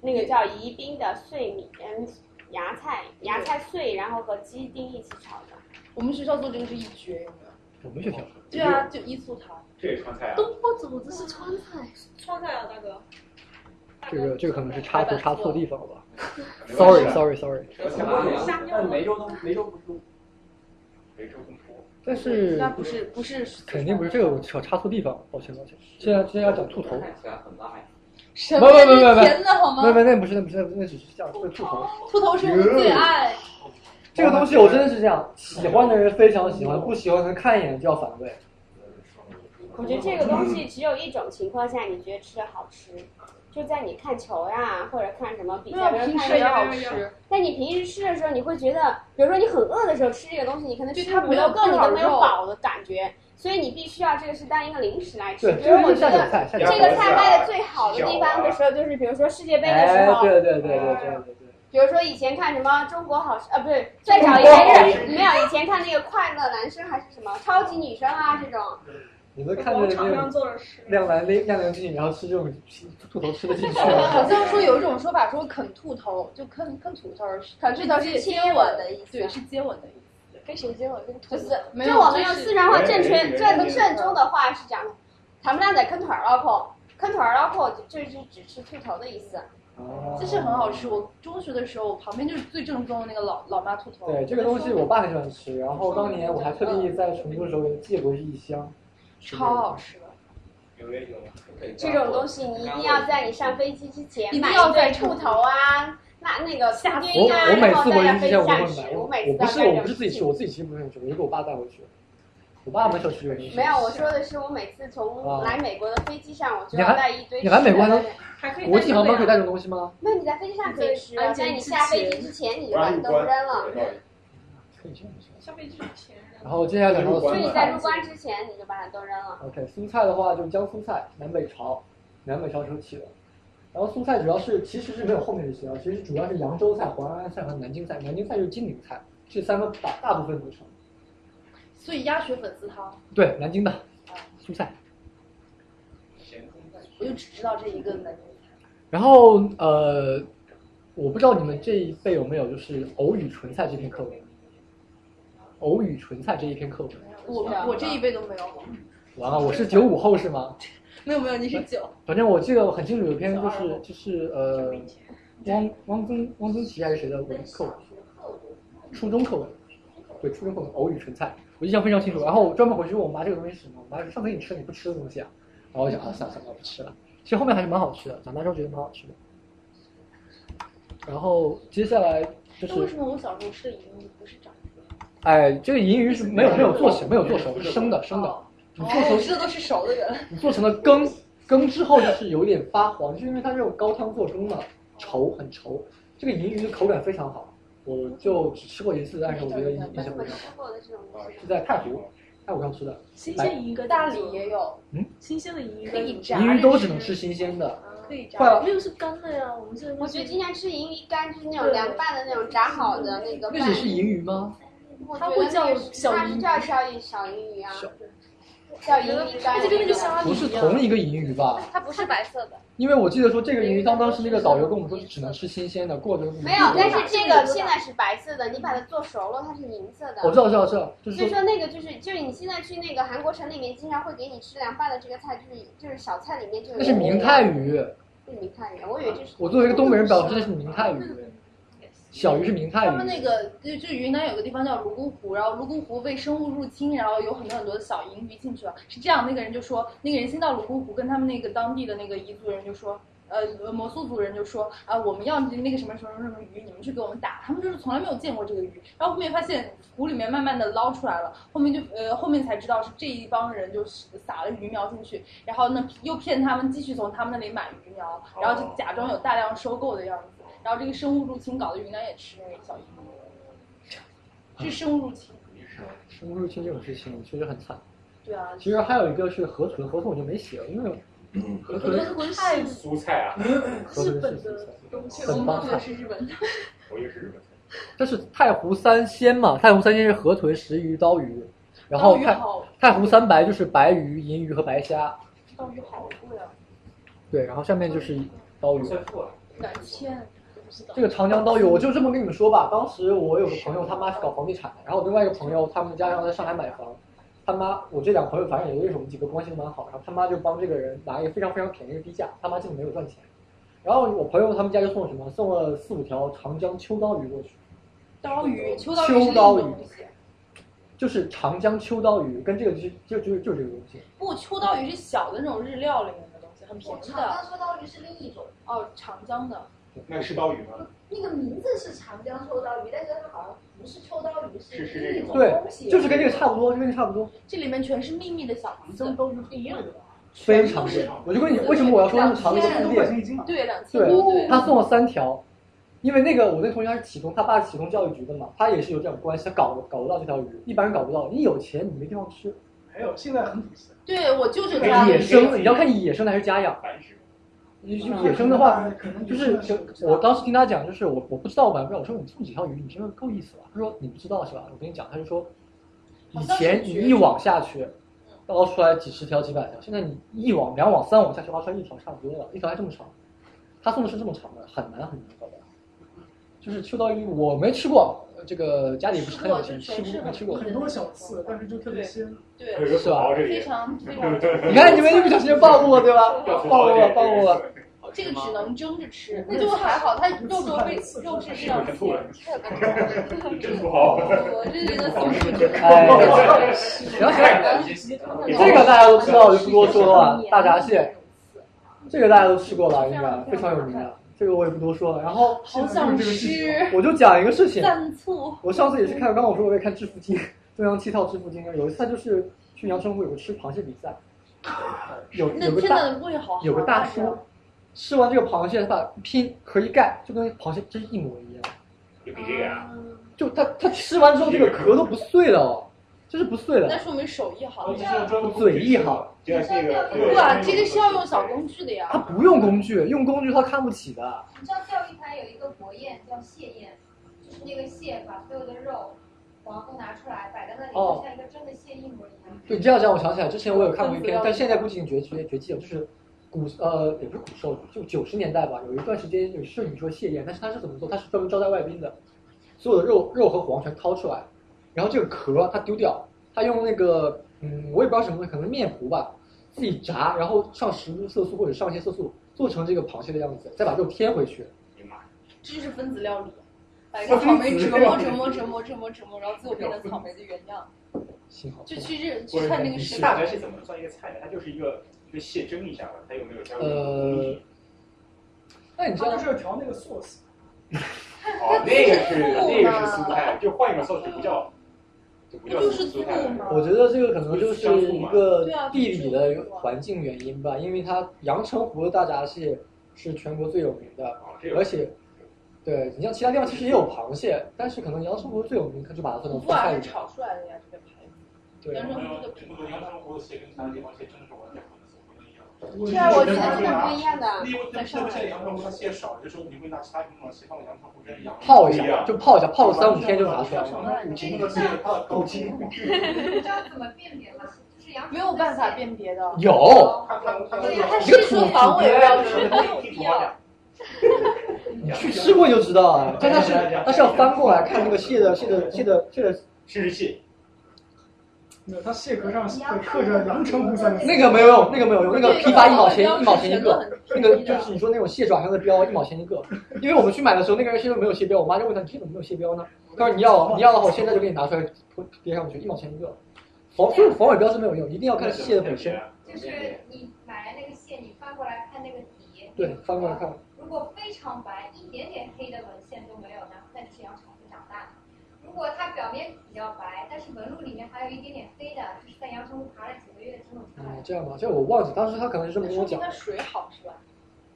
[SPEAKER 8] 那个叫宜宾的碎米，嗯，芽菜，芽菜碎，然后和鸡丁一起炒的。
[SPEAKER 2] 我们学校做这个是一绝，有没有？
[SPEAKER 4] 我们学校
[SPEAKER 2] 对啊，就一素汤。
[SPEAKER 6] 这也川菜啊。
[SPEAKER 2] 东坡肘子是川菜，
[SPEAKER 9] 川菜啊，大哥。
[SPEAKER 4] 这个这个可能是插图插错地方了吧
[SPEAKER 6] 没关系
[SPEAKER 4] ？Sorry
[SPEAKER 6] 啊
[SPEAKER 4] Sorry Sorry，
[SPEAKER 3] 但梅州东梅州不是
[SPEAKER 6] 梅州东坡。
[SPEAKER 4] 但是
[SPEAKER 2] 那不是不是
[SPEAKER 4] 肯定不是这个，我插插错地方了，抱歉抱歉。现在现在要讲兔头，
[SPEAKER 3] 看起来很辣呀。
[SPEAKER 2] 什
[SPEAKER 4] 没
[SPEAKER 2] 么
[SPEAKER 4] 有没有没有没有
[SPEAKER 2] 甜的好吗？
[SPEAKER 4] 没有没有那不是那不是那不是那只是叫这个兔头。
[SPEAKER 2] 秃头是我的最爱。
[SPEAKER 4] 这个东西我真的是这样，喜欢的人非常喜欢，不喜欢的人看一眼就要反胃。
[SPEAKER 8] 我觉得这个
[SPEAKER 6] 嗯
[SPEAKER 8] 东西只有一种情况下你觉得吃的好吃，就在你看球呀、或者看什么比赛，
[SPEAKER 2] 没
[SPEAKER 8] 比
[SPEAKER 2] 有
[SPEAKER 8] 如
[SPEAKER 2] 平时
[SPEAKER 8] 看
[SPEAKER 2] 也
[SPEAKER 8] 人
[SPEAKER 2] 好吃。
[SPEAKER 8] 但你平时吃的时候，你会觉得，比如说你很饿的时候吃这个东西，你可能
[SPEAKER 2] 对
[SPEAKER 8] 吃
[SPEAKER 2] 它
[SPEAKER 8] 五
[SPEAKER 2] 没有
[SPEAKER 8] 六个你
[SPEAKER 2] 多少
[SPEAKER 8] 都没有
[SPEAKER 2] 肉
[SPEAKER 8] 饱的感觉，所以你必须要这个是当一个零食
[SPEAKER 2] 哎
[SPEAKER 8] 来吃。
[SPEAKER 4] 对
[SPEAKER 8] 比如
[SPEAKER 4] 这
[SPEAKER 8] 我
[SPEAKER 4] 就是
[SPEAKER 8] 觉
[SPEAKER 4] 下酒
[SPEAKER 8] 得
[SPEAKER 4] 菜下
[SPEAKER 8] 这
[SPEAKER 4] 酒菜
[SPEAKER 8] 个菜卖的最好的地
[SPEAKER 6] 啊
[SPEAKER 8] 方的时候，就是比如说世界杯的时
[SPEAKER 4] 哎
[SPEAKER 8] 候，
[SPEAKER 4] 对对对对对对。
[SPEAKER 8] 比如说以前看什么《中国好声》啊，不对，最早以前是没有，以前看那个《快乐男生》还是什么《超级女生》啊这种，
[SPEAKER 4] 你们看着这
[SPEAKER 8] 广场上
[SPEAKER 4] 个
[SPEAKER 8] 坐
[SPEAKER 4] 亮来亮亮进去，然后吃这种兔头吃的 进去吗。
[SPEAKER 2] 好像说有一种说法说啃兔头，就啃啃土豆，啃
[SPEAKER 10] 是
[SPEAKER 2] 兔头是
[SPEAKER 10] 接
[SPEAKER 2] 吻
[SPEAKER 10] 吻的意思
[SPEAKER 2] 对，是接吻的啊意思。
[SPEAKER 10] 跟谁接吻？跟
[SPEAKER 2] 不是，没
[SPEAKER 8] 就
[SPEAKER 2] 有
[SPEAKER 8] 我们用
[SPEAKER 2] 是
[SPEAKER 8] 四川话正确正正宗的话是讲，他们俩在啃兔儿脑壳，啃兔儿脑壳就就是只吃兔头的意思。哦
[SPEAKER 2] 这是很好吃。我中学的时候，我旁边就是最正宗的那个老老妈兔头。
[SPEAKER 4] 对这个东西，我爸很喜欢吃，然后当年我还特地在成都的时候借过一箱。
[SPEAKER 2] 超好吃的。
[SPEAKER 6] 纽约有
[SPEAKER 8] 这种东西你一定要在你上飞机之前
[SPEAKER 2] 一定
[SPEAKER 8] 买
[SPEAKER 2] 要
[SPEAKER 8] 一
[SPEAKER 2] 在
[SPEAKER 8] 堆兔头啊，那那个布
[SPEAKER 4] 我
[SPEAKER 8] 丁啊，
[SPEAKER 4] 我每
[SPEAKER 8] 然
[SPEAKER 4] 次
[SPEAKER 8] 后
[SPEAKER 4] 回
[SPEAKER 8] 大家
[SPEAKER 4] 去之前
[SPEAKER 8] 分
[SPEAKER 4] 我
[SPEAKER 8] 享
[SPEAKER 4] 会
[SPEAKER 8] 食
[SPEAKER 4] 买，
[SPEAKER 8] 物，
[SPEAKER 4] 我
[SPEAKER 8] 每次
[SPEAKER 4] 我
[SPEAKER 8] 都
[SPEAKER 4] 不
[SPEAKER 8] 要
[SPEAKER 4] 是
[SPEAKER 8] 干
[SPEAKER 4] 我
[SPEAKER 8] 这
[SPEAKER 4] 不是自
[SPEAKER 8] 种
[SPEAKER 4] 己吃，我自己其实不是很吃，我就给我爸带回去。我爸没少吃这个东西。
[SPEAKER 8] 没有，我说的是我每次
[SPEAKER 2] 啊
[SPEAKER 8] 从来美国的飞机上，我就
[SPEAKER 4] 你
[SPEAKER 8] 要
[SPEAKER 4] 还
[SPEAKER 8] 带一堆吃
[SPEAKER 4] 你
[SPEAKER 8] 的。
[SPEAKER 4] 还美国还能
[SPEAKER 8] 可以
[SPEAKER 4] 国际航班可以带
[SPEAKER 8] 带啊
[SPEAKER 4] 这种东西吗？
[SPEAKER 8] 那你在飞机上可以吃啊，但你下飞机之前你就把
[SPEAKER 4] 关
[SPEAKER 8] 你都扔了。
[SPEAKER 7] 消费之前，
[SPEAKER 4] 然后接下来讲到
[SPEAKER 8] 所以
[SPEAKER 4] 蔬
[SPEAKER 8] 你在入
[SPEAKER 4] 菜。
[SPEAKER 8] 关之前你就把它都扔了。
[SPEAKER 4] OK，蔬菜的话就是江苏菜，南北朝，南北朝时候起的。然后蔬菜主要是其实是没有后面这些啊，其实主要是扬州菜、淮安菜和南京菜。南京菜就是金陵菜，这三个大大部分组成。
[SPEAKER 2] 所以鸭血粉丝汤，
[SPEAKER 4] 对，南京的蔬菜。
[SPEAKER 2] 我就只知道这一个南京
[SPEAKER 4] 然后呃，我不知道你们这一辈有没有就是藕与纯菜这篇课文，藕与纯菜这一篇课文。
[SPEAKER 2] 啊我我这一辈都没有。
[SPEAKER 4] 完了，我是九五后是吗？
[SPEAKER 2] 没有没有，你是九。
[SPEAKER 4] 反正我记得我很清楚，有篇就是就是呃，汪汪曾汪曾祺还是谁的文课文，初中课文，对初中课文《偶语纯菜》，我印象非常清楚。然后我专门回去问我妈这个东西是什么，我妈说上次给你吃了你不吃的东西啊，然 后我想啊算了算了不吃了。其实后面还是蛮好吃的，长大之后觉得蛮好吃的。然后接下来就
[SPEAKER 2] 那为
[SPEAKER 4] 是
[SPEAKER 2] 什么我小时候吃的银鱼不是长的？
[SPEAKER 4] 哎，这个银鱼是没有没有做成没有做熟，哦是生的生的。你做成
[SPEAKER 2] 我吃哦的都是熟的人。
[SPEAKER 4] 你做成了羹，羹之后就是有点发黄，就是因为它是用高汤做羹嘛，稠很稠。这个银鱼的口感非常好，我就只吃过一次，但是我觉得印象非
[SPEAKER 9] 嗯
[SPEAKER 4] 常好。
[SPEAKER 10] 过的这种东西
[SPEAKER 4] 是在太湖，太湖上吃的。
[SPEAKER 10] 新
[SPEAKER 4] 哎
[SPEAKER 10] 鲜银哥大理也有，
[SPEAKER 4] 嗯，
[SPEAKER 10] 新鲜的银鱼
[SPEAKER 4] 可
[SPEAKER 10] 羹
[SPEAKER 4] 以
[SPEAKER 8] 啊
[SPEAKER 10] 炸
[SPEAKER 4] 银鱼
[SPEAKER 10] 着
[SPEAKER 4] 都只能吃新鲜的，
[SPEAKER 10] 可以
[SPEAKER 4] 坏了
[SPEAKER 10] 没有是干的呀，我们现在
[SPEAKER 8] 我觉得经常吃银鱼干就是那种凉拌的那种炸好的那个
[SPEAKER 4] 那
[SPEAKER 8] 饭
[SPEAKER 4] 只，是银鱼吗？
[SPEAKER 8] 我觉
[SPEAKER 10] 它
[SPEAKER 8] 得
[SPEAKER 10] 会
[SPEAKER 8] 那
[SPEAKER 10] 叫
[SPEAKER 8] 个是
[SPEAKER 10] 小
[SPEAKER 8] 它是
[SPEAKER 10] 银
[SPEAKER 8] 叫小银小银鱼啊，
[SPEAKER 10] 小
[SPEAKER 8] 叫银鱼干，
[SPEAKER 10] 而且这个就像阿里
[SPEAKER 4] 不是同一个银鱼吧？
[SPEAKER 10] 它不是白色的，
[SPEAKER 4] 因为我记得说这个银鱼当当时那个导游跟我们说只能吃新鲜的，过程
[SPEAKER 8] 没有，但是这个现在是白色的，你把它做熟了，它是银色的。
[SPEAKER 4] 我知道，知道，知道，就
[SPEAKER 8] 所
[SPEAKER 4] 哦是说
[SPEAKER 8] 以说那个就是就是你现在去那个韩国城里面，经常会给你吃凉拌的这个菜，就是就是小菜里面就有。
[SPEAKER 4] 那是明太。鱼。
[SPEAKER 8] 是明太鱼，我以为这是。
[SPEAKER 4] 我作为一个东北人，表示那是明太鱼，小鱼是明太
[SPEAKER 2] 他们那
[SPEAKER 4] 鱼。
[SPEAKER 2] 个就就云南有个地方叫泸沽湖，然后泸沽湖被生物入侵，然后有很多很多的小银鱼进去了。是这样，那个人就说，那个人先到泸沽湖，跟他们那个当地的那个彝族人就说。呃，摩苏族人就说啊、我们要那个什么什么什么鱼，你们去给我们打。他们就是从来没有见过这个鱼，然后后面发现湖里面慢慢的捞出来了，后面就呃后面才知道是这一帮人就是撒了鱼苗进去，然后呢又骗他们继续从他们那里买鱼苗，然后
[SPEAKER 4] 哦
[SPEAKER 2] 就假装有大量收购的样子，然后这个生物入侵搞得云南也吃那个小鱼。是生物入侵。
[SPEAKER 4] 生物入侵这种事情确实很惨。
[SPEAKER 2] 对啊，
[SPEAKER 4] 其实还有一个是河豚，河豚我就没写，因为河豚
[SPEAKER 10] 太
[SPEAKER 6] 蔬菜啊，
[SPEAKER 4] 河
[SPEAKER 10] 日
[SPEAKER 4] 豚是
[SPEAKER 10] 本的东西，
[SPEAKER 4] 很棒
[SPEAKER 10] 我们是日本的。
[SPEAKER 6] 我以为是日本菜。
[SPEAKER 4] 但是太湖三鲜嘛，太湖三鲜是河豚、石鱼、刀鱼，然后
[SPEAKER 10] 刀鱼
[SPEAKER 4] 太
[SPEAKER 10] 好
[SPEAKER 4] 太湖三白就是白鱼、银鱼和白虾，
[SPEAKER 10] 到底好贵啊，
[SPEAKER 4] 对，然后下面就是刀鱼。
[SPEAKER 10] 两
[SPEAKER 2] 啊
[SPEAKER 10] 千。我不知道
[SPEAKER 4] 这个长江刀鱼，我就这么跟你们说吧。当时我有个朋友，他妈是搞房地产的，然后我另外一个朋友，他们家要在上海买房，他妈，我这两个朋友反正也认识，我们几个关系都蛮好。然后他妈就帮这个人拿一个非常非常便宜的低价，他妈基本没有赚钱。然后我朋友他们家就送了什么，送了四五条长江秋刀鱼过去，
[SPEAKER 2] 刀鱼，秋刀鱼是
[SPEAKER 4] 秋
[SPEAKER 2] 一种
[SPEAKER 4] 刀鱼
[SPEAKER 2] 东西。
[SPEAKER 4] 就是长江秋刀鱼，跟这个就是就就就这个东西。
[SPEAKER 2] 不，秋刀鱼是小的那种日料里面的东西，很便宜的。
[SPEAKER 9] 长江秋刀鱼是另一种。
[SPEAKER 2] 哦，长江的。
[SPEAKER 6] 那个是刀鱼吗？
[SPEAKER 9] 那个名字是长江秋刀鱼，但是它好像不是秋刀鱼，是另一种
[SPEAKER 4] 对
[SPEAKER 9] 东，西。
[SPEAKER 4] 就是跟这个差不多，就跟这个差不多，
[SPEAKER 2] 这里面全是秘密的小螃蟹，
[SPEAKER 10] 都是不一样的。
[SPEAKER 4] 非常贵。我就跟你为什么我要说那么长的
[SPEAKER 2] 两
[SPEAKER 4] 饭
[SPEAKER 2] 千
[SPEAKER 4] 店？
[SPEAKER 2] 对，两千多，
[SPEAKER 4] 对，
[SPEAKER 2] 对。
[SPEAKER 4] 他送了三条，因为那个我那同学他是启东，他爸是启东教育局的嘛，他也是有这种关系，他搞搞得到这条鱼，一般人搞不到。你有钱你没地方吃，
[SPEAKER 21] 还有现在很普及，
[SPEAKER 2] 对啊我就是这样。
[SPEAKER 4] 野生的你要看你野生的还是家养。你就
[SPEAKER 6] 嗯
[SPEAKER 4] 野生的话，就是就我当时听他讲，就是我我不知道百分之，我说你这么几条鱼，你这个够意思吧？他说你不知道是吧？我跟你讲，他就说以前你一网下去，嗯捞出来几十条、几百条，现在你一网、两网、三网下去，捞出来一条差不多了，一条还这么长。他送的是这么长的，很难很难搞到。就是秋刀鱼，我没吃过，呃这个家里不是很有钱，吃过没吃过。
[SPEAKER 21] 很多小刺，但是就特别鲜。
[SPEAKER 2] 对，
[SPEAKER 4] 是吧
[SPEAKER 2] 非常非常。
[SPEAKER 4] 你看你们一不小心就暴露了，对吧？暴露了，暴露了。
[SPEAKER 2] 这个只能蒸着吃，那就还好，它肉质被肉质非常鲜。
[SPEAKER 6] 真不好。
[SPEAKER 2] 我是觉得送出去。
[SPEAKER 4] 哎，行行，这个大家都知道，我就不多说了。大闸蟹，这个大家都吃过吧？应该非常有名的，这个我也不多说了。然后
[SPEAKER 2] 好想吃
[SPEAKER 4] 我就讲一个事情，
[SPEAKER 2] 蘸醋。
[SPEAKER 4] 我上次也是看，刚刚我说我也看《致富经》，中央七套《致富经》，有一次就是去阳澄湖有个吃螃蟹比 赛，有
[SPEAKER 2] 那
[SPEAKER 4] 有个
[SPEAKER 2] 天
[SPEAKER 4] 大
[SPEAKER 2] 的胃好好啊
[SPEAKER 4] 有个大叔吃完这个螃蟹，他把拼壳一盖，就跟螃蟹真是一模一样。
[SPEAKER 6] 就比这个呀，
[SPEAKER 4] 就他他吃完之后，这个壳都不碎了哦，就是不碎
[SPEAKER 2] 那
[SPEAKER 4] 了，
[SPEAKER 2] 说明手艺好。
[SPEAKER 4] 嘴艺好。
[SPEAKER 6] 就像那个
[SPEAKER 2] 对啊，这个是要用小工具的呀。
[SPEAKER 4] 他不用工具，用工具他看不起的。
[SPEAKER 9] 你知道钓鱼台有一个国宴叫蟹宴，就是那个蟹把所有的肉、黄都拿出来摆在那里，
[SPEAKER 4] 哦
[SPEAKER 9] 就像一个真的蟹一模一样。
[SPEAKER 4] 对，你这样讲我想起来，之前我有看过一篇，但现在估计已经绝绝绝迹了。就是古呃也不是古时候，就九十年代吧，有一段时间有是你说谢宴，但是他是怎么做？他是专门招待外宾的，所有的肉肉和黄全掏出来，然后这个壳他丢掉，他用那个嗯，我也不知道什么东西，可能面糊吧，自己炸，然后上食物色素或者上一些色素，做成这个螃蟹的样子，再把肉贴回去。
[SPEAKER 2] 这就是分子料理，把一个草莓折磨折磨折磨折磨折磨，然后最后变成草莓的原样。
[SPEAKER 4] 幸好
[SPEAKER 2] 就去日去看那个食
[SPEAKER 6] 大
[SPEAKER 2] 堂
[SPEAKER 6] 闸蟹怎么算一个菜呢？它就是一个一个蟹蒸一下吧，它有没有加入？
[SPEAKER 4] 呃，那哎你知
[SPEAKER 21] 道就是调那个 sauce，
[SPEAKER 6] 哦，那个是那个是苏菜，就换一种 sauce 就不叫，就不叫苏菜了。
[SPEAKER 4] 我觉得这个可能就是一个
[SPEAKER 6] 对啊
[SPEAKER 4] 地理的环境原因吧，因为它阳澄湖的大闸蟹是全国最有名的，
[SPEAKER 6] 哎
[SPEAKER 4] 而且，对你像其他地方其实也有螃蟹，但是可能阳澄湖最有名，它就把它算成
[SPEAKER 2] 不
[SPEAKER 4] 川菜
[SPEAKER 2] 管
[SPEAKER 4] 里
[SPEAKER 2] 是
[SPEAKER 4] 面。
[SPEAKER 2] 炒出来的呀，这个牌子。
[SPEAKER 4] 对
[SPEAKER 2] 阳澄湖的
[SPEAKER 21] 这么多阳澄湖的蟹跟其他地方蟹真的是完全不一
[SPEAKER 8] 对
[SPEAKER 21] 样。
[SPEAKER 8] 啊，我觉得真的不一样的。
[SPEAKER 21] 因为那那现在阳澄湖它蟹少，有时候你会拿其他品种的蟹放到阳澄湖跟阳
[SPEAKER 4] 泡一下，就泡一下，泡个三五天就拿出来了。
[SPEAKER 21] 你这个蟹它的高筋，
[SPEAKER 9] 知道怎么辨别吗？就是羊
[SPEAKER 2] 没有办法辨别的。
[SPEAKER 9] 哦
[SPEAKER 4] 有，
[SPEAKER 2] 对呀，它是说防伪标准，没有必要。
[SPEAKER 4] 去吃过就知道啊。但它是它是要翻过来看那个蟹的蟹的蟹的蟹的
[SPEAKER 6] 试试蟹。
[SPEAKER 21] 没有，它蟹壳上会刻着阳澄湖三个字。
[SPEAKER 4] 那个没有用，那个没有用，那个批发一毛钱一毛钱一个，那个就是你说那种蟹爪上的标一毛钱一个。因为我们去买的时候，那个蟹都没有蟹标，我妈就问他你这怎么没有蟹标呢？她说你要你要的话，我现在就给你拿出来铺贴上去，一毛钱一个。防所以防伪标是没有用，一定要看蟹的本身。
[SPEAKER 9] 就是你买了那个蟹，你翻过来看那个底，
[SPEAKER 4] 对，翻过来看，
[SPEAKER 9] 如果非常白，一点点黑的纹线都没有呢，那就是羊肠子长大的。如果它表面比较白，但是纹路里面还有一点点黑的，就是在羊肠子爬了几个月之后
[SPEAKER 4] 哎，这样吧，这我忘记当时他可能是这么跟我讲的。
[SPEAKER 2] 水好是吧？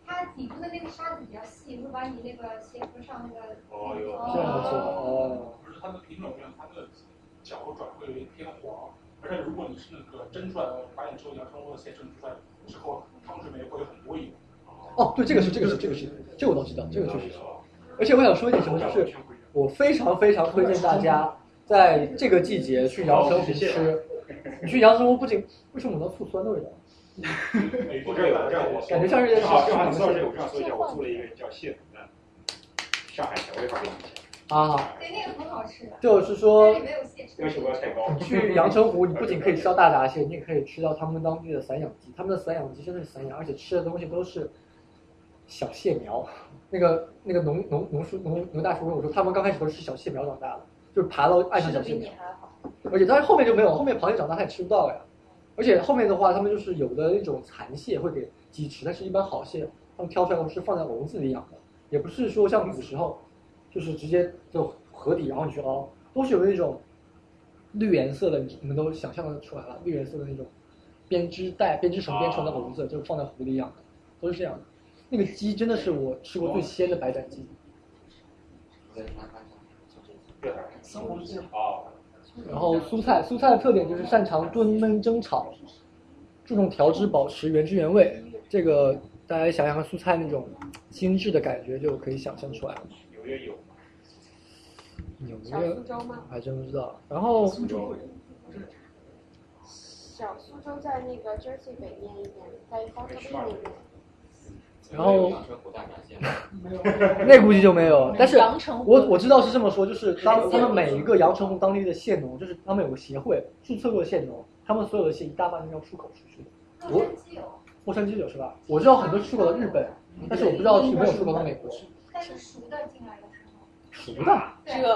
[SPEAKER 9] 它底部的那个沙子比较细，会把你那个鞋壳上那个
[SPEAKER 21] 哦有
[SPEAKER 4] 这样子哦。
[SPEAKER 21] 不是它的品种不一样，它的脚爪会偏黄，而且如果你是那个蒸出来的，把你之后阳澄湖的蟹蒸出来之后，汤水里面会有很多油。
[SPEAKER 4] 哦，对，这个是这个是这个是，这个我倒知道，这个确实是。而且我想说一点什么，就是我非常非常推荐大家在这个季节去阳澄湖吃。 你去阳澄湖不仅为什么闻到醋酸的味道？
[SPEAKER 6] 我这儿有，我啊这儿有，
[SPEAKER 4] 感觉像是在
[SPEAKER 6] 正好
[SPEAKER 4] 吃
[SPEAKER 6] 正好你
[SPEAKER 4] 什么
[SPEAKER 6] 说到这
[SPEAKER 4] 蟹
[SPEAKER 6] 个，我正好说一下，我做了一个叫蟹粉蛋，上海菜，我一会儿给你讲。
[SPEAKER 4] 啊，
[SPEAKER 9] 对，那个很好吃的。
[SPEAKER 4] 就是说
[SPEAKER 9] 那里没有蟹
[SPEAKER 6] 要求不要太高。
[SPEAKER 4] 去阳澄湖，你不仅可以吃到大闸蟹，你也可以吃到他们当地的散养鸡。他们的散养鸡真的是散养，而且吃的东西都是小蟹苗。那个那个农农农叔农农大叔跟我说，他们刚开始都是吃小蟹苗长大的，就是爬到岸上
[SPEAKER 2] 吃
[SPEAKER 4] 小
[SPEAKER 2] 的
[SPEAKER 4] 蟹
[SPEAKER 2] 比
[SPEAKER 4] 苗
[SPEAKER 2] 你。还好。
[SPEAKER 4] 而且但是后面就没有，后面螃蟹长大它也吃不到呀。而且后面的话，他们就是有的那种残蟹会给鸡吃，但是一般好蟹他们挑出来都是放在笼子里养的，也不是说像古时候，就是直接就河底然后你去熬，都是有那种绿颜色的，你们都想象得出来了，绿颜色的那种编织袋、编织绳编成的笼子，就放在湖里养的，都是这样的。那个鸡真的是我吃过最鲜的白斩鸡。
[SPEAKER 21] 生活技巧。
[SPEAKER 6] 啊
[SPEAKER 4] 然后蔬菜，蔬菜的特点就是擅长炖焖蒸炒，注重调汁保持原汁原味。这个大家想想蔬菜那种精致的感觉就可以想象出来了。
[SPEAKER 6] 纽约有，
[SPEAKER 4] 纽
[SPEAKER 8] 小
[SPEAKER 4] 约
[SPEAKER 8] 苏州吗？
[SPEAKER 4] 还真不知道。然后
[SPEAKER 8] 小苏州在那个 Jersey 北面一点，在 d o w n t 那边。
[SPEAKER 4] 然后
[SPEAKER 17] 阳澄湖大闸蟹。
[SPEAKER 4] 那估计就没有，但是
[SPEAKER 2] 阳澄湖
[SPEAKER 4] 我我知道是这么说，就是当他们每一个阳澄湖当地的蟹农，就是他们有个协会注册过的蟹农，他们所有的蟹一大半是要出口出去的。我洛杉矶有是吧？我知道很多出口到日本，但是我不知道有没有出口到美国。
[SPEAKER 9] 但是熟的进来的时候，
[SPEAKER 4] 熟的。
[SPEAKER 2] 这个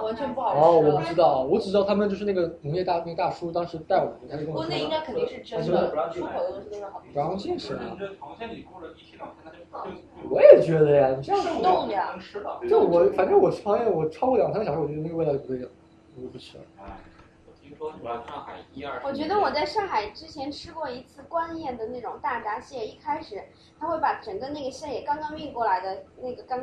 [SPEAKER 2] 完全不好吃。
[SPEAKER 4] 哦，我不知。道，我只知道他们就是那个农业大那个大叔，当时带我们，他就
[SPEAKER 2] 不
[SPEAKER 4] 跟我
[SPEAKER 2] 过
[SPEAKER 4] 说，
[SPEAKER 2] 那应该肯定是真的，出口的东西都是好
[SPEAKER 4] 不让进是
[SPEAKER 21] 是
[SPEAKER 4] 吧
[SPEAKER 21] 你？这螃蟹你过了一天两天，它就
[SPEAKER 6] 啊
[SPEAKER 4] 我也觉得呀，你这样
[SPEAKER 2] 受冻呀。
[SPEAKER 4] 就我反正我吃螃蟹，我超过两三个小时，我觉得那个味道就不对了，我就不吃了。
[SPEAKER 17] 我听说什么上海一二。
[SPEAKER 8] 我觉得我在上海之前吃过一次官宴的那种大闸蟹，一开始他会把整个那个蟹也刚刚运过来的那个刚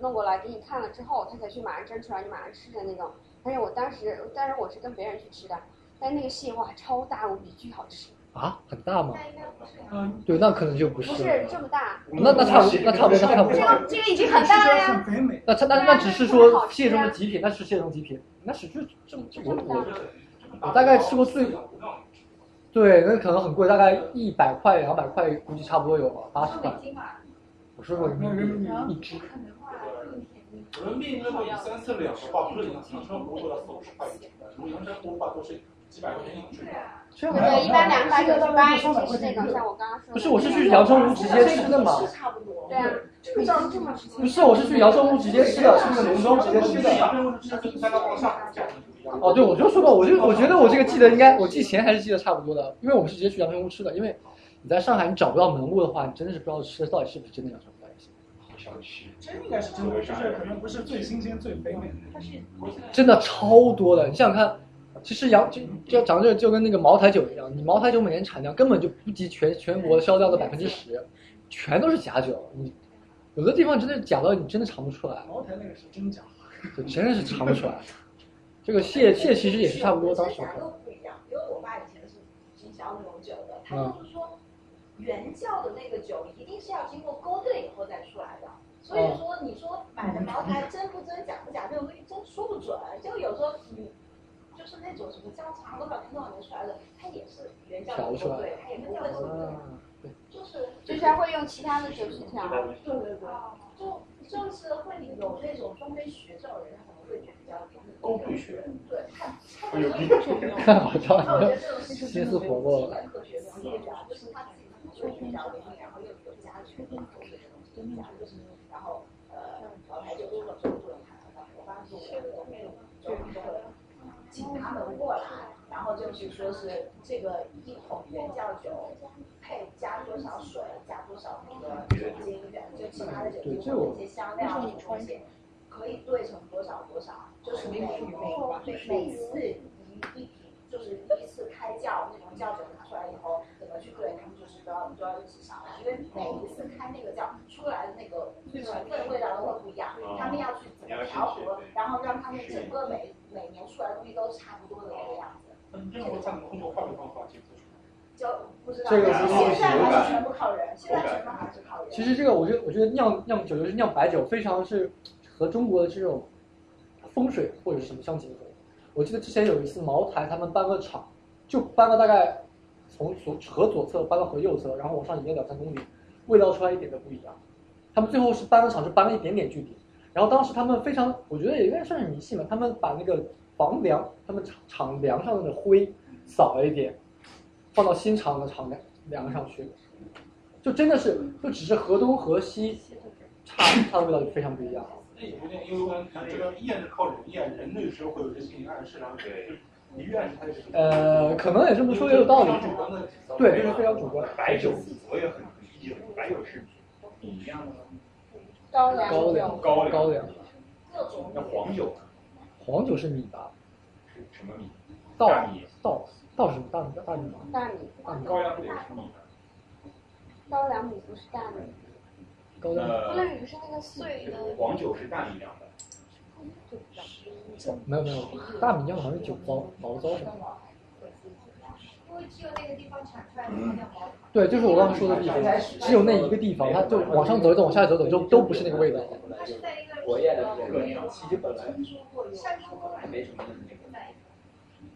[SPEAKER 8] 弄过来给你看了之后，他才去马上蒸出来，你马上吃的那种。但是我当时，但是我是跟别人去吃的，但那个蟹哇超大无比，巨好吃。
[SPEAKER 4] 啊，很大吗？
[SPEAKER 9] 应该不是
[SPEAKER 4] 对，那可能就不是
[SPEAKER 8] 不是这么大，
[SPEAKER 4] 那那差不多，那差不多，那差不
[SPEAKER 8] 这
[SPEAKER 4] 多
[SPEAKER 8] 个。这个已经很大了呀。
[SPEAKER 4] 那他那那只是说蟹中的极品，那是蟹中极品，那是就这么这我我我大概吃过最，对，那可能很贵，大概一百块两百块估计差不多有吧，八十块。
[SPEAKER 9] 北京吧，
[SPEAKER 4] 我说过人民币一只。
[SPEAKER 9] 可能话更便宜。
[SPEAKER 21] 人民币那么三四两的话，不是阳澄湖的话都是快一点的，如果阳澄湖的话都是
[SPEAKER 6] 几百块钱一个吃的。
[SPEAKER 4] 这
[SPEAKER 8] 或者一般两百九十八，
[SPEAKER 4] 上百块
[SPEAKER 8] 也是
[SPEAKER 4] 钱
[SPEAKER 8] 那
[SPEAKER 4] 一个
[SPEAKER 8] 种
[SPEAKER 4] 月
[SPEAKER 8] 像我刚刚说的。
[SPEAKER 4] 不是我是去姚中屋直接吃的嘛
[SPEAKER 9] 是差不多。
[SPEAKER 8] 对啊，
[SPEAKER 9] 这个照这么吃。
[SPEAKER 4] 不是，我是去姚州屋直接吃的，是那个隆中直接吃的。哦，对，我就说吧，我就我觉得我这个记得应该，我记钱还是记得差不多的，因为我们是直接去阳澄屋吃的，因为你在上海你找不到门屋的话，你真的是不知道吃的到底是不是真的阳澄屋。
[SPEAKER 6] 想去，真应该是真的，就是可能不是最新鲜、最肥美的。它是
[SPEAKER 4] 真的超多的。你想想看，其实阳就就长这就跟那个茅台酒一样，你茅台酒每年产量根本就不及全全国销量的百分之十，全都是假酒。你有的地方真的假到你真的尝不出来，
[SPEAKER 6] 茅台那个是真假，
[SPEAKER 4] 就真的是尝不出来。 这个蟹蟹其实也是差不多，当时
[SPEAKER 9] 哪个不一样？因为我爸以前是经销某酒的，他
[SPEAKER 4] 嗯
[SPEAKER 9] 就是说原窖的那个酒一定是要经过勾兑以后再出来的。所以
[SPEAKER 4] 嗯
[SPEAKER 9] 说，你说买的茅台真不真、假不假，这种东西真说不准。就有时候你就是那种什么香肠多少天多少年出来的，它也是原窖的勾兑，它也不
[SPEAKER 4] 啊
[SPEAKER 9] 会说就是
[SPEAKER 8] 就是他会用其他的手去调。
[SPEAKER 9] 对对对，就就是会有那种专门学这种人，他可能会比较
[SPEAKER 6] 勾
[SPEAKER 4] 哦
[SPEAKER 6] 兑学，
[SPEAKER 9] 对，看他
[SPEAKER 6] 哎呦，你
[SPEAKER 4] 看好像
[SPEAKER 9] 我觉得这种事情
[SPEAKER 4] 心思活过了。
[SPEAKER 9] 科学的那种，就是他自己做比较灵，然后又有加权的口水这种真假，就是然后呃，老牌就如果做不能谈的话，我爸说我那种就就会请他们过来，然后就是说是这个一桶原窖酒配加多少水，加多少那个酒精，就其他的酒精或者一些香料什么东西。可以兑成多少多少，就是每每每次一一瓶就是第一次开窖那种窖酒拿出来以后，怎么去兑，他们就是都要都要一起商量，因为每一次开那个窖出来的那个成分味道都会不一样，他们要去怎么调和，然后让他们整个每每年出来的东西都是差不多的那个样子，
[SPEAKER 6] 你嗯这种才能通过化学方法解决。
[SPEAKER 9] 就不知道。
[SPEAKER 4] 这个是
[SPEAKER 9] 现在还是全部靠人，现在全部还是靠人。
[SPEAKER 4] 其实这个，我觉得，我觉得酿酿酒，尤其是酿白酒，非常是和中国的这种风水或者什么相结合。我记得之前有一次茅台他们搬个厂，就搬了大概从左河左侧搬到河右侧，然后往上移了两三公里，味道出来一点都不一样。他们最后是搬了厂，就搬了一点点距离。然后当时他们非常，我觉得也应该算是迷信吧，他们把那个房梁、他们厂厂梁上的灰扫了一点，放到新厂的厂梁梁上去，就真的是，就只是河东河西差差的味道就非常不一样。
[SPEAKER 6] 那也有点，因为我感觉这个验是靠人验，人那个时候会有一些心理暗示，然后对，你越暗示他就是。
[SPEAKER 4] 呃，可能也这么说也有道理，对，这是非常主观。
[SPEAKER 3] 白酒我也很不理解，白酒是一样的吗？
[SPEAKER 8] 高粱
[SPEAKER 4] 高粱，
[SPEAKER 3] 高粱
[SPEAKER 4] 高粱，
[SPEAKER 9] 各种
[SPEAKER 3] 那黄酒呢
[SPEAKER 4] 黄酒是米吧？
[SPEAKER 3] 是什么米？
[SPEAKER 4] 稻稻稻是什么？大米大米吗？
[SPEAKER 8] 大米，
[SPEAKER 3] 高粱不得是米吗？
[SPEAKER 8] 高粱米不是大米，
[SPEAKER 4] 高
[SPEAKER 3] 粱
[SPEAKER 32] 那米是那个碎的。
[SPEAKER 3] 黄酒是大米酿的，
[SPEAKER 4] 没有没有，大米酿好像是酒糟醪糟什么。
[SPEAKER 5] 因为只有那个地方产出来的那个茅台。
[SPEAKER 4] 对，就是我刚才说的地方，只有那一个地方，它就往上走一走，往下走一走，就都不是那个味道。
[SPEAKER 5] 它是在一个
[SPEAKER 7] 国宴的这个酿，其实本来
[SPEAKER 5] 山猪沟
[SPEAKER 7] 还没什么那个。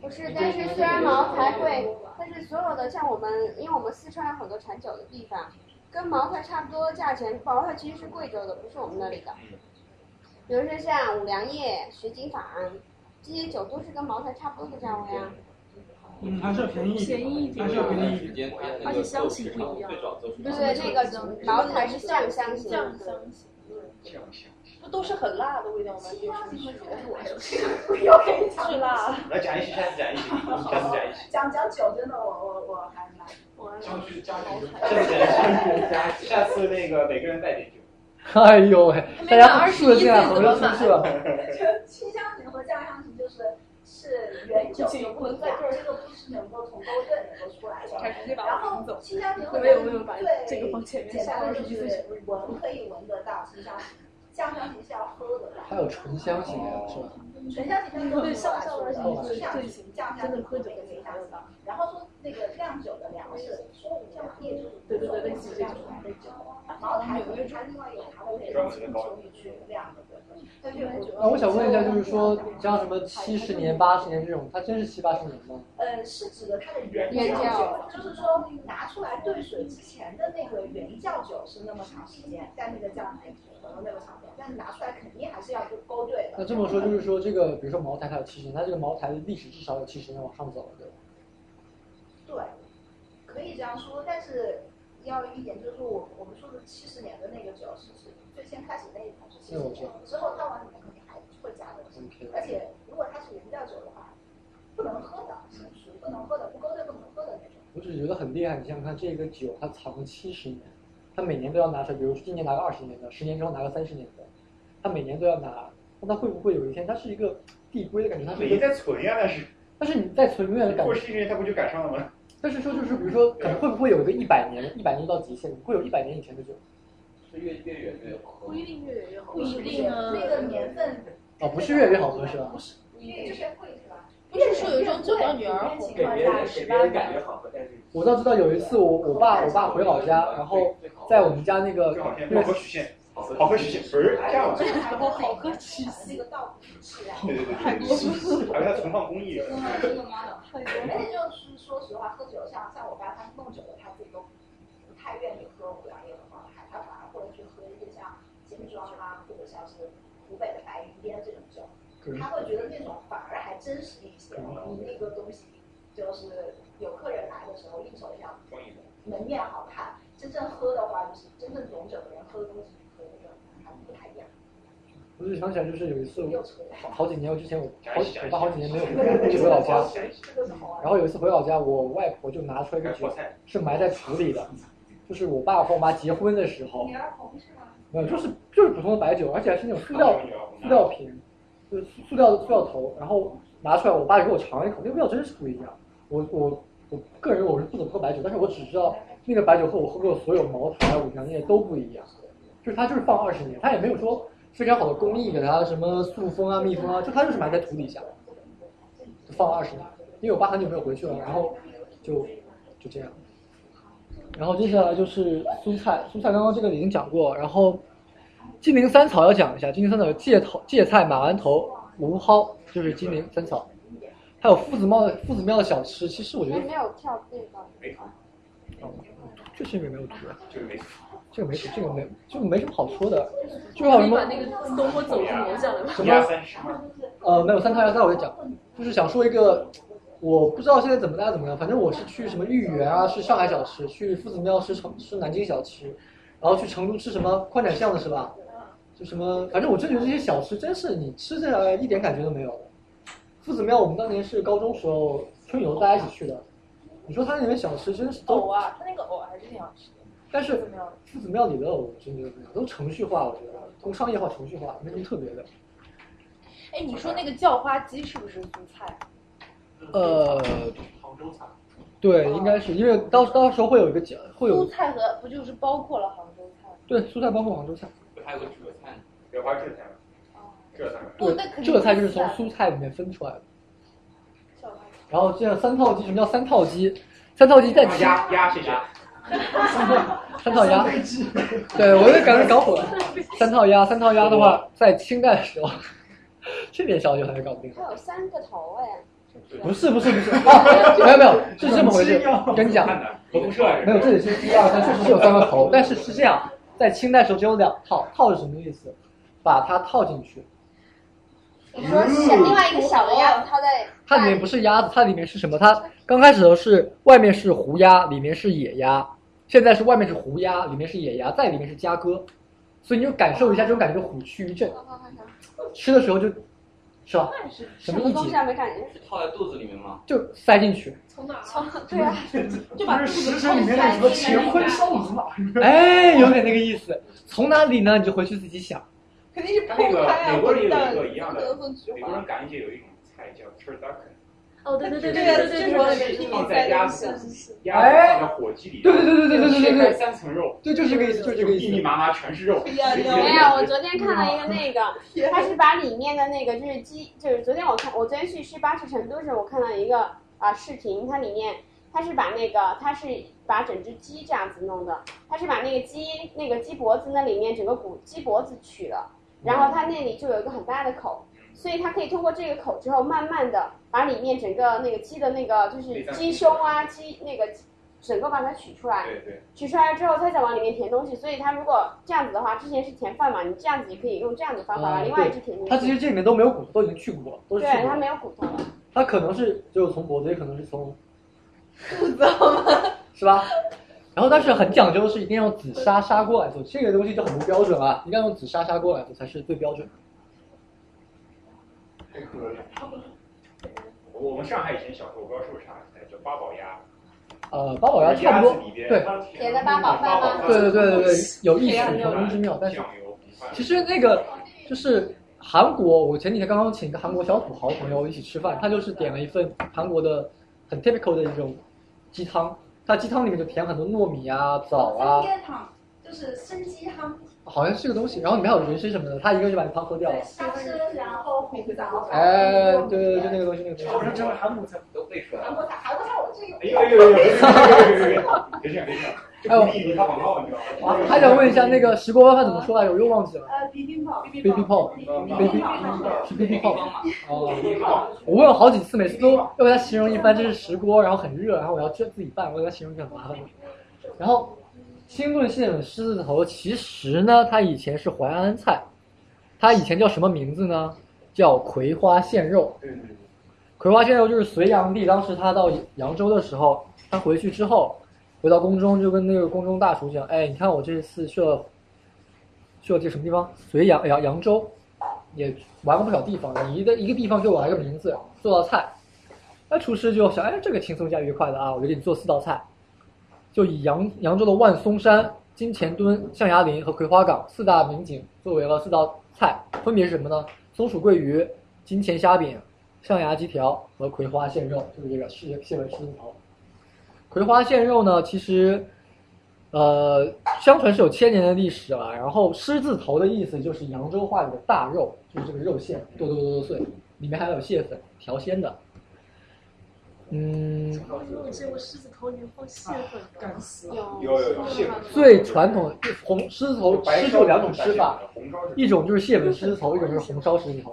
[SPEAKER 8] 不是，但是虽然茅台会，但是所有的像我们，因为我们四川有很多产酒的地方，跟茅台差不多价钱，茅台其实是贵州的，不是我们那里的。比如说像五粮液、雪景坊，这些酒都是跟茅台差不多的价位啊。
[SPEAKER 6] 嗯，还是便宜，还是便宜一点，
[SPEAKER 7] 而且香型不一样。
[SPEAKER 8] 对，那个茅台是酱香型，
[SPEAKER 6] 酱
[SPEAKER 8] 香
[SPEAKER 2] 不都是很辣的味道吗？
[SPEAKER 9] 不要 给你讲
[SPEAKER 2] 是辣。
[SPEAKER 3] 来讲一期，下次讲一 期，下次讲一期，
[SPEAKER 9] 讲讲酒真的，我我我还 蛮。
[SPEAKER 3] 下次讲 一期，下次那个每个人带点酒。
[SPEAKER 4] 哎呦喂，大家不去了，现在
[SPEAKER 9] 还
[SPEAKER 4] 好
[SPEAKER 9] 没满
[SPEAKER 4] 像
[SPEAKER 9] 21
[SPEAKER 4] 出去了。
[SPEAKER 9] 就清香型和酱香型就是是原酒就不一样，这个不是能够从勾兑能够出来的。然后清香型和对简单的就是闻可以闻得到清香型，酱香型是要喝得到。
[SPEAKER 4] 还有醇香型的是吧？
[SPEAKER 9] 醇香型的对上上的是酱型，酱香型和那个清香型。然后说那个酿酒的粮食，说五粮液就是酿出来的酒。茅台有一它另外有它的那个清酒与去酿的，对对。
[SPEAKER 4] 那我想问一下，就是说像什么七十年、八十年这种，它真是七八十年吗？
[SPEAKER 9] 呃，是指的它的原
[SPEAKER 4] 原
[SPEAKER 9] 酒
[SPEAKER 4] 窖，
[SPEAKER 9] 就是说拿出来兑水之前的那个原窖酒是那么长时间，在那个窖里可能那么长时间，但是拿出来肯定还是要勾勾兑的。
[SPEAKER 4] 那这么说就是说，这个比如说茅台它有七十年，它这个茅台的历史至少有七十年往上走了，对吧？
[SPEAKER 9] 对，可以这样说，但是要有一点就是我我们说的七十年的那个主要是指最先开始那一款是七十年，之后它往里面肯定还会加东西，而且如果它是原料酒的话，不能喝的，是属于不能喝的，不勾兑不能喝的那种。
[SPEAKER 4] 我只是觉得很厉害，你想想看，这个酒它藏了七十年，它每年都要拿出来，比如说今年拿个二十年的，十年之后拿个三十年的，它每年都要拿，那它会不会有一天它是一个递归的感觉？它是一个
[SPEAKER 5] 你在存呀，但是
[SPEAKER 4] 但是你在存永远的感
[SPEAKER 5] 过
[SPEAKER 4] 觉。
[SPEAKER 5] 七十年它不就赶上了吗？
[SPEAKER 4] 但是说就是比如说，可能会不会有一个一百年，一百年就到极限，会有一百年以前的酒？
[SPEAKER 3] 是越越远越好喝。
[SPEAKER 7] 不一定越远越好，
[SPEAKER 9] 不一定啊那个年份
[SPEAKER 4] 哦，不是越来越好啊喝是吧？
[SPEAKER 9] 不是，就是贵是吧？
[SPEAKER 7] 不是说有一种酒让女儿
[SPEAKER 9] 红
[SPEAKER 33] 给别人给别人感觉好喝，但是
[SPEAKER 4] 我倒知道有一次我我爸我爸回老家，然后在我们家那个
[SPEAKER 5] 好喝曲线，好喝曲线，不是这样的。
[SPEAKER 9] 然后好喝起那个稻谷起来，
[SPEAKER 5] 对对对对，还有它存放工艺。
[SPEAKER 9] 而且就是说实话，喝酒像像我爸他弄酒的，他自己都不太愿意喝五粮液的茅台，他反而会去喝一些像精装啊，或者像是湖北的白云边这种酒，他会觉得那种反而还真实一些。
[SPEAKER 4] 嗯
[SPEAKER 9] 你那个东西就是有客人来的时候应酬一下，门面好看。真正喝的话，就是真正懂酒的人喝的东西和那个还不太一样。
[SPEAKER 4] 我就想起来，就是有一次
[SPEAKER 9] 又扯远了
[SPEAKER 4] 好好几年我之前我好我爸好几年没有回没有回老家，然后有一次回老家，我外婆就拿出来一个酒，是埋在土里的，就是我爸和我妈结婚的时候
[SPEAKER 9] 女，儿红是吗？
[SPEAKER 4] 没有，就是就是普通的白酒，而且还是那种塑料塑料瓶，就是塑料塑料头，然后拿出来，我爸给我尝了一口，那个味道真是不一样。我我我个人我是不怎么喝白酒，但是我只知道那个白酒和我喝过的所有茅台、五粮液都不一样，就是它就是放二十年，它也没有说非常好的工艺给它什么塑封啊、密封啊，就它就是埋在土底下，就放了二十年。因为我爸很久没有回去了，然后就就这样。然后接下来就是蔬菜，蔬菜刚刚这个已经讲过，然后金陵三草要讲一下，金陵三草有芥头、芥菜、马丸头、茼蒿，就是金陵三草，还有夫子庙的夫子庙的小吃，其实我觉得
[SPEAKER 2] 没没有跳这个。
[SPEAKER 4] 确实也没有读，
[SPEAKER 5] 就是没。
[SPEAKER 4] 这个没这个没这个没什么好说的，就是有什么
[SPEAKER 7] 把那个东坡走是留下来吗？
[SPEAKER 4] 什么呃没有三套幺三我就讲，就是想说一个，我不知道现在怎么大家怎么样，反正我是去什么豫园啊，是上海小吃，去夫子庙吃成吃南京小吃，然后去成都吃什么宽窄巷子是吧？就什么，反正我真觉得这些小吃真是你吃下来一点感觉都没有的。夫子庙我们当年是高中时候春游大家一起去的，你说他那里面小吃真是
[SPEAKER 2] 哦
[SPEAKER 4] 都
[SPEAKER 34] 藕啊，它那个藕还是挺好吃的。
[SPEAKER 4] 但是夫子庙里的我真觉得没有，都程序化，我觉得都商业化、程序化，没什么特别的。
[SPEAKER 35] 哎，你说那个叫花鸡是不是蔬菜？
[SPEAKER 4] 呃，对，应该是因为到到时候会有一个讲，会
[SPEAKER 35] 哦蔬
[SPEAKER 4] 有
[SPEAKER 35] 菜和不就是包括了杭州菜？
[SPEAKER 4] 对蔬菜包括杭州菜，
[SPEAKER 3] 还有个浙菜，
[SPEAKER 5] 莲花浙菜吗？浙菜吗？
[SPEAKER 4] 对
[SPEAKER 35] 哦那肯，定
[SPEAKER 4] 这个菜就是从蔬菜里面分出来的。然后这样三套鸡，什么叫三套鸡？三套鸡在鸡，
[SPEAKER 5] 鸭鸭是鸭，
[SPEAKER 4] 三套鸭。对，我就感觉搞混了。三套鸭，三套鸭的话，在清代的时候， 这点小就还是搞不定。
[SPEAKER 2] 它有三个头哎，
[SPEAKER 4] 不是不是不是，啊，没有没有，是这么回事。跟你讲，
[SPEAKER 5] 合同社
[SPEAKER 4] 没有，这里是一二三，确实是有三个头，但是是这样，在清代时候只有两套，套是什么意思？把它套进去，
[SPEAKER 2] 你说小另外一个小的鸭子套在
[SPEAKER 4] 它里面不是鸭子，它里面是什么？它刚开始的时候是外面是湖鸭，里面是野鸭，现在是外面是湖鸭，里面是野鸭，再里面是家鸽，所以你就感受一下这种感觉，就虎躯一震。吃的时候就，是吧？什么一
[SPEAKER 2] 东西
[SPEAKER 4] 紧
[SPEAKER 2] 啊？没感觉。
[SPEAKER 3] 套在肚子里面吗？
[SPEAKER 4] 就塞进去，
[SPEAKER 7] 从哪儿？
[SPEAKER 2] 从对啊，
[SPEAKER 7] 就把
[SPEAKER 6] 食神里面那什么乾坤少女嘛，
[SPEAKER 4] 哎，有点那个意思。从哪里呢？你就回去自己想。
[SPEAKER 7] 肯定是
[SPEAKER 5] 它那
[SPEAKER 7] 剖开
[SPEAKER 5] 个
[SPEAKER 7] 啊，
[SPEAKER 5] 美国人有
[SPEAKER 7] 蛋
[SPEAKER 5] 一个一样
[SPEAKER 7] 德
[SPEAKER 5] 的
[SPEAKER 7] 芙菊，
[SPEAKER 5] 美
[SPEAKER 7] 花
[SPEAKER 5] 国人感觉有一种菜叫 turducken，
[SPEAKER 7] 哦，对对对
[SPEAKER 5] 对
[SPEAKER 7] 对
[SPEAKER 5] 对对
[SPEAKER 7] 对对，
[SPEAKER 5] 对对
[SPEAKER 7] 这个
[SPEAKER 5] 对
[SPEAKER 7] 是
[SPEAKER 5] 放
[SPEAKER 7] 放
[SPEAKER 5] 在
[SPEAKER 7] 在
[SPEAKER 5] 鸭
[SPEAKER 7] 鸭
[SPEAKER 5] 子
[SPEAKER 7] 子，
[SPEAKER 5] 鸭子放在火鸡里，
[SPEAKER 4] 对对对对对对对
[SPEAKER 5] 切
[SPEAKER 4] 对
[SPEAKER 5] 开三层肉，
[SPEAKER 4] 对，就是这个意思，就是这个意思。
[SPEAKER 5] 密密麻麻全是肉。
[SPEAKER 2] 没有，我昨天看了一个那个，他是把里面的那个就是鸡，就是昨天我看，我昨天去吃巴士成都时，我看到一个啊、视频，它里面它是把那个它是把整只鸡这样子弄的，它是把那个鸡那个鸡脖子那里面整个骨鸡脖子取了，然后它那里就有一个很大的口。所以它可以通过这个口之后，慢慢的把里面整个那个鸡的那个就是鸡胸啊、鸡那个
[SPEAKER 8] 整个把它取出来，
[SPEAKER 6] 对对，
[SPEAKER 8] 取出来之后，它再往里面填东西。所以它如果这样子的话，之前是填饭嘛，你这样子也可以用这样的方法把另外一只填进
[SPEAKER 4] 嗯
[SPEAKER 8] 去。
[SPEAKER 4] 它其实这里面都没有骨头，都已经去骨了，都是去
[SPEAKER 8] 对
[SPEAKER 4] 骨
[SPEAKER 8] 它没
[SPEAKER 4] 了。
[SPEAKER 8] 有骨头了，
[SPEAKER 4] 它可能是就是从脖子，也可能是从
[SPEAKER 8] 肚子好吗？
[SPEAKER 4] 是吧？然后但是很讲究的是一定要用紫砂砂锅来做，这个东西就很不标准啊，一定要用紫砂砂锅来做才是最标准的。
[SPEAKER 6] 这个我们上海以前小时候，我不知道是不是上海菜，叫八宝鸭，
[SPEAKER 4] 呃，八宝鸭差不多
[SPEAKER 6] 鸭子里，边
[SPEAKER 4] 对，
[SPEAKER 8] 填的八宝饭吗？
[SPEAKER 4] 对对对对对，有异曲同工之妙。但是其实那个就是韩国，我前几天刚刚请一个韩国小土豪朋友一起吃饭，他就是点了一份韩国的很 typical 的一种鸡汤，他鸡汤里面就填很多糯米啊、枣啊，
[SPEAKER 13] 鸡汤就是生鸡汤，
[SPEAKER 4] 好像是个东西，然后里面还有人参什么的，他一个就把你汤喝掉了
[SPEAKER 13] 对，。沙
[SPEAKER 6] 嗯
[SPEAKER 13] 参，然后红枣，
[SPEAKER 4] 哎，对对对，就那个东西，那个东西。
[SPEAKER 6] 我说这韩国菜
[SPEAKER 4] 都背出
[SPEAKER 13] 韩国菜，韩国菜我这个。
[SPEAKER 6] 哎呦哎呦哎呦哎呦哎呦哎呦！别这样别这样，这不利于他广告，你知道吗？
[SPEAKER 4] 还想问一下那个石锅拌饭怎么说来着？我又忘记了。
[SPEAKER 13] 呃，比冰泡，比
[SPEAKER 4] b b 泡 b
[SPEAKER 13] 比
[SPEAKER 6] 嗯
[SPEAKER 4] b
[SPEAKER 13] 泡，
[SPEAKER 4] 是 b b 泡吗？哦，我问了好几次，每次都要给他形容一番，这是石锅，然后很热，然后我要自自己拌，我给他形容就很麻烦。然后清炖蟹粉狮子头，其实呢，它以前是淮安菜，它以前叫什么名字呢？叫葵花蟹肉。
[SPEAKER 6] 对对对。
[SPEAKER 4] 葵花蟹肉就是隋炀帝当时他到扬州的时候，他回去之后，回到宫中就跟那个宫中大厨讲，哎，你看我这次去了，去了这什么地方？隋扬扬扬州，也玩了不少地方，你一个一个地方给我来个名字，做道菜。那厨师就想，哎，这个轻松加愉快的啊，我就给你做四道菜，就以扬扬州的万松山、金钱墩、象牙林和葵花岗四大名景作为了四道菜，分别是什么呢？松鼠桂鱼、金钱虾饼、象牙鸡条和葵花蟹肉，就是这个蟹蟹尾狮子头。葵花蟹肉呢，其实，呃，相传是有千年的历史了。然后狮子头的意思就是扬州话里的大肉，就是这个肉馅剁剁剁剁碎，里面还有蟹粉调鲜的。嗯，
[SPEAKER 13] 我见过狮子头里面放蟹粉的，干死了
[SPEAKER 6] 有有有蟹粉
[SPEAKER 4] 最传统的红狮子头，
[SPEAKER 6] 白
[SPEAKER 4] 狮子
[SPEAKER 6] 烧
[SPEAKER 4] 头两种
[SPEAKER 6] 白
[SPEAKER 4] 吃
[SPEAKER 6] 蟹
[SPEAKER 4] 法
[SPEAKER 6] 粉红烧狮，子
[SPEAKER 4] 一种就是蟹粉狮子头，一种就是红烧狮子头。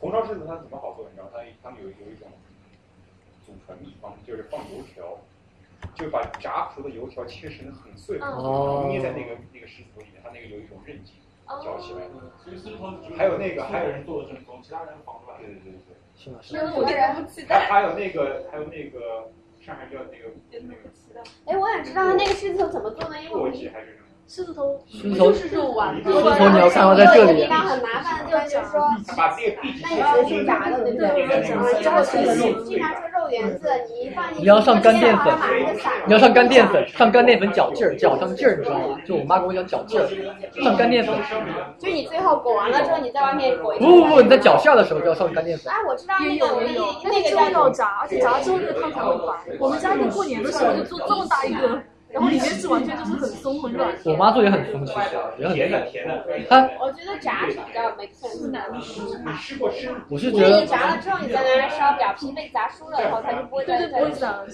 [SPEAKER 6] 红烧狮子它怎么好做？你知道，它他们有有一种祖传秘方，就是放油条，就把炸熟的油条切成很碎很碎，然
[SPEAKER 4] 哦
[SPEAKER 6] 后捏在那个那个狮子头里面，它那个有一种韧劲，嚼起来。
[SPEAKER 21] 所以狮子头只有
[SPEAKER 6] 还有那个还有人
[SPEAKER 21] 做的正宗，其他人仿出来。
[SPEAKER 6] 对对对对。
[SPEAKER 4] 是吗？
[SPEAKER 21] 是
[SPEAKER 6] 那
[SPEAKER 21] 吗
[SPEAKER 6] 我
[SPEAKER 8] 人不期
[SPEAKER 6] 还
[SPEAKER 8] 待。
[SPEAKER 6] 还有那个还有那个上海叫那个那个
[SPEAKER 8] 哎，我想知道它那个狮子头怎么做呢？因为我
[SPEAKER 6] 簸
[SPEAKER 8] 们
[SPEAKER 6] 箕还是什么？
[SPEAKER 8] 狮子头
[SPEAKER 4] 狮子头
[SPEAKER 8] 丸
[SPEAKER 4] 狮子头你要看到在这里
[SPEAKER 8] 地方很麻烦，就是说，
[SPEAKER 6] 他把那个
[SPEAKER 8] 那你直接去炸的，对不对？然后经常经常说肉圆子，你一放进去，
[SPEAKER 4] 嗯你要上干淀粉
[SPEAKER 8] 它马上就散了，
[SPEAKER 4] 你要上干淀粉，上干淀粉绞劲儿，绞上劲儿，你知道吗？就我妈跟我讲绞劲儿，上干淀粉。
[SPEAKER 8] 就你最后裹完了之后，你在外面裹一
[SPEAKER 4] 不不不，你在绞馅儿的时候就要上干淀粉。
[SPEAKER 8] 啊，我知道那
[SPEAKER 13] 也
[SPEAKER 8] 个
[SPEAKER 13] 有也有，
[SPEAKER 8] 那个
[SPEAKER 13] 个
[SPEAKER 8] 叫
[SPEAKER 13] 真要炸，而且炸之后那个汤才会软。我们家就过年的时候就做这么大一个，然后里面是完全就是很松很软。
[SPEAKER 4] 我妈做也很松，其实也很
[SPEAKER 6] 甜的甜的。
[SPEAKER 4] 她
[SPEAKER 8] 我觉得炸是比较没困难的。
[SPEAKER 6] 你试过吃？
[SPEAKER 4] 我是
[SPEAKER 8] 因
[SPEAKER 4] 觉
[SPEAKER 8] 为
[SPEAKER 4] 得
[SPEAKER 8] 你炸了之后，你再拿来烧，表皮被炸酥了以后，它就不会再
[SPEAKER 13] 对对不会炸了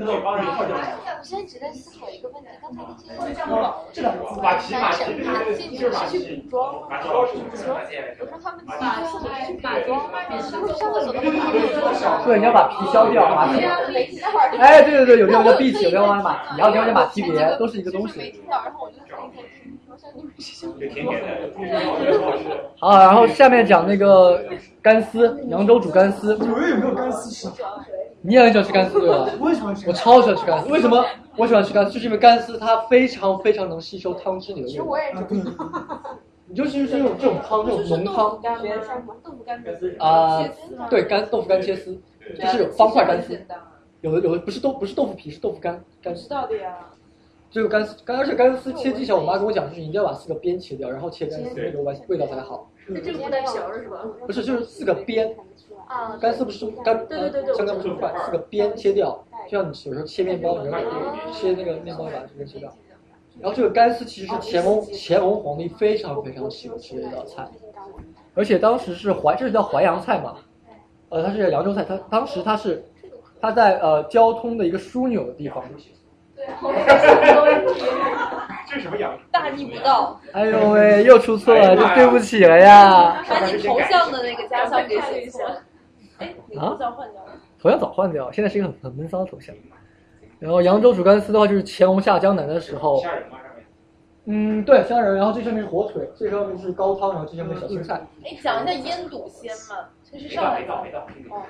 [SPEAKER 10] 我现在只在思考一个问题，刚才那些说这么
[SPEAKER 6] 这两个马蹄马蹄
[SPEAKER 10] 男性
[SPEAKER 6] 就是马
[SPEAKER 10] 去
[SPEAKER 6] 蹄
[SPEAKER 10] 补妆吗？
[SPEAKER 6] 马蹄糕是什么？
[SPEAKER 10] 我说他们自己去买妆，他们上厕所都会拿
[SPEAKER 4] 对，你要把皮削掉，马蹄。
[SPEAKER 10] 每天晚上
[SPEAKER 4] 哎，对对对，有地方叫壁起，有地方叫马蹄，然后地方叫马蹄别，都是一个东西。
[SPEAKER 10] 然后我就自己在听，我想你们是
[SPEAKER 6] 就甜甜的，
[SPEAKER 4] 好，然后下面讲那个干丝，扬州煮干丝。
[SPEAKER 21] 你们有没有干丝吃？
[SPEAKER 4] 你也很喜欢吃干丝对吧？
[SPEAKER 21] 我也喜欢吃。
[SPEAKER 4] 我超喜欢吃干丝，为什么我喜欢吃干丝？就是因为干丝它非常非常能吸收汤汁里的味道。
[SPEAKER 21] 啊对对对
[SPEAKER 4] 你就是这种这种汤，这种浓汤
[SPEAKER 8] 干吗？豆腐干
[SPEAKER 4] 啊、对，干豆腐干切丝，
[SPEAKER 2] 啊
[SPEAKER 4] 就是有方块干丝，有的有的不是豆不是豆腐皮，是豆腐干干丝。
[SPEAKER 13] 道的呀。
[SPEAKER 4] 这个干丝干，而且干丝切技巧，我妈跟我讲，就是一定要把四个边切掉，然后切干丝，那个味味道才好。
[SPEAKER 13] 那这个不带皮儿是吧？
[SPEAKER 4] 不是，就是四个边，
[SPEAKER 13] 啊
[SPEAKER 4] 干丝不是干，
[SPEAKER 13] 对对对对
[SPEAKER 4] 像干不是块，四个边切掉，就像你有时候切面包，你要切那个面包把这个切掉。然后这个干丝其实是乾隆乾隆皇帝非常非常喜欢吃的一道菜，而且当时是淮，这是叫淮扬菜嘛，呃，它是扬州菜，它当时它是它在呃交通的一个枢纽的地方。
[SPEAKER 6] 这是什么羊？
[SPEAKER 10] 大逆不道，
[SPEAKER 4] 哎呦喂，又出错了，这对不起了呀！
[SPEAKER 10] 把你头像的那个家乡给写错了。
[SPEAKER 4] 啊，头像早换掉了，现在是一个很很闷骚的头像。然后扬州煮干丝的话，就是乾隆下江南的时候，
[SPEAKER 6] 虾仁吗？上面
[SPEAKER 4] 嗯，对，虾仁，然后这上面是火腿，这上面是高汤，然后这上面是小青菜。
[SPEAKER 2] 哎，讲一下腌笃鲜嘛，这是上海
[SPEAKER 6] 没到没到
[SPEAKER 2] 哦，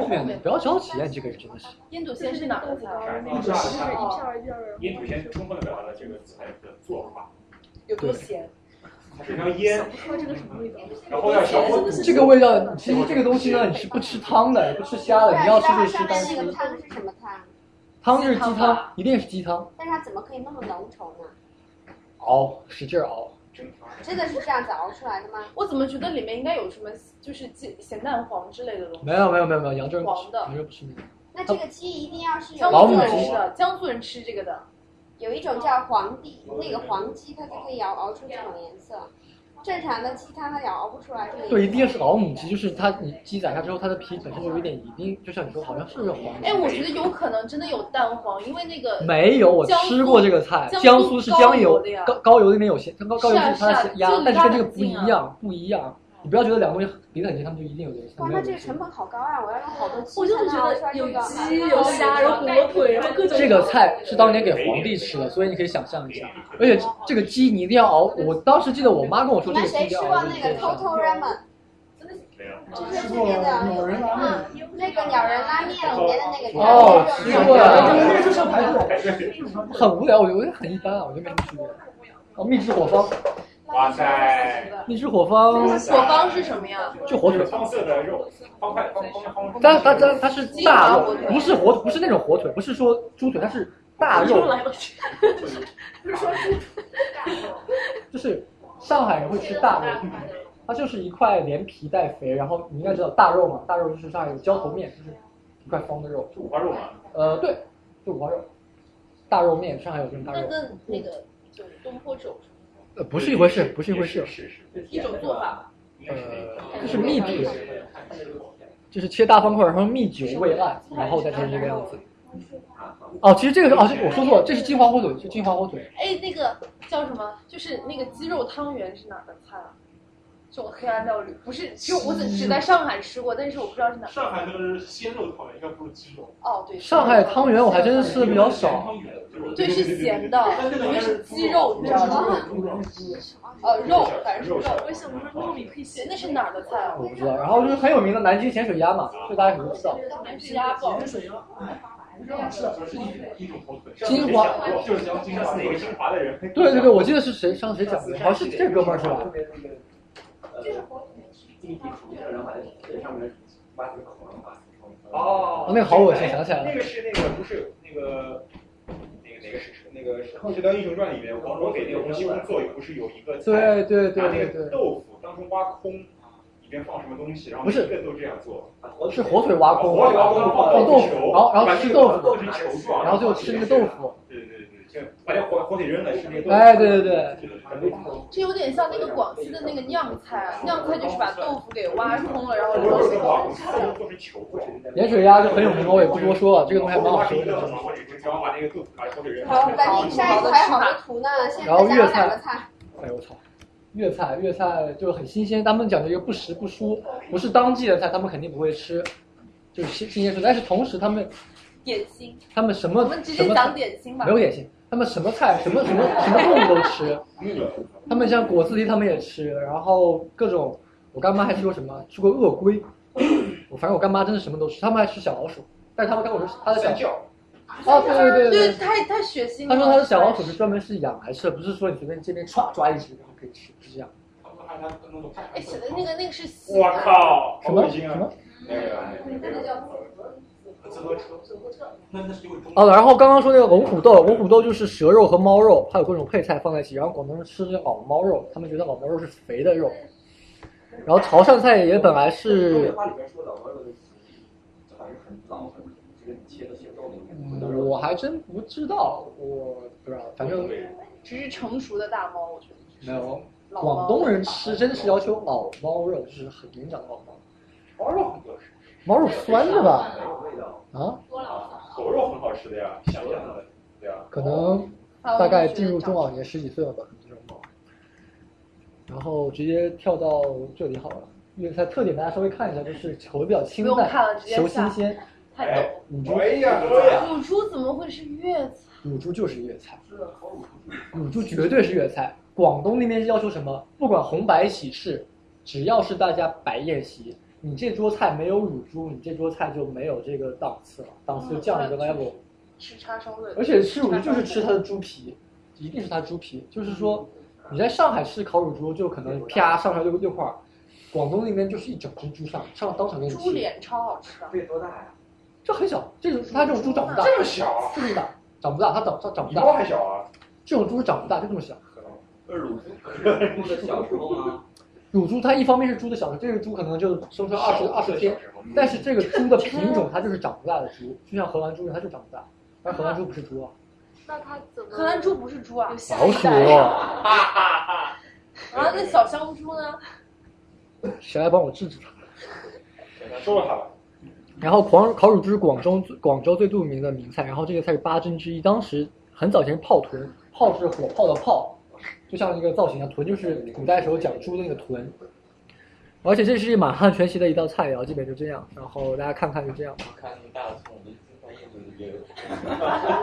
[SPEAKER 4] 后面的不要着嗯急啊，你这个人真的是。
[SPEAKER 2] 腌笃鲜是哪个菜？啊
[SPEAKER 6] 一下一下腌笃鲜充分的表达了这个菜的做法，
[SPEAKER 2] 有多咸？
[SPEAKER 6] 它是要腌，
[SPEAKER 2] 说这个什么味道？
[SPEAKER 6] 然后要小火煮。
[SPEAKER 4] 这个味道，其实这个东西呢，你是不吃汤的，也不吃虾的，你要吃就吃干
[SPEAKER 8] 那个
[SPEAKER 4] 丝。
[SPEAKER 8] 汤是什么汤？
[SPEAKER 4] 汤就是鸡汤，一定是鸡汤，
[SPEAKER 8] 但是它怎么可以那么浓稠呢？
[SPEAKER 4] 熬，使劲儿熬。
[SPEAKER 8] 真的是这样子熬出来的吗？
[SPEAKER 2] 我怎么觉得里面应该有什么，就是鸡咸蛋黄之类的东西？
[SPEAKER 4] 没有没有没有没有，扬州人不吃
[SPEAKER 2] 黄的
[SPEAKER 4] 扬州人不吃那个。
[SPEAKER 8] 那这个鸡一定要是有
[SPEAKER 4] 它老
[SPEAKER 8] 一
[SPEAKER 4] 母
[SPEAKER 8] 种
[SPEAKER 4] 鸡
[SPEAKER 2] 是的，江苏人吃这个的。
[SPEAKER 8] 有一种叫黄帝，那个黄鸡，它就可以熬熬出这种颜色。正常的鸡汤它也熬不出来这个颜色。
[SPEAKER 4] 对，一定是老母鸡，就是它你鸡宰下之后，它的皮本身就有一点，已经就像你说，好像是黄的。
[SPEAKER 2] 哎，我觉得有可能真的有蛋黄，因为那个
[SPEAKER 4] 没有，我吃过这个菜，
[SPEAKER 2] 江
[SPEAKER 4] 江
[SPEAKER 2] 苏
[SPEAKER 4] 是江
[SPEAKER 2] 油
[SPEAKER 4] 油
[SPEAKER 2] 的呀，
[SPEAKER 4] 高高油那边有咸，高高油
[SPEAKER 2] 是啊
[SPEAKER 4] 是它
[SPEAKER 2] 是啊
[SPEAKER 4] 的鸭
[SPEAKER 2] 就，
[SPEAKER 4] 但是
[SPEAKER 2] 鸭
[SPEAKER 4] 跟这个
[SPEAKER 2] 很
[SPEAKER 4] 不
[SPEAKER 2] 近
[SPEAKER 4] 一
[SPEAKER 2] 啊
[SPEAKER 4] 样，不一样。你不要觉得两个东西离得很近，它们就一定有联系。它
[SPEAKER 8] 哇，
[SPEAKER 4] 没有
[SPEAKER 8] 那这
[SPEAKER 4] 联
[SPEAKER 8] 个
[SPEAKER 4] 系
[SPEAKER 8] 成本好高啊！我要用好多鸡
[SPEAKER 11] 我就是
[SPEAKER 8] 才
[SPEAKER 11] 觉
[SPEAKER 8] 能熬出
[SPEAKER 11] 得
[SPEAKER 8] 来这
[SPEAKER 11] 有
[SPEAKER 8] 个
[SPEAKER 11] 鸡、有虾、有火腿，然后各种。
[SPEAKER 4] 这个菜是当年给皇帝吃的，所以你可以想象一下。而且这个鸡你一定要熬，我当时记得我妈跟我说
[SPEAKER 8] 你
[SPEAKER 4] 这
[SPEAKER 8] 们
[SPEAKER 4] 个鸡一
[SPEAKER 8] 谁吃
[SPEAKER 4] 定要
[SPEAKER 8] 过
[SPEAKER 4] 熬一
[SPEAKER 8] 那
[SPEAKER 4] 个
[SPEAKER 8] 个
[SPEAKER 4] 月以
[SPEAKER 8] Toto
[SPEAKER 4] 上。
[SPEAKER 8] Ramen？
[SPEAKER 6] 没有。
[SPEAKER 8] 就是这边的
[SPEAKER 21] 鸟人拉面
[SPEAKER 8] 那个鸟人拉面里面的那个
[SPEAKER 4] 哦，吃过呀
[SPEAKER 21] 这个就像排队，
[SPEAKER 4] 很无聊，我觉得很一般啊，我觉得没什么区别。哦，秘制火方，
[SPEAKER 6] 哇塞，
[SPEAKER 4] 秘制火方，
[SPEAKER 2] 火方是什么呀？
[SPEAKER 4] 就火腿。
[SPEAKER 6] 方色的肉，方块方方方
[SPEAKER 4] 它它它它是
[SPEAKER 8] 啊
[SPEAKER 4] 大肉，不是火，不是那种火腿，不是说猪腿，它是大肉，
[SPEAKER 9] 不是说
[SPEAKER 4] 就是上海人会吃大肉，它就是一块连皮带肥，然后你应该知道大肉嘛，大肉就是上海有浇头面，就是一块方的肉，
[SPEAKER 6] 五花肉嘛。
[SPEAKER 4] 呃，对，就五花肉，大肉面，上海有这种大
[SPEAKER 2] 那
[SPEAKER 4] 肉，
[SPEAKER 2] 跟那个就东坡肘是
[SPEAKER 4] 呃，不是一回事，不是一回事，
[SPEAKER 2] 一种做法吧？
[SPEAKER 4] 呃，就是秘制，就是切大方块，然后蜜酒味暗，然后再成这个样子。哦，其实这个是哦，这我说错了，这是金华火腿，是金华火腿。
[SPEAKER 2] 哎，那个叫什么？就是那个鸡肉汤圆是哪儿的菜啊？这种黑暗料理不是，就我只只在上海吃过，但是我不知道是哪儿。
[SPEAKER 21] 上海都是鲜肉汤圆，应该不是鸡肉。
[SPEAKER 2] 哦，对，
[SPEAKER 4] 上海汤圆我还真是吃的比较少，
[SPEAKER 2] 对是咸的，因为是鸡肉，你知道吗？呃，肉，反正是肉。为什么是糯米配咸？那是哪儿的菜啊？
[SPEAKER 4] 我不知道。然后就是很有名的南京咸水鸭嘛，这大家可能知道。
[SPEAKER 2] 还是鸭煲。
[SPEAKER 21] 是一一种火腿。
[SPEAKER 4] 金华
[SPEAKER 6] 就是江金华哪个金华的人？对
[SPEAKER 4] 对对对，我记得是谁上次谁讲的，好像是这哥们儿是吧？
[SPEAKER 6] 哦
[SPEAKER 4] 那个好恶心想起来了
[SPEAKER 6] 那个是那个不是有那个那个哪个是那个是《后学到英雄传》里面，黄蓉给那个洪七公做，不是有一个菜
[SPEAKER 4] 对对对
[SPEAKER 6] 拿那
[SPEAKER 4] 对
[SPEAKER 6] 个
[SPEAKER 4] 对，
[SPEAKER 6] 豆腐当中挖空，里面放什么东西，然后
[SPEAKER 4] 不
[SPEAKER 6] 每
[SPEAKER 4] 是
[SPEAKER 6] 一个都这样做。
[SPEAKER 4] 是啊火腿挖空，
[SPEAKER 6] 火腿挖空
[SPEAKER 4] 放豆腐，然后然后吃豆腐
[SPEAKER 6] 做成球状，
[SPEAKER 4] 然后最后吃那个豆腐。
[SPEAKER 6] 对对对，就把那火火腿扔了，吃那个豆腐。
[SPEAKER 4] 哎，对对对，
[SPEAKER 2] 这有点像那个广西的那个酿菜啊，酿菜就是把豆腐给挖空了，然后留
[SPEAKER 6] 这个网红豆腐做成球状，
[SPEAKER 4] 盐水鸭就很有名了，我也不多说了，这个东西还蛮好吃的。
[SPEAKER 6] 火腿然后把那个豆腐把火腿扔
[SPEAKER 8] 好，
[SPEAKER 6] 了。
[SPEAKER 8] 赶紧上一次还有好多图呢，现在再加上两个菜。
[SPEAKER 4] 哎我操，粤菜粤菜就是很新鲜，他们讲究一个不时不蔬，不是当季的菜他们肯定不会吃，就是新新鲜蔬。但是同时他们
[SPEAKER 2] 点心。
[SPEAKER 4] 他们什么
[SPEAKER 2] 我们直
[SPEAKER 4] 什
[SPEAKER 2] 接
[SPEAKER 4] 么
[SPEAKER 2] 讲点心吧。
[SPEAKER 4] 没有点心，他们什么菜什么什么什么动物都吃， 他们像果子狸他们也吃，然后各种我干妈还吃过什么吃过鳄龟，我反正我干妈真的什么都吃，他们还吃小老鼠，但是他们跟我说他的小
[SPEAKER 6] 三叫
[SPEAKER 4] 哦对对对
[SPEAKER 2] 对，
[SPEAKER 4] 对
[SPEAKER 2] 太太血腥了。
[SPEAKER 4] 他说他的小老鼠是专门是养来吃的，不是说你随便街边歘抓一只然后可以吃，不是这样。
[SPEAKER 2] 哎，写的那个那个是西
[SPEAKER 6] 我靠，
[SPEAKER 4] 什
[SPEAKER 6] 好
[SPEAKER 4] 么
[SPEAKER 6] 恶
[SPEAKER 4] 什
[SPEAKER 6] 心啊！
[SPEAKER 4] 么？
[SPEAKER 6] 那个
[SPEAKER 9] 那个叫
[SPEAKER 6] 自喝车，
[SPEAKER 21] 那那是因为中
[SPEAKER 4] 哦，然后刚刚说那个龙虎斗，龙虎斗就是蛇肉和猫肉，还有各种配菜放在一起。然后广东人吃这个熬猫肉，他们觉得熬猫肉是肥的肉。然后潮汕菜也本来是，
[SPEAKER 3] 话里边说的，我有好像很老很，这个切的切豆
[SPEAKER 4] 嗯我还真不知道，我不知道，反正没
[SPEAKER 2] 只是成熟的大猫，我觉得。
[SPEAKER 4] 有。广东人吃真的是要求熬猫肉，就是很营养的熬猫。
[SPEAKER 6] 猫肉很好吃，
[SPEAKER 4] 猫肉酸的吧？
[SPEAKER 6] 没有味道。
[SPEAKER 4] 啊，
[SPEAKER 6] 狗肉很好吃的呀，香香的，对啊。
[SPEAKER 4] 可能大概进入中老年十几岁了吧，可能这种猫。然后直接跳到这里好了，粤菜特点大家稍微看一下，就是口味比较清
[SPEAKER 2] 不用看了
[SPEAKER 4] 淡，
[SPEAKER 2] 直接
[SPEAKER 4] 求
[SPEAKER 2] 下
[SPEAKER 4] 新鲜。
[SPEAKER 10] 很懂。
[SPEAKER 4] 卤猪，
[SPEAKER 10] 卤猪怎么会是粤菜？
[SPEAKER 4] 卤猪就是粤菜，卤猪绝对是粤菜。广东那边要求什么？不管红白喜事，只要是大家摆宴席，你这桌菜没有卤猪，你这桌菜就没有这个档次了，档次就降了一个 level。
[SPEAKER 10] 吃叉烧味，
[SPEAKER 4] 而且吃卤就是嗯吃它的猪皮，一定是它猪皮。就是说，你在上海吃烤乳猪，就可能啪上来六六块儿，广东那边就是一整只猪上上当场给你
[SPEAKER 10] 猪
[SPEAKER 4] 切，
[SPEAKER 10] 脸超好吃啊！
[SPEAKER 21] 这多大呀？
[SPEAKER 4] 这很小，这种它这种猪长不大，
[SPEAKER 21] 这么小
[SPEAKER 4] 这么大，长不大，它长它长不大，
[SPEAKER 21] 比猫还小啊！
[SPEAKER 4] 这种猪长不大，就这么小。
[SPEAKER 3] 乳猪猪的小时候吗？
[SPEAKER 4] 乳猪它一方面是猪的小时候，这个猪可能就生出来二十二十天，但是这个猪的品种它就是长不大的猪，就像荷兰猪一样，它就长不大。但荷兰猪不是猪啊，
[SPEAKER 10] 那它怎
[SPEAKER 8] 嗯
[SPEAKER 10] 么？荷兰猪不是猪啊，
[SPEAKER 4] 老鼠啊！
[SPEAKER 10] 啊，那小香猪呢？
[SPEAKER 4] 嗯谁来帮我制止它？
[SPEAKER 21] 收了它吧。
[SPEAKER 4] 然后狂烤乳猪是广州最广州最著名的名菜，然后这个菜是八珍之一，当时很早前泡臀，泡是火炮的炮，就像一个造型一样，臀就是古代时候讲猪的那个臀。而且这是满汉全席的一道菜肴，基本就这样。然后大家看看就这样。
[SPEAKER 3] 我看那个大葱，我就经常印度也有。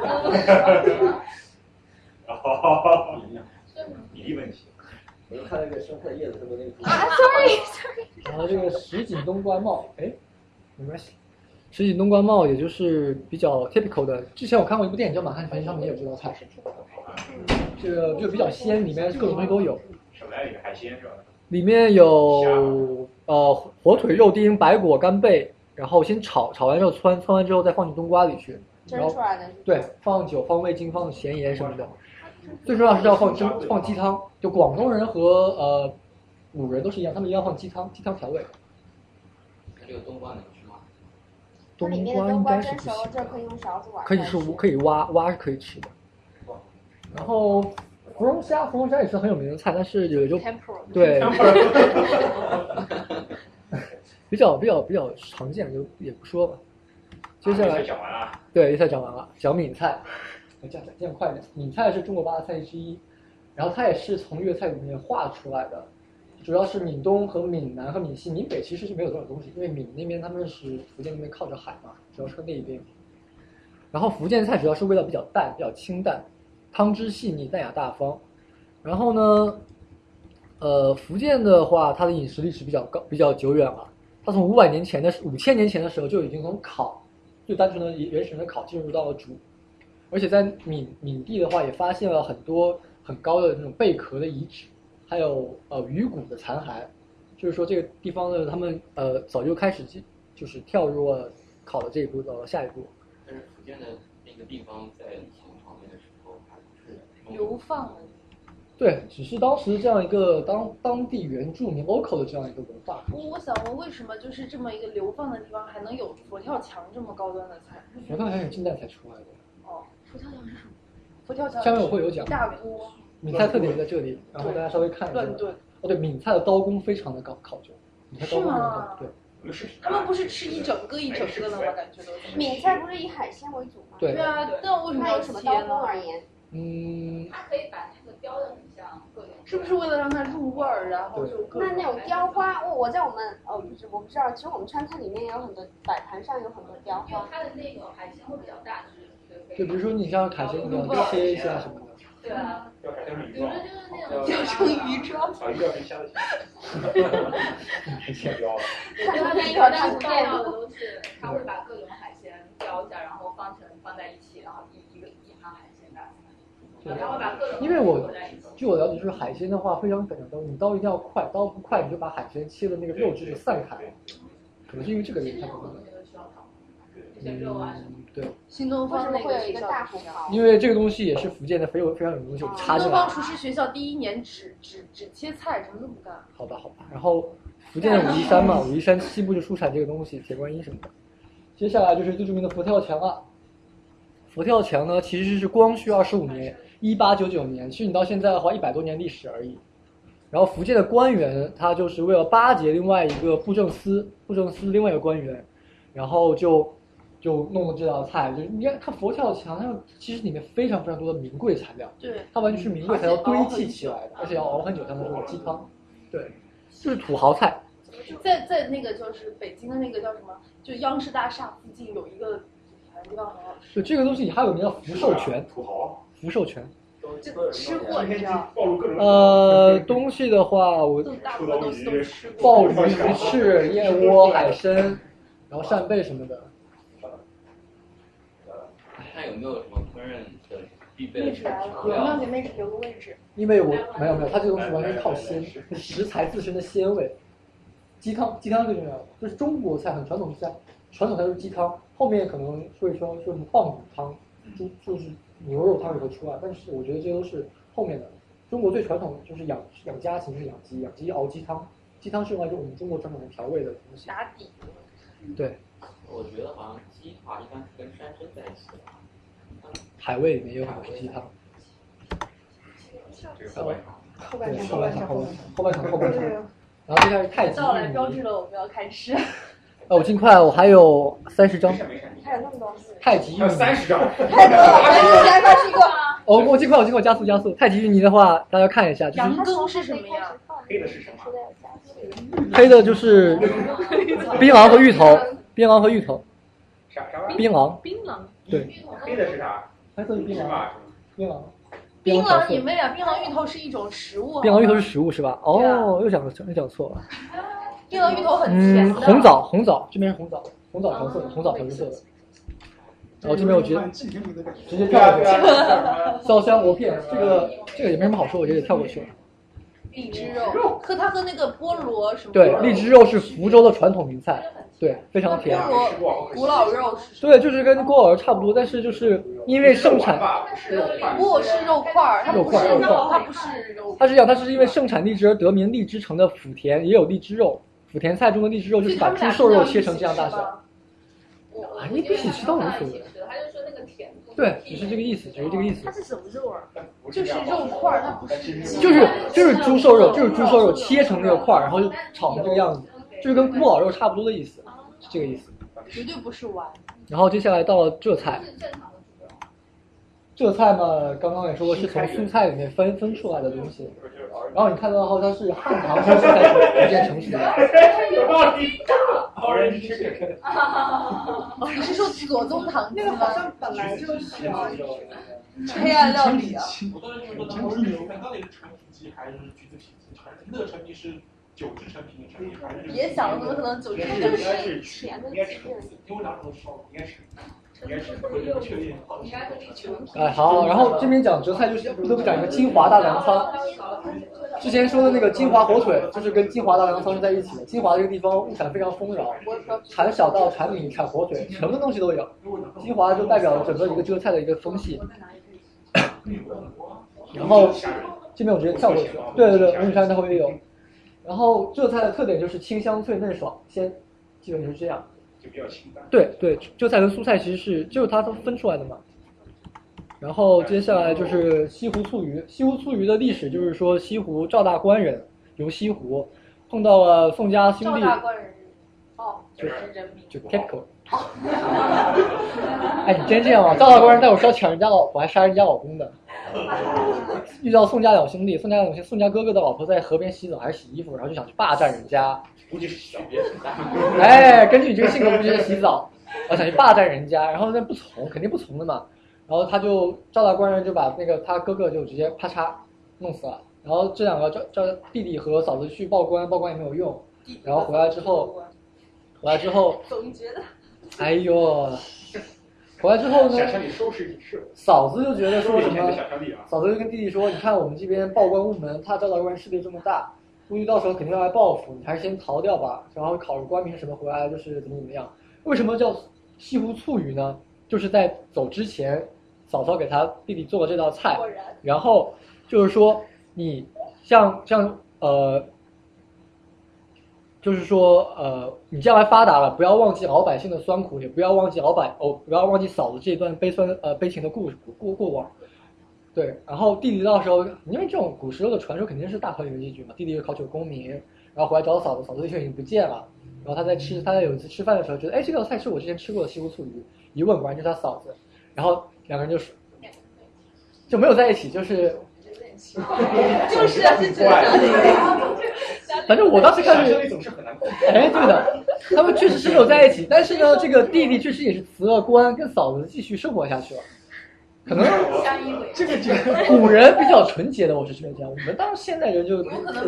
[SPEAKER 6] 哦，比例问题。
[SPEAKER 3] 我就看那个生菜叶子上面那个猪。
[SPEAKER 4] 然后这个石井冬瓜帽，哎，没关系。石井冬瓜帽也就是比较 typical 的，之前我看过一部电影叫《满汉全席》，上面也有这道菜。这个就比较鲜，里面各种东西都有。
[SPEAKER 6] 什么呀？一个海鲜是吧？
[SPEAKER 4] 里面有呃火腿、肉丁、白果、干贝，然后先炒，炒完之后汆，汆完之后再放进冬瓜里去，然
[SPEAKER 8] 蒸
[SPEAKER 4] 后
[SPEAKER 8] 出来的。
[SPEAKER 4] 对，放酒、放味精、放咸盐什么的。最重要是要放蒸、放鸡汤。就广东人和呃鲁人都是一样，他们一定要放鸡汤、鸡汤调味。
[SPEAKER 3] 那这个冬瓜能吃吗？
[SPEAKER 4] 冬
[SPEAKER 8] 里面
[SPEAKER 4] 瓜
[SPEAKER 8] 的
[SPEAKER 4] 应
[SPEAKER 8] 冬瓜
[SPEAKER 4] 该是
[SPEAKER 8] 蒸
[SPEAKER 4] 不
[SPEAKER 8] 熟
[SPEAKER 4] 行
[SPEAKER 8] 了之后
[SPEAKER 4] 的，
[SPEAKER 8] 可以用勺子挖。
[SPEAKER 4] 可以是可以挖，挖是可以吃的。然后芙蓉虾，芙蓉虾也是很有名的菜，但是也就
[SPEAKER 10] Tempura
[SPEAKER 4] 对
[SPEAKER 10] Tempura
[SPEAKER 4] 比较比较比较常见，就也不说吧。接下
[SPEAKER 6] 啊
[SPEAKER 4] 来
[SPEAKER 6] 这菜讲完了
[SPEAKER 4] 对，一菜讲完了，讲闽菜，我讲讲快点。闽菜是中国八大菜之一，然后它也是从粤菜里面划出来的，主要是闽东和闽南和闽西，闽北其实是没有多少东西，因为闽那边他们是福建那边靠着海嘛，主要是那一边。然后福建菜主要是味道比较淡，比较清淡，汤汁细腻，淡雅大方。然后呢，呃，福建的话，它的饮食历史比较高，比较久远了。它从五百年前的五千年前的时候就已经从烤，最单纯的原始人的烤进入到了煮，而且在闽闽地的话，也发现了很多很高的那种贝壳的遗址，还有呃鱼骨的残骸，就是说这个地方的他们呃早就开始进就是跳入了烤的这一步到了下一步。
[SPEAKER 3] 但是福建的那个地方在秦朝那个时候还不是
[SPEAKER 10] 流放了。
[SPEAKER 4] 对，只是当时这样一个当当地原住民 local 的这样一个文化。
[SPEAKER 10] 我我想问，为什么就是这么一个流放的地方，还能有佛跳墙这么高端的菜？
[SPEAKER 4] 佛跳墙是近代才出来的，
[SPEAKER 10] 哦，佛跳墙是什么？佛跳墙
[SPEAKER 4] 下面我会有讲
[SPEAKER 10] 一大锅，
[SPEAKER 4] 闽菜特点在这里，然后大家稍微看一下
[SPEAKER 10] 乱炖。
[SPEAKER 4] 哦，对，闽菜的刀工非常的高考究，闽菜刀工
[SPEAKER 10] 是
[SPEAKER 4] 很
[SPEAKER 10] 吗
[SPEAKER 4] 高，对。
[SPEAKER 10] 他
[SPEAKER 3] 啊
[SPEAKER 10] 们不是吃一整个一整个的吗？感觉都是。
[SPEAKER 8] 闽菜不是以海鲜为主吗？
[SPEAKER 4] 对对
[SPEAKER 10] 啊那为什么
[SPEAKER 8] 那
[SPEAKER 10] 要
[SPEAKER 8] 以什么
[SPEAKER 10] 切
[SPEAKER 8] 刀
[SPEAKER 10] 呢
[SPEAKER 8] 工而言？
[SPEAKER 4] 嗯，
[SPEAKER 18] 它可以把那个雕的很像各种，
[SPEAKER 10] 是不是为了让它入味儿，然后就各
[SPEAKER 8] 那
[SPEAKER 10] 种
[SPEAKER 8] 那种雕花，我我在我们哦，不是我不知道，其实我们川菜里面也有很多摆盘上有很多雕
[SPEAKER 18] 因为
[SPEAKER 8] 花。
[SPEAKER 18] 它的那个海鲜会比较大只，对不对？
[SPEAKER 4] 就比如说你像海鲜，你要切一下什么的，
[SPEAKER 18] 对啊，
[SPEAKER 6] 要改成鱼
[SPEAKER 18] 比如说，
[SPEAKER 6] 状
[SPEAKER 18] 就是那种
[SPEAKER 6] 要
[SPEAKER 18] 成鱼装，
[SPEAKER 6] 啊，鱼要跟虾的钱，标了。
[SPEAKER 18] 它那个大部看到的都是，它会把各种海鲜雕一下，然后放成放在一起，然后一一个一盘海鲜大
[SPEAKER 4] 对
[SPEAKER 18] 餐，然后把各种
[SPEAKER 4] 因为我
[SPEAKER 18] 裹在一起。
[SPEAKER 4] 据我了解，就是海鲜的话非常讲刀，你刀一定要快，刀不快你就把海鲜切的那个肉质给散开了，可能是因为这个原因它不可能。嗯，对，
[SPEAKER 10] 新东方那
[SPEAKER 8] 为什么会有
[SPEAKER 10] 学
[SPEAKER 8] 一个
[SPEAKER 10] 校
[SPEAKER 8] 大
[SPEAKER 10] 厨
[SPEAKER 8] 红
[SPEAKER 10] 师
[SPEAKER 8] 袍
[SPEAKER 4] 因为这个东西也是福建的非有非常有名的东西，我们插
[SPEAKER 10] 新
[SPEAKER 4] 进
[SPEAKER 10] 东
[SPEAKER 4] 来
[SPEAKER 10] 方
[SPEAKER 4] 了。
[SPEAKER 10] 厨师学校第一年只只只切菜，什么都不干。
[SPEAKER 4] 好吧，好吧。然后福建的武夷山嘛，武夷山西部就出产这个东西，铁观音什么的。接下来就是最著名的佛跳墙啊。佛跳墙呢，其实是光绪二十五年，一八九九年，其实你到现在的话，一百多年历史而已。然后福建的官员，他就是为了巴结另外一个布政司，布政司另外一个官员，然后就就弄了这道菜。就你看看佛跳墙，它其实里面非常非常多的名贵材料，
[SPEAKER 10] 对
[SPEAKER 4] 它完全是名贵材料堆砌起来的，而且要熬很久才能做鸡汤。对，就是土豪菜，
[SPEAKER 2] 在在那个就是北京的那个叫什么，就央视大厦附近有一个，反正地方很好吃。
[SPEAKER 4] 就这个东西，你还有名叫福寿泉，
[SPEAKER 6] 土豪，
[SPEAKER 4] 福寿泉。
[SPEAKER 2] 就吃过，你知道？
[SPEAKER 6] 啊
[SPEAKER 4] 呃，东西的话，我
[SPEAKER 2] 大部分东西都吃过。
[SPEAKER 4] 鲍鱼、鱼翅、燕窝、海参，然后扇贝什么的。
[SPEAKER 17] 那有没有什么烹饪的必备的
[SPEAKER 2] 妹纸
[SPEAKER 17] 调
[SPEAKER 2] 来了，有没有
[SPEAKER 17] 料
[SPEAKER 2] 给？妹纸留个位置？
[SPEAKER 4] 因为我没有没有，它这个东西完全是靠鲜，食材自身的鲜味。鸡汤，鸡汤最重要，就是中国菜很传统菜，传统菜都是鸡汤，后面可能会说说什么棒骨汤、
[SPEAKER 6] 嗯
[SPEAKER 4] 猪就是牛肉汤也会出来，但是我觉得这都是后面的。中国最传统的就是养养家禽是养鸡，养鸡熬鸡汤，鸡汤是用来我们中国传统的调味的东西。
[SPEAKER 2] 打底。
[SPEAKER 4] 对，
[SPEAKER 17] 我觉得好像鸡的话一般是跟山参在一起的。
[SPEAKER 4] 海味里面也有很多是鸡汤。
[SPEAKER 17] 后半场，
[SPEAKER 4] 后半场，后半场，后半场，后半场。然后接下来是太极。
[SPEAKER 2] 到了，标志了我们要开始。
[SPEAKER 4] 哦，我尽快，我还有三十张。
[SPEAKER 2] 还有那么多。
[SPEAKER 4] 太极芋泥
[SPEAKER 6] 三十张，
[SPEAKER 4] 太多了
[SPEAKER 2] 来来来，吃一个。
[SPEAKER 4] 我哦我尽快，我尽快加速加速。太极芋泥的话，大家看一下，就是
[SPEAKER 2] 羊羹是什么呀？
[SPEAKER 6] 黑的是什么？
[SPEAKER 4] 黑的就是槟榔和芋头，槟榔和芋头，
[SPEAKER 6] 啥啥玩意儿？
[SPEAKER 4] 槟榔，
[SPEAKER 2] 槟榔。
[SPEAKER 4] 对，
[SPEAKER 6] 黑的是啥？
[SPEAKER 4] 黑色是槟榔，槟榔，
[SPEAKER 2] 槟
[SPEAKER 4] 榔
[SPEAKER 2] 榔，你妹啊！槟榔芋头是一种食物。
[SPEAKER 4] 槟榔芋头是食物是吧？哦，又讲又讲错了。
[SPEAKER 2] 槟榔芋头啊很甜
[SPEAKER 4] 嗯，
[SPEAKER 2] 的。
[SPEAKER 4] 红枣，红枣，这边是红枣，红枣黄色的，红枣黄色的。
[SPEAKER 2] 啊
[SPEAKER 4] 然后这边我觉得直接跳过去了，烧香鹅片，这个这个也没什么好说，我觉得也跳过去了。
[SPEAKER 2] 荔枝肉，和它和那个菠萝什么？
[SPEAKER 4] 对，荔枝肉是福州的传统名菜，对，非常甜。
[SPEAKER 2] 菠萝古老肉是
[SPEAKER 4] 对，就是跟锅耳差不多，但是就是因为盛产，
[SPEAKER 2] 不是肉块儿，它
[SPEAKER 4] 肉
[SPEAKER 2] 不
[SPEAKER 4] 块
[SPEAKER 2] 是
[SPEAKER 4] 儿肉块
[SPEAKER 2] 肉，
[SPEAKER 4] 儿
[SPEAKER 2] 它不是肉。
[SPEAKER 4] 它是这样，它是因为盛产荔枝而得名荔枝城的福田，也有荔枝肉。福田菜中的荔枝肉就是把猪瘦肉切成这样大小，
[SPEAKER 18] 我我
[SPEAKER 4] 啊，你一起吃倒无所谓。
[SPEAKER 18] 他就说那个甜度。
[SPEAKER 4] 对，只是这个意思，只是这个意思
[SPEAKER 2] 它，是什么肉啊？就是肉块儿，它不是鸡。
[SPEAKER 4] 就是就是猪瘦肉，就是猪瘦肉切成那个块儿，然后就炒成这个样子，就是跟咕咾肉差不多的意思，是这个意思。
[SPEAKER 2] 绝对不是丸。
[SPEAKER 4] 然后接下来到了浙菜，
[SPEAKER 18] 正常的猪肉。
[SPEAKER 4] 浙菜嘛，刚刚也说过是从蔬菜里面分分出来的东西，然后你看到后它是汉唐时期才逐渐成熟的。
[SPEAKER 6] 有道理。Orange chicken。
[SPEAKER 2] 哦，
[SPEAKER 4] 啊
[SPEAKER 2] 你是说左宗棠鸡
[SPEAKER 12] 那个好
[SPEAKER 2] 吗？
[SPEAKER 12] 像本来就是啊，
[SPEAKER 2] 黑暗料理啊。
[SPEAKER 21] 我当时就说，当时牛排到底是陈皮鸡还是橘子皮鸡？还是那个陈皮是九制陈皮，陈皮还是？
[SPEAKER 2] 别想了，怎么可能九
[SPEAKER 21] 应
[SPEAKER 2] 只？
[SPEAKER 21] 该
[SPEAKER 2] 那个
[SPEAKER 21] 是
[SPEAKER 2] 是甜的
[SPEAKER 21] 应该是，因为我两个都吃过，应该是，应该是，我确定。
[SPEAKER 18] 应该是全皮。
[SPEAKER 4] 哎，好，然后这边讲浙菜就是不得不讲一个金华大粮仓。之前说的那个金华火腿，就是跟金华大粮仓是在一起的。金华这个地方物产非常丰饶，产小到产米、产火腿，什么东西都有。金华就代表了整个一个浙菜的一个风气。然后这边我直接跳过去了。对对对，文曲山它会有。然后浙菜的特点就是清香脆嫩爽鲜，基本就是这样。
[SPEAKER 6] 就比较清淡。
[SPEAKER 4] 对对，浙菜跟苏菜其实是就是它分出来的嘛。然后接下来就是西湖醋鱼，西湖醋鱼的历史就是说西湖赵大官人游西湖，碰到了凤家兄
[SPEAKER 2] 赵
[SPEAKER 4] 弟，
[SPEAKER 2] 大官人，哦，
[SPEAKER 4] 就是
[SPEAKER 2] 人民。
[SPEAKER 4] 就 Ketco。哎，你真这样吗？赵大官人带我是要抢人家老婆，还杀人家老 公的。遇到宋家两兄弟，宋家两兄宋家哥哥的老婆在河边洗澡还是洗衣服，然后就想去霸占人家。
[SPEAKER 6] 估计是小别很大。
[SPEAKER 4] 哎，根据你这个性格，估计在洗澡，我想去霸占人家，然后那不从，肯定不从的嘛。然后他就赵大官人就把那个他哥哥就直接啪嚓弄死了。然后这两个赵赵弟弟和嫂子去报官，报官也没有用。然后回来之后，回来之后，
[SPEAKER 2] 总觉得
[SPEAKER 4] 哎呦，回来之后呢，
[SPEAKER 6] 想象力收拾你是。
[SPEAKER 4] 嫂子就觉得说什
[SPEAKER 6] 收
[SPEAKER 4] 么
[SPEAKER 6] 拾你的想象力啊，
[SPEAKER 4] 嫂子就跟弟弟说，你看我们这边报官部门，怕赵大官势力这么大，估计到时候肯定要来报复，你还是先逃掉吧，然后考个官名什么回来就是怎么怎么样。为什么叫西湖醋鱼呢？就是在走之前，嫂嫂给他弟弟做了这道菜，然后就是说你像像呃。就是说，呃，你将来发达了，不要忘记老百姓的酸苦，也不要忘记老百哦，不要忘记嫂子这一段悲酸呃悲情的故事过过往。对，然后弟弟到时候，因为这种古时候的传说肯定是大团圆结局嘛，弟弟又考取了功名，然后回来找嫂子，嫂子就已经不见了。然后他在吃，他在有一次吃饭的时候觉得，哎，这道菜是我之前吃过的西湖醋鱼，一问果然就是他嫂子，然后两个人就是就没有在一起，就是啊
[SPEAKER 2] 就是啊，就觉得
[SPEAKER 4] 反正我当时看
[SPEAKER 6] 想
[SPEAKER 4] 是
[SPEAKER 6] 象力总是很难控制。
[SPEAKER 4] 哎，对 的，他们确实是没有在一起，但是呢，这个弟弟确实也是辞了官，跟嫂子继续生活下去了。可能这个这个古人比较纯洁的，我是觉得这样。我们当时现代人就
[SPEAKER 3] 他这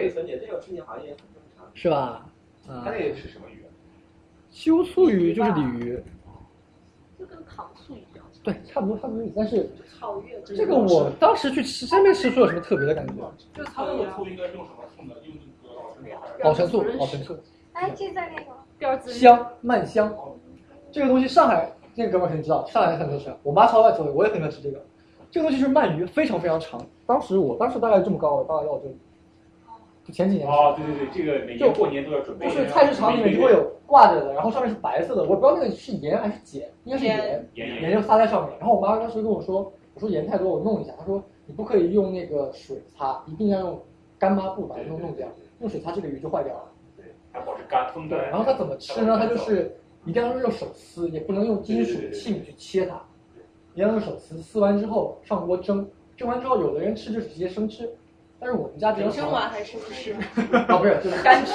[SPEAKER 3] 个纯洁，这种事情好像也很正常。
[SPEAKER 4] 是吧？啊
[SPEAKER 6] 他，那个是什么鱼啊？
[SPEAKER 4] 秋醋鱼就是鲤鱼，
[SPEAKER 11] 就跟糖醋一样，
[SPEAKER 4] 对，差不多差不多意思。但是
[SPEAKER 11] 草月
[SPEAKER 4] 这个我当时去吃，真没吃出有什么特别的感觉。
[SPEAKER 11] 就
[SPEAKER 21] 他那个醋应该用什么醋呢？用那个
[SPEAKER 4] 老陈醋，老陈醋，
[SPEAKER 30] 哎，这在那个
[SPEAKER 11] 标
[SPEAKER 4] 香慢香，这个东西上海那个哥们儿肯定知道，上海很多吃。我妈超爱吃，我也很喜欢吃这个。这个东西是鳗鱼，非常非常长。当时我当时大概这么高，大概到这里。就前几年
[SPEAKER 6] 哦，对对对，这个每年过年都要准备。
[SPEAKER 4] 就是菜市场里面就会有挂着的，然后上面是白色的，我不知道那个是盐还是碱，应该是盐，
[SPEAKER 6] 盐
[SPEAKER 4] 盐就撒在上面。然后我妈当时跟我说，我说盐太多，我弄一下。她说你不可以用那个水擦，一定要用干抹布把它弄弄掉，用水擦这个鱼就坏掉了。
[SPEAKER 6] 还保持干风干。
[SPEAKER 4] 然后它怎么吃呢？它就是一定要用手撕，也不能用金属器皿去切它，一定要用手撕。撕完之后上锅蒸，蒸完之后有的人吃就是直接生吃，但是我们家比较少
[SPEAKER 2] 蒸。完还是不是？
[SPEAKER 4] 啊，不是，就是干吃，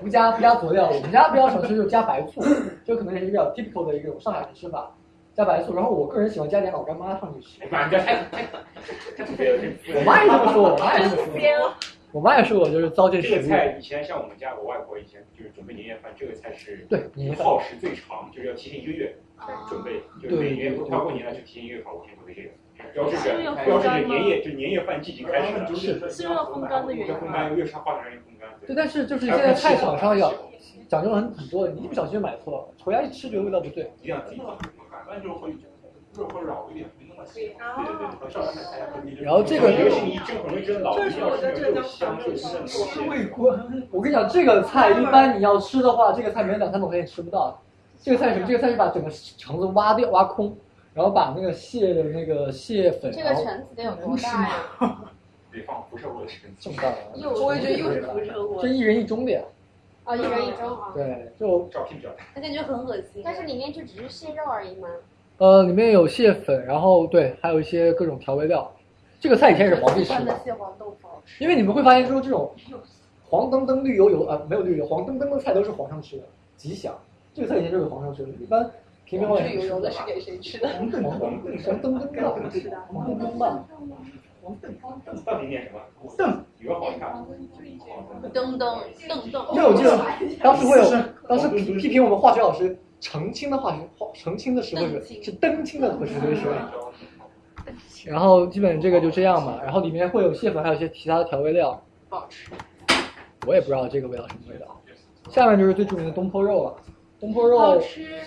[SPEAKER 4] 不加不加佐料。我们家比较常吃就是加白醋，这可能也是比较 typical 的一种上海的吃法，加白醋。然后我个人喜欢加点老干妈上去吃。
[SPEAKER 6] 哎妈，你这太太太特别了，
[SPEAKER 4] 我妈也这么说，我妈也这么说。我妈也说我就是糟践
[SPEAKER 6] 这
[SPEAKER 4] 食
[SPEAKER 6] 个
[SPEAKER 4] 物。
[SPEAKER 6] 菜以前像我们家我外婆以前就是准备年夜饭，这个菜是
[SPEAKER 4] 对年夜饭
[SPEAKER 6] 耗时最长，就是要提前一个月准备，就是每
[SPEAKER 4] 对
[SPEAKER 6] 年
[SPEAKER 4] 对对
[SPEAKER 6] 快过年了就提前一个月搞，我先准备这个。标志
[SPEAKER 11] 是不是
[SPEAKER 6] 着
[SPEAKER 11] 有风
[SPEAKER 6] 标志着
[SPEAKER 11] 干吗
[SPEAKER 6] 年夜，就年夜饭季已经开始
[SPEAKER 5] 嗯
[SPEAKER 6] 了，
[SPEAKER 11] 是是因为风干的原因
[SPEAKER 6] 要风干，
[SPEAKER 11] 吗？
[SPEAKER 6] 越是花点让人风干。
[SPEAKER 4] 对，但是就是现在菜场上要讲究很很多的，你一不小心就买错了，回家一吃觉得味道不对。
[SPEAKER 6] 一定要自己做。
[SPEAKER 21] 那就会就是会绕一点，没那么细。
[SPEAKER 6] 对对对，和上海菜和你
[SPEAKER 4] 然后这个
[SPEAKER 6] 尤其你这可能真老，
[SPEAKER 4] 这
[SPEAKER 6] 这
[SPEAKER 4] 是
[SPEAKER 6] 要
[SPEAKER 4] 我
[SPEAKER 6] 是
[SPEAKER 4] 在
[SPEAKER 6] 有这种香这种香
[SPEAKER 4] 味锅，我跟你讲，这个菜一般你要吃的话，这个菜没有两三口饭也吃不到。这个菜是什么？这个菜是把整个肠子挖掉、挖空，然后把那个蟹的那个蟹粉，
[SPEAKER 8] 这
[SPEAKER 4] 然
[SPEAKER 8] 个
[SPEAKER 4] 后
[SPEAKER 8] 橙子得有多大呀？
[SPEAKER 6] 得放辐射物的身
[SPEAKER 4] 这么大的，
[SPEAKER 8] 又我也觉得又辐射物
[SPEAKER 4] 这一人一盅的呀。
[SPEAKER 8] 啊，一人一盅啊。
[SPEAKER 4] 对，就
[SPEAKER 6] 照片比较大。
[SPEAKER 8] 那感觉很恶心。但是里面就只是蟹肉而已嘛。
[SPEAKER 4] 呃，里面有蟹粉，然后对，还有一些各种调味料。这个菜以前也是皇帝吃
[SPEAKER 11] 川
[SPEAKER 4] 的
[SPEAKER 11] 的，蟹黄豆腐好吃。
[SPEAKER 4] 因为你们会发现说这种黄澄澄、绿油油啊、没有绿油，黄澄澄的菜都是皇上吃的，吉祥。这个菜以前就是皇上吃的，一般平民老百
[SPEAKER 11] 黄
[SPEAKER 4] 姓
[SPEAKER 11] 油
[SPEAKER 4] 吃
[SPEAKER 11] 油
[SPEAKER 4] 不
[SPEAKER 11] 的
[SPEAKER 4] 到
[SPEAKER 11] 是给谁吃 的？
[SPEAKER 4] 黄澄黄澄黄澄澄的，黄澄澄的，
[SPEAKER 6] 到底念什么？邓，有个好看。
[SPEAKER 11] 噔噔噔噔。
[SPEAKER 4] 因为我记得当时会有，当时批批评我们化学老师，澄清的化学化澄清的石灰水是登清的石灰水。然后基本这个就这样嘛，然后里面会有蟹粉，还有一些其他的调味料，
[SPEAKER 11] 不好吃。
[SPEAKER 4] 我也不知道这个味道什么味道。下面就是最著名的东坡肉了，东坡
[SPEAKER 11] 好
[SPEAKER 4] 肉
[SPEAKER 11] 吃。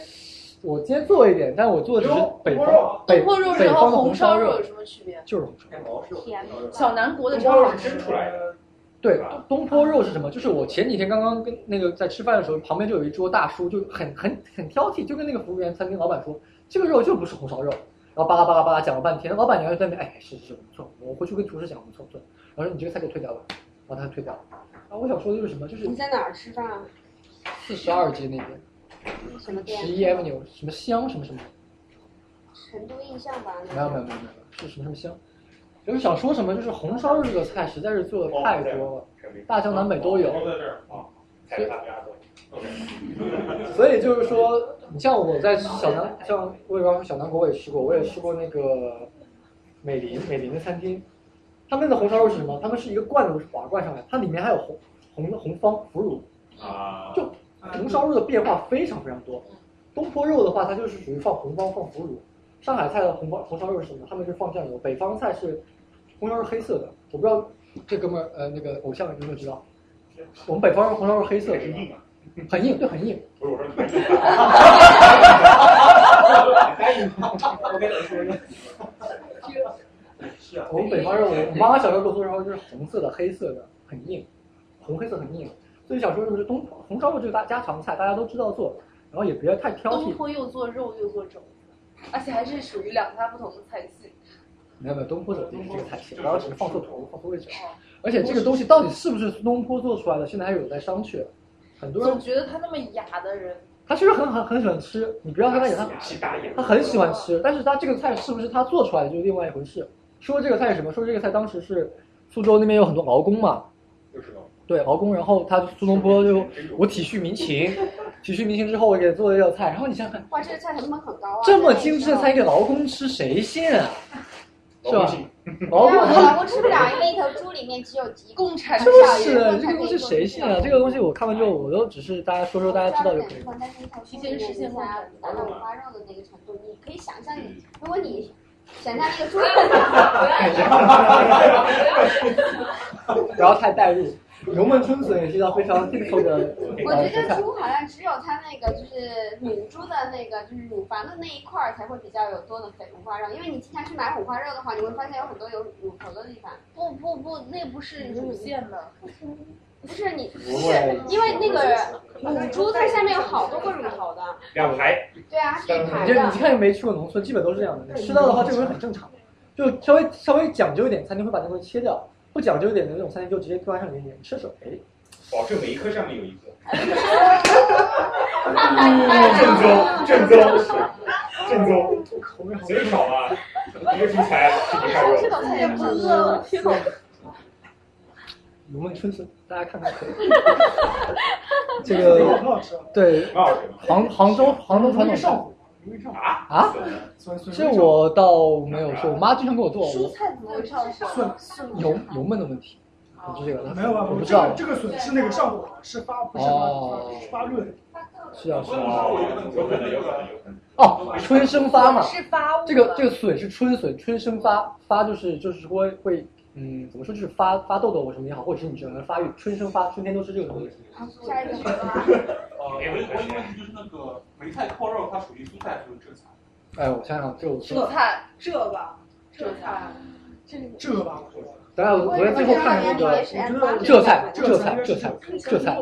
[SPEAKER 4] 我今天做了一点，但我做的只是北方北
[SPEAKER 11] 东坡肉啊
[SPEAKER 4] 北
[SPEAKER 11] 和
[SPEAKER 4] 方的
[SPEAKER 11] 红
[SPEAKER 4] 烧
[SPEAKER 11] 肉有什么区别？
[SPEAKER 4] 就是红
[SPEAKER 11] 甜。小南国的烧
[SPEAKER 2] 啊
[SPEAKER 11] 肉是出来的。
[SPEAKER 4] 对，东坡肉是什么？就是我前几天刚刚跟那个在吃饭的时候，旁边就有一桌大叔，就很很很挑剔，就跟那个服务员、餐厅老板说，这个肉就不是红烧肉。然后巴拉巴拉巴拉讲了半天，老板娘就在那边，哎，是是是，不错，我回去跟厨师讲，不错不错。然后说你这个菜给我退掉吧，然后他就退掉了。然后我想说的就是什么，就是
[SPEAKER 8] 你在哪儿吃饭啊？
[SPEAKER 4] 四十二街那边，
[SPEAKER 8] 什么店？
[SPEAKER 4] 十一
[SPEAKER 11] 啊
[SPEAKER 4] Avenue 什么香什么什么，
[SPEAKER 8] 成都印象吧。
[SPEAKER 4] 没有没有没有没有，是什么什么香。就是想说什么，就是红烧肉这个菜实在是做的太多了，大江南北都有。
[SPEAKER 6] 都在这儿啊，踩着大家都。
[SPEAKER 4] 所以就是说，你像我在小南，像我也说小南国我也吃过，我也吃过那个美林美林的餐厅，他们的红烧肉是什么？他们是一个罐头瓦罐上来，它里面还有红红红方腐乳，
[SPEAKER 6] 啊，
[SPEAKER 4] 就红烧肉的变化非常非常多。东坡肉的话，它就是属于放红方放腐乳；上海菜的红包红烧肉是什么？他们是放酱油；北方菜是红烧肉是黑色的，我不知道这哥们儿呃那个偶像有没有知道？我们北方人红烧肉是黑色的，
[SPEAKER 6] 很硬啊，
[SPEAKER 4] 很硬，对，很硬。
[SPEAKER 6] 不是我说你
[SPEAKER 21] 我跟你说一个，
[SPEAKER 4] 是啊，我们北方认为，我妈妈小时候给我做的时候就是红色的、黑色的，很硬，红黑色很硬。所以想说什么，就东红烧肉就是大家常菜，大家都知道做，然后也不要太挑
[SPEAKER 11] 东
[SPEAKER 4] 剔。
[SPEAKER 11] 坡又做肉又做肘子，而且还是属于两家不同的菜系。
[SPEAKER 4] 没有没有，东坡肘哦子也是这个菜系，然后只是放错头、放错位置。而且这个东西到底是不是东坡做出来的，现在还有待商榷。很多
[SPEAKER 11] 总
[SPEAKER 4] 人
[SPEAKER 11] 觉得他那么雅的人，
[SPEAKER 4] 他其实很很很喜欢吃，你不要看他演他他很喜欢吃，但是他这个菜是不是他做出来的就是另外一回事。说这个菜是什么？说这个菜当时是苏州那边有很多劳工嘛，对劳工，然后他苏东坡就我体恤民情，体恤民情之后我给做了一道菜，然后你想想看，
[SPEAKER 2] 哇，这个菜成本很高啊！
[SPEAKER 4] 这么精致的菜给劳工吃谁信啊？是吧？劳
[SPEAKER 2] 对啊，
[SPEAKER 4] 工
[SPEAKER 2] 我们老公吃不了，因为
[SPEAKER 36] 一头猪里面只有几
[SPEAKER 2] 共产
[SPEAKER 4] 就
[SPEAKER 2] 党
[SPEAKER 4] 是
[SPEAKER 2] 员
[SPEAKER 4] 这个东西谁信啊？这个东西我看完之后，我都只是大家说说，大家知道就可以了。
[SPEAKER 2] 但是提前实现梦想，达到五花肉的那个程度，你可以想象你，如果你想象 那个猪，嗯
[SPEAKER 4] 不要太代入。龙门春笋也是一道非常紧凑的呃
[SPEAKER 2] 我觉得猪好像只有它那个就是母猪的那个就是乳房的那一块儿才会比较有多的肥五花肉，因为你经常去买五花肉的话，你会发现有很多有乳头的地方。不不不，那不是乳腺的。 不是你，不是因为那个母猪它下面有好多个乳头的。
[SPEAKER 5] 两排，
[SPEAKER 2] 对啊，它是一排
[SPEAKER 4] 你这你
[SPEAKER 2] 的。
[SPEAKER 4] 看没去过农村，基本都是这样的。你吃到的话，这个东西很正常，就稍微稍微讲究一点，餐厅会把那个东西切掉；不讲究一点的那种餐厅就直接端上给你，你 吃什么？哎，
[SPEAKER 5] 保证每一颗上面有一个。
[SPEAKER 4] 郑
[SPEAKER 5] 州，郑州，郑州，谁少啊？一个身材，一个看肉。
[SPEAKER 4] 天呐！龙门春笋，大家看看 可以。这
[SPEAKER 6] 很
[SPEAKER 4] 个
[SPEAKER 6] 好吃，
[SPEAKER 4] 对
[SPEAKER 6] 蛮好吃，
[SPEAKER 4] 杭杭州杭州传统菜
[SPEAKER 6] 容易上火
[SPEAKER 4] 啊，
[SPEAKER 6] 酸酸
[SPEAKER 4] 这我倒没有说，我妈经常给我做，
[SPEAKER 8] 蔬
[SPEAKER 4] 我
[SPEAKER 8] 菜怎么会上火？啊
[SPEAKER 6] 顺
[SPEAKER 4] 油油焖的问题，可能是这个
[SPEAKER 6] 没有啊，
[SPEAKER 4] 我不知
[SPEAKER 6] 这个
[SPEAKER 4] 道，
[SPEAKER 6] 这个笋是那个上火，是发不是
[SPEAKER 4] 哦
[SPEAKER 6] 发是发论。
[SPEAKER 4] 是啊是啊
[SPEAKER 5] 哦，有可能，有可能，有可能。
[SPEAKER 4] 哦，春生发嘛，
[SPEAKER 8] 是发物
[SPEAKER 4] 这个这个笋是春笋，春生发发就是就是会会嗯怎么说就是发发痘啊痘什么也好，或者是你整个发育，春生发春天都吃这个东西。
[SPEAKER 2] 下一个
[SPEAKER 6] 呃，我有一个问题就是那个梅菜扣肉，它属于蔬菜还是正菜？
[SPEAKER 4] 哎，我想想，这我
[SPEAKER 6] 这
[SPEAKER 8] 菜，这吧，
[SPEAKER 6] 这
[SPEAKER 8] 菜，
[SPEAKER 6] 这个吧，
[SPEAKER 4] 等下我昨天最后看了那个浙菜浙菜浙菜浙菜，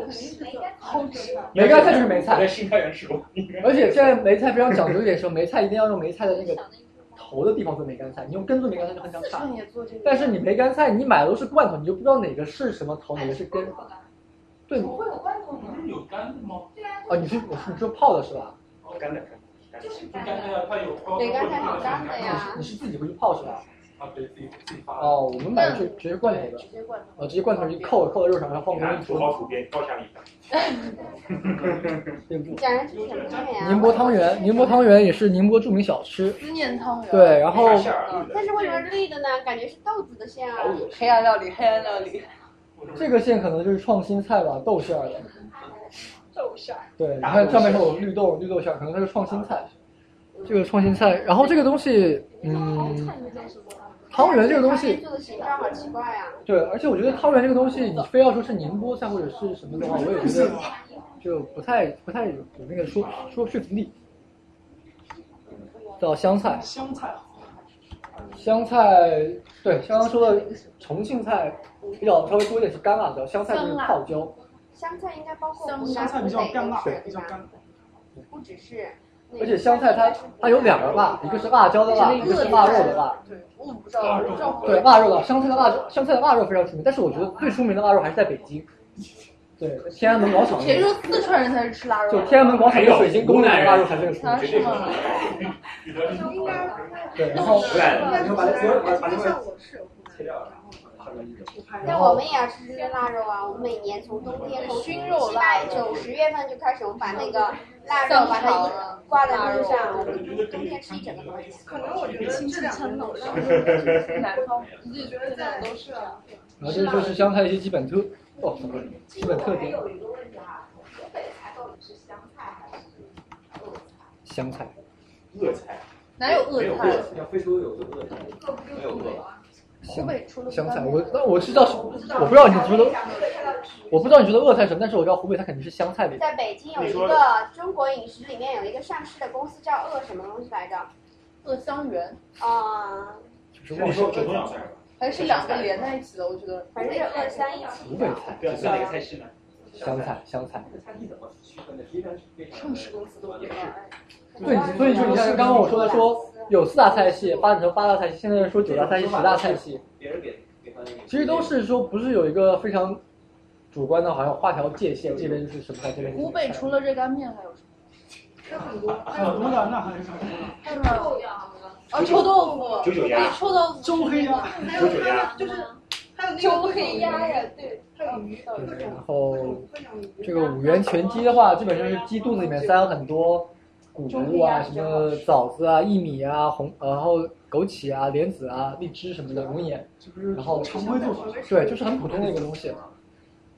[SPEAKER 8] 好吃。
[SPEAKER 4] 梅干菜就是梅菜
[SPEAKER 5] 我在新开元吃过。
[SPEAKER 4] 而且现在梅菜非常讲究一点，说梅菜一定要用梅菜的那个头的地方做梅干菜，你用根做梅干菜就很常差。
[SPEAKER 8] 也做这个，
[SPEAKER 4] 但是你梅干菜你买的都是罐头，你就不知道哪个是什么头，哪个是根。对，
[SPEAKER 8] 怎么会有罐头呢？
[SPEAKER 6] 有干的吗？
[SPEAKER 8] 对啊，
[SPEAKER 4] 哦，你是我是你说泡的是吧？
[SPEAKER 2] 哦
[SPEAKER 5] 干的，
[SPEAKER 8] 就是
[SPEAKER 6] 干的呀，它有高
[SPEAKER 2] 梅干菜好干的呀
[SPEAKER 4] 你。是自己回去泡是吧？
[SPEAKER 6] 啊，对，自己自己发。
[SPEAKER 4] 哦，我们买的是直接罐头的，哦，直接罐头一扣扣到肉上，然后放
[SPEAKER 5] 南
[SPEAKER 4] 进去
[SPEAKER 5] 土豪土鳖高下立判。
[SPEAKER 4] 对不住。
[SPEAKER 2] 讲的是什么呀？
[SPEAKER 4] 宁波汤圆，宁波汤圆也是宁波著名小吃。
[SPEAKER 2] 思念汤
[SPEAKER 4] 圆对然后
[SPEAKER 6] 啊
[SPEAKER 5] 嗯
[SPEAKER 2] 但是为什么是绿的呢？感觉是豆子的馅啊。
[SPEAKER 8] 黑暗料理，黑暗料理，
[SPEAKER 4] 这个馅可能就是创新菜吧，豆馅儿的。
[SPEAKER 8] 豆馅儿。
[SPEAKER 4] 对，你看上面还有绿豆，绿豆馅儿可能它是创新菜。这个创新菜，然后这个东西，嗯，汤圆这个东西，
[SPEAKER 2] 做的形状好奇怪啊。
[SPEAKER 4] 对，而且我觉得汤圆这个东西，你非要说是宁波菜或者是什么的话，我也觉得就不太不太有那个说说说服力。到香菜，
[SPEAKER 8] 香菜好。
[SPEAKER 4] 香菜对，刚刚说的重庆菜比较稍微多一点是干辣椒，香菜就是泡椒。
[SPEAKER 2] 香菜应该包括湖
[SPEAKER 6] 香
[SPEAKER 2] 南、
[SPEAKER 6] 菜
[SPEAKER 2] 湖
[SPEAKER 6] 比较
[SPEAKER 2] 北
[SPEAKER 6] 干辣，
[SPEAKER 2] 对
[SPEAKER 6] 比较干。
[SPEAKER 2] 不只是那个。
[SPEAKER 4] 而且香菜它它有两个辣，一个是辣椒的辣，一个是腊肉的辣。
[SPEAKER 8] 对，我不知道，我不知道。
[SPEAKER 4] 对，腊肉的香菜的腊肉，香菜的腊肉非常出名，但是我觉得最出名的腊肉还是在北京，对，天安门广场那
[SPEAKER 8] 谁
[SPEAKER 4] 个，
[SPEAKER 8] 说四川人才是吃腊肉？
[SPEAKER 4] 就天安门广场的水晶宫那个腊肉还是有出名
[SPEAKER 8] 啊，是吗？
[SPEAKER 4] 对，然
[SPEAKER 8] 啊
[SPEAKER 4] 后
[SPEAKER 2] 但我们也要吃这个腊肉啊！我们每年从冬天从
[SPEAKER 8] 熏肉
[SPEAKER 2] 七
[SPEAKER 8] 腊
[SPEAKER 2] 八
[SPEAKER 8] 肉
[SPEAKER 2] 九十月份就开始，我们把那个腊肉把它挂在路上，我们冬天吃一整个冬天。
[SPEAKER 8] 可能我觉得这两个都
[SPEAKER 5] 是
[SPEAKER 8] 南方，你就觉得这两个都是啊。
[SPEAKER 4] 然后这就是香菜一些基本特哦，基本特点，
[SPEAKER 9] 一个问题啊，河北菜到底是香菜还是豆菜？
[SPEAKER 4] 香菜。
[SPEAKER 5] 恶菜，
[SPEAKER 8] 哪有恶菜？
[SPEAKER 3] 像非洲有个恶菜，没有恶。
[SPEAKER 4] 香
[SPEAKER 8] 北出了
[SPEAKER 4] 香菜，我那我知道是，我不知道你觉得，我不知道你觉得恶菜什么，但是我知道湖北它肯定是香菜类的。
[SPEAKER 2] 在北京有一个中国饮食里面有一个上市的公司叫鄂什么东西来着？
[SPEAKER 8] 恶香园
[SPEAKER 2] 啊，
[SPEAKER 4] 就是忘说
[SPEAKER 5] 整两菜吧。
[SPEAKER 8] 还是两个连在一起的，我觉得。
[SPEAKER 2] 反正是鄂三一起
[SPEAKER 4] 湖北菜，
[SPEAKER 5] 对啊，是哪个菜系呢？
[SPEAKER 4] 香菜，香菜。
[SPEAKER 3] 它你怎么区分的？非常非常。
[SPEAKER 8] 上市公司都不一样。
[SPEAKER 4] 对，所以说你像刚刚我说的说有四大菜系，发展成八大菜系，现在说九大菜系、十大菜系，
[SPEAKER 3] 别人给给他那个。
[SPEAKER 4] 其实都是说不是有一个非常主观的，好像画条界限，这边就是什么菜，这边就是
[SPEAKER 8] 湖
[SPEAKER 4] 什么
[SPEAKER 8] 北
[SPEAKER 4] 菜。
[SPEAKER 8] 除了热干面还有什么？
[SPEAKER 9] 这很多，
[SPEAKER 6] 很多的，那还是很多的。
[SPEAKER 8] 还有什么？哦，臭豆腐。
[SPEAKER 5] 九九鸭
[SPEAKER 8] 臭豆腐。
[SPEAKER 6] 周黑鸭，
[SPEAKER 5] 九九鸭，
[SPEAKER 8] 就是
[SPEAKER 12] 还有那
[SPEAKER 10] 周
[SPEAKER 12] 个
[SPEAKER 10] 黑鸭呀，
[SPEAKER 12] 对，还有鱼，各种
[SPEAKER 4] 然后这个五元全鸡的话，基本上是鸡肚子里面塞了很多谷物啊，什么枣子啊、薏米啊、红，然后枸杞啊、莲子啊、荔枝什么的，龙眼，然后
[SPEAKER 21] 常规做法
[SPEAKER 4] 对，就是很普通的一个东西，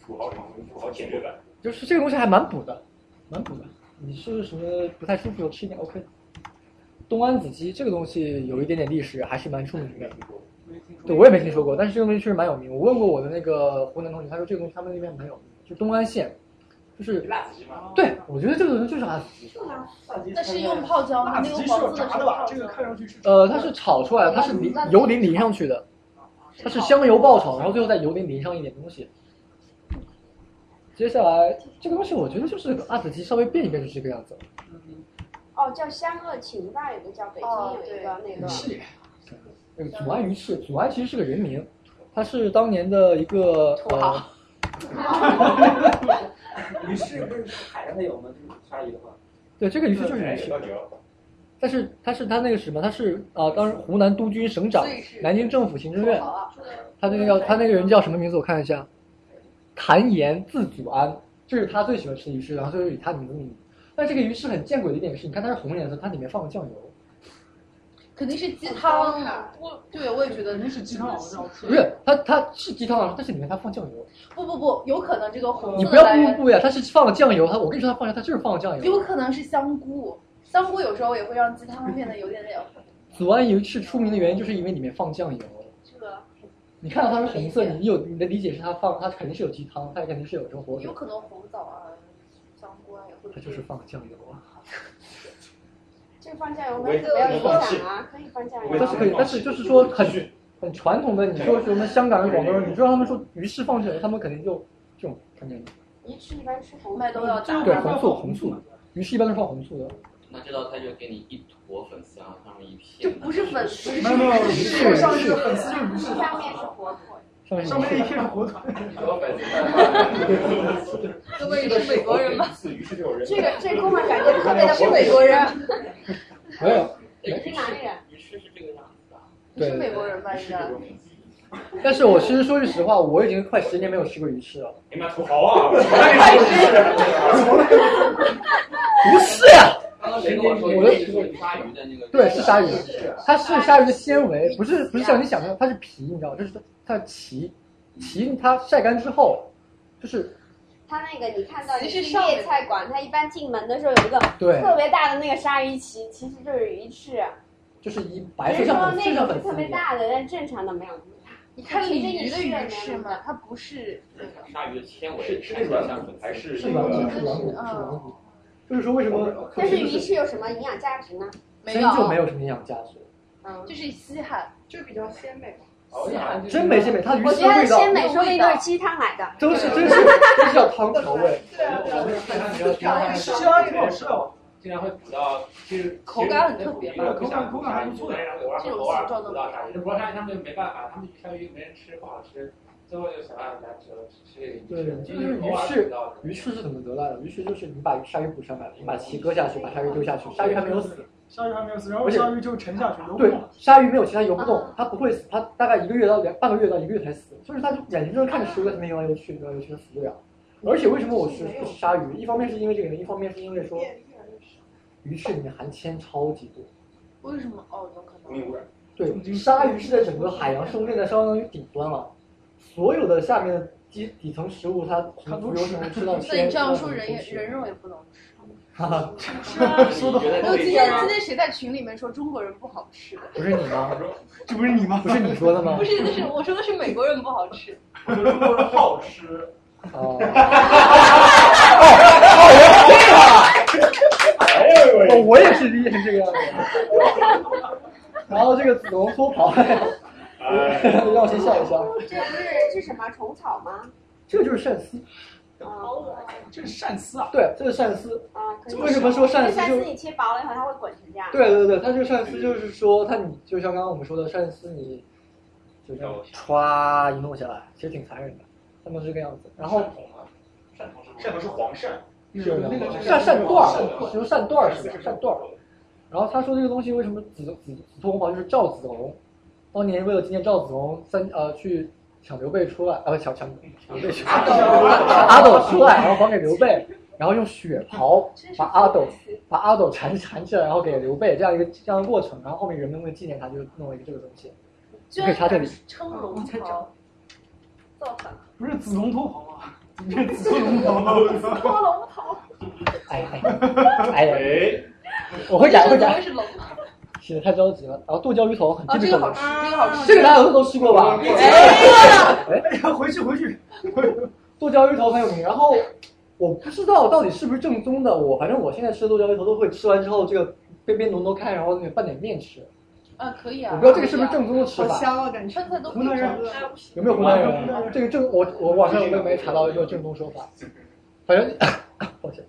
[SPEAKER 6] 土豪常规，土豪简略版。
[SPEAKER 4] 就是这个东西还蛮补的，蛮补的。你是什么不太舒服，吃一点 OK。东安子鸡这个东西有一点点历史，还是蛮出名的。对，我也没听说过，但是这个东西确实蛮有名。我问过我的那个湖南同学，他说这个东西他们那边蛮有名，就东安县，就是
[SPEAKER 21] 辣子鸡吗？
[SPEAKER 4] 对，我觉得这个东西就是辣子鸡。
[SPEAKER 21] 那
[SPEAKER 11] 是用泡
[SPEAKER 2] 哦
[SPEAKER 11] 椒吗
[SPEAKER 21] 辣子鸡是要炸的吧？这个看上去是
[SPEAKER 4] 呃，它是炒出来的，它是淋油淋淋上去的，它是香油爆炒，然后最后再油淋淋上一点东西。接下来这个东西，我觉得就是辣子鸡稍微变一变就是这个样子。
[SPEAKER 8] 哦，叫湘鄂秦吧，有个叫北京有一个那个。
[SPEAKER 4] 那个祖安鱼翅，祖安其实是个人名，它是当年的一个呃，
[SPEAKER 3] 鱼翅不是海上的有吗？就是鲨鱼的话，
[SPEAKER 4] 对，这个鱼翅就是鱼翅。但是它是它那个什么，它是啊，当时湖南督军省长、南京政府行政院，他那个叫他那个人叫什么名字？我看一下，谭延，字祖安，这是他最喜欢吃的鱼翅，然后就是以他名字命名。但这个鱼翅很见鬼的一点是，你看它是红颜色，它里面放了酱油。
[SPEAKER 2] 肯定是鸡哦汤。我对我也觉得肯定是鸡汤，
[SPEAKER 4] 不是，它它是鸡汤，但是里面它放酱油。
[SPEAKER 2] 不不不，有可能这个红
[SPEAKER 4] 你
[SPEAKER 2] 色
[SPEAKER 4] 不要
[SPEAKER 2] 来源
[SPEAKER 4] 误会啊，它是放了酱油，它我跟你说它放了，它就是放了酱油。
[SPEAKER 2] 有可能是香菇，香菇有时候也会让鸡汤变得有点点红。
[SPEAKER 4] 紫湾鱼翅出名的原因就是因为里面放酱油。
[SPEAKER 2] 这个
[SPEAKER 4] 你看到它是红色，你有你的理解是它放，它肯定是有鸡汤，它肯定是有什么火腿
[SPEAKER 2] 有，可能红枣啊、香菇啊也会。
[SPEAKER 4] 它就是放了酱油啊。
[SPEAKER 8] 这个放酱油，
[SPEAKER 4] 我
[SPEAKER 8] 可以
[SPEAKER 4] 也
[SPEAKER 8] 不要
[SPEAKER 4] 我也
[SPEAKER 8] 影
[SPEAKER 4] 放弃
[SPEAKER 8] 响啊，可以放酱油。
[SPEAKER 4] 但是可以，但是就是说很很传统的，你说什么香港人、广东人，你说他们说鱼翅放酱油，他们肯定就这种看见。
[SPEAKER 8] 一吃一般吃红
[SPEAKER 2] 麦都要炸
[SPEAKER 4] 对，红醋红醋，鱼翅一般都是放红醋的。
[SPEAKER 17] 那这道菜就给你一坨粉丝，然后上面一片。
[SPEAKER 2] 不是粉丝，
[SPEAKER 4] 没有没有是
[SPEAKER 21] 上面是粉丝就是鱼翅
[SPEAKER 8] 上面是火腿。
[SPEAKER 21] 上面一片是火腿，
[SPEAKER 8] 这不也是美国人吗
[SPEAKER 6] 于是就有人
[SPEAKER 8] 这个这姑娘感觉特别的不美国人。
[SPEAKER 4] 没有，
[SPEAKER 8] 你是哪里人？你是是这个样子啊？
[SPEAKER 4] 对
[SPEAKER 2] 是美国人吧？应该。
[SPEAKER 4] 但是我其实说句实话，我已经快十年没有吃过鱼翅了。
[SPEAKER 6] 你妈土豪啊！
[SPEAKER 4] 不是啊呀、
[SPEAKER 17] 刚刚谁跟我说
[SPEAKER 4] 我的
[SPEAKER 17] 那个鲨鱼的那个？
[SPEAKER 4] 对，是鲨啊鱼，它是鲨鱼的纤维，不是不是像你想象，它是皮，你知道，就是它的鳍，鳍它晒干之后，就是
[SPEAKER 8] 他那个你看到
[SPEAKER 10] 其
[SPEAKER 8] 你
[SPEAKER 10] 实
[SPEAKER 8] 去
[SPEAKER 10] 上面
[SPEAKER 8] 粤菜馆，他一般进门的时候有一个
[SPEAKER 4] 对
[SPEAKER 8] 特别大的那个鲨鱼鳍，其实就是鱼翅。
[SPEAKER 4] 就是一白色
[SPEAKER 8] 只是说
[SPEAKER 4] 像粉，
[SPEAKER 8] 那
[SPEAKER 4] 就像
[SPEAKER 8] 个
[SPEAKER 4] 粉
[SPEAKER 8] 是特
[SPEAKER 4] 丝
[SPEAKER 8] 别
[SPEAKER 4] 一样。
[SPEAKER 8] 大的，但正常的没有那么大。
[SPEAKER 2] 你看鲤鱼的鱼翅
[SPEAKER 8] 吗？
[SPEAKER 2] 嘛，它不是那个。
[SPEAKER 17] 啊鲨鱼的纤维
[SPEAKER 6] 是是那软骨还是
[SPEAKER 4] 是
[SPEAKER 6] 那
[SPEAKER 4] 软骨，
[SPEAKER 6] 个
[SPEAKER 4] 是软骨，是软骨。就是说为什
[SPEAKER 13] 哦
[SPEAKER 4] 么？
[SPEAKER 8] 啊但是鱼翅有什么营养价值呢？
[SPEAKER 4] 真就没有什么营养价值。
[SPEAKER 8] 嗯，
[SPEAKER 2] 就是稀罕，
[SPEAKER 12] 就比较鲜美吧。
[SPEAKER 17] 啊
[SPEAKER 4] 真没鲜美，它鱼
[SPEAKER 8] 我
[SPEAKER 4] 翅
[SPEAKER 8] 觉
[SPEAKER 4] 的
[SPEAKER 8] 得
[SPEAKER 4] 味道，
[SPEAKER 8] 鲜美说明都是鸡汤来的。
[SPEAKER 4] 真是真 是真是叫汤调 味。
[SPEAKER 8] 啊
[SPEAKER 21] 西安挺好吃的，
[SPEAKER 13] 经常会补到，就是
[SPEAKER 2] 口感很特别吧
[SPEAKER 13] 口感口感还不错的，然后偶尔
[SPEAKER 2] 这种
[SPEAKER 13] 偶尔
[SPEAKER 2] 形状的
[SPEAKER 13] 补到鲨鱼，那补到鲨鱼他们就没办法，他们鲨鱼没人吃不好吃，最后就想办法难吃了，吃这个鱼翅，
[SPEAKER 4] 对，就
[SPEAKER 13] 就是是
[SPEAKER 4] 鱼
[SPEAKER 13] 偶尔补
[SPEAKER 4] 翅
[SPEAKER 13] 到，
[SPEAKER 4] 鱼翅是怎么得来的？鱼翅就是你把鲨鱼捕上来，你把鳍割下去，把鲨鱼丢下去，鲨鱼还没有死。
[SPEAKER 21] 鲨鱼还没有死，然后鲨鱼就沉下去游不
[SPEAKER 4] 对
[SPEAKER 21] 动，
[SPEAKER 4] 鲨鱼没有其它游不动，它不会死，它大概一个月到两半个月到一个月才死，就是它就眼睁睁看着食物在那边游来游去，游来游去它死不了。而且为什么我吃不吃鲨鱼？一方面是因为这个原因，一方面是因
[SPEAKER 8] 啊
[SPEAKER 4] 为说鱼翅里面含铅超级多。
[SPEAKER 2] 为什么？哦，有可能。
[SPEAKER 6] 无名污染。
[SPEAKER 4] 对，鲨鱼是在整个海洋生物链的相当于顶端了，所有的下面的基底层食物它它都有可 能吃到
[SPEAKER 2] 所以
[SPEAKER 4] 铅。
[SPEAKER 2] 你这样说
[SPEAKER 4] 都
[SPEAKER 2] 人也
[SPEAKER 4] 吃
[SPEAKER 2] 人肉也不能吃。
[SPEAKER 4] 哈哈，
[SPEAKER 6] 说的
[SPEAKER 2] 没有，今天今天谁在群里面说中国人不好吃的？
[SPEAKER 4] 不是你 吗？
[SPEAKER 21] 这不是你吗？
[SPEAKER 4] 不是你说 的吗
[SPEAKER 2] 不？是，那是我说的是美国人不好吃。
[SPEAKER 21] 中国人好吃。
[SPEAKER 4] 哦，哦，我也是第一是这个样子。 然后这个子龙说 跑，让我先笑一笑。
[SPEAKER 8] 这不是这是什么虫草吗？
[SPEAKER 4] 这个就是鳝丝，
[SPEAKER 8] 好恶
[SPEAKER 21] 这是鳝丝啊！
[SPEAKER 4] 对，这是鳝丝。
[SPEAKER 8] 啊！可以
[SPEAKER 4] 为什么说鳝丝
[SPEAKER 8] 鳝
[SPEAKER 4] 就
[SPEAKER 8] 丝你切薄了以后，它会滚成这样。
[SPEAKER 4] 对对对，它这个鳝丝就是说，它你就像刚刚我们说的鳝丝，你就这样歘一弄下来，其实挺残忍的，他们是这个样子。然后
[SPEAKER 6] 鳝头是鳝头是黄鳝，
[SPEAKER 4] 是那个扇扇段儿，就是扇段儿是吧？扇段儿。然后他说这个东西为什么紫紫紫兔红袍就是赵子龙，当年为了纪念赵子龙三呃去抢刘备出来，啊，抢抢抢刘备出来，阿斗出来，然后还给刘备，然后用血袍把阿斗把阿斗缠缠起来，然后给刘备这样一个这样的过程，然后后面人们为了纪念他，就弄了一个这个东西，
[SPEAKER 2] 居
[SPEAKER 4] 你可以
[SPEAKER 2] 然
[SPEAKER 4] 查这里，
[SPEAKER 2] 称龙袍，造反。
[SPEAKER 21] 不是紫龙头袍啊，你这紫龙头袍，
[SPEAKER 2] 脱龙袍，
[SPEAKER 4] 哎哎哎呀，我会改会改，
[SPEAKER 2] 是龙袍。
[SPEAKER 4] 写的太着急了，然后剁椒鱼头很
[SPEAKER 2] 哦，
[SPEAKER 4] 这
[SPEAKER 2] 这
[SPEAKER 4] 个
[SPEAKER 2] 个好吃，这个好吃。
[SPEAKER 4] 这个大家都都吃过吧？
[SPEAKER 21] 哎，回去回去，
[SPEAKER 4] 剁椒鱼头很有名。然后我不知道到底是不是正宗的，我反正我现在吃的剁椒鱼头都会吃完之后，这个边边挪挪开，然后那个拌点面吃。
[SPEAKER 2] 啊，可以啊。
[SPEAKER 4] 我不知道这个是不是正宗的吃法
[SPEAKER 2] 好香啊，感觉。川菜都湖南人
[SPEAKER 4] 有没有湖南人啊？这个正我我网上我也没查到一个正宗说法，反正抱歉。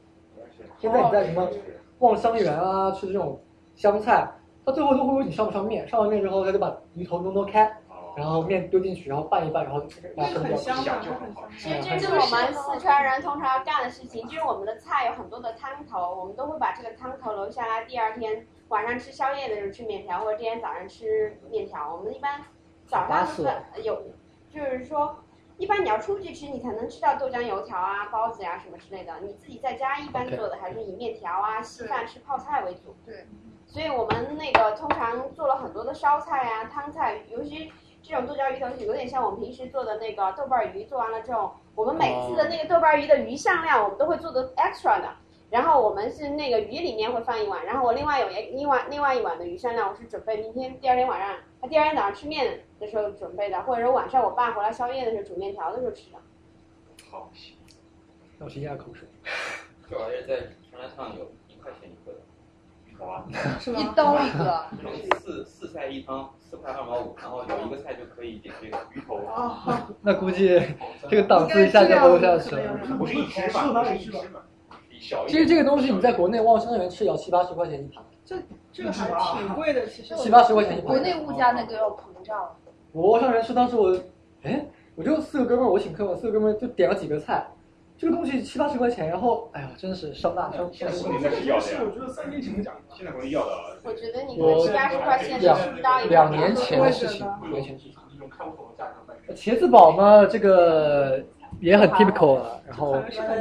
[SPEAKER 4] 现在你在什么望湘园啊，吃这种湘菜，它最后都会问你上不上面，上完面之后他就把鱼头挪挪开，然后面丢进去，然后拌一拌，然后拿
[SPEAKER 21] 这个很
[SPEAKER 4] 分掉。
[SPEAKER 21] 香的，这个很
[SPEAKER 8] 其实这是我们四川人通常要干的事情，就是我们的菜有很多的汤头，我们都会把这个汤头留下来，第二天晚上吃宵夜的时候吃面条，或者今天早上吃面条。我们一般早上
[SPEAKER 4] 巴
[SPEAKER 8] 都
[SPEAKER 4] 士
[SPEAKER 8] 是呃有，就是说，一般你要出去吃，你才能吃到豆浆油条啊、包子呀、什么之类的。你自己在家一般
[SPEAKER 4] OK
[SPEAKER 8] 做的还是以面条啊、稀饭吃泡菜为主。
[SPEAKER 2] 对。
[SPEAKER 8] 所以我们那个通常做了很多的烧菜啊、汤菜，尤其这种剁椒鱼头有点像我们平时做的那个豆瓣鱼，做完了之后，我们每次的那个豆瓣鱼的鱼上量，我们都会做的 extra 的。然后我们是那个鱼里面会放一碗，然后我另外有一另外另外一碗的鱼上量，我是准备明天第二天晚上，啊第二天早上吃面的时候准备的，或者是晚上我爸回来宵夜的时候煮面条的时候吃的。
[SPEAKER 6] 好，
[SPEAKER 4] 让我吸一下口水。
[SPEAKER 17] 这玩意儿在川菜上有一块钱一个的，好吧？
[SPEAKER 2] 是吗一刀一 个
[SPEAKER 17] 这种四四菜一汤，四块二毛五，然后有一个菜就可以点这个鱼头。
[SPEAKER 4] 那估计这个档次一下就都下去 了。
[SPEAKER 6] 不是一直
[SPEAKER 21] 吃到
[SPEAKER 6] 嘛，
[SPEAKER 21] 哪
[SPEAKER 6] 不是
[SPEAKER 21] 里
[SPEAKER 6] 一
[SPEAKER 21] 去
[SPEAKER 6] 直
[SPEAKER 21] 了？
[SPEAKER 6] 嘛，小一
[SPEAKER 4] 其实这个东西你在国内望湘园吃也要七八十块钱一盘，
[SPEAKER 2] 这这个还挺贵的，其实。
[SPEAKER 4] 七八十块钱一盘
[SPEAKER 2] 国内物价那个要膨胀了。
[SPEAKER 4] 我望湘园吃当时我，哎，我就四个哥们儿，我请客嘛，四个哥们儿就点了几个菜，这个东西七八十块钱，然后哎呀，真的是伤大伤
[SPEAKER 6] 现
[SPEAKER 4] 伤心
[SPEAKER 6] 在国内应该是要的呀
[SPEAKER 21] 是，我觉得三年前的讲，
[SPEAKER 6] 现在国内要的啊。
[SPEAKER 8] 我觉得你可能
[SPEAKER 4] 我
[SPEAKER 8] 七八十块钱
[SPEAKER 4] 两
[SPEAKER 8] 吃不到一个
[SPEAKER 4] 两年前的事情，两年前事情。茄子煲嘛，这个也很 typical 啊。然后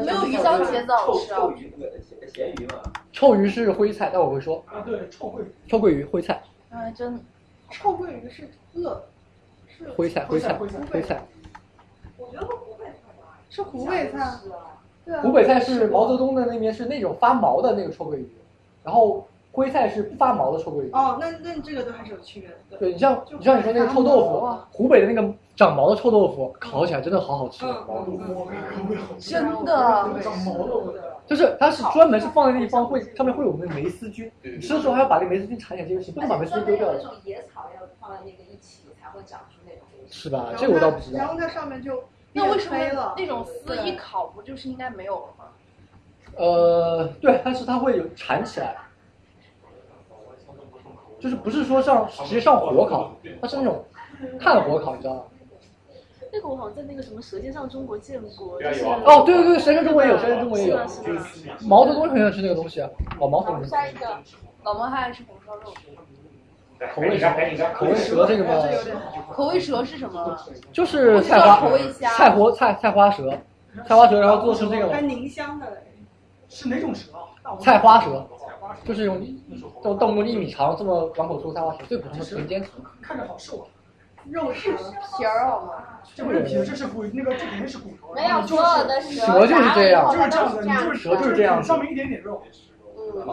[SPEAKER 2] 没有鱼香茄子好吃啊
[SPEAKER 3] 臭鱼那个咸咸鱼嘛，
[SPEAKER 4] 臭鱼是徽菜，但我会说
[SPEAKER 21] 啊，对，臭鳜鱼，
[SPEAKER 4] 臭鳜鱼徽菜，
[SPEAKER 2] 哎，真的，臭鳜鱼是鳄，是
[SPEAKER 4] 徽菜，徽菜，徽
[SPEAKER 2] 徽
[SPEAKER 4] 菜。。
[SPEAKER 12] 我觉得和湖北菜吧，
[SPEAKER 2] 是湖北菜
[SPEAKER 12] 啊。
[SPEAKER 2] 对啊
[SPEAKER 4] 湖北菜是毛泽东的那边是那种发毛的那个臭鳜鱼，然后徽菜是不发毛的臭鳜鱼。
[SPEAKER 12] 哦，那那你这个都还是有区别的。嗯
[SPEAKER 4] 对你像你像你说那个臭豆
[SPEAKER 12] 就发毛
[SPEAKER 4] 腐
[SPEAKER 12] 啊，
[SPEAKER 4] 湖北的那个长毛的臭豆腐，烤起来真的好好
[SPEAKER 12] 嗯
[SPEAKER 4] 吃。
[SPEAKER 21] 毛肚锅，啊
[SPEAKER 2] 真的
[SPEAKER 21] 长毛的我的，
[SPEAKER 4] 就是它是专门是放在那地方会上面会有那个霉丝菌，
[SPEAKER 12] 嗯
[SPEAKER 4] 吃的时候还要把那个霉丝菌铲起来，这个是不能把霉丝菌丢掉
[SPEAKER 12] 那
[SPEAKER 4] 的，
[SPEAKER 12] 种野草要放在那个一起才会长出那种东西。
[SPEAKER 4] 是吧？啊这个我倒不知
[SPEAKER 12] 然
[SPEAKER 4] 道
[SPEAKER 12] 后。它上面就
[SPEAKER 2] 那为什么
[SPEAKER 12] 飞了
[SPEAKER 2] 那种丝一烤不就是应该没有了吗？
[SPEAKER 4] 呃，对，但是它会有缠起来，就是不是说上直接上火烤，它是那种炭火烤，你知道吗？
[SPEAKER 7] 那个我好像在那个什么《舌尖上中国》见过。
[SPEAKER 4] 对啊
[SPEAKER 7] 就是
[SPEAKER 4] 有啊哦对对对舌尖中国也有舌尖中国也有
[SPEAKER 7] 是啊吧是吧是吧
[SPEAKER 4] 毛泽东很喜欢吃那个东西啊，老毛很喜欢吃。
[SPEAKER 2] 下一个，老毛还爱吃红烧肉。
[SPEAKER 4] 口味蛇，
[SPEAKER 2] 哎
[SPEAKER 4] 口味蛇这个嘛，
[SPEAKER 2] 口味蛇是什么？
[SPEAKER 21] 啊
[SPEAKER 8] 啊
[SPEAKER 4] 就是菜花
[SPEAKER 2] 口味虾
[SPEAKER 4] 菜活菜菜花蛇，菜花蛇然后做成这个嘛
[SPEAKER 12] 还，凝香的嘞。
[SPEAKER 21] 是哪种蛇？啊
[SPEAKER 4] 菜花蛇，就是用这种动物一米长这么两口粗菜花蛇，最普通的田间蛇。
[SPEAKER 21] 看着好瘦啊，
[SPEAKER 2] 肉
[SPEAKER 12] 啊
[SPEAKER 2] 蛇皮儿好吗？
[SPEAKER 21] 这不是皮，这是骨，那个这肯定是骨头。
[SPEAKER 8] 没有
[SPEAKER 21] 就
[SPEAKER 8] 所有的
[SPEAKER 21] 是
[SPEAKER 4] 蛇就是这样
[SPEAKER 21] 就是这样的，你就是
[SPEAKER 4] 蛇就是这样子
[SPEAKER 21] 上面一点点肉。
[SPEAKER 17] 啊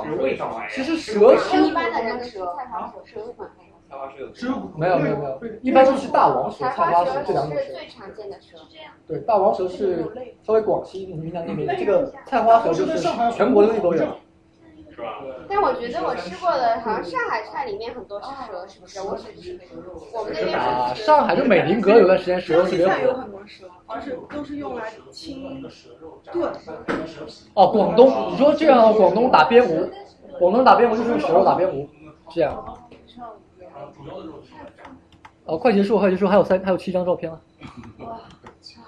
[SPEAKER 4] 嗯
[SPEAKER 6] 味道哎呀
[SPEAKER 4] 其实蛇
[SPEAKER 8] 吃
[SPEAKER 4] 吃
[SPEAKER 8] 一般的人吃菜花蛇是不能
[SPEAKER 17] 菜花蛇有
[SPEAKER 21] 只有骨头，
[SPEAKER 4] 没有没有没有，一般都是大王蛇、
[SPEAKER 8] 菜
[SPEAKER 4] 菜花
[SPEAKER 8] 蛇
[SPEAKER 4] 蛇这两种
[SPEAKER 8] 是
[SPEAKER 4] 蛇。
[SPEAKER 8] 最常见的蛇。是这样。
[SPEAKER 4] 对，大王蛇是稍微广西云南那边，这个菜花蛇就是全国各地都有。
[SPEAKER 6] 是吧？
[SPEAKER 8] 但我觉得我吃过的，好像上海菜里面很多是蛇，是不是？我只吃我们那边
[SPEAKER 4] 啊，上海就美林阁有段时间蛇特别
[SPEAKER 12] 菜有
[SPEAKER 4] 火。
[SPEAKER 12] 很多蛇，而且都是用来清炖。
[SPEAKER 4] 哦，广东，你说这样广东打边炉，广东打边炉就是用蛇肉打边炉，这样。哦，快结束，快结束，还有三，还有七张照片了。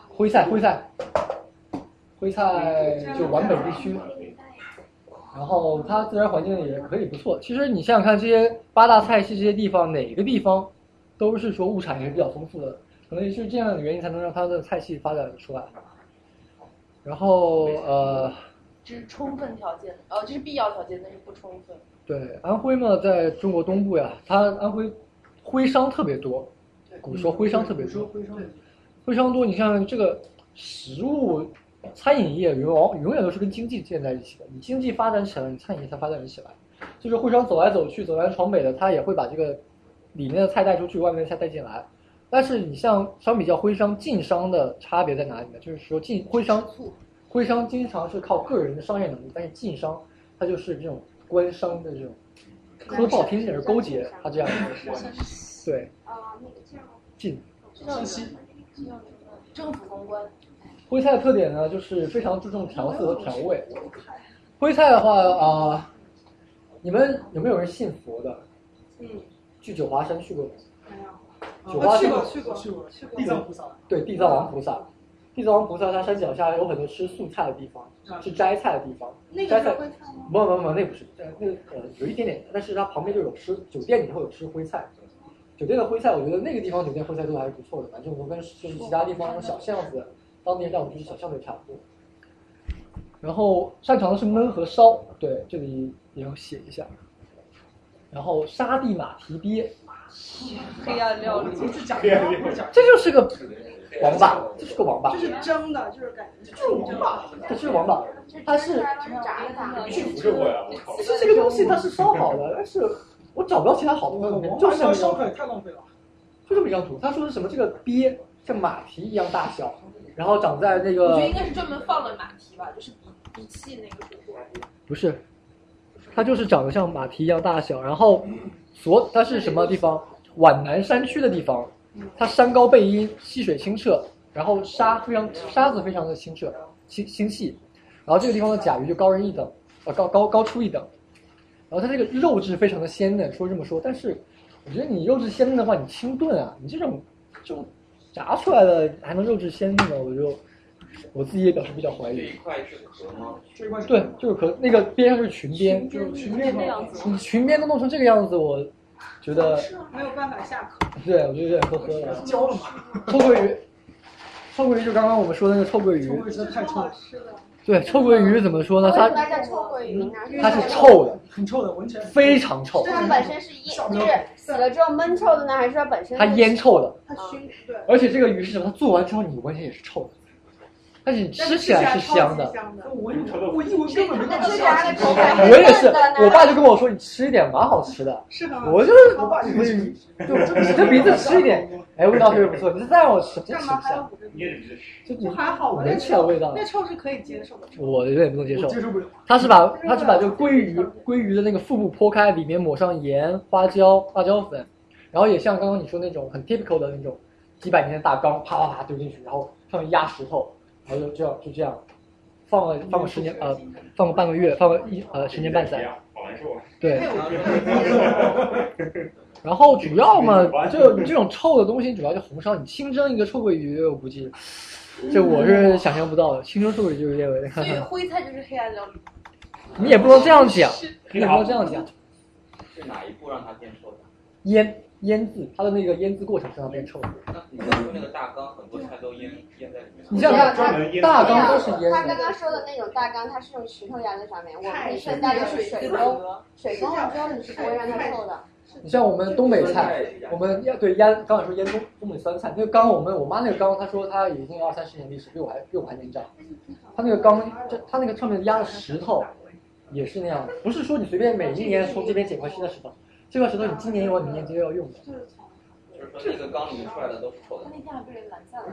[SPEAKER 4] 徽菜，徽菜，徽菜就皖北地区，然后它自然环境也可以不错。其实你想想看，这些八大菜系这些地方，哪个地方都是说物产也是比较丰富的。可能也就是这样的原因才能让它的菜系发展出来。然后呃，
[SPEAKER 2] 这是充分条件，哦，这是必要条件，但是不充分。
[SPEAKER 4] 对，安徽嘛，在中国东部呀，它安徽徽商特别多，嗯古时候徽商特别多，
[SPEAKER 2] 徽商
[SPEAKER 4] 徽商多。你像这个食物、餐饮业永往永远都是跟经济建在一起的，你经济发展起来，你餐饮业才发展起来。就是徽商走来走去，走南闯北的，他也会把这个里面的菜带出去，外面的菜带进来。但是你像相比较徽商、晋商的差别在哪里呢？就是说晋徽商，徽商经常是靠个人的商业能力，但是晋商它就是这种官商的这种，说不好听点是勾结，它这样子。对，
[SPEAKER 30] 啊，那个叫
[SPEAKER 4] 晋
[SPEAKER 2] 正西，政府公关。
[SPEAKER 4] 徽菜的特点呢，就是非常注重调色和调味。徽菜的话啊、你们有没有人信佛的？
[SPEAKER 12] 嗯，
[SPEAKER 4] 去九华山去过吗？
[SPEAKER 12] 没
[SPEAKER 4] 九华
[SPEAKER 12] 去
[SPEAKER 4] 山
[SPEAKER 12] 过去过去过去过，地藏菩萨。
[SPEAKER 4] 对，地藏王菩萨，地藏王菩萨他山脚下有很多吃素菜的地方，吃斋菜的地方。
[SPEAKER 12] 嗯那个
[SPEAKER 4] 斋
[SPEAKER 12] 是
[SPEAKER 4] 菜
[SPEAKER 12] 徽菜吗？
[SPEAKER 4] 不不不，那不是，那个呃有一点点，但是它旁边就有吃酒店里头有吃徽菜，
[SPEAKER 12] 嗯
[SPEAKER 4] 酒店的徽菜，我觉得那个地方酒店徽菜做的还是不错的，反正我跟就是其他地方那种小巷子，当地人叫我们就是小巷子也差不多。然后擅长的是焖和烧，对，这里也要写一下。然后沙地马蹄鳖，
[SPEAKER 2] 黑暗料理，
[SPEAKER 12] 这讲的，
[SPEAKER 4] 这就是个王八，这是个王八
[SPEAKER 12] 这，是蒸的，就是感觉就是王八，
[SPEAKER 4] 这是王八，它是
[SPEAKER 12] 炸的，
[SPEAKER 4] 就是这个东西它是烧好的，但是我找不到其他好的图
[SPEAKER 2] 嗯
[SPEAKER 4] 片，就是那
[SPEAKER 12] 要
[SPEAKER 4] 么一
[SPEAKER 12] 烧
[SPEAKER 4] 张
[SPEAKER 12] 出来太浪费了。
[SPEAKER 4] 就这么一张图。他说是什么？这个鳖像马蹄一样大小，然后长在那
[SPEAKER 2] 我觉
[SPEAKER 4] 个
[SPEAKER 2] 得应该是专门放了马蹄吧，就是鼻鼻涕那个水果。
[SPEAKER 4] 不是，它就是长得像马蹄一样大小，然后所它是什么地方？皖南山区的地方，它山高背阴，溪水清澈，然后沙非常沙子非常的清澈清清细，然后这个地方的甲鱼就高人一等，呃高高高出一等，然后它这个肉质非常的鲜嫩，说这么说，但是我觉得你肉质鲜嫩的话，你清炖啊，你这种这种炸出来的还能肉质鲜嫩吗？我就我自己也表示比较怀疑。
[SPEAKER 17] 一块是壳吗？
[SPEAKER 12] 这块
[SPEAKER 4] 对，就是可那个边上是裙边，
[SPEAKER 12] 就是裙边那样子
[SPEAKER 4] 你裙边都弄成这个样子，我觉得，
[SPEAKER 12] 没有办法下口，
[SPEAKER 4] 对我觉得有点呵呵了。
[SPEAKER 12] 焦了嘛，
[SPEAKER 4] 臭鳜鱼，臭鳜鱼就刚刚我们说的那个臭鳜
[SPEAKER 12] 臭鳜
[SPEAKER 4] 鱼，
[SPEAKER 12] 鱼真的太臭了，
[SPEAKER 8] 嗯
[SPEAKER 4] 对，臭鳜鱼怎么说呢？它
[SPEAKER 8] 它叫臭鳜鱼呢？
[SPEAKER 2] 嗯
[SPEAKER 4] 它是臭的，
[SPEAKER 12] 很臭的，闻起来
[SPEAKER 4] 非常臭，
[SPEAKER 8] 它本身是腌，就是死了之后闷臭的呢，还是它本身？
[SPEAKER 4] 它腌臭的，
[SPEAKER 12] 它熏，对，
[SPEAKER 4] 而且这个鱼是什么？它做完之后你闻起来也是臭的，但是你吃起来是香的。
[SPEAKER 12] 我我一闻根本没感觉，
[SPEAKER 4] 我也是，我爸就跟我说你吃一点，蛮好吃的。
[SPEAKER 12] 是吗
[SPEAKER 8] 嗯
[SPEAKER 4] 我就是，嗯就你这鼻子吃一点，哎，味道特别不错。你再让我吃，真
[SPEAKER 12] 干
[SPEAKER 4] 吃
[SPEAKER 12] 嘛
[SPEAKER 4] 不
[SPEAKER 12] 还要
[SPEAKER 4] 下。
[SPEAKER 12] 五根？
[SPEAKER 6] 你也得
[SPEAKER 4] 就
[SPEAKER 12] 就还好吧，
[SPEAKER 4] 闻起来味道
[SPEAKER 12] 那，臭是可以接受的。
[SPEAKER 4] 我有点不能接
[SPEAKER 12] 我
[SPEAKER 4] 受。
[SPEAKER 12] 接受不了
[SPEAKER 4] 他是把他是把这个鲑鱼鲑鱼的那个腹部剖开，里面抹上盐、花椒、花椒粉，然后也像刚刚你说那种很 typical 的那种几百年的大缸，啪啪啪丢进去，然后上面压石头，然后就这样就这样放了放个十年呃放个半个月，放个一呃十年半载。
[SPEAKER 6] 好难受啊。
[SPEAKER 4] 对，然后主要嘛，就这种臭的东西，主要就红烧。你清蒸一个臭鳜鱼，我估计，这我是想象不到的。清蒸臭鳜鱼就有点有点，
[SPEAKER 2] 所以徽菜就是黑暗料理。
[SPEAKER 4] 你也不能这样讲，你也不能这样讲。
[SPEAKER 17] 是哪一步让它变瘦的？
[SPEAKER 4] 腌腌制，它的那个腌制过程让它变臭。
[SPEAKER 17] 那你刚刚说那个大缸，很多菜都腌腌在里面。
[SPEAKER 4] 你像大缸都是腌
[SPEAKER 8] 啊他刚
[SPEAKER 4] 的，
[SPEAKER 8] 刚说的那种大缸，它是用石头压在上面，我们剩下的是水沟，水沟了之后你是不会让它臭的。
[SPEAKER 4] 你像我们东北菜，我们腌对腌，刚才说腌东东北酸菜，那个缸我们我妈那个缸，她说她已经有二三十年历史，比我还比我还年长。它那个缸，这它那个上面压的石头也是那样的，不是说你随便每一年从这边捡块新的石头，这块石头你今年有，明年就要用的，
[SPEAKER 17] 就是说那个缸里面出来的都是臭的。
[SPEAKER 14] 那天还被人拦下了。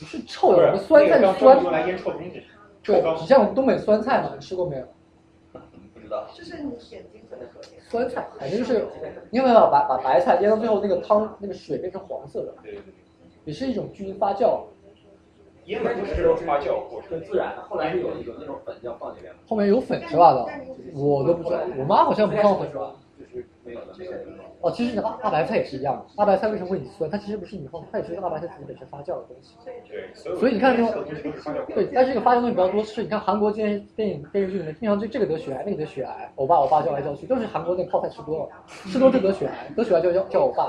[SPEAKER 4] 不是臭的。我们酸
[SPEAKER 17] 啊
[SPEAKER 4] 菜是
[SPEAKER 6] 用来腌
[SPEAKER 4] 酸，
[SPEAKER 6] 臭东西。
[SPEAKER 4] 对，你像我们东北酸菜嘛，你吃过没有？
[SPEAKER 17] 不知道。
[SPEAKER 12] 就是你眼睛可能可以。
[SPEAKER 4] 酸菜，反正就是你有没有把把白菜腌到最后那个汤那个水变成黄色的，
[SPEAKER 6] 对对对，
[SPEAKER 4] 也是一种菌发酵。
[SPEAKER 6] 腌的不是这种发酵过
[SPEAKER 3] 很自然的。后来是有有那种粉要放里面吗？
[SPEAKER 4] 后面有粉是吧？的，我都不知道，我妈好像不放粉。
[SPEAKER 3] 就是没有的，没有的。
[SPEAKER 4] 哦，其实你辣辣白菜也是一样的，辣白菜为什么会很酸？它其实不是米饭，它也是辣白菜自己本身发酵的东西。
[SPEAKER 6] 对，所有
[SPEAKER 4] 所以你看那
[SPEAKER 6] 腌
[SPEAKER 4] 种
[SPEAKER 6] 臭的东西都是发酵过
[SPEAKER 4] 对，但是这个发酵东西比较多是，你看韩国电视电影电视剧里面，经常这这个得血癌，那个得血癌，我爸我爸叫来叫去，都是韩国那个泡菜吃多了，吃多就得血癌，得血癌就叫叫我爸。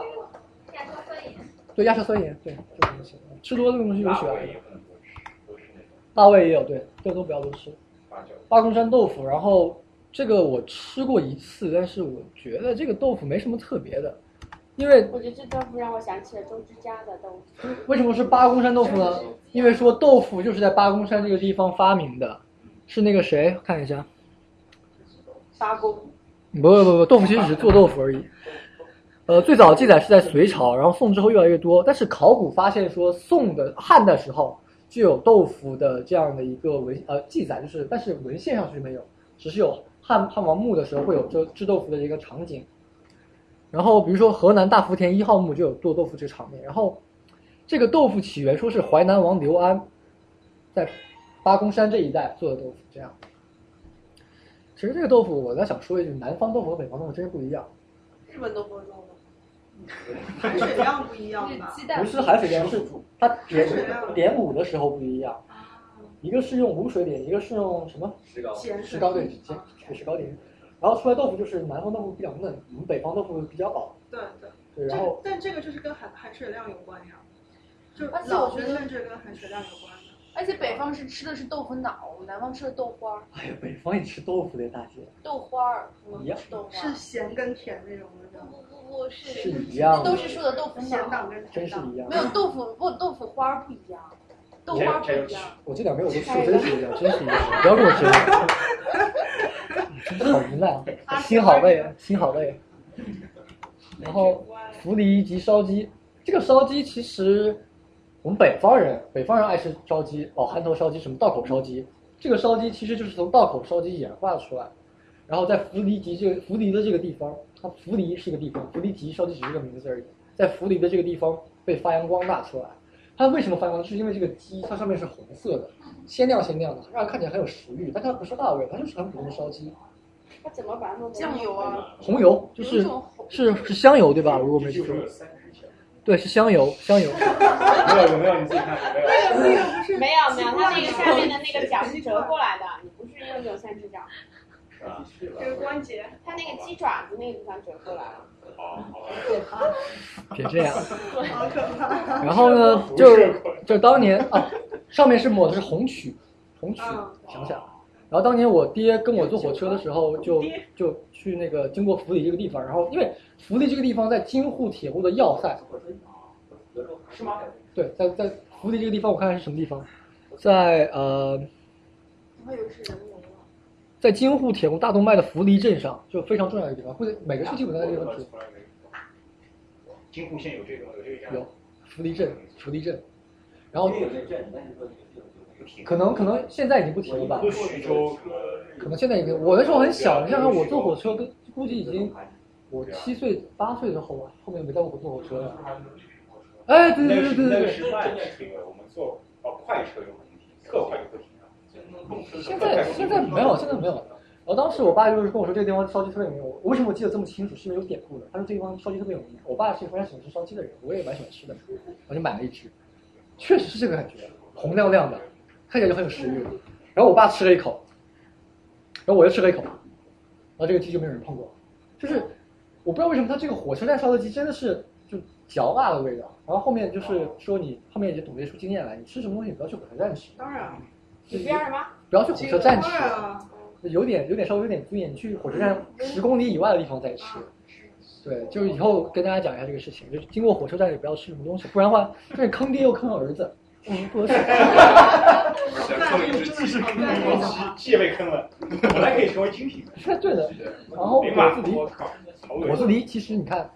[SPEAKER 4] 对亚硝酸盐，对这种东西，吃多这种东西有血癌的。大胃也有，对，这个都不要多吃。八公山豆腐，然后这个我吃过一次，但是我觉得这个豆腐没什么特别的，因为
[SPEAKER 8] 我觉得这豆腐让我想起了周之家的豆腐。
[SPEAKER 4] 为什么是八公山豆腐呢？因为说豆腐就是在八公山这个地方发明的，是那个谁看一下，
[SPEAKER 8] 八公
[SPEAKER 4] 不不不，豆腐其实只是做豆腐而已。呃，最早的记载是在隋朝，然后宋之后越来越多，但是考古发现说宋的汉的时候就有豆腐的这样的一个文呃记载，就是但是文献上是没有，只是有汉汉王墓的时候会有这制豆腐的一个场景。然后比如说河南大福田一号墓就有做豆腐这个场面，然后这个豆腐起源说是淮南王刘安在八公山这一带做的豆腐，这样。其实这个豆腐我在想说一句，南方豆腐和北方豆腐真是不一样。
[SPEAKER 14] 日本豆腐是海水量不一样吧？
[SPEAKER 4] 不是海水量，是它点点卤的时候不一样。一个是用无水点，一个是用什么？
[SPEAKER 3] 石膏
[SPEAKER 4] 石膏对，石石膏点。然后出来豆腐就是南方豆腐比较嫩，我们北方豆腐比较老。
[SPEAKER 14] 对对。
[SPEAKER 4] 对，然后
[SPEAKER 14] 但这个就是跟含含水量有关呀，就
[SPEAKER 2] 而且
[SPEAKER 14] 老
[SPEAKER 2] 我
[SPEAKER 14] 觉
[SPEAKER 2] 觉
[SPEAKER 14] 得
[SPEAKER 2] 得
[SPEAKER 14] 这跟含水量有关的。
[SPEAKER 2] 而且北方是吃的是豆腐脑，南方吃的豆花儿，
[SPEAKER 4] 哎呀，北方也吃豆腐的大姐。
[SPEAKER 2] 豆花儿，我
[SPEAKER 4] 一
[SPEAKER 2] 们
[SPEAKER 4] 样
[SPEAKER 2] 吃豆花
[SPEAKER 14] 是咸跟甜那种味道。
[SPEAKER 2] 不不是
[SPEAKER 4] 是一样的
[SPEAKER 2] 都是说的豆腐
[SPEAKER 14] 咸党
[SPEAKER 2] 脑，
[SPEAKER 14] 跟
[SPEAKER 4] 真是一样
[SPEAKER 2] 没有豆腐不豆腐花儿不一样，豆花儿不一样。
[SPEAKER 4] 我这两边我都吃，真是一样，真是一样，不要跟我争了。真的好无奈啊，心好累啊，心好累。然后福梨及烧鸡，这个烧鸡其实我们北方人，北方人爱吃烧鸡，老憨头烧鸡，什么道口烧鸡，这个烧鸡其实就是从道口烧鸡演化出来，然后在福梨集这个福梨的这个地方，它福梨是个地方，福梨集烧鸡只是个名字而已，在福梨的这个地方被发扬光大出来。它为什么发扬？是因为这个鸡它上面是红色的，鲜亮鲜亮的，让人看起来很有食欲，但它不是辣味，它就是很普通的烧鸡。
[SPEAKER 8] 他怎么把它弄得
[SPEAKER 14] 酱油啊，
[SPEAKER 4] 红油就
[SPEAKER 14] 有一
[SPEAKER 4] 是
[SPEAKER 14] 种
[SPEAKER 4] 是是香油对吧？如果没记错，对是香油香油。
[SPEAKER 6] 没有有没有你自己看有没有？
[SPEAKER 8] 没啊有没有，它那个下面的那个脚是折过来的，你不是用有三只脚，
[SPEAKER 14] 就是关节。
[SPEAKER 8] 它那个鸡爪子那个地方折过来了。
[SPEAKER 4] 别这样。
[SPEAKER 14] 好可怕！
[SPEAKER 4] 然后呢，就就当年啊，上面是抹的是红曲，红曲，
[SPEAKER 14] 嗯
[SPEAKER 4] 想想。然后当年我爹跟我坐火车的时
[SPEAKER 14] 哦
[SPEAKER 4] 候，就就去那个经过福利这个地方，然后因为福利这个地方在京沪铁路的要塞，
[SPEAKER 3] 是吗？
[SPEAKER 4] 对，在在福利这个地方，我看看是什么地方，在呃，
[SPEAKER 2] 我以为是人名了。
[SPEAKER 4] 在京沪铁路大动脉的福利镇上，就非常重要的一个地方，会每个市基本上都有地方。
[SPEAKER 6] 京沪线有这个有这个站
[SPEAKER 4] 有福利镇，福利镇，然后
[SPEAKER 3] 这个有点震，但是说有有有
[SPEAKER 4] 可能可能现在已经不停了吧
[SPEAKER 6] 有，徐州什么
[SPEAKER 4] 可能现在已经，我那时候很小，你想想我坐火车跟估计已经我七岁八岁之后吧，后面没再坐坐火车了。哎，对对对对
[SPEAKER 6] 那
[SPEAKER 4] 对
[SPEAKER 6] 个
[SPEAKER 4] 对
[SPEAKER 6] 是慢车，我们坐哦快车有问题，特快就不停了。
[SPEAKER 4] 现在现在没有，现在没有。然后当时我爸就是跟我说这个地方烧鸡特别有名，我为什么我记得这么清楚？是因为有典故的。他说这地方烧鸡特别有名，我爸是非常喜欢吃烧鸡的人，我也蛮喜欢吃的，我就买了一只，确实是这个感觉，红亮亮的，看起来就很有食欲。然后我爸吃了一口，然后我又吃了一口，然后这个鸡就没有人碰过，就是我不知道为什么它这个火车站烧的鸡真的是就嚼啊辣的味道。然后后面就是说你后面也就总结出经验来，你吃什么东西你不要去火车站吃。
[SPEAKER 14] 当然，
[SPEAKER 8] 你不要什么？
[SPEAKER 4] 不要去火车站吃
[SPEAKER 14] 当，然啊，
[SPEAKER 4] 有点有点稍微有点尊严，你去火车站十公里以外的地方再吃。对，就是以后跟大家讲一下这个事情，就是经过火车站也不要吃什么东西，不然的话就是坑爹又坑儿子。 我们不合适。
[SPEAKER 6] 想坑一只鸡，鸡也被坑了，本来可以成为精品。
[SPEAKER 4] 对的，然后
[SPEAKER 6] 哎呀
[SPEAKER 4] 果
[SPEAKER 6] 妈
[SPEAKER 4] 子狸，
[SPEAKER 6] 我靠，好恶
[SPEAKER 4] 果子
[SPEAKER 6] 心！
[SPEAKER 4] 狸其实你看，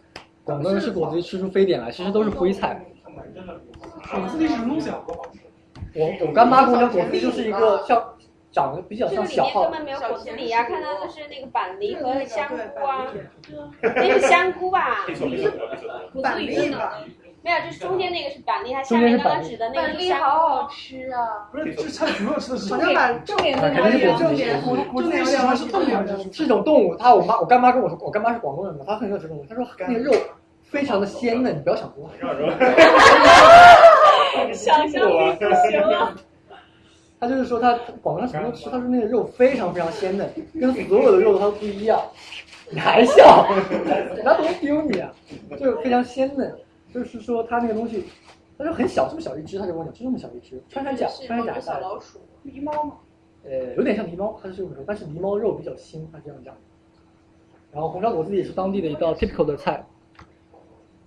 [SPEAKER 4] 广东人吃果子狸吃出非典啊来，其实都是徽菜。
[SPEAKER 21] 果子狸是什么东西啊？
[SPEAKER 4] 我我干妈跟我讲，果子狸就是一个像长得比较
[SPEAKER 8] 这个
[SPEAKER 4] 像小
[SPEAKER 8] 里面
[SPEAKER 4] 号
[SPEAKER 8] 根，本没有果子狸啊，看到的是那个板栗和香菇啊，那
[SPEAKER 14] 那
[SPEAKER 8] 是香菇吧？
[SPEAKER 6] 没错没错没错，
[SPEAKER 14] 板栗吧？
[SPEAKER 8] 没有，就是中间那个是板栗，它下面刚刚指的那个是香菇。
[SPEAKER 2] 好吃啊！
[SPEAKER 21] 不是，这是他主要吃的是
[SPEAKER 14] 好像板
[SPEAKER 2] 重点
[SPEAKER 4] 啊那肯定是果子狸。
[SPEAKER 21] 果子狸喜欢吃动物还是
[SPEAKER 4] 是一种动物。他我妈我干妈跟我说，我干妈是广东人嘛，她很喜欢吃动物。她说那个肉非常的鲜嫩，你不要想多。
[SPEAKER 6] 让人
[SPEAKER 8] 想象力不行了。
[SPEAKER 4] 她就是说她广东什么都吃，她说那个肉非常非常鲜嫩，跟所有的肉都不一 样。你还笑？人家多丢你啊！就是非常鲜嫩，就是说他那个东西，他说很小，这么小一只，他就跟我讲，就这么小一只，穿山甲，穿山甲
[SPEAKER 2] 小
[SPEAKER 4] 大的，
[SPEAKER 2] 老鼠，狸猫嘛。
[SPEAKER 4] 呃，有点像狸猫，它是这么说，但是狸猫肉比较腥，它这样讲。然后红烧果子也是当地的一道 typical 的菜。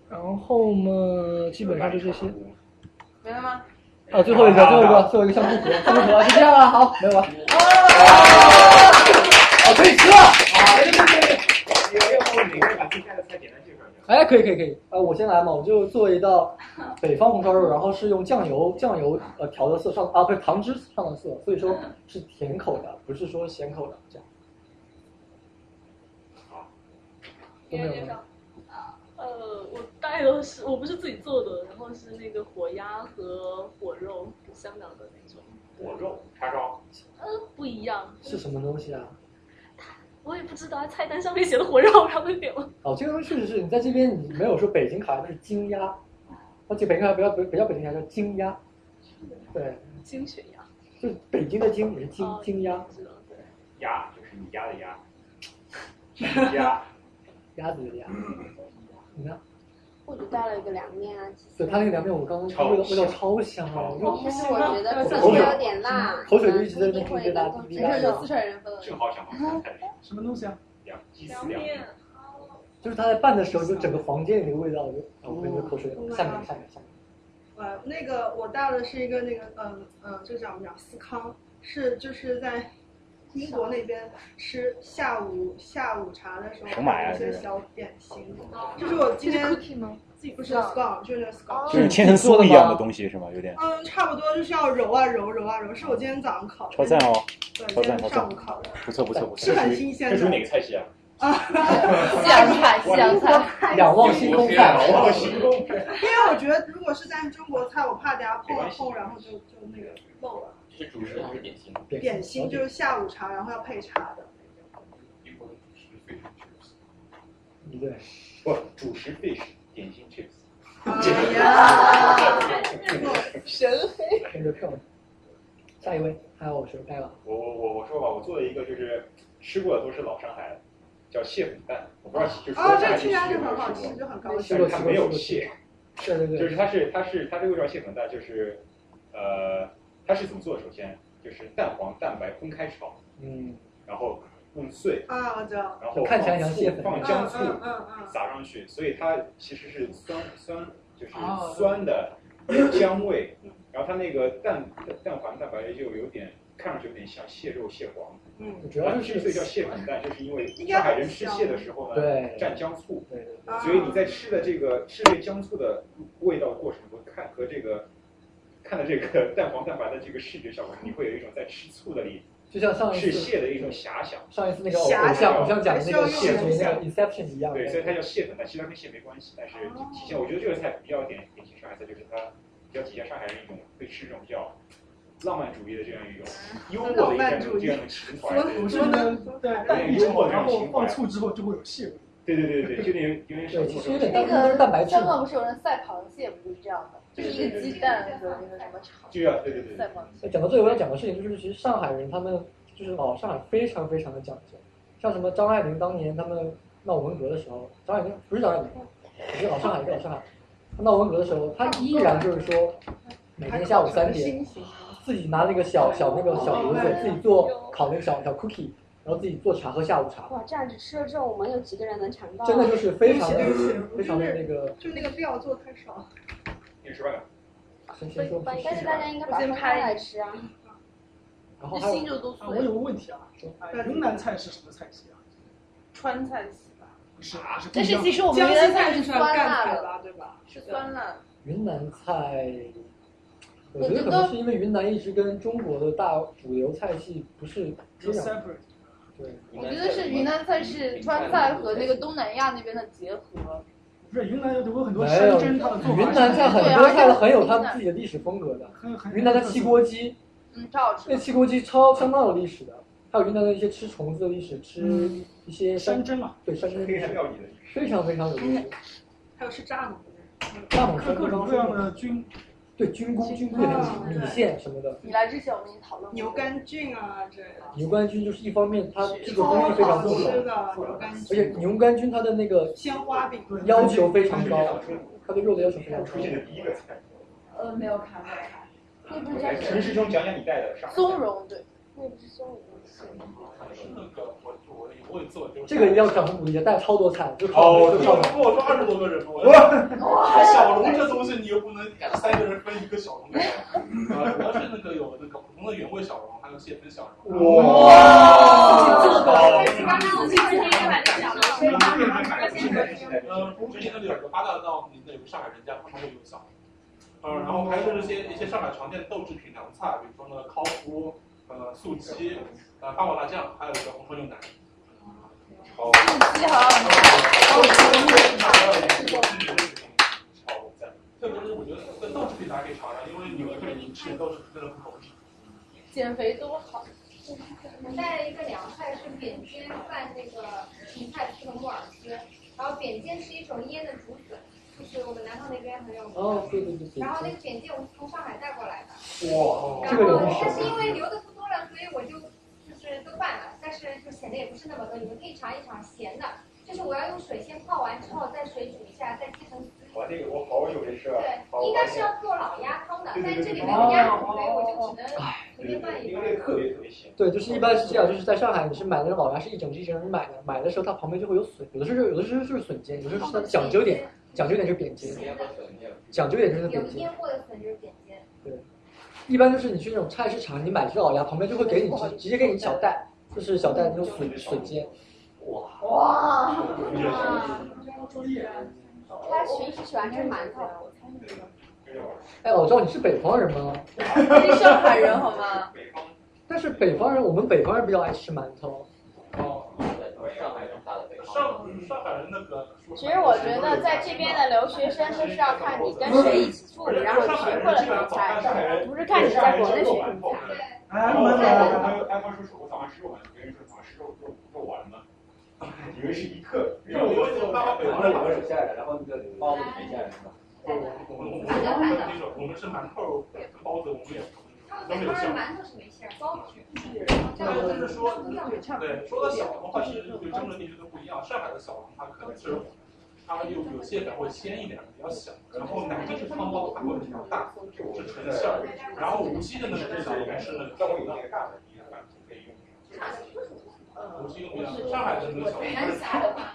[SPEAKER 4] 然后嘛，基本上就这些。
[SPEAKER 2] 明白吗？
[SPEAKER 4] 啊，最后一个，最后一个，最后一个上故图，上故图啊，就这样了，好，没有了。哦，可以吃了。
[SPEAKER 6] 要要不每个人把最菜的菜点在这边。
[SPEAKER 4] 哎，可以可以可以，呃，我先来嘛，我就做一道北方红烧肉，然后是用酱油酱油呃调的色上啊，不是糖汁上的色，所以说是甜口的，不是说咸口的这样。
[SPEAKER 7] 别人介绍。呃，我大概都是我不是自己做的，然后是那个火鸭和火肉，香港的那种。
[SPEAKER 6] 火肉叉烧，
[SPEAKER 7] 呃，不一样，
[SPEAKER 4] 是什么东西啊？
[SPEAKER 7] 我也不知道，菜单上面写的火肉，他们给我。
[SPEAKER 4] 哦，这个东西确实是你在这边你没有说北京烤鸭，那是京鸭，
[SPEAKER 2] 哦
[SPEAKER 4] 而且北京烤鸭不要不不叫北京烤鸭，叫京鸭，对，
[SPEAKER 7] 精血鸭。
[SPEAKER 4] 就是北京的京也是京
[SPEAKER 2] 哦
[SPEAKER 4] 京鸭，
[SPEAKER 6] 鸭就是你家的鸭，鸭
[SPEAKER 4] 鸭子的鸭，你看。
[SPEAKER 9] 我只带了一个凉面啊，其实
[SPEAKER 4] 对，它那个凉面，我刚刚吃味道味道超香啊！
[SPEAKER 9] 但是我 觉得
[SPEAKER 4] 口
[SPEAKER 9] 可能
[SPEAKER 4] 水
[SPEAKER 9] 有点辣，
[SPEAKER 4] 口水就一直在那
[SPEAKER 9] 一定
[SPEAKER 4] 滴
[SPEAKER 9] 会
[SPEAKER 4] 滴答
[SPEAKER 9] 能够
[SPEAKER 4] 滴
[SPEAKER 9] 接
[SPEAKER 4] 滴答。
[SPEAKER 9] 受
[SPEAKER 2] 人分
[SPEAKER 6] 正好想好
[SPEAKER 8] 什么东西啊？
[SPEAKER 6] 凉鸡丝
[SPEAKER 7] 凉
[SPEAKER 6] 凉面
[SPEAKER 7] 面，
[SPEAKER 4] 就是它在拌的时候，就整个房间里那个味道，就啊，我流口水
[SPEAKER 2] 哦。
[SPEAKER 4] 下面下面下面，
[SPEAKER 2] 呃，那个我带的是一个那个，嗯嗯，这个叫什么叫司康，是就是在英国那边吃下午下午茶的时候，
[SPEAKER 5] 什么玩意儿
[SPEAKER 2] 一些
[SPEAKER 5] 这是
[SPEAKER 2] 小点心，就是我今天
[SPEAKER 37] 这是 cookie 吗？
[SPEAKER 2] 不是 scone，就是那
[SPEAKER 4] 哦
[SPEAKER 2] scone，
[SPEAKER 5] 就是哦切成酥一样的东西是吗？有点
[SPEAKER 2] 嗯，差不多就是要揉啊揉揉啊揉，是我今天早上烤的，
[SPEAKER 5] 超赞哦，
[SPEAKER 2] 对，
[SPEAKER 5] 超
[SPEAKER 2] 今
[SPEAKER 5] 赞
[SPEAKER 2] 天
[SPEAKER 5] 超赞
[SPEAKER 2] 上午烤的，，
[SPEAKER 5] 不错不错不错。
[SPEAKER 2] 是很新鲜的
[SPEAKER 6] 这属于哪个菜系啊？
[SPEAKER 2] 西
[SPEAKER 3] 洋菜西洋菜
[SPEAKER 4] 仰望星空菜
[SPEAKER 6] 仰望星空菜。
[SPEAKER 2] 因为我觉得如果是在中国菜，我怕等下碰了碰，然后就就那个漏了。
[SPEAKER 38] 是主食还是点心？
[SPEAKER 2] 点心就是下午茶，然后要配茶 的。
[SPEAKER 4] 对，
[SPEAKER 6] 不，主食 fish，点心 chips。
[SPEAKER 2] 哎呀，
[SPEAKER 7] 神黑。
[SPEAKER 4] 跟着跳。下一位，还有谁拍了？
[SPEAKER 6] 我我我我说吧，我做了一个就是吃过的都是老上海的，叫蟹粉蛋，我不知道就是
[SPEAKER 2] 哦，
[SPEAKER 14] 啊
[SPEAKER 2] 这
[SPEAKER 6] 上
[SPEAKER 2] 个
[SPEAKER 6] 海地
[SPEAKER 2] 听
[SPEAKER 6] 区
[SPEAKER 2] 起来就
[SPEAKER 6] 有没有
[SPEAKER 2] 很好
[SPEAKER 6] 吃过
[SPEAKER 2] 吃，就很高兴。
[SPEAKER 6] 但是它没有蟹，
[SPEAKER 4] 对对对，
[SPEAKER 6] 就是它是它是它这个味道蟹粉蛋就是，呃，它是怎么做的？首先就是蛋黄、蛋白分开炒，
[SPEAKER 4] 嗯，
[SPEAKER 6] 然后弄碎，
[SPEAKER 2] 啊，我知道。
[SPEAKER 6] 然后
[SPEAKER 4] 看起来
[SPEAKER 6] 放
[SPEAKER 4] 像
[SPEAKER 6] 醋
[SPEAKER 4] 蟹粉
[SPEAKER 6] 放姜醋
[SPEAKER 2] 嗯嗯嗯
[SPEAKER 6] 撒上去，所以它其实是酸酸，就是
[SPEAKER 2] 哦
[SPEAKER 6] 酸的有姜味，然后它那个蛋蛋黄蛋白就有点看上去有点像蟹肉蟹黄，
[SPEAKER 2] 嗯
[SPEAKER 4] 主要
[SPEAKER 6] 然后
[SPEAKER 4] 就是
[SPEAKER 6] 所以叫蟹粉蛋，就是因为
[SPEAKER 2] 应该
[SPEAKER 6] 上海人吃蟹的时候呢，
[SPEAKER 4] 对
[SPEAKER 6] 蘸姜醋，
[SPEAKER 4] 对对
[SPEAKER 2] 对
[SPEAKER 6] 所以你在吃的这个吃这姜醋的味道过程中，看和这个看的这个蛋黄蛋白的这个视觉效果，你会有一种在吃醋的里，
[SPEAKER 4] 就像上一次
[SPEAKER 6] 吃蟹的一种遐想。
[SPEAKER 4] 上一次那个偶偶像偶像讲的那个
[SPEAKER 6] 蟹
[SPEAKER 4] 蟹
[SPEAKER 6] 粉
[SPEAKER 4] 那个
[SPEAKER 6] 蛋，
[SPEAKER 4] Inception 一样的。
[SPEAKER 6] 对，所以它叫蟹粉蛋，其实它跟蟹没关系，但是体现我觉得这个菜比较典典型上海菜，就是它比较体现上海人一种会吃这种比较浪漫主义的这样一种幽默的一样一种这样一种情怀。对对
[SPEAKER 8] 我
[SPEAKER 6] 对
[SPEAKER 8] 说呢，对，蛋之后，然后放醋之后就会有蟹味。
[SPEAKER 6] 对对对对，就那种有点小
[SPEAKER 4] 其
[SPEAKER 6] 醋
[SPEAKER 4] 实
[SPEAKER 6] 这
[SPEAKER 4] 有
[SPEAKER 6] 种
[SPEAKER 4] 点蛋
[SPEAKER 6] 感觉。
[SPEAKER 4] 黄蛋白质
[SPEAKER 9] 香港不是有人赛螃蟹，不就是这样的？就是一个鸡蛋和那个什么炒
[SPEAKER 6] 就要对对对
[SPEAKER 9] 赛
[SPEAKER 8] 啊
[SPEAKER 9] 螃蟹。
[SPEAKER 4] 讲到这里，我想讲的事情就是，其实上海人他们就是老上海非常非常的讲究，像什么张爱玲当年他们闹文革的时候，张爱玲不是张爱玲，啊是老上海一个老上海，他闹文革的时候，他依然就是说每天下午三点自己拿那个小小那个小炉子自己做烤那个小小 cookie，然后自己做茶喝下午茶，
[SPEAKER 9] 哇，这样只吃了之后，我们有几个人能尝到啊？
[SPEAKER 4] 真的就是非常的
[SPEAKER 2] 对不起对不起
[SPEAKER 4] 嗯非常的那个
[SPEAKER 2] 就那个料做太少了。
[SPEAKER 6] 你吃饭了？
[SPEAKER 4] 神仙说不
[SPEAKER 9] 但是大家应该把它分开来吃啊。
[SPEAKER 4] 然后还有
[SPEAKER 8] 啊，我有个问题啊，云南菜是什么菜系啊？
[SPEAKER 2] 川菜系吧，
[SPEAKER 8] 不是，是不
[SPEAKER 3] 但
[SPEAKER 8] 一
[SPEAKER 3] 是
[SPEAKER 8] 样
[SPEAKER 3] 其实我们
[SPEAKER 2] 江
[SPEAKER 3] 原来
[SPEAKER 2] 西菜
[SPEAKER 3] 是
[SPEAKER 2] 是
[SPEAKER 3] 酸
[SPEAKER 2] 算
[SPEAKER 3] 辣
[SPEAKER 2] 干菜
[SPEAKER 3] 的，
[SPEAKER 2] 吧，对吧？
[SPEAKER 3] 是酸
[SPEAKER 2] 辣的。
[SPEAKER 4] 云南菜，我觉得可能是因为云南一直跟中国的大主流菜系不是接壤。对，嗯
[SPEAKER 3] 我觉得是云南菜是川菜和那个东南亚那边的结合。
[SPEAKER 8] 不是云南有很多
[SPEAKER 4] 没有
[SPEAKER 8] 山珍，它的做法。
[SPEAKER 4] 云南菜很多菜都很有他们自己的历史风格的。
[SPEAKER 8] 啊
[SPEAKER 4] 云南的汽锅鸡，
[SPEAKER 3] 嗯，超好吃。
[SPEAKER 4] 那汽锅鸡超相当有历史的，还有云南的一些吃虫子的历史，吃一些山
[SPEAKER 8] 嗯珍嘛，哎
[SPEAKER 4] 对山珍历史
[SPEAKER 6] 料理的历
[SPEAKER 4] 史，非常非常有历史。
[SPEAKER 2] 还有吃炸的，
[SPEAKER 4] 大蒙
[SPEAKER 8] 各
[SPEAKER 4] 山
[SPEAKER 8] 各种各样的菌，
[SPEAKER 4] 对菌菇、菌菇也很米线什么的，
[SPEAKER 2] 你来之前我们已经讨论牛肝菌啊之类的。
[SPEAKER 4] 牛肝菌就是一方面它这个工艺非常
[SPEAKER 2] 超好
[SPEAKER 4] 重
[SPEAKER 2] 吃，
[SPEAKER 4] 要
[SPEAKER 2] 的牛肝
[SPEAKER 4] 而且牛肝菌它的那个
[SPEAKER 2] 鲜花饼，
[SPEAKER 4] 要求非常高，它对肉的要求非常高。
[SPEAKER 3] 出现的第一个菜。
[SPEAKER 39] 呃，没有看，没有看。
[SPEAKER 3] 那不是叫陈师兄讲讲你带的上。
[SPEAKER 39] 松茸对，那不是松茸。
[SPEAKER 6] 那个我我我有自我丢。
[SPEAKER 4] 这个一定要掌控不力，带超多菜，就
[SPEAKER 6] 哦
[SPEAKER 4] 超，就
[SPEAKER 6] 对
[SPEAKER 4] 超
[SPEAKER 6] 我跟我说二十多个人嘛，我
[SPEAKER 4] 哇
[SPEAKER 6] 小龙这东西你又不能三个人分一个小龙给我，啊，主要是那个有那个普通的原味小龙，还有蟹粉小龙。
[SPEAKER 4] 哦
[SPEAKER 9] 哇
[SPEAKER 6] 这个高
[SPEAKER 9] 刚刚我去吃那个小龙
[SPEAKER 6] 这
[SPEAKER 9] 非
[SPEAKER 6] 个
[SPEAKER 9] 常
[SPEAKER 6] 还
[SPEAKER 9] 好
[SPEAKER 6] 买
[SPEAKER 9] 而
[SPEAKER 6] 不
[SPEAKER 9] 且
[SPEAKER 6] 起来。呃，之前那里有个八大道，那有个上海人家，他们会有小龙。
[SPEAKER 4] 嗯
[SPEAKER 6] 呃，然后还有就是一些一些上海常见的豆制品凉菜，比如说那个烤麸、呃素鸡、呃八宝辣酱，还有一个红烧牛腩。好。
[SPEAKER 9] 记好。
[SPEAKER 6] 这不是我觉得这豆制品大家可以尝尝，因为有的人已经吃豆制品真的很好吃。
[SPEAKER 39] 减肥多好。
[SPEAKER 9] 我带了一个凉菜是扁尖拌那个芹菜吃的木耳丝，然后扁尖是一种腌的竹笋，就是我们南方那边很有名的。
[SPEAKER 4] 哦对对对对
[SPEAKER 9] 然后那个扁尖我是从上海带过来的。
[SPEAKER 4] 哇
[SPEAKER 9] 然
[SPEAKER 4] 这个有
[SPEAKER 9] 后
[SPEAKER 4] 点好
[SPEAKER 9] 但是因为留的不多了，所以我就就是都拌了，但是就显得也不是那么多。你们可以尝一尝咸的，就是我要用水先泡完之后，再水煮一下，再切成丝。
[SPEAKER 3] 哇，这个我好有这事儿。
[SPEAKER 9] 对，应该是要做老鸭汤的，
[SPEAKER 3] 对
[SPEAKER 9] 但是
[SPEAKER 3] 对对
[SPEAKER 9] 这里
[SPEAKER 3] 对
[SPEAKER 9] 没有鸭
[SPEAKER 3] 哦
[SPEAKER 9] 肉，所以我就只能
[SPEAKER 4] 哎
[SPEAKER 9] 随便拌一
[SPEAKER 3] 因
[SPEAKER 9] 拌。
[SPEAKER 3] 为这个特别特别咸。
[SPEAKER 4] 对，就是一般是这样，就是在上海你是买那个老鸭是一整只一整只买的，买的时候它旁边就会有笋，有的是有的是就是笋尖，有的是它讲究点，讲究点就是扁尖，讲究点就是
[SPEAKER 9] 有
[SPEAKER 4] 扁尖
[SPEAKER 9] 腌。过的粉就是扁尖。
[SPEAKER 4] 对，一般就是你去那种菜市场，你买只老鸭，旁边就会给你直直接给你小袋，就是小袋那种笋笋尖。哇！
[SPEAKER 8] 哇！
[SPEAKER 9] 他
[SPEAKER 8] 平时喜欢吃馒 头，
[SPEAKER 4] 哎，老赵，你是北方人吗？
[SPEAKER 8] 是上海人好吗？
[SPEAKER 4] 但是北方人，我们北方人比较爱吃馒头。
[SPEAKER 6] 上海人上上海人那个。
[SPEAKER 8] 其实我觉得在这边的留学生就是要看你跟谁一起住，然后你学会了什么菜，不是看你在国内学什么菜。
[SPEAKER 6] 哦
[SPEAKER 3] 哎，我早上还有哎，我叔叔，我早上吃肉丸，别人说早上吃肉肉肉丸吗？以为是一克，
[SPEAKER 6] 肉
[SPEAKER 3] 肉
[SPEAKER 6] 丸
[SPEAKER 3] 丸
[SPEAKER 6] 我爸妈北
[SPEAKER 3] 然
[SPEAKER 6] 方人
[SPEAKER 3] 后两个手下来，然后那个包子全下来是吧？
[SPEAKER 6] 我我我们那种，我们是馒头包子，我们也都没有
[SPEAKER 9] 他
[SPEAKER 6] 馅
[SPEAKER 9] 们。馒头是没馅儿，包子是有馅儿。
[SPEAKER 6] 对，就是说，对，说到小笼的话，其实对中国地区都不一样。上海的小笼它可能是，它有有些粉会鲜一点，比较小。然后南京是汤包，它会比较大，是纯馅儿。然后无锡的那个味道应该是那个中国那个大的一个版可以用。无锡用不一样，上海的那个小笼就是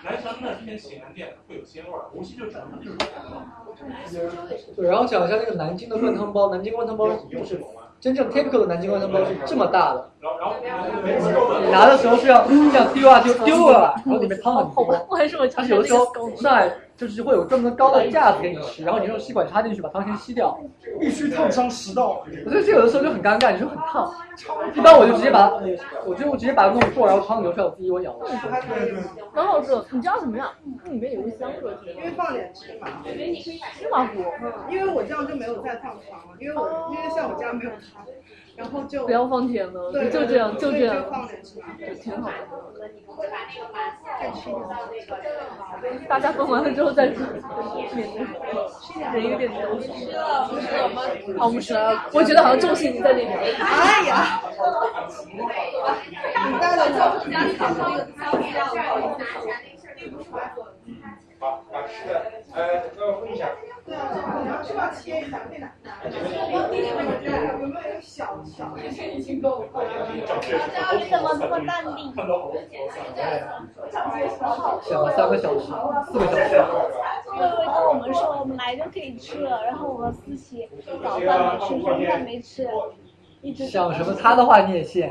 [SPEAKER 6] 南翔那偏咸点，会有鲜味儿。无锡就纯就是甜的。
[SPEAKER 4] 对，然后讲一下那个南京的灌汤包，南京灌汤包就是真正 typical 的南京灌汤包是这么大的，
[SPEAKER 6] 然后然后
[SPEAKER 4] 你拿的时候是要这样丢啊丢丢了，然后里面汤很多。
[SPEAKER 7] 我还是我
[SPEAKER 4] 但
[SPEAKER 7] 尝
[SPEAKER 4] 是
[SPEAKER 7] 尝
[SPEAKER 4] 有的时
[SPEAKER 7] 这个
[SPEAKER 4] 候上海就是会有专门高的架子给你吃，然后你用吸管插进去把汤先吸掉，必须烫伤食道。我觉得这有的时候就很尴尬，你说很烫，一般我就直接把它，我就直接把它弄破，然后汤流出来，我自己一碗啊舀了。
[SPEAKER 7] 很好吃，你知道怎么样？它里面有个香味儿，
[SPEAKER 2] 因为放点芝麻。
[SPEAKER 7] 我觉得你可以芝麻糊。
[SPEAKER 2] 因为我这样就没有再放糖了，因为我因为像我家没有糖，然后就
[SPEAKER 7] 不要放甜的，
[SPEAKER 2] 对
[SPEAKER 7] 就这样，就
[SPEAKER 2] 所
[SPEAKER 7] 这
[SPEAKER 2] 以就放
[SPEAKER 7] 样，
[SPEAKER 2] 点芝麻。
[SPEAKER 7] 挺好的。
[SPEAKER 9] 大
[SPEAKER 7] 大家分完了之后再吃，人有点多。 好，我们吃了。我觉得好像重心已经在那边。
[SPEAKER 2] 哎呀！
[SPEAKER 9] 你带了就是家里烤的，他要这样拿起来那个事儿，不是我做的。
[SPEAKER 3] 好，把吃的，呃，要分一下。
[SPEAKER 2] 对啊，你要是要切一下，可以拿。
[SPEAKER 39] 我弟弟们有
[SPEAKER 2] 没有小小？这已经够够了。
[SPEAKER 39] 你怎么这么淡定？
[SPEAKER 4] 想了三个小时，四个小时。
[SPEAKER 40] 因为跟我们说我们来就可以吃了，然后我们私企早饭没吃，中饭没吃，一直
[SPEAKER 4] 想什么擦的话你也信？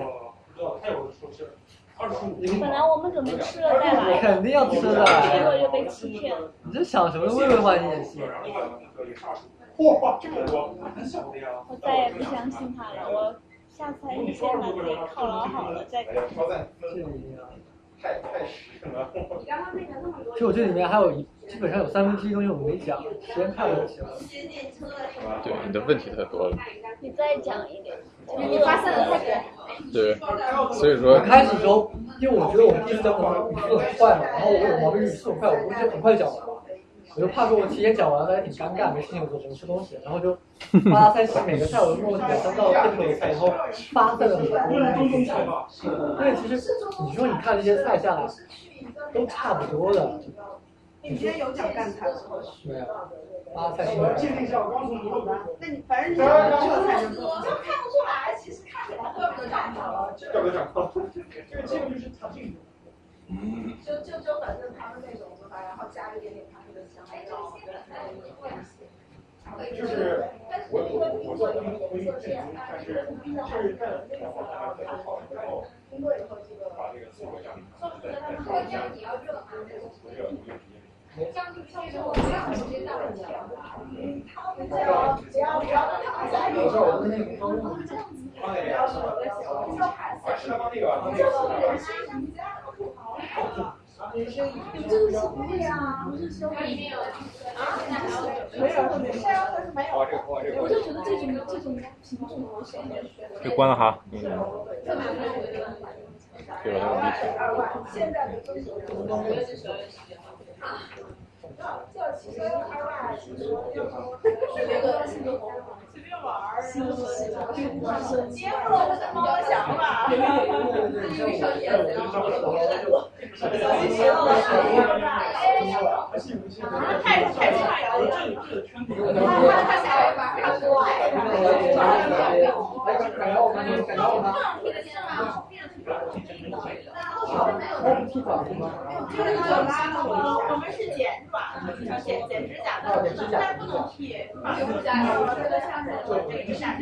[SPEAKER 40] 本来我们准备吃了再来，
[SPEAKER 4] 肯定要吃的
[SPEAKER 40] 结果就被欺骗了。
[SPEAKER 4] 你这想什么问问话你也信？
[SPEAKER 6] 哇，这么多，很小的呀。
[SPEAKER 40] 我再也不相信他了，我下次还是先把自己犒劳好了再
[SPEAKER 3] 哎呀，超赞，
[SPEAKER 4] 啊
[SPEAKER 6] 太太实诚了。
[SPEAKER 9] 你刚刚那个那么多，
[SPEAKER 4] 其实我这里面还有一，基本上有三分之一东西我没讲，时间太有限了。
[SPEAKER 5] 对，你的问题太多了。
[SPEAKER 40] 你再讲一点，
[SPEAKER 9] 你发散的太多。
[SPEAKER 5] 对，所以说
[SPEAKER 4] 开始时候，因为我觉得我们第一次在可能语速很快嘛，然后我有毛病语速很快，我估计很快讲完，我就怕说我提前讲完了大家挺尴尬，没事情我做只能吃东西，然后就巴拉菜系每个菜我都默点三到四种菜，然后巴塞了很多。对，其实你说你看这些菜下来都差不多的，
[SPEAKER 2] 你今天有讲干台吗？
[SPEAKER 9] 没有。
[SPEAKER 2] 啊，
[SPEAKER 9] 才
[SPEAKER 2] 是
[SPEAKER 6] 我鉴定一下，我刚从摩洛哥。
[SPEAKER 2] 那你反正你
[SPEAKER 6] 刚刚
[SPEAKER 2] 这才能够。
[SPEAKER 6] 我就
[SPEAKER 8] 看不出来，其实看起来怪不得长跑了，就
[SPEAKER 6] 怪不得长跑。这个这个就是他进嗯。
[SPEAKER 8] 就就就反正他们那种的话，然后加一点点他们的香料，然后也会。
[SPEAKER 6] 就是我我我做婚婚姻鉴定，但是就是看看我打扮的好之后，把这个自我降低，再再上一下，不热不热。
[SPEAKER 8] 人生一定就是这样，不是消费没有啊，没有，没有，没有。
[SPEAKER 6] 我就
[SPEAKER 8] 觉得这种这种品种好少。
[SPEAKER 5] 这关了哈，嗯，这个东西
[SPEAKER 8] 现在的都是随便玩儿，结合我的猫的想法，自己上叶子，然后太太差呀！我们是剪爪，剪剪指甲的，但不能剃，指甲，我觉得像是这个指甲。